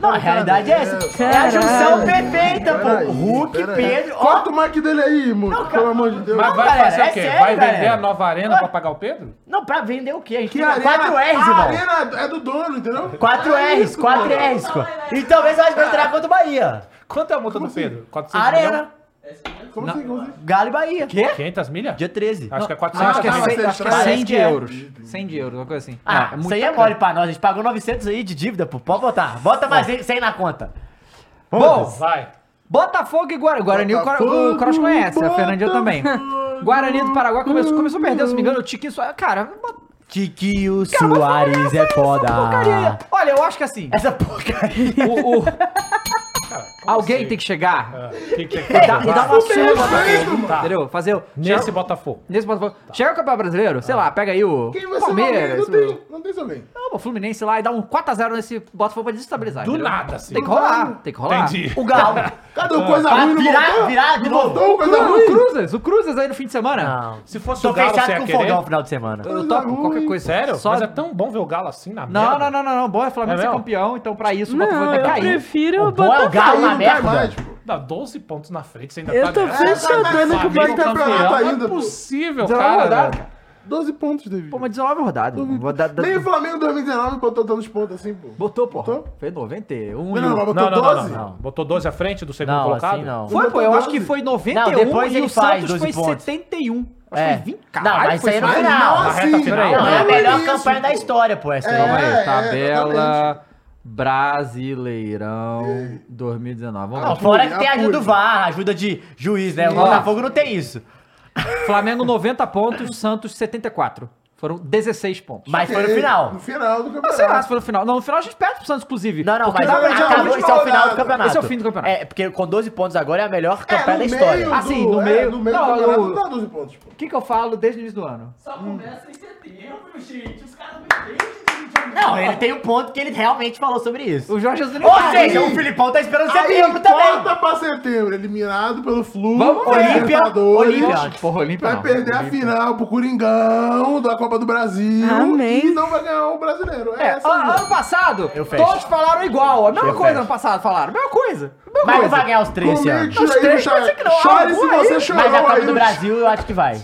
Speaker 2: Não, a realidade é essa. É a junção perfeita, pô. Hulk, Pedro. Ó,
Speaker 3: Corta o mic dele aí, mano. Pelo amor de Deus.
Speaker 5: Mas vai
Speaker 2: galera,
Speaker 5: fazer
Speaker 2: é
Speaker 5: o quê?
Speaker 2: sério,
Speaker 5: vai vender
Speaker 2: galera.
Speaker 5: a nova arena pra pagar o Pedro?
Speaker 2: não, pra vender o quê? A gente
Speaker 3: Que
Speaker 2: tem
Speaker 3: arena,
Speaker 2: 4 R's,
Speaker 3: a
Speaker 2: irmão.
Speaker 3: arena é do dono, entendeu?
Speaker 2: 4
Speaker 3: É
Speaker 2: R's,
Speaker 3: isso,
Speaker 2: 4
Speaker 3: mano.
Speaker 2: R's. pô. E talvez eu acho que vai entrar contra o Bahia.
Speaker 5: Quanto é a multa do Pedro? 400
Speaker 2: Arena,
Speaker 3: Como assim, como assim?
Speaker 2: Galo e Bahia.
Speaker 5: milhão? 500 milhas?
Speaker 2: Dia 13.
Speaker 5: Acho que é
Speaker 1: Não,
Speaker 5: 400
Speaker 1: acho que é,
Speaker 3: Ah,
Speaker 5: milhões.
Speaker 3: mas
Speaker 1: 100,
Speaker 3: você
Speaker 1: acho que é
Speaker 3: acha-
Speaker 1: 100 de
Speaker 2: Ah,
Speaker 1: euros. 100 de euros, uma coisa assim.
Speaker 2: Ah,
Speaker 1: muito
Speaker 2: isso aí é mole pra nós. A gente pagou 900 aí de dívida, pô. Pode botar. Bota mais 100 na conta.
Speaker 1: Bom,
Speaker 5: Vai.
Speaker 1: Botafogo e Guarani. Guarani o Cro- o
Speaker 3: Botafogo,
Speaker 1: Cross conhece, a Fernandinha também.
Speaker 3: Botafogo.
Speaker 1: Guarani do Paraguai começou, começou a perder, se não me engano, o Tiquinho Soares. Cara, bota-
Speaker 2: Tiquinho
Speaker 1: cara mas
Speaker 2: Soares
Speaker 1: essa-
Speaker 2: é
Speaker 1: essa
Speaker 2: foda.
Speaker 1: porcaria. Olha, eu acho que assim,
Speaker 2: Essa porcaria.
Speaker 1: o- o- alguém tem que chegar
Speaker 5: Quem que é que
Speaker 1: e dar,
Speaker 5: vai
Speaker 1: e dar
Speaker 5: jogar?
Speaker 1: uma surra,
Speaker 5: Tá.
Speaker 1: entendeu? Fazer o...
Speaker 5: Nesse
Speaker 1: chegar-
Speaker 5: Botafogo.
Speaker 1: nesse Botafogo. Chega o Campeonato Brasileiro, sei lá, pega aí o
Speaker 3: Quem vai ser o nome?
Speaker 1: Palmeiras,
Speaker 3: Não tem, não tem isso alguém.
Speaker 1: não, o Fluminense lá e dá um 4x0 nesse Botafogo pra desestabilizar.
Speaker 5: Do
Speaker 1: entendeu?
Speaker 5: nada, assim.
Speaker 1: Tem que rolar, tem que rolar.
Speaker 5: Entendi.
Speaker 2: O Galo.
Speaker 3: Cadê Tá o coisa
Speaker 2: Vai
Speaker 3: ruim no
Speaker 2: virar-
Speaker 3: voltou?
Speaker 2: virar de
Speaker 3: Não
Speaker 2: novo.
Speaker 3: Voltou, coisa
Speaker 1: Não, o
Speaker 3: ruim.
Speaker 1: Cruzes, o Cruzes aí no fim de semana.
Speaker 2: Não.
Speaker 5: Se fosse
Speaker 2: Tô
Speaker 5: o Galo, você
Speaker 2: fechado
Speaker 5: ia
Speaker 2: com o
Speaker 5: querer?
Speaker 2: fogão no final de semana.
Speaker 1: Eu topo
Speaker 3: ruim.
Speaker 1: qualquer coisa.
Speaker 5: Sério?
Speaker 1: Só...
Speaker 5: Mas é tão bom ver o Galo assim na
Speaker 1: Não,
Speaker 5: merda.
Speaker 1: não, não, não, não. Bom é o Flamengo
Speaker 5: É
Speaker 1: ser
Speaker 5: mesmo?
Speaker 1: campeão, então pra isso o Botafogo
Speaker 4: Não,
Speaker 2: é
Speaker 1: vai
Speaker 4: eu
Speaker 1: cair.
Speaker 4: prefiro
Speaker 2: O
Speaker 4: o
Speaker 2: bom é o
Speaker 4: Botafogo.
Speaker 2: Galo na
Speaker 3: Não cai
Speaker 2: merda.
Speaker 3: mais, pô.
Speaker 5: Dá 12 pontos na frente, você ainda
Speaker 4: Eu
Speaker 5: tá
Speaker 4: tô
Speaker 5: ganhando.
Speaker 4: fechadona
Speaker 3: Ah,
Speaker 4: com o
Speaker 3: Flamengo campeão
Speaker 4: Botafogo.
Speaker 5: Não é
Speaker 3: ainda, pô.
Speaker 5: possível,
Speaker 1: Não,
Speaker 5: cara.
Speaker 1: dá-
Speaker 5: velho.
Speaker 3: 12 pontos, David.
Speaker 1: Pô, mas 19 rodada. mano. Vou dar- dar-
Speaker 3: Nem o Flamengo 2019 botou tantos pontos assim, pô.
Speaker 1: Botou, porra.
Speaker 3: Botou?
Speaker 1: Fez 91.
Speaker 3: Não, não, mas botou
Speaker 5: Não, não, não,
Speaker 3: 12?
Speaker 5: não, não. Botou 12 à frente do segundo
Speaker 2: Não,
Speaker 5: colocado?
Speaker 2: assim não.
Speaker 1: Foi, pô. Eu
Speaker 3: Botou
Speaker 1: acho que
Speaker 3: 12.
Speaker 1: foi 91
Speaker 2: Não, depois
Speaker 1: e
Speaker 2: ele
Speaker 1: o
Speaker 2: faz
Speaker 1: Santos
Speaker 2: 12
Speaker 1: foi
Speaker 2: pontos.
Speaker 1: 71. Acho
Speaker 2: É.
Speaker 1: que foi 20.
Speaker 2: Não, mas isso aí é não
Speaker 1: foi
Speaker 2: foi
Speaker 3: Mas
Speaker 2: nada.
Speaker 3: não
Speaker 5: Na
Speaker 3: assim,
Speaker 5: reta final.
Speaker 3: velho.
Speaker 2: Não, é a
Speaker 3: Não,
Speaker 2: melhor
Speaker 3: isso,
Speaker 2: campanha
Speaker 3: pô.
Speaker 2: da história, pô, essa
Speaker 1: Calma
Speaker 2: aí.
Speaker 1: aí.
Speaker 3: É,
Speaker 1: Tabela Brasileirão 2019. Vamos
Speaker 2: É. Não,
Speaker 1: lá.
Speaker 2: fora que
Speaker 3: apure,
Speaker 2: tem a ajuda do
Speaker 3: apure.
Speaker 2: VAR, ajuda de juiz, né? O
Speaker 1: Ó.
Speaker 2: Botafogo não tem isso.
Speaker 1: Flamengo 90 pontos, Santos 74. Foram 16 pontos.
Speaker 2: Mas foi no final.
Speaker 3: No final do
Speaker 1: Ah, sei lá se
Speaker 3: campeonato.
Speaker 1: foi no final. Não, no final a gente perde pro Santos, inclusive.
Speaker 2: Não, não,
Speaker 1: Porque
Speaker 2: mas
Speaker 1: dá pra-
Speaker 3: já é a
Speaker 2: acabou,
Speaker 3: última
Speaker 2: esse é o final do
Speaker 3: rodada.
Speaker 2: campeonato.
Speaker 1: Esse é o fim do campeonato.
Speaker 2: É, porque com 12 pontos agora é a melhor
Speaker 3: É,
Speaker 2: campanha
Speaker 3: no
Speaker 2: da história.
Speaker 3: meio
Speaker 1: Assim,
Speaker 3: do-
Speaker 1: no
Speaker 3: é,
Speaker 1: meio-
Speaker 3: No meio
Speaker 1: Não,
Speaker 3: do campeonato
Speaker 1: eu-
Speaker 3: dá 12 pontos, pô.
Speaker 1: O que, que eu falo desde o início do ano?
Speaker 2: Não, ele tem um ponto que ele realmente falou sobre isso.
Speaker 1: O Jorge Jesus nem
Speaker 2: Ou
Speaker 1: fala.
Speaker 2: seja,
Speaker 3: Aí.
Speaker 2: o Filipão tá esperando
Speaker 1: é
Speaker 2: setembro
Speaker 3: Aí,
Speaker 2: também.
Speaker 3: corta pra setembro, eliminado pelo Flu,
Speaker 1: Vamos ver.
Speaker 3: pela
Speaker 2: Olímpia,
Speaker 3: Libertadores.
Speaker 2: Olímpia.
Speaker 1: Porra, Olímpia
Speaker 3: Vai
Speaker 1: não.
Speaker 3: perder a final pro Coringão da Copa do Brasil.
Speaker 4: Amém.
Speaker 3: E não vai ganhar o brasileiro. É,
Speaker 1: É,
Speaker 3: essa
Speaker 1: an-
Speaker 3: mesmo.
Speaker 1: ano passado,
Speaker 2: Eu fecho.
Speaker 1: todos falaram igual. A mesma
Speaker 2: Eu
Speaker 1: coisa
Speaker 2: fecho.
Speaker 1: ano passado falaram. Mesma coisa. Mesma
Speaker 2: Mas não
Speaker 1: coisa.
Speaker 2: vai ganhar os três esse ano.
Speaker 3: Comente
Speaker 1: Os
Speaker 3: aí,
Speaker 1: três,
Speaker 3: Michel.
Speaker 1: mas é que não,
Speaker 3: Chore se
Speaker 1: algum aí.
Speaker 3: você
Speaker 1: Mas
Speaker 3: chorou
Speaker 2: Mas a Copa
Speaker 3: aí.
Speaker 2: do Brasil eu acho que vai.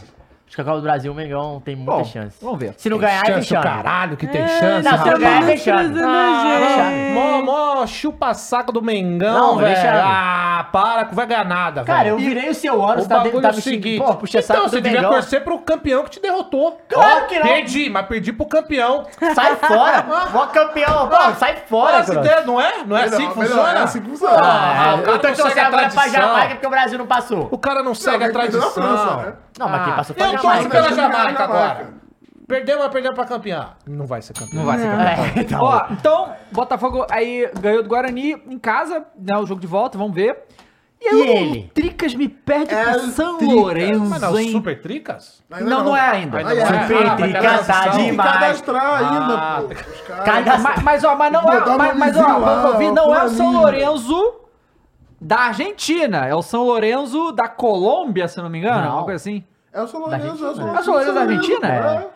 Speaker 2: Acho que a Copa do Brasil, o Mengão tem muita
Speaker 5: Bom,
Speaker 2: chance.
Speaker 5: vamos ver.
Speaker 2: Se não
Speaker 5: Tem
Speaker 2: ganhar,
Speaker 5: chance
Speaker 2: tem
Speaker 5: o
Speaker 2: chance.
Speaker 5: caralho que tem chance,
Speaker 2: Não, se não
Speaker 5: rapaz.
Speaker 2: ganhar, tem chance.
Speaker 5: Mó, mó chupa-saco do Mengão,
Speaker 2: Não,
Speaker 5: velho.
Speaker 2: deixa-
Speaker 5: Ah, para, que vai ganhar nada, velho.
Speaker 2: Cara, eu virei o seu ano,
Speaker 5: O
Speaker 2: você tá,
Speaker 5: bagulho
Speaker 2: tá
Speaker 5: é
Speaker 2: me
Speaker 5: o
Speaker 2: xingando.
Speaker 5: seguinte.
Speaker 2: Pô, puxa
Speaker 5: então,
Speaker 2: saco
Speaker 5: você
Speaker 2: do
Speaker 5: devia
Speaker 2: Mengão.
Speaker 5: torcer pro campeão que te derrotou.
Speaker 2: Claro
Speaker 5: Ó,
Speaker 2: que não.
Speaker 5: Perdi, mas perdi pro campeão.
Speaker 2: Sai
Speaker 5: (laughs)
Speaker 2: fora. Ó, campeão. Pô, sai fora,
Speaker 5: Olha essa
Speaker 2: cara.
Speaker 5: ideia, não é? Não é assim
Speaker 3: Melhor,
Speaker 5: que
Speaker 3: melhor,
Speaker 5: funciona?
Speaker 3: é assim que funciona.
Speaker 5: Ah,
Speaker 2: Ah,
Speaker 5: o
Speaker 2: eu
Speaker 5: cara
Speaker 2: tô
Speaker 5: não segue
Speaker 2: torcendo
Speaker 5: a
Speaker 2: agora pra Jamaica
Speaker 5: tradição.
Speaker 2: porque o Brasil não passou.
Speaker 5: O cara não segue a
Speaker 3: quem perdeu na
Speaker 5: tradição.
Speaker 3: França, né?
Speaker 2: Não, mas
Speaker 1: Ah,
Speaker 2: quem passou foi né? a
Speaker 5: Eu torço
Speaker 2: Jamaica.
Speaker 5: pela
Speaker 3: Jamaica.
Speaker 5: Jamaica agora.
Speaker 3: Jamaica.
Speaker 5: Perdeu, mas perdeu pra campeã. Não vai ser campeão.
Speaker 1: Não vai ser
Speaker 2: É,
Speaker 3: Tá
Speaker 2: então.
Speaker 1: Ó, então, Botafogo aí ganhou do Guarani em casa, né? O jogo de volta, vamos ver. E, aí
Speaker 2: E
Speaker 1: o
Speaker 2: ele?
Speaker 1: Tricas me perde
Speaker 3: É
Speaker 1: pro
Speaker 3: o
Speaker 1: São
Speaker 3: Tricas.
Speaker 5: Mas
Speaker 1: Lourenço,
Speaker 5: não,
Speaker 1: hein?
Speaker 5: Super Tricas?
Speaker 3: Ainda
Speaker 1: Não, não é ainda.
Speaker 5: Ainda
Speaker 3: Ah, é.
Speaker 5: não
Speaker 2: Super
Speaker 5: Ah, vai
Speaker 2: Tricas,
Speaker 5: ganhar essa
Speaker 2: tá
Speaker 1: é
Speaker 5: edição.
Speaker 3: Tem que
Speaker 2: demais.
Speaker 3: cadastrar ainda,
Speaker 5: Ah,
Speaker 3: pô. Os caras-
Speaker 2: Cada-
Speaker 1: Mas, mas, ó, mas não é.
Speaker 3: Botar o
Speaker 1: Mas, mas, ó,
Speaker 3: nomezinho lá,
Speaker 1: vamos ouvir, não é o São
Speaker 3: fulaninho.
Speaker 1: Lourenço da Argentina. É o São Lourenço da Colômbia, se não me engano.
Speaker 2: Não.
Speaker 1: Uma coisa assim.
Speaker 3: É o São Lourenço, é o São
Speaker 1: É o São Lourenço da Argentina?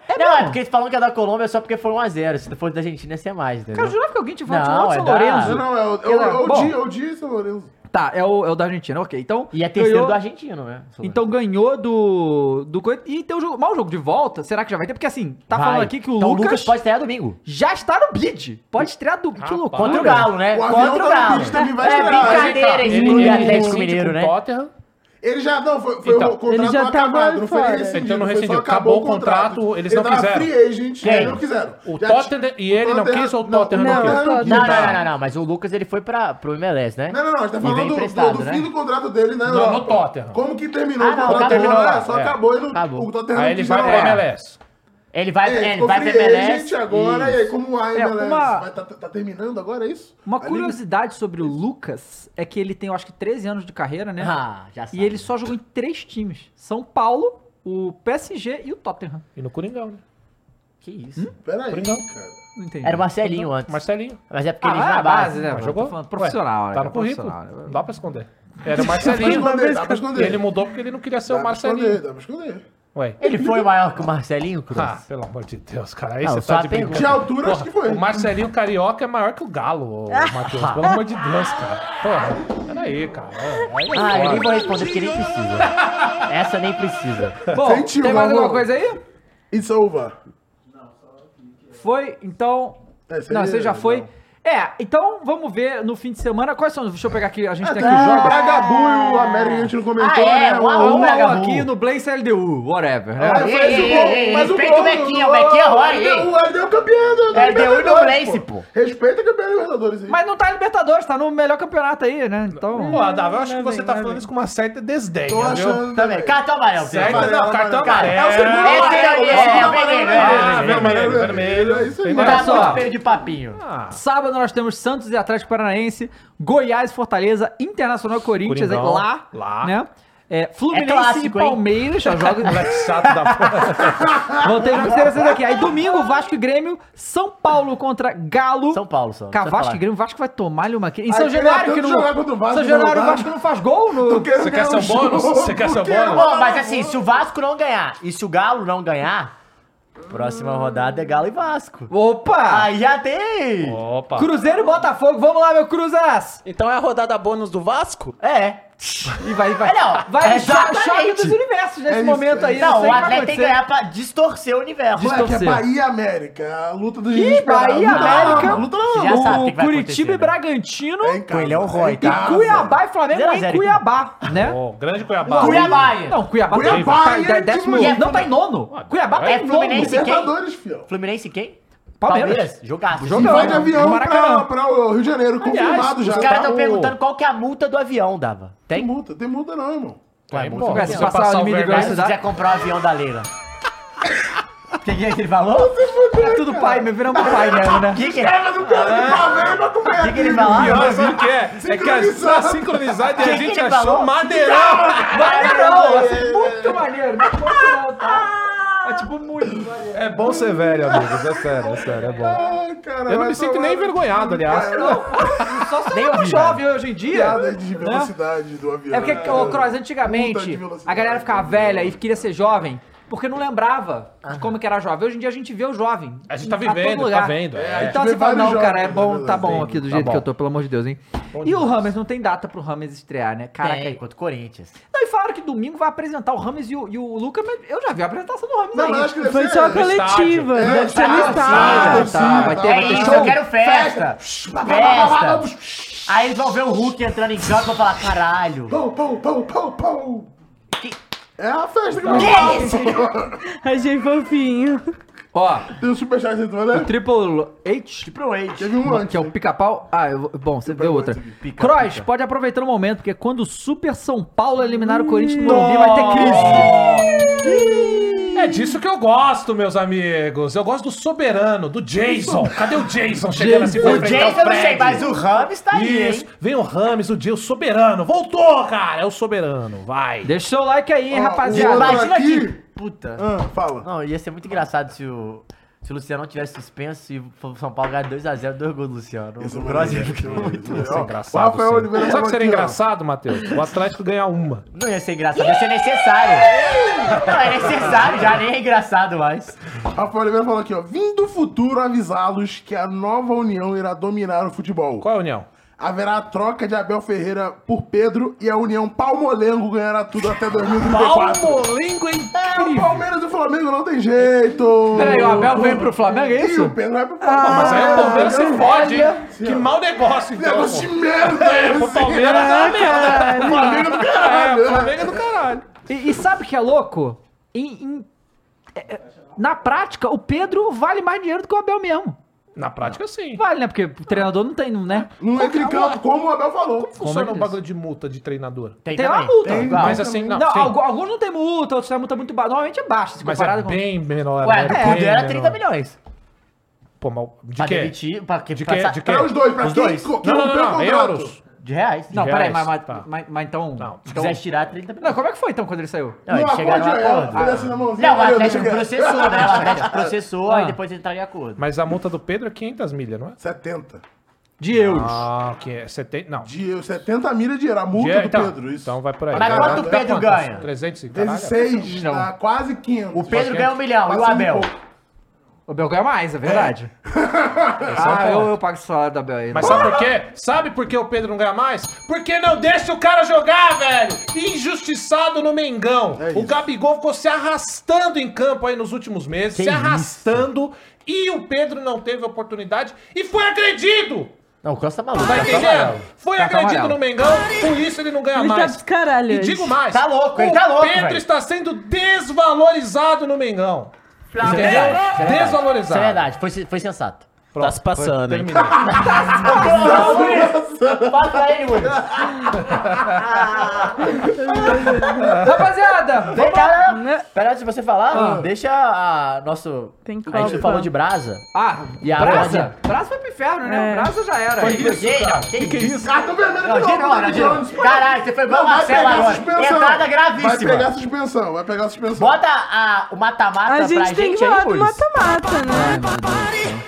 Speaker 3: É.
Speaker 2: não, é porque eles falam que é da Colômbia só porque foi 1x0. Se for da Argentina, ia ser mais, entendeu?
Speaker 1: Cara, eu jurava que alguém te falou
Speaker 2: Não,
Speaker 1: de
Speaker 2: é
Speaker 1: São
Speaker 2: da-
Speaker 1: Lourenço.
Speaker 3: Não, não, é o-
Speaker 1: Sei lá.
Speaker 3: é o
Speaker 1: Bom.
Speaker 3: Odi, é o Di São Lourenço.
Speaker 1: Tá, é o, é o da Argentina, ok. Então,
Speaker 2: E é terceiro
Speaker 1: ganhou-
Speaker 2: do argentino, né?
Speaker 1: Então ganhou do. do coi- e tem o jogo, mal jogo de volta. Será que já vai ter? Porque assim, tá
Speaker 2: Vai.
Speaker 1: falando aqui que o
Speaker 2: Então
Speaker 1: Lucas,
Speaker 2: pode estrear domingo.
Speaker 1: já está no bid. Pode estrear do. Que
Speaker 5: Rapaz.
Speaker 1: loucura.
Speaker 2: Contra o Galo, né?
Speaker 3: O avião
Speaker 2: Contra o
Speaker 3: tá no
Speaker 2: Galo.
Speaker 3: bicho, também vai
Speaker 2: é
Speaker 3: estrear.
Speaker 2: brincadeira esse
Speaker 5: Ele-
Speaker 2: clube
Speaker 5: ele-
Speaker 2: Atlético
Speaker 5: ele-
Speaker 2: Mineiro, né?
Speaker 5: Tottenham.
Speaker 3: Ele já, não, foi, foi
Speaker 5: Então,
Speaker 3: o contrato
Speaker 4: ele já
Speaker 3: não
Speaker 4: tava
Speaker 3: acabado, não foi
Speaker 4: fora.
Speaker 3: nem rescindido.
Speaker 5: Então não
Speaker 3: foi só
Speaker 5: rescindiu, acabou o contrato, eles não
Speaker 3: ele tava
Speaker 5: quiseram.
Speaker 3: free agent,
Speaker 2: Quem?
Speaker 3: eles não quiseram.
Speaker 5: O
Speaker 3: Já
Speaker 5: Tottenham e ele não
Speaker 3: Tottenham-
Speaker 5: quis ou o Tottenham
Speaker 4: não,
Speaker 5: não quis?
Speaker 4: não, não,
Speaker 2: Não, não,
Speaker 5: Tá.
Speaker 2: não, não, não. Mas o Lucas, ele foi pra, pro MLS, né?
Speaker 3: Não, não, não, a gente tá
Speaker 2: E vem
Speaker 3: falando do,
Speaker 2: emprestado,
Speaker 3: do, do
Speaker 2: né?
Speaker 3: fim do contrato dele, né?
Speaker 5: Não, no Tottenham.
Speaker 3: Como que terminou
Speaker 2: Ah, não,
Speaker 3: o contrato?
Speaker 2: acabou.
Speaker 3: Terminou, né? Só
Speaker 5: É.
Speaker 3: acabou e não,
Speaker 2: Acabou.
Speaker 3: o Tottenham
Speaker 5: Aí
Speaker 3: não
Speaker 5: ele
Speaker 3: quis
Speaker 5: vai pro
Speaker 3: renovar.
Speaker 5: MLS.
Speaker 2: Ele vai,
Speaker 3: É,
Speaker 2: ele
Speaker 3: ficou
Speaker 2: vai pro
Speaker 3: free
Speaker 2: MLS.
Speaker 3: agent agora, e aí como o
Speaker 1: É,
Speaker 3: MLS
Speaker 1: uma-
Speaker 3: vai tá, tá terminando agora, é isso?
Speaker 1: Uma
Speaker 3: A Liga-
Speaker 1: curiosidade sobre o Lucas é que ele tem, eu acho que, 13 anos de carreira, né?
Speaker 2: Ah, já sabe.
Speaker 1: E ele só jogou em três times: São Paulo, o PSG e o Tottenham.
Speaker 5: E no Coringão, né?
Speaker 2: Que isso?
Speaker 3: Peraí,
Speaker 5: Coringão.
Speaker 3: cara.
Speaker 1: Não entendi.
Speaker 2: Era o Marcelinho antes.
Speaker 5: Marcelinho.
Speaker 2: Mas é porque
Speaker 1: Então, ah,
Speaker 2: ele
Speaker 1: é
Speaker 2: na
Speaker 1: a base,
Speaker 2: base.
Speaker 1: né?
Speaker 5: Mas
Speaker 1: mano?
Speaker 5: jogou?
Speaker 1: Tô falando profissional,
Speaker 5: Ué,
Speaker 1: né?
Speaker 5: tá no
Speaker 1: cara,
Speaker 5: currículo.
Speaker 1: profissional,
Speaker 5: Não
Speaker 1: né?
Speaker 5: dá pra esconder. Era
Speaker 3: Dá
Speaker 5: o
Speaker 3: pra
Speaker 5: Marcelinho.
Speaker 3: esconder, dá pra
Speaker 5: E
Speaker 3: esconder.
Speaker 5: ele mudou porque ele não queria ser
Speaker 3: Dá
Speaker 5: o
Speaker 3: pra esconder,
Speaker 5: Marcelinho.
Speaker 3: dá pra esconder.
Speaker 5: Ué.
Speaker 2: Ele foi maior que o Marcelinho, Cruz?
Speaker 5: Ah, pelo amor de Deus, cara. Aí
Speaker 2: Não,
Speaker 5: você
Speaker 2: só
Speaker 5: tá
Speaker 2: a
Speaker 5: de
Speaker 2: pergunta.
Speaker 3: De
Speaker 5: brincadeira.
Speaker 3: altura, acho que foi.
Speaker 5: O Marcelinho Carioca é maior que o Galo, ô, Matheus. Pelo amor de Deus, cara. Porra, peraí, cara. Aí é
Speaker 2: Ah, eu nem
Speaker 5: foda.
Speaker 2: vou responder porque nem precisa. Essa nem precisa.
Speaker 1: Bom,
Speaker 3: Sentiu,
Speaker 1: tem mais
Speaker 3: amor.
Speaker 1: alguma coisa aí?
Speaker 3: It's over.
Speaker 1: Foi, então.
Speaker 3: É, seria-
Speaker 1: não, você já foi.
Speaker 3: não.
Speaker 1: É, então vamos ver no fim de semana quais são. Deixa eu pegar aqui, a gente tem
Speaker 3: Até
Speaker 1: aqui os
Speaker 3: que o
Speaker 1: jogos.
Speaker 3: Bragabu e o América a gente não comentou,
Speaker 2: Ah, é,
Speaker 3: né?
Speaker 2: um a um,
Speaker 1: Ou
Speaker 2: Bragabu.
Speaker 1: aqui no Blaze LDU, whatever, né?
Speaker 3: Ah,
Speaker 2: Ei,
Speaker 3: faz
Speaker 2: ei,
Speaker 3: o
Speaker 2: ei,
Speaker 3: gol,
Speaker 2: ei,
Speaker 3: faz
Speaker 2: respeita
Speaker 3: gol
Speaker 2: o Mequinha,
Speaker 3: do-
Speaker 2: o Mequinha
Speaker 3: Ah,
Speaker 2: rola,
Speaker 3: LDU,
Speaker 2: ei.
Speaker 3: LDU campeão do
Speaker 2: LDU do
Speaker 3: Libertadores,
Speaker 2: Blaze, pô.
Speaker 3: Respeita o campeão da Libertadores aí.
Speaker 1: Mas não tá Libertadores, tá no melhor campeonato aí, né? Então.
Speaker 5: Pô, Davi, eu acho que você tá falando isso com uma certa desdém,
Speaker 3: Tô
Speaker 5: viu?
Speaker 3: achando...
Speaker 2: Também. Cartão amarelo.
Speaker 5: Certo,
Speaker 2: Pedro.
Speaker 5: não, cartão
Speaker 3: É o
Speaker 5: amarelo.
Speaker 3: segundo
Speaker 2: Esse
Speaker 3: amarelo,
Speaker 2: aí é,
Speaker 3: o segundo
Speaker 2: é
Speaker 3: amarelo,
Speaker 2: vermelho,
Speaker 5: Ah,
Speaker 3: é
Speaker 5: vermelho, vermelho.
Speaker 3: É isso aí.
Speaker 5: Entendeu?
Speaker 2: Tá
Speaker 1: Olha só.
Speaker 2: muito pelo de papinho.
Speaker 5: Ah,
Speaker 1: Sábado nós temos Santos e Atlético Paranaense, Goiás, Fortaleza, Internacional e Corinthians,
Speaker 5: Coringão,
Speaker 1: aí, lá,
Speaker 5: lá.
Speaker 1: né? É, Fluminense
Speaker 2: É clássico,
Speaker 1: e
Speaker 2: hein?
Speaker 1: Palmeiras, já joga. (laughs)
Speaker 5: moleque chato da porra.
Speaker 1: Vão ter jogos interessantes aqui. Aí domingo, Vasco e Grêmio, São Paulo contra Galo.
Speaker 2: São Paulo, só.
Speaker 1: Cara,
Speaker 2: só
Speaker 1: Vasco
Speaker 2: falar.
Speaker 1: e Grêmio, Vasco vai tomar-lhe uma aqui. Em
Speaker 3: Ah,
Speaker 1: São
Speaker 3: eu
Speaker 1: Januário
Speaker 3: queria
Speaker 1: que
Speaker 3: tanto
Speaker 1: não.
Speaker 3: jogar contra o Vasco,
Speaker 1: São Januário, o
Speaker 3: não dá.
Speaker 1: Vasco não faz gol
Speaker 3: Eu
Speaker 1: no.
Speaker 3: quero
Speaker 5: Você quer
Speaker 3: ganhar
Speaker 5: seu
Speaker 3: um
Speaker 5: bônus?
Speaker 3: jogo,
Speaker 5: Você quer seu
Speaker 3: eu quero
Speaker 5: bônus?
Speaker 2: Pô,
Speaker 3: ganhar
Speaker 2: mas
Speaker 3: um
Speaker 2: assim,
Speaker 3: jogo.
Speaker 2: se o Vasco não ganhar e se o Galo não ganhar, próxima rodada é Galo e Vasco.
Speaker 1: Opa!
Speaker 2: Aí já tem!
Speaker 5: Opa.
Speaker 1: Cruzeiro e Botafogo, vamos lá, meu Cruzas!
Speaker 12: Então é a rodada bônus do Vasco?
Speaker 2: É.
Speaker 1: E vai, vai.
Speaker 2: É, não.
Speaker 1: vai
Speaker 2: É
Speaker 1: cho- choque
Speaker 2: exatamente.
Speaker 1: dos universos nesse
Speaker 3: É isso,
Speaker 1: momento
Speaker 3: é
Speaker 1: aí. sei
Speaker 2: não, o
Speaker 1: que vai
Speaker 2: Atlético tem que
Speaker 1: acontecer.
Speaker 2: ganhar pra distorcer o universo.
Speaker 3: Moleque, é
Speaker 1: torcer.
Speaker 3: Bahia e América. A luta dos
Speaker 1: Ih, Bahia, América.
Speaker 3: Luta na
Speaker 2: Já
Speaker 3: alma.
Speaker 1: o
Speaker 2: sabe o que vai
Speaker 1: Curitiba
Speaker 2: acontecer,
Speaker 1: e
Speaker 2: né?
Speaker 1: Bragantino
Speaker 3: É em casa,
Speaker 2: Coelhão
Speaker 3: é em
Speaker 2: Roy,
Speaker 1: e
Speaker 3: casa.
Speaker 1: Cuiabá e Flamengo
Speaker 2: Zero a
Speaker 1: lá em
Speaker 2: zero, então.
Speaker 1: Cuiabá, né?
Speaker 5: Ô, grande Cuiabá.
Speaker 2: Cuiabá.
Speaker 1: Não, Cuiabá,
Speaker 3: Cuiabá
Speaker 1: tá,
Speaker 3: é
Speaker 1: tá, tá, décimo,
Speaker 3: time-
Speaker 1: não tá em nono.
Speaker 5: Ah,
Speaker 1: Cuiabá tá
Speaker 2: é
Speaker 1: em
Speaker 2: Fluminense.
Speaker 1: nono.
Speaker 2: quem?
Speaker 3: Libertadores, filho.
Speaker 2: Fluminense quem?
Speaker 1: Palmeiras.
Speaker 2: Jogaço.
Speaker 1: Jogaço.
Speaker 2: assim.
Speaker 3: Vai de
Speaker 1: Não, no
Speaker 3: avião
Speaker 1: Maracanã.
Speaker 3: pra, pra o Rio de Janeiro, confirmado
Speaker 5: os
Speaker 3: já.
Speaker 2: Os caras
Speaker 3: tá?
Speaker 2: estão
Speaker 5: o-
Speaker 2: perguntando qual que é a multa do avião, Dava.
Speaker 3: Tem
Speaker 2: Tem?
Speaker 3: multa, tem multa não, irmão.
Speaker 5: Aí,
Speaker 2: Ué,
Speaker 5: pô,
Speaker 1: Ué, se
Speaker 5: se você
Speaker 1: passar
Speaker 5: Tá passar
Speaker 1: o
Speaker 5: o
Speaker 1: limite do
Speaker 2: Mas
Speaker 5: vermelho...
Speaker 2: se
Speaker 1: dá?
Speaker 2: quiser comprar o avião da Leila. O que, que é que ele falou?
Speaker 1: É tudo pai, meu, viramos pai mesmo,
Speaker 3: (laughs)
Speaker 1: né?
Speaker 2: O que, que é?
Speaker 3: Mas o É, cara de Flamengo vai comer
Speaker 2: que que ele
Speaker 3: aqui,
Speaker 2: vai lá?
Speaker 3: viu?
Speaker 5: Pior, sabe o que é? É que a gente tá sincronizado e
Speaker 2: Quem
Speaker 5: a
Speaker 2: que
Speaker 5: gente
Speaker 2: ele
Speaker 5: achou
Speaker 2: falou?
Speaker 5: madeirão.
Speaker 1: Maneirão, assim, muito maneiro, não é pouco não, tá? É tipo muito maneiro.
Speaker 5: É bom ser velho, amigos. É sério, é sério, é bom.
Speaker 3: Ah, cara,
Speaker 5: Eu não
Speaker 3: vai
Speaker 5: me sinto
Speaker 3: tomar
Speaker 5: nem
Speaker 3: no cu, É,
Speaker 5: envergonhado, aliás.
Speaker 3: cara.
Speaker 1: Só se eu jovem
Speaker 2: né?
Speaker 1: hoje em dia.
Speaker 3: piada é, de
Speaker 5: Né?
Speaker 3: velocidade do avião.
Speaker 5: Ah, é.
Speaker 3: É.
Speaker 1: É porque, ô, Cross, antigamente, a galera ficava velha e queria ser jovem. porque não lembrava de como que era jovem. Hoje em dia a gente vê o jovem.
Speaker 5: A gente tá
Speaker 1: em- todo
Speaker 5: vivendo, tá
Speaker 1: lugar.
Speaker 5: vendo, é. A gente
Speaker 1: Então
Speaker 5: vê
Speaker 1: você fala,
Speaker 5: vários
Speaker 1: não, cara, é
Speaker 5: jovens,
Speaker 1: bom,
Speaker 5: né,
Speaker 1: tá bom
Speaker 5: vendo,
Speaker 1: aqui do
Speaker 5: tá
Speaker 1: jeito
Speaker 5: bom.
Speaker 1: que eu tô, pelo amor de Deus, hein? E o Rames, não tem data pro Rames estrear, né? Caraca,
Speaker 2: Tem,
Speaker 1: aí.
Speaker 2: contra o Corinthians.
Speaker 1: Não, e falaram que domingo vai apresentar o Rames e o, e o Lucas, mas eu já vi a apresentação do Rames
Speaker 3: Não,
Speaker 1: é aí.
Speaker 3: mas acho que deve Foi ser É, tá, só a no
Speaker 4: coletiva,
Speaker 3: estádio. deve ser no estádio.
Speaker 1: Tá, tá, vai ter, vai
Speaker 3: É
Speaker 1: ter show.
Speaker 2: É festa!
Speaker 3: Festa.
Speaker 2: Aí eles vão ver o Hulk entrando em campo e vão falar, caralho!
Speaker 3: Pão, pão, pão, pão, pão. É a festa que eu
Speaker 4: Achei fofinho.
Speaker 1: Ó,
Speaker 3: Tem um superchat aí, tu né?
Speaker 1: o Triple H.
Speaker 2: Triple H.
Speaker 3: Teve um antes.
Speaker 1: Que é o pica-pau. Ah, eu vou- bom, você vê outra.
Speaker 2: Pica,
Speaker 1: Cross,
Speaker 2: pica.
Speaker 1: pode aproveitar o momento, porque quando o Super São Paulo eliminar o Corinthians no Morumbi, vai ter crise.
Speaker 5: É disso que eu gosto, meus amigos. Eu gosto do soberano, do Jason. Cadê o Jason chegando assim pra
Speaker 2: O
Speaker 5: enfrentar
Speaker 2: Jason eu não sei,
Speaker 5: Fred?
Speaker 2: mas o Rams tá aí,
Speaker 5: Isso. Vem o Rames, o Jay, o soberano. Voltou, cara. É o soberano. Vai.
Speaker 1: Deixa o seu like aí, hein,
Speaker 3: Ó,
Speaker 1: rapaziada.
Speaker 3: o outro
Speaker 2: Imagina
Speaker 3: aqui-
Speaker 2: que puta.
Speaker 3: Ah, fala.
Speaker 2: Não, ia ser muito engraçado se o, se o Luciano não tivesse suspenso e o São Paulo ganhar 2x0, dois gols do Luciano.
Speaker 3: Isso
Speaker 2: O
Speaker 3: é
Speaker 2: Gross ia
Speaker 3: maneiro,
Speaker 2: ficar
Speaker 3: isso é
Speaker 2: muito
Speaker 3: maneiro.
Speaker 5: Isso é engraçado.
Speaker 3: O Rafael
Speaker 5: sim.
Speaker 3: Oliveira
Speaker 5: Sabe o que
Speaker 3: tava
Speaker 5: seria
Speaker 3: aqui, ó.
Speaker 5: engraçado, Matheus? O Atlético ganhar uma.
Speaker 2: Não ia ser engraçado, ia ser necessário. Não, é necessário, já nem é engraçado mais.
Speaker 3: Rafael Oliveira falou aqui, ó. Vim do futuro avisá-los que a nova união irá dominar o futebol.
Speaker 5: Qual é a união?
Speaker 3: Haverá a troca de Abel Ferreira por Pedro e a união Palmolengo ganhará tudo até 2034.
Speaker 5: Palmolingo é
Speaker 3: É, o
Speaker 5: incrível.
Speaker 3: Palmeiras e o Flamengo não tem jeito.
Speaker 1: Peraí, o Abel vem pro Flamengo, é
Speaker 3: E o
Speaker 1: isso?
Speaker 3: Pedro vai pro
Speaker 5: Pô,
Speaker 3: Palmeiras.
Speaker 5: mas aí o Palmeiras se fode, hein?
Speaker 3: Sim,
Speaker 5: Que
Speaker 3: ó.
Speaker 5: mau negócio, então.
Speaker 3: Negócio de
Speaker 5: pô.
Speaker 3: merda
Speaker 5: É, pro
Speaker 3: esse.
Speaker 5: Palmeiras é uma merda. O Flamengo do
Speaker 3: caralho.
Speaker 5: É, o Flamengo é do caralho.
Speaker 1: E, e sabe o que é louco? Em- em- é, é, na prática, o Pedro vale mais dinheiro do que o Abel mesmo.
Speaker 5: Na prática, sim.
Speaker 1: Vale, né? Porque o treinador não tem, né?
Speaker 3: Não entra em campo, como o Abel falou.
Speaker 5: Funciona
Speaker 1: é
Speaker 5: o
Speaker 1: que
Speaker 5: bagulho de multa de treinador.
Speaker 1: Tem uma
Speaker 2: também.
Speaker 1: multa.
Speaker 2: Tem,
Speaker 1: Igual.
Speaker 5: Mas assim, não,
Speaker 1: Não,
Speaker 5: sim.
Speaker 1: algu- alguns não tem multa, outros têm multa muito baixa. Normalmente é baixa, se
Speaker 5: Mas é
Speaker 1: comparado com...
Speaker 5: bem menor.
Speaker 2: Ué,
Speaker 5: né?
Speaker 2: do
Speaker 5: Bem
Speaker 2: Cudê era
Speaker 5: menor.
Speaker 2: 30 milhões.
Speaker 5: Pô, mas de
Speaker 2: pra
Speaker 5: quê?
Speaker 2: demitir, pra que
Speaker 5: De
Speaker 2: pra
Speaker 5: quê?
Speaker 2: sa-
Speaker 5: De quê?
Speaker 3: Pra os dois, pra
Speaker 2: Os
Speaker 3: quem
Speaker 2: dois.
Speaker 3: co- quem
Speaker 5: Não, não,
Speaker 3: rompeu o
Speaker 5: não, não,
Speaker 3: contrato.
Speaker 5: euros.
Speaker 2: De reais.
Speaker 1: Não,
Speaker 5: de
Speaker 1: peraí, mas,
Speaker 5: reais,
Speaker 1: mas,
Speaker 5: tá.
Speaker 1: mas- mas então...
Speaker 5: Não.
Speaker 2: Se quiser tirar 30 milhões.
Speaker 1: Não, como é que foi então quando ele saiu?
Speaker 2: Não,
Speaker 3: No
Speaker 2: eles chegaram
Speaker 3: acorde,
Speaker 2: no
Speaker 3: é,
Speaker 2: acordo.
Speaker 3: ele assina a mãozinha,
Speaker 2: Não, o
Speaker 3: valeu,
Speaker 2: Atlético
Speaker 3: chega.
Speaker 2: processou,
Speaker 3: (laughs)
Speaker 2: né? O Atlético processou,
Speaker 1: Ah.
Speaker 2: aí depois entraram em acordo.
Speaker 5: Mas a multa do Pedro é 500 milhas, não é?
Speaker 3: 70.
Speaker 1: De euros.
Speaker 5: Ah, que é 70. Não.
Speaker 3: De euros, 70 milha de euro, a multa
Speaker 5: De-
Speaker 3: do
Speaker 5: então,
Speaker 3: Pedro, isso.
Speaker 5: Então vai por aí.
Speaker 2: Mas
Speaker 5: Vai-
Speaker 2: quanto o
Speaker 5: vai
Speaker 2: Pedro
Speaker 5: quantos?
Speaker 2: ganha?
Speaker 5: 300 e caralho.
Speaker 3: 16,
Speaker 1: Não.
Speaker 3: tá quase 500.
Speaker 2: é O Pedro ganha um milhão, e o
Speaker 3: Passando
Speaker 2: Abel?
Speaker 3: um pouco.
Speaker 1: O Abel ganha mais, é verdade. Ah, eu, eu pago esse salário do Abel aí.
Speaker 5: Mas sabe por quê? Sabe por que o Pedro não ganha mais? Porque não deixa o cara jogar, velho! Injustiçado no Mengão.
Speaker 3: É
Speaker 5: o Gabigol ficou se arrastando em campo aí nos últimos meses, se arrastando, e o Pedro não teve oportunidade e foi agredido!
Speaker 2: Não, o Cross tá maluco.
Speaker 5: Tá
Speaker 2: tá
Speaker 5: entendendo? Foi
Speaker 1: Cartão
Speaker 5: agredido
Speaker 1: amarelo.
Speaker 5: no Mengão, por isso ele não ganha
Speaker 4: Ele tá
Speaker 5: mais.
Speaker 4: dos caralho
Speaker 5: E
Speaker 4: hoje.
Speaker 5: digo mais.
Speaker 2: Tá louco, ele
Speaker 5: o
Speaker 2: tá louco,
Speaker 5: Pedro
Speaker 2: velho.
Speaker 5: está sendo desvalorizado no Mengão.
Speaker 2: Isso
Speaker 5: Entendeu?
Speaker 2: é verdade, isso é verdade. Isso é
Speaker 5: Desvalorizado.
Speaker 2: verdade, foi, foi sensato.
Speaker 12: Tá se passando, hein?
Speaker 2: (laughs)
Speaker 5: Terminei.
Speaker 2: Fala pra ele, Willis.
Speaker 1: Rapaziada,
Speaker 2: Vem cá, não,
Speaker 4: Né?
Speaker 2: não. Pera, antes de você falar,
Speaker 1: Ah.
Speaker 2: deixa a nosso...
Speaker 4: Tem
Speaker 2: A gente
Speaker 4: Copa.
Speaker 2: falou de brasa.
Speaker 1: Ah,
Speaker 2: E a
Speaker 1: Brasa?
Speaker 2: Brasa?
Speaker 1: Brasa foi pro inferno, né?
Speaker 4: É.
Speaker 1: Brasa já era.
Speaker 2: Foi isso, cara. Que é isso?
Speaker 3: Cartão vermelho
Speaker 2: Não,
Speaker 3: pro
Speaker 2: de
Speaker 3: Abel,
Speaker 2: não, não, de não.
Speaker 3: Jones.
Speaker 2: Caralho, você foi igual o
Speaker 3: Não, vai
Speaker 2: Marcelo
Speaker 3: pegar
Speaker 2: agora.
Speaker 3: suspensão.
Speaker 2: Entrada
Speaker 3: Vai
Speaker 2: gravíssima.
Speaker 3: pegar suspensão, vai pegar suspensão.
Speaker 2: Bota a- o mata-mata pra
Speaker 4: A gente tem que falar
Speaker 2: aí,
Speaker 4: do
Speaker 2: Willis.
Speaker 4: mata-mata, né?
Speaker 2: né?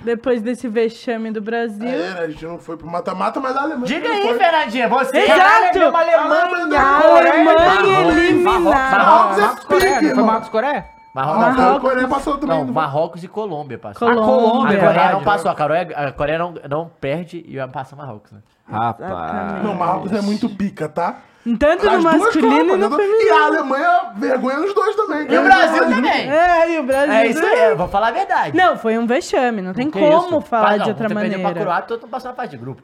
Speaker 4: Depois desse vexame do
Speaker 3: É,
Speaker 4: Brasil.
Speaker 3: né, a gente não foi pro mata-mata, mas a Alemanha
Speaker 2: Diga
Speaker 3: não
Speaker 2: aí, ah,
Speaker 3: foi. Ah,
Speaker 2: Fernandinha, você... é
Speaker 4: Exato!
Speaker 1: Uma Alemanha!
Speaker 4: A
Speaker 1: Coreia.
Speaker 4: Alemanha
Speaker 3: Marrocos
Speaker 4: eliminada.
Speaker 3: é
Speaker 1: Marcos Coreia,
Speaker 3: pique,
Speaker 1: não foi
Speaker 3: irmão.
Speaker 1: Marcos Coreia?
Speaker 2: Marrocos.
Speaker 3: Ah, tá, A
Speaker 4: Marrocos.
Speaker 3: Coreia passou também.
Speaker 2: Não,
Speaker 3: não foi?
Speaker 2: Marrocos e Colômbia, passou.
Speaker 1: Colômbia.
Speaker 2: A Coreia não
Speaker 3: verdade.
Speaker 2: passou, a Coreia, a Coreia não, não perde e passa o Marrocos, né?
Speaker 1: Rapaz.
Speaker 3: Não, Marrocos é muito pica, tá?
Speaker 4: Um Tanto no
Speaker 3: As duas
Speaker 4: masculino
Speaker 2: né?
Speaker 4: e
Speaker 3: Copas,
Speaker 4: no
Speaker 3: eu tô-
Speaker 4: feminino.
Speaker 3: E a Alemanha vergonha nos dois também.
Speaker 2: E o Brasil também.
Speaker 4: É, e o Brasil.
Speaker 2: É isso aí, eu vou falar a verdade.
Speaker 4: Não, foi um vexame, não tem
Speaker 2: Que
Speaker 4: como
Speaker 2: isso?
Speaker 4: falar
Speaker 2: Ah,
Speaker 4: de
Speaker 2: não,
Speaker 4: outra
Speaker 2: você perdeu Pra
Speaker 4: maneira.
Speaker 2: Croácia, todo mundo passou na fase de grupo.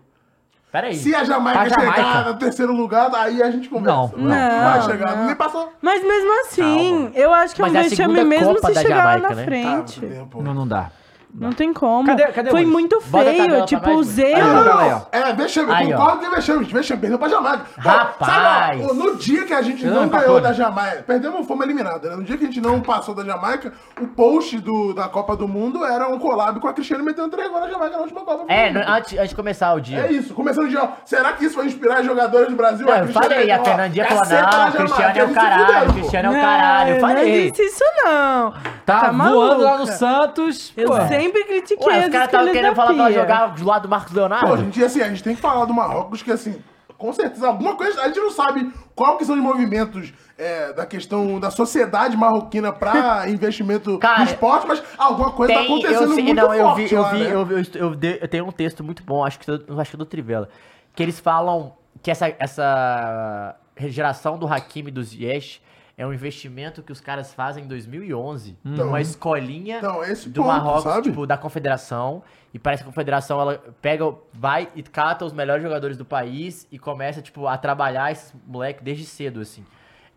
Speaker 2: Pera aí.
Speaker 3: Se a Jamaica
Speaker 1: A Jamaica.
Speaker 3: chegar no terceiro lugar, aí a gente conversa.
Speaker 1: Não,
Speaker 3: Não, vai
Speaker 4: não,
Speaker 3: chegar. Nem passou.
Speaker 4: Mas mesmo assim, eu acho que é um
Speaker 2: Mas é a
Speaker 4: vexame
Speaker 2: segunda
Speaker 4: mesmo
Speaker 2: Copa
Speaker 4: se
Speaker 2: da
Speaker 4: chegar
Speaker 2: Jamaica,
Speaker 4: lá na
Speaker 2: né?
Speaker 4: frente.
Speaker 3: Tempo.
Speaker 1: Não, não dá.
Speaker 4: Não tem como.
Speaker 1: Cadê- cadê
Speaker 4: foi
Speaker 1: o Luiz?
Speaker 4: muito
Speaker 2: Bota a tabela
Speaker 4: feio,
Speaker 2: pra
Speaker 4: tipo,
Speaker 2: nós,
Speaker 4: o
Speaker 2: Luiz.
Speaker 4: Z.
Speaker 1: Aí, ó.
Speaker 3: Não,
Speaker 1: Aí, ó.
Speaker 3: É, vexame,
Speaker 2: tá Aí, ó.
Speaker 3: concordo que vexame, vexame, perdeu pra Jamaica. Ó,
Speaker 2: Rapaz.
Speaker 3: sabe, ó, no dia que a gente
Speaker 1: Não,
Speaker 3: não,
Speaker 1: empatou,
Speaker 3: ganhou
Speaker 1: né?
Speaker 3: da Jamaica, perdemos, fomos eliminados, né? No dia que a gente não passou da Jamaica, o post do, da Copa do Mundo era um collab com a Cristiane metendo três gols na Jamaica na última Copa.
Speaker 2: É, no- antes, antes de começar o dia.
Speaker 3: É isso, começando de ó, será que isso vai inspirar os jogadores do Brasil?
Speaker 2: Não,
Speaker 3: A Tá
Speaker 2: eu
Speaker 3: Cristiane
Speaker 2: falei,
Speaker 3: metendo,
Speaker 2: a
Speaker 3: ó,
Speaker 2: Fernandinha falou,
Speaker 3: caceta na
Speaker 2: não, o
Speaker 3: Jamaica,
Speaker 2: Cristiano é
Speaker 3: eles
Speaker 2: o
Speaker 3: se
Speaker 2: caralho,
Speaker 3: fuderam,
Speaker 2: o
Speaker 3: pô.
Speaker 2: Cristiano é o caralho, eu
Speaker 4: Não,
Speaker 2: falei.
Speaker 4: Não disse isso, não.
Speaker 1: Tá, voando lá no
Speaker 4: maluca.
Speaker 1: Santos.
Speaker 4: Eu
Speaker 1: Pô,
Speaker 4: sempre critiquei
Speaker 2: Ué,
Speaker 4: as
Speaker 2: os caras estavam
Speaker 4: escolhas
Speaker 2: querendo
Speaker 4: é da
Speaker 2: falar pra
Speaker 4: Pia.
Speaker 2: jogar do lado do Marcos
Speaker 3: Pô,
Speaker 2: Leonardo.
Speaker 3: gente, assim, a gente tem que falar do Marrocos, que assim, com certeza, alguma coisa, a gente não sabe qual que são os movimentos é, da questão da sociedade marroquina
Speaker 2: (laughs)
Speaker 3: pra investimento no esporte, mas alguma coisa tá
Speaker 2: Tem-
Speaker 3: acontecendo
Speaker 2: eu sei-
Speaker 3: muito
Speaker 2: não,
Speaker 3: forte
Speaker 2: eu vi, eu
Speaker 3: lá,
Speaker 2: vi,
Speaker 3: né?
Speaker 2: eu, vi- eu est- eu dei- eu tenho um texto muito bom, acho que do- acho que é do Trivela, que eles falam que essa essa geração do Hakimi e do Ziyech é um investimento que os caras fazem em 2011,
Speaker 3: Então-
Speaker 2: uma escolinha
Speaker 3: esse
Speaker 2: do
Speaker 3: ponto,
Speaker 2: Marrocos,
Speaker 3: sabe?
Speaker 2: tipo, da confederação, e parece que a confederação ela pega, o- vai e cata os melhores jogadores do país e começa tipo a trabalhar esses moleque desde cedo assim.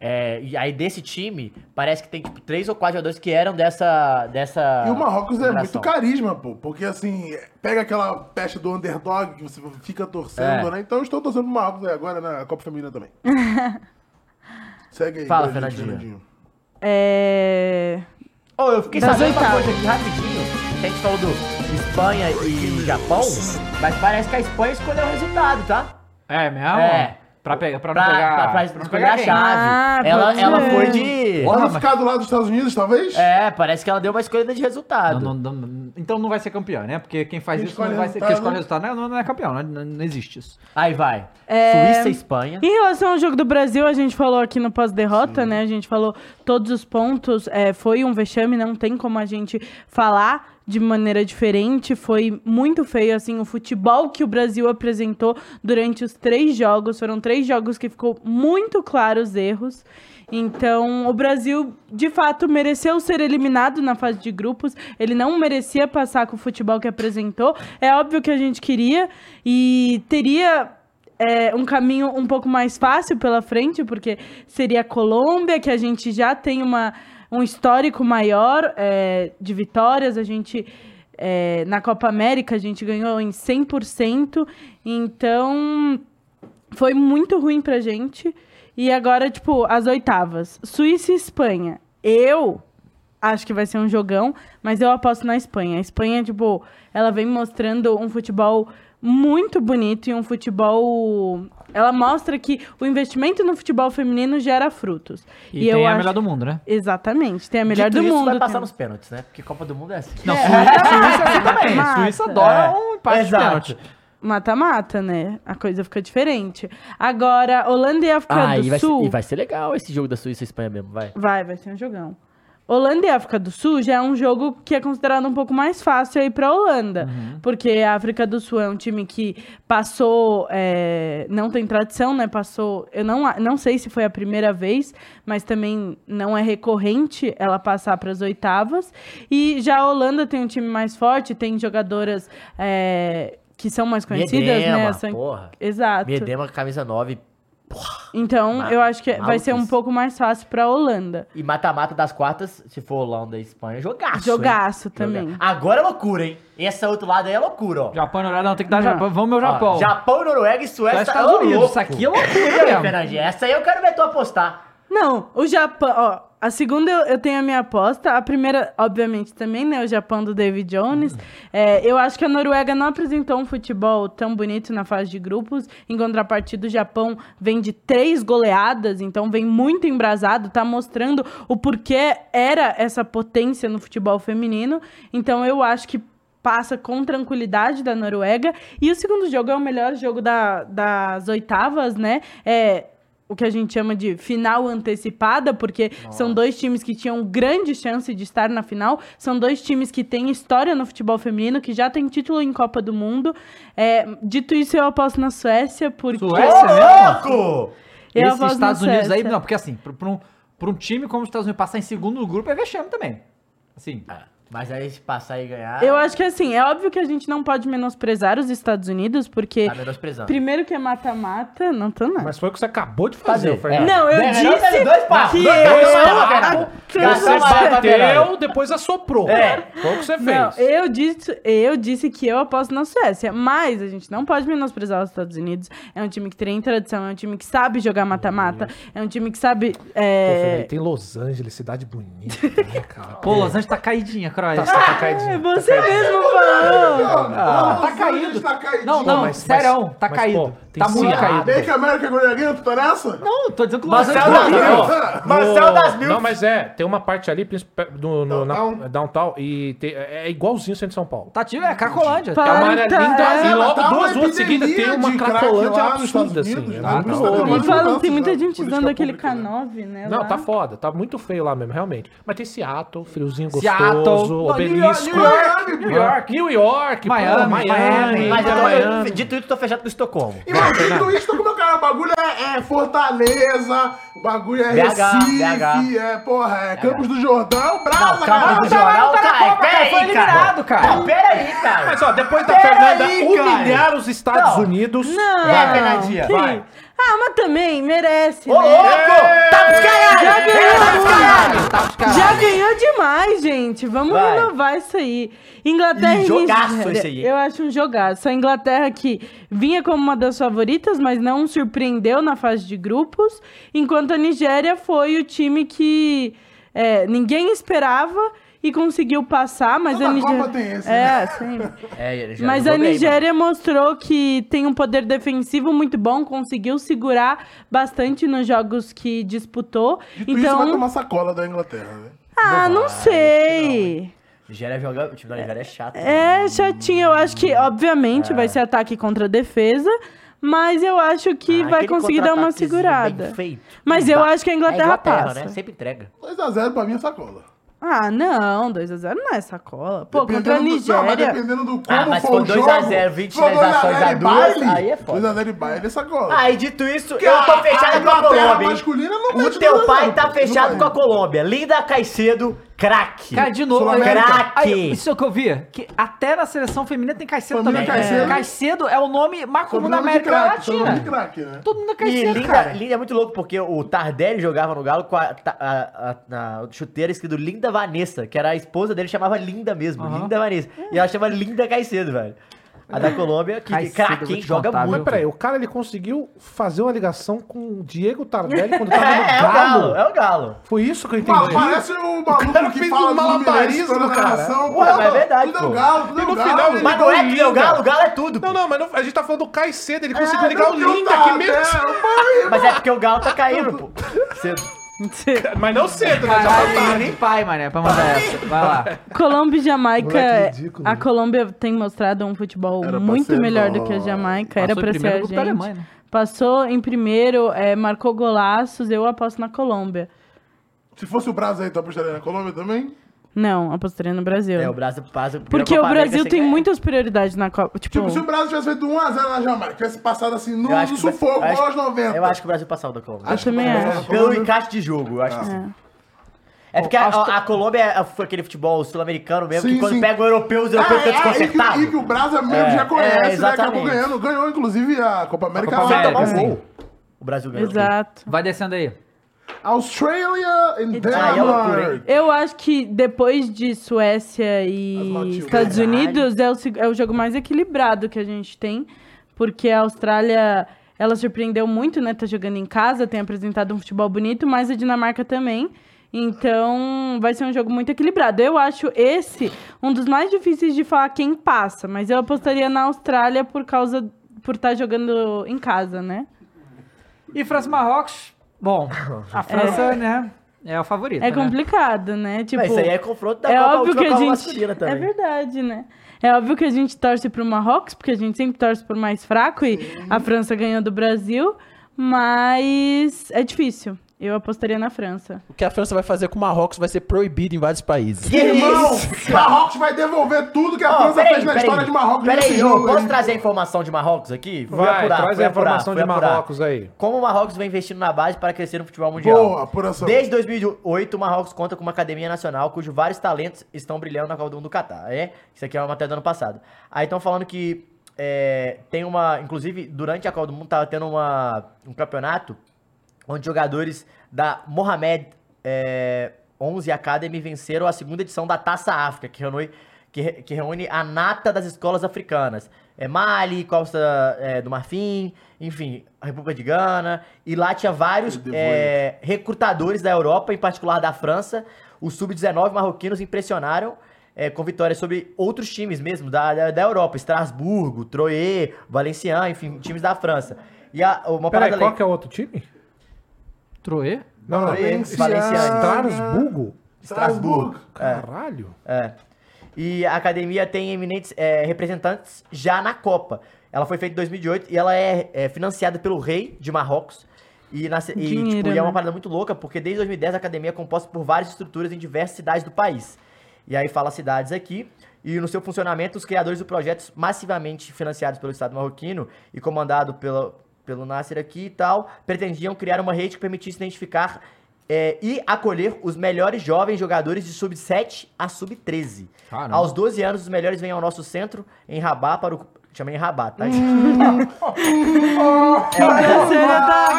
Speaker 2: É, e aí desse time, parece que tem tipo, três ou quatro jogadores que eram dessa. dessa
Speaker 3: E o Marrocos é muito
Speaker 2: geração.
Speaker 3: carisma, pô. Porque assim, pega aquela peste do underdog que você fica torcendo,
Speaker 2: É.
Speaker 3: né? Então eu estou torcendo pro Marrocos aí agora na Copa Feminina
Speaker 2: (laughs)
Speaker 3: também. Segue aí.
Speaker 2: Fala,
Speaker 3: Brasil,
Speaker 2: Fernandinha.
Speaker 4: É.
Speaker 2: Oh, eu fiquei
Speaker 4: Das
Speaker 2: sabendo uma
Speaker 4: oitavas.
Speaker 2: coisa aqui rapidinho. que A gente falou do Espanha e Japão, mas parece que a Espanha escolheu o resultado, tá?
Speaker 1: É mesmo?
Speaker 2: É.
Speaker 1: Pra, pegar, pra,
Speaker 2: Pra-
Speaker 1: não pegar.
Speaker 2: pra- pra
Speaker 1: não
Speaker 2: escolher
Speaker 1: pegar
Speaker 2: a
Speaker 1: quem?
Speaker 2: chave. Ah, Ela- pode ela ser. foi de-
Speaker 3: Bora
Speaker 2: Porra,
Speaker 3: ficar do lado dos Estados Unidos, talvez?
Speaker 2: É, parece que ela deu uma escolha de resultado.
Speaker 1: Não, não, não, então não vai ser campeão, né? Porque quem faz
Speaker 2: Quem
Speaker 1: isso não
Speaker 2: escolhe
Speaker 1: vai ser. Quem
Speaker 2: resultado-
Speaker 1: escolhe resultado não, é- não é campeão, não, não- não existe isso.
Speaker 2: Aí vai.
Speaker 4: É,
Speaker 2: Suíça e Espanha.
Speaker 4: Em relação ao jogo do Brasil, a gente falou aqui no pós-derrota, né? A gente falou todos os pontos. é, foi um vexame, não tem como a gente falar de maneira diferente. Foi muito feio, assim, o futebol que o Brasil apresentou durante os três jogos. Foram três jogos que ficou muito claro os erros. Então, o Brasil, de fato, mereceu ser eliminado na fase de grupos. Ele não merecia passar com o futebol que apresentou. É óbvio que a gente queria e teria é, um caminho um pouco mais fácil pela frente, porque seria a Colômbia, que a gente já tem uma, um histórico maior é, de vitórias. A gente, é, na Copa América, a gente ganhou em 100%. Então, foi muito ruim pra gente. E agora, tipo, as oitavas. Suíça e Espanha. Eu acho que vai ser um jogão, mas eu aposto na Espanha. A Espanha, tipo, ela vem mostrando um futebol muito bonito e um futebol. Ela mostra que o investimento no futebol feminino gera frutos.
Speaker 1: E, tem a melhor do mundo, né?
Speaker 4: Exatamente, tem a melhor
Speaker 2: Dito
Speaker 4: do
Speaker 2: isso,
Speaker 4: mundo.
Speaker 2: vai
Speaker 4: tem-
Speaker 2: passar nos pênaltis, né? Porque Copa do Mundo é assim.
Speaker 1: Não,
Speaker 2: É.
Speaker 1: Suíça, Suíça é assim também.
Speaker 4: Mata.
Speaker 1: Suíça adora
Speaker 2: É.
Speaker 1: um empate de
Speaker 2: Exato.
Speaker 1: pênalti.
Speaker 4: Mata-mata, né? A coisa fica diferente. Agora, Holanda e África
Speaker 2: Ah,
Speaker 4: do
Speaker 2: e vai, ser,
Speaker 4: Sul.
Speaker 2: e vai ser legal esse jogo da Suíça e Espanha mesmo, vai.
Speaker 4: Vai, vai ser um jogão. Holanda e África do Sul já é um jogo que é considerado um pouco mais fácil aí pra Holanda.
Speaker 2: Uhum.
Speaker 4: Porque a África do Sul é um time que passou. é, não tem tradição, né? Passou. Eu não, a- não sei se foi a primeira vez, mas também não é recorrente ela passar pras oitavas. E já a Holanda tem um time mais forte, tem jogadoras. é, que são mais conhecidas,
Speaker 2: Miedema,
Speaker 4: né? São-
Speaker 2: porra.
Speaker 4: Exato.
Speaker 2: Miedema, camisa 9.
Speaker 4: Então,
Speaker 2: Ma-
Speaker 4: eu acho que vai ser um
Speaker 2: maluquice.
Speaker 4: pouco mais fácil pra Holanda.
Speaker 2: E mata-mata das quartas, se for Holanda e Espanha, jogaço.
Speaker 4: Jogaço
Speaker 2: hein?
Speaker 4: também.
Speaker 2: Joga- Agora é loucura, hein? Esse outro lado aí é loucura, ó.
Speaker 1: Japão e Noruega, não, tem que dar
Speaker 2: Não.
Speaker 1: Japão. Vamos, meu Japão.
Speaker 2: Ó, Ah, Japão, Noruega e Suécia.
Speaker 1: Suécia e Estados
Speaker 2: ô,
Speaker 1: Unidos.
Speaker 2: louco.
Speaker 1: Isso aqui é loucura
Speaker 2: Eu,
Speaker 1: mesmo.
Speaker 2: Fernandinha, essa aí eu quero ver tu apostar.
Speaker 4: Não, o Japão, ó, a segunda eu, eu tenho a minha aposta, a primeira, obviamente, também, né, o Japão do David Jones. É, eu acho que a Noruega não apresentou um futebol tão bonito na fase de grupos, em contrapartida o Japão vem de três goleadas, então vem muito embrasado, tá mostrando o porquê era essa potência no futebol feminino, então eu acho que passa com tranquilidade da Noruega, e o segundo jogo é o melhor jogo da- das oitavas, né, é o que a gente chama de final antecipada, porque são dois times que tinham grande chance de estar na final, são dois times que têm história no futebol feminino, que já tem título em Copa do Mundo. É, dito isso, eu aposto na Suécia, porque...
Speaker 1: Suécia mesmo?
Speaker 4: Eu
Speaker 1: Esses
Speaker 4: aposto na
Speaker 1: Estados Unidos aí,
Speaker 4: Suécia.
Speaker 1: não, porque assim, pra, pra um, pra um time como os Estados Unidos passar em segundo no grupo é vexame também. Assim.
Speaker 2: Mas aí se passar e ganhar...
Speaker 4: Eu acho que assim, é óbvio que a gente não pode menosprezar os Estados Unidos, porque
Speaker 2: Tá menosprezando.
Speaker 4: primeiro que é mata-mata, não tô nada.
Speaker 5: Mas foi o que você acabou de fazer,
Speaker 2: Fazer,
Speaker 5: Fernando.
Speaker 4: Não, eu
Speaker 5: Não,
Speaker 4: disse
Speaker 5: não, teve dois passos.
Speaker 4: que
Speaker 5: Não, dois passos,
Speaker 4: eu...
Speaker 5: Fernando. Você bateu, depois assoprou.
Speaker 4: É.
Speaker 5: Foi o que você fez.
Speaker 4: Não, eu disse, eu disse que eu aposto na Suécia, mas a gente não pode menosprezar os Estados Unidos. É um time que tem tradição, é um time que sabe jogar mata-mata, é um time que sabe.
Speaker 5: Pô,
Speaker 4: é,
Speaker 5: Fernando, tem Los Angeles, cidade bonita, né, cara?
Speaker 1: Pô, Los Angeles tá caidinha, Croy.
Speaker 5: Tá
Speaker 4: (laughs)
Speaker 5: sacaidinho.
Speaker 1: Ah,
Speaker 4: você mesmo falou.
Speaker 1: Ah, tá caído. Não, não, sério, tá caído. tá muito caído.
Speaker 3: Make America Great Again, tu tá nessa?
Speaker 1: Não, tô dizendo que o
Speaker 5: Marcel
Speaker 1: Los Angeles é horrível.
Speaker 5: das Mil.
Speaker 3: Marcel das Mil.
Speaker 5: Ah, Não, mas é, tem uma parte ali princip- do, no, downtown. Na, downtown e tem- é igualzinho o centro de São Paulo.
Speaker 1: Tá ativo, é Cracolândia.
Speaker 5: Tá amarelinho, e logo
Speaker 1: Tá uma
Speaker 5: duas ruas
Speaker 1: epidemia
Speaker 5: seguidas tem uma
Speaker 1: de
Speaker 5: cracolândia
Speaker 1: crack lá nos
Speaker 5: absurda,
Speaker 1: Estados
Speaker 5: assim.
Speaker 1: Unidos,
Speaker 5: é
Speaker 1: né?
Speaker 5: muito
Speaker 1: Por isso
Speaker 5: louco.
Speaker 4: E
Speaker 2: então,
Speaker 4: falam, tem muita gente usando aquele K9, né?
Speaker 5: Não,
Speaker 4: lá.
Speaker 5: tá foda, tá muito feio lá mesmo, realmente. Mas tem Seattle, friozinho
Speaker 1: Seattle.
Speaker 5: gostoso,
Speaker 1: Não, New York,
Speaker 5: obelisco.
Speaker 1: New York, New
Speaker 5: Hã?
Speaker 1: York.
Speaker 5: New York,
Speaker 1: Miami,
Speaker 5: pô, Miami.
Speaker 1: Miami.
Speaker 3: Mas
Speaker 5: Mas é
Speaker 3: eu tô-
Speaker 5: Miami.
Speaker 2: Dito isso, tô fechado com Estocolmo.
Speaker 3: Imagina o Insta como é que é, o bagulho é, é Fortaleza, o bagulho é
Speaker 2: BH,
Speaker 3: Recife,
Speaker 2: BH.
Speaker 3: é, porra, é Campos do Jordão,
Speaker 2: Calma,
Speaker 3: brasa, cara.
Speaker 2: do jornal,
Speaker 1: tá na Copa, cara,
Speaker 2: peraí,
Speaker 1: foi eliminado, cara.
Speaker 2: Não, peraí, cara.
Speaker 5: Mas ó, depois da
Speaker 2: Pera
Speaker 5: Fernanda
Speaker 2: aí,
Speaker 5: humilhar
Speaker 2: cara.
Speaker 5: os Estados
Speaker 2: Não.
Speaker 5: Unidos.
Speaker 4: Não.
Speaker 5: vai,
Speaker 2: Fernandinha,
Speaker 4: Que-
Speaker 5: vai.
Speaker 4: Ah, mas também, merece,
Speaker 2: Ô,
Speaker 4: né?
Speaker 2: louco! Tá pros caralho!
Speaker 4: Já ganhou
Speaker 2: Tá pros caralho!
Speaker 4: muito. Já ganhou demais, gente. Vamos
Speaker 2: Vai.
Speaker 4: renovar isso aí. Inglaterra
Speaker 2: Ih,
Speaker 4: e
Speaker 2: jogaço
Speaker 4: Nigéria.
Speaker 2: esse aí.
Speaker 4: Eu acho um jogaço. A Inglaterra que vinha como uma das favoritas, mas não surpreendeu na fase de grupos. Enquanto a Nigéria foi o time que é, ninguém esperava e conseguiu passar, mas
Speaker 3: Toda
Speaker 4: a Nigéria...
Speaker 3: Copa tem esse,
Speaker 4: é,
Speaker 3: né?
Speaker 4: sempre.
Speaker 2: É, ele (laughs) já
Speaker 4: Mas
Speaker 2: jogou
Speaker 4: a
Speaker 2: bem,
Speaker 4: Nigéria mostrou que tem um poder defensivo muito bom, conseguiu segurar bastante nos jogos que disputou.
Speaker 3: Dito isso, vai
Speaker 4: Então,
Speaker 3: tomar sacola da Inglaterra, né?
Speaker 4: ah, não sei.
Speaker 2: mano. Nigéria joga. O time da Nigéria é chato.
Speaker 4: É chatinho, eu acho que obviamente
Speaker 2: É.
Speaker 4: vai ser ataque contra defesa, mas eu acho que
Speaker 2: Ah,
Speaker 4: vai
Speaker 2: aquele
Speaker 4: conseguir dar uma
Speaker 2: contra-ataquezinho
Speaker 4: segurada.
Speaker 2: bem feito.
Speaker 4: Mas eu
Speaker 2: Ba- é
Speaker 4: acho que a Inglaterra, passa.
Speaker 2: Né? Sempre entrega.
Speaker 3: 2x0 pra mim é sacola.
Speaker 4: Ah, não, 2x0 não é sacola. Pô, contra a
Speaker 3: Dependendo do- não, mas
Speaker 4: Nigéria.
Speaker 3: dependendo do
Speaker 2: Ah,
Speaker 3: como
Speaker 2: mas
Speaker 3: for o
Speaker 2: com
Speaker 3: jogo.
Speaker 2: 2x0, 20
Speaker 3: for 2x0
Speaker 2: finalizações a
Speaker 3: e
Speaker 2: duas,
Speaker 3: baile,
Speaker 2: aí é foda. Ah,
Speaker 3: 2x0 e baile é sacola.
Speaker 2: Aí, dito isso,
Speaker 3: Porque
Speaker 2: eu tô
Speaker 3: a-
Speaker 2: fechado
Speaker 3: a
Speaker 2: com a
Speaker 3: Inglaterra
Speaker 2: Colômbia. hein?
Speaker 3: masculina não
Speaker 2: O
Speaker 3: mete
Speaker 2: teu
Speaker 3: 2 a 0,
Speaker 2: pai tá
Speaker 3: pô.
Speaker 2: fechado
Speaker 3: Não
Speaker 2: com a
Speaker 3: vai.
Speaker 2: Colômbia. Linda Caicedo, craque.
Speaker 1: Cara, de novo, aí,
Speaker 2: Sul-América.
Speaker 1: aí, isso é o que eu vi. Que até na seleção feminina tem Caicedo
Speaker 3: Família
Speaker 1: também. Caicedo.
Speaker 3: Caicedo.
Speaker 1: Caicedo é o nome macumbo da
Speaker 3: Sobrenome
Speaker 1: América
Speaker 3: de craque, sobrenome de
Speaker 1: Latina.
Speaker 3: craque, né?
Speaker 1: Todo mundo é
Speaker 2: E
Speaker 1: Caicedo,
Speaker 2: Linda,
Speaker 1: cara.
Speaker 2: Linda é muito louco, porque o Tardelli jogava no Galo com a, ta- a- a- na chuteira escrito Linda Vanessa, que era a esposa dele, chamava Linda mesmo,
Speaker 1: Aham.
Speaker 2: Linda Vanessa. E ela chama Linda Caicedo, velho. A da Colômbia, que
Speaker 1: Caicedo, eu
Speaker 2: craque,
Speaker 1: vou
Speaker 2: hein,
Speaker 1: te
Speaker 2: joga
Speaker 1: contar,
Speaker 5: Mas
Speaker 2: muito.
Speaker 5: peraí, o cara ele conseguiu fazer uma ligação com o Diego Tardelli
Speaker 2: (laughs) É,
Speaker 5: quando tava
Speaker 2: é
Speaker 5: no
Speaker 2: o Galo,
Speaker 5: Galo.
Speaker 2: é o Galo.
Speaker 5: Foi isso que eu entendi.
Speaker 3: Pô, parece o maluco que
Speaker 5: fez
Speaker 3: fala
Speaker 5: um
Speaker 3: do
Speaker 5: malabarismo,
Speaker 3: Fluminense,
Speaker 5: cara.
Speaker 3: narração,
Speaker 2: Ué, mas é verdade,
Speaker 3: Tudo é o
Speaker 2: pô.
Speaker 3: galo, tudo é
Speaker 5: E
Speaker 3: o
Speaker 5: no
Speaker 3: galo.
Speaker 5: final,
Speaker 3: ele
Speaker 2: Mas
Speaker 5: Mas
Speaker 2: não
Speaker 3: ligou
Speaker 2: é
Speaker 3: o
Speaker 2: que é o
Speaker 3: Linda.
Speaker 2: Galo, o Galo é tudo.
Speaker 5: Não, não, mas não- a gente tá falando do Caicedo, ele conseguiu
Speaker 2: É, não, né?
Speaker 5: ligar o
Speaker 3: não
Speaker 5: Linda
Speaker 3: tá,
Speaker 5: aqui mesmo.
Speaker 3: até.
Speaker 2: Mas é porque o Galo tá caindo, pô. Cedo.
Speaker 5: Mas não cedo, né? Já
Speaker 1: Caralho,
Speaker 5: mataram.
Speaker 1: nem pai, mané, pra mandar essa. Vai lá.
Speaker 4: (laughs) Colômbia e Jamaica. é-
Speaker 5: Moleque ridículo.
Speaker 4: A Colômbia tem mostrado um futebol
Speaker 3: Era pra
Speaker 4: muito
Speaker 3: ser
Speaker 4: melhor
Speaker 3: nós.
Speaker 4: do que a Jamaica. Era
Speaker 1: Passou em
Speaker 4: pra ser
Speaker 1: primeiro
Speaker 4: a
Speaker 1: do grupo
Speaker 4: gente.
Speaker 1: da Alemanha, né?
Speaker 4: Passou em primeiro, é, marcou golaços. Eu aposto na Colômbia.
Speaker 3: Se fosse o Brasil aí, tu apostaria na Colômbia também?
Speaker 4: Não, apostaria no Brasil.
Speaker 2: É, o Brasil passa. primeiro
Speaker 4: Porque o
Speaker 2: Copa América
Speaker 4: Brasil
Speaker 2: sem
Speaker 4: tem
Speaker 2: ganhar.
Speaker 4: muitas prioridades na Copa. Tipo,
Speaker 3: Tipo, se o Brasil tivesse feito 1x0 na Jamaica, tivesse passado assim no,
Speaker 2: Eu acho
Speaker 3: no
Speaker 2: que o Bra-
Speaker 3: sufoco,
Speaker 2: eu acho-
Speaker 3: aos 90.
Speaker 2: Eu acho que o Brasil passava da Colômbia.
Speaker 3: Acho que
Speaker 4: também
Speaker 3: o Brasil
Speaker 4: acho.
Speaker 3: passava da
Speaker 2: Pelo
Speaker 3: Colômbia.
Speaker 2: encaixe de jogo, eu acho que
Speaker 3: Ah.
Speaker 2: sim. É porque a,
Speaker 1: acho
Speaker 2: a- a Colômbia é- foi aquele futebol sul-americano mesmo,
Speaker 3: Sim,
Speaker 2: que quando
Speaker 3: sim.
Speaker 2: pega o europeu, os europeus
Speaker 3: Ah,
Speaker 2: ficam
Speaker 3: é, e, que,
Speaker 2: desconcertados.
Speaker 3: e que o Brasil mesmo
Speaker 2: É,
Speaker 3: já conhece,
Speaker 2: é,
Speaker 3: né? Acabou
Speaker 2: exatamente.
Speaker 3: ganhando. Ganhou, inclusive, a Copa América.
Speaker 2: Só
Speaker 3: lá.
Speaker 2: tomar um
Speaker 1: América,
Speaker 2: gol. O Brasil ganhou.
Speaker 4: exato.
Speaker 1: Vai descendo aí.
Speaker 3: Australia and
Speaker 2: Aí é loucura, hein?
Speaker 3: Denmark.
Speaker 4: Eu acho que depois de Suécia
Speaker 3: As
Speaker 4: e
Speaker 3: Maldivas.
Speaker 4: Estados
Speaker 2: Caralho.
Speaker 4: Unidos é o, seg- é o jogo mais equilibrado que a gente tem, porque a Austrália ela surpreendeu muito, né? Tá jogando em casa, tem apresentado um futebol bonito, mas a Dinamarca também. Então, vai ser um jogo muito equilibrado. Eu acho esse um dos mais difíceis de falar quem passa, mas eu apostaria na Austrália por causa por estar jogando em casa, né?
Speaker 1: E França e Marrocos, bom, a França, né, é o favorito.
Speaker 4: É complicado, né? Tipo,
Speaker 2: Mas isso aí é confronto da
Speaker 4: é
Speaker 2: Copa,
Speaker 4: óbvio
Speaker 2: última
Speaker 4: que a
Speaker 2: Copa
Speaker 4: gente
Speaker 2: masculina também.
Speaker 4: é verdade, né? É óbvio que a gente torce pro Marrocos, porque a gente sempre torce pro mais fraco e a França ganhou do Brasil, mas é difícil. Eu apostaria na França.
Speaker 12: O que a França vai fazer com o Marrocos vai ser proibido em vários países.
Speaker 2: Que
Speaker 3: Irmão,
Speaker 2: isso?
Speaker 3: Marrocos vai devolver tudo que a
Speaker 2: Ó,
Speaker 3: França
Speaker 2: peraí,
Speaker 3: fez na
Speaker 2: peraí.
Speaker 3: história de Marrocos
Speaker 2: Peraí,
Speaker 3: nesse
Speaker 2: João,
Speaker 3: jogo.
Speaker 2: posso
Speaker 3: hein?
Speaker 2: trazer a informação de Marrocos aqui? Fui
Speaker 5: Vai,
Speaker 2: apurar,
Speaker 5: traz
Speaker 2: fui
Speaker 5: a
Speaker 2: apurar,
Speaker 5: informação
Speaker 2: fui
Speaker 5: de
Speaker 2: apurar.
Speaker 5: Marrocos aí.
Speaker 2: Como o Marrocos vem investindo na base para crescer no futebol mundial?
Speaker 3: Boa, apuração.
Speaker 2: Desde 2008, o Marrocos conta com uma academia nacional cujos vários talentos estão brilhando na Copa do Mundo do Catar. É? Isso aqui é uma matéria do ano passado. Aí estão falando que é, tem uma. Inclusive, durante a Copa do Mundo, tava tendo uma, um campeonato onde jogadores da Mohamed é, 11 Academy venceram a segunda edição da Taça África, que reúne, que, re- que reúne a nata das escolas africanas. É Mali, Costa é, do Marfim, enfim, República de Gana. E lá tinha vários é, recrutadores da Europa, em particular da França. Os sub-19 marroquinos impressionaram é, com vitórias sobre outros times mesmo da, da, da Europa, Estrasburgo, Troyes, Valenciennes, enfim, times da França. E a, uma
Speaker 5: Peraí,
Speaker 2: parada
Speaker 5: qual
Speaker 2: le-
Speaker 5: que é o outro time?
Speaker 1: Troê?
Speaker 5: Não, não,
Speaker 2: Valenciennes.
Speaker 5: Estrasburgo?
Speaker 2: Estrasburgo.
Speaker 5: Caralho.
Speaker 2: É. E a academia tem eminentes é, representantes já na Copa. Ela foi feita em 2008 e ela é, é, financiada pelo rei de Marrocos. E, na- e, tipo,
Speaker 4: Dinheiro,
Speaker 2: e é uma
Speaker 4: né?
Speaker 2: parada muito louca, porque desde 2010 a academia é composta por várias estruturas em diversas cidades do país. E aí fala cidades aqui. E no seu funcionamento, os criadores do projeto, massivamente financiados pelo Estado marroquino e comandado pela, pelo Nasser aqui e tal, pretendiam criar uma rede que permitisse identificar é, e acolher os melhores jovens jogadores de sub-7 a sub-13.
Speaker 1: Caramba.
Speaker 2: Aos 12 anos, os melhores vêm ao nosso centro, em Rabá, para o... Chama em Rabá, tá? gente?
Speaker 1: Hum.
Speaker 2: É,
Speaker 4: Então,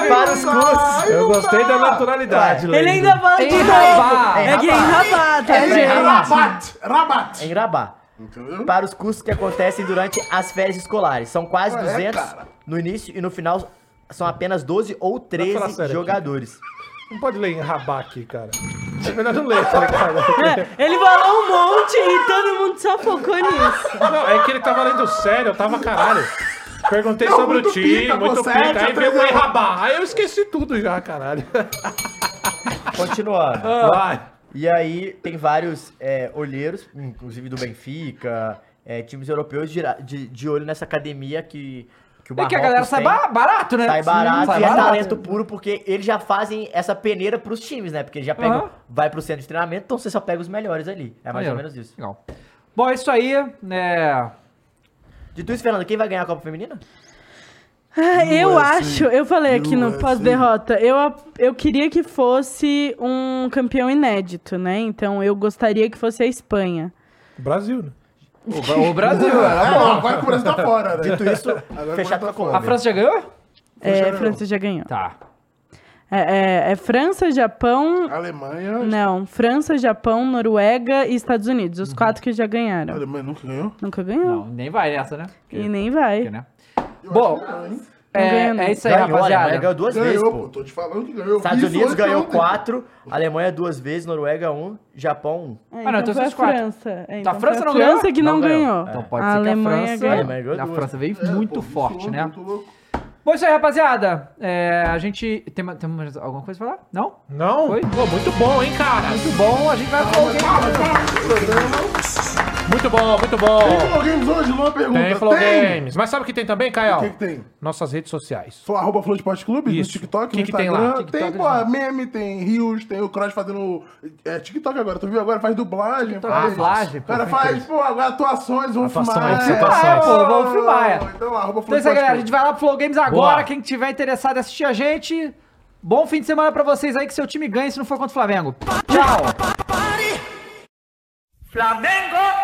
Speaker 2: para os cursos.
Speaker 5: Eu gostei da naturalidade,
Speaker 2: Ué,
Speaker 4: Ele ainda fala de novo. É que é enrabado, tá,
Speaker 2: É
Speaker 4: gente?
Speaker 3: Rabat! Rabat!
Speaker 2: Em Rabá. Para os cursos que acontecem durante as férias escolares. São quase
Speaker 3: Ué,
Speaker 2: 200
Speaker 3: cara.
Speaker 2: no início e no final são apenas 12 ou
Speaker 5: falar
Speaker 2: 13
Speaker 5: sério
Speaker 2: jogadores.
Speaker 5: Não pode ler em rabá aqui, cara. É melhor não ler, tá ligado?
Speaker 4: É, ele falou um monte e todo mundo só focou nisso.
Speaker 5: Não, é que ele tava lendo sério, eu tava caralho. Perguntei
Speaker 3: Não,
Speaker 5: sobre o
Speaker 3: muito
Speaker 5: time,
Speaker 3: pica,
Speaker 5: muito
Speaker 3: você,
Speaker 5: pica, aí veio o
Speaker 3: aprendeu.
Speaker 5: rabá. Aí eu esqueci tudo já, caralho.
Speaker 2: Continuando.
Speaker 5: Vai.
Speaker 2: E aí tem vários é, olheiros, inclusive do Benfica, é, times europeus de, de- de olho nessa academia que, que o
Speaker 1: É
Speaker 2: Marrocos
Speaker 1: que a galera sai
Speaker 2: tem.
Speaker 1: ba- barato, né?
Speaker 2: Sai barato
Speaker 1: Sai
Speaker 2: e é
Speaker 1: barato.
Speaker 2: talento puro, porque eles já fazem essa peneira pros times, né? Porque eles já pegam,
Speaker 1: Aham.
Speaker 2: vai pro centro de treinamento, então você só pega os melhores ali. É mais
Speaker 1: Maneiro.
Speaker 2: ou menos isso.
Speaker 1: Legal. Bom, é isso aí, né?
Speaker 2: Dito isso, Fernando, quem vai ganhar a Copa Feminina?
Speaker 4: Ah, eu
Speaker 1: é assim.
Speaker 3: USA.
Speaker 4: acho, eu falei aqui no
Speaker 3: USA.
Speaker 4: pós-derrota, eu, a- eu queria que fosse um campeão inédito, né? Então eu gostaria que fosse a Espanha.
Speaker 5: Brasil, né?
Speaker 1: O, Bra- o
Speaker 3: (laughs)
Speaker 1: Brasil. né?
Speaker 3: É, não, agora que o Brasil tá fora, né?
Speaker 2: Dito isso,
Speaker 3: Agora
Speaker 2: fechado
Speaker 3: que
Speaker 2: com
Speaker 3: o
Speaker 1: A
Speaker 2: a
Speaker 3: Brasil tá fora.
Speaker 1: França já ganhou?
Speaker 4: É,
Speaker 3: já
Speaker 4: a
Speaker 3: não.
Speaker 4: França já ganhou.
Speaker 1: Tá.
Speaker 4: É, é- é França, Japão.
Speaker 3: Alemanha.
Speaker 4: Não, França, Japão, Noruega e Estados Unidos. Os quatro que já
Speaker 3: A
Speaker 4: ganharam.
Speaker 3: Alemanha nunca ganhou?
Speaker 4: Nunca ganhou.
Speaker 1: Uhum. Não, nem vai nessa, né?
Speaker 4: E nem vai.
Speaker 1: Porque, né? Bom, é,
Speaker 4: ganha, É. não.
Speaker 1: é isso aí,
Speaker 2: Ganhou, a Alemanha
Speaker 1: rapaziada.
Speaker 2: ganhou duas vezes,
Speaker 3: Ganhou,
Speaker 2: pô.
Speaker 3: pô. Tô te falando que ganhou.
Speaker 2: Estados
Speaker 3: Isso
Speaker 2: Unidos
Speaker 3: ontem,
Speaker 2: ganhou
Speaker 3: ontem.
Speaker 2: quatro, Alemanha duas vezes, Noruega um, Japão
Speaker 4: É,
Speaker 1: Ah, não, então
Speaker 4: então foi a
Speaker 1: são os quatro.
Speaker 4: França. É,
Speaker 1: Então a
Speaker 4: foi
Speaker 1: França
Speaker 4: a
Speaker 1: não ganhou?
Speaker 4: França que
Speaker 2: Não
Speaker 4: não,
Speaker 2: ganhou.
Speaker 4: ganhou.
Speaker 1: Então pode
Speaker 4: a
Speaker 1: ser
Speaker 4: Alemanha
Speaker 1: que
Speaker 4: ganhou.
Speaker 1: a França,
Speaker 2: Alemanha
Speaker 1: É,
Speaker 2: ganhou
Speaker 1: a
Speaker 2: duas.
Speaker 1: França veio
Speaker 3: É,
Speaker 1: muito
Speaker 3: pô, isso
Speaker 1: forte,
Speaker 3: ontem,
Speaker 1: né?
Speaker 3: muito louco.
Speaker 1: Bom, é isso aí, rapaziada. É, a gente. Tem, ma- tem mais alguma coisa pra falar? Não?
Speaker 5: Não?
Speaker 1: Foi?
Speaker 5: Pô, muito bom, hein, cara?
Speaker 1: Muito bom, a gente vai falar alguém.
Speaker 3: né?
Speaker 5: Muito bom, muito bom.
Speaker 3: Tem Flow Games hoje? Não é pergunta.
Speaker 5: Tem Flow Games. Mas sabe o que tem também,
Speaker 3: O
Speaker 5: Caio?
Speaker 3: que, que tem?
Speaker 5: Nossas redes sociais.
Speaker 3: Só arroba Flow Esporte Clube no
Speaker 5: Isso.
Speaker 3: TikTok,
Speaker 5: Que
Speaker 3: no
Speaker 5: que tá tem
Speaker 3: Instagram.
Speaker 5: lá?
Speaker 3: Tem,
Speaker 1: TikTok,
Speaker 3: pô, meme, tem rios, tem o Cross fazendo é, TikTok agora. Tu viu agora? Faz dublagem. faz,
Speaker 1: dublagem,
Speaker 3: O
Speaker 1: pô,
Speaker 3: cara
Speaker 1: foi
Speaker 3: faz, pô, agora atuações, vão filmar.
Speaker 5: Atuações,
Speaker 3: É,
Speaker 5: atuações.
Speaker 1: Ah, pô, vamos filmar, é.
Speaker 3: Então,
Speaker 1: Então
Speaker 3: arroba
Speaker 1: é
Speaker 3: Flow
Speaker 1: isso aí,
Speaker 3: Esporte
Speaker 1: galera. A
Speaker 3: Clube.
Speaker 1: gente vai lá pro Flow Games agora.
Speaker 5: Boa.
Speaker 1: Quem tiver interessado em assistir a gente, bom fim de semana pra vocês aí. Que seu time ganhe se não for contra o Flamengo. Tchau!
Speaker 12: Flamengo!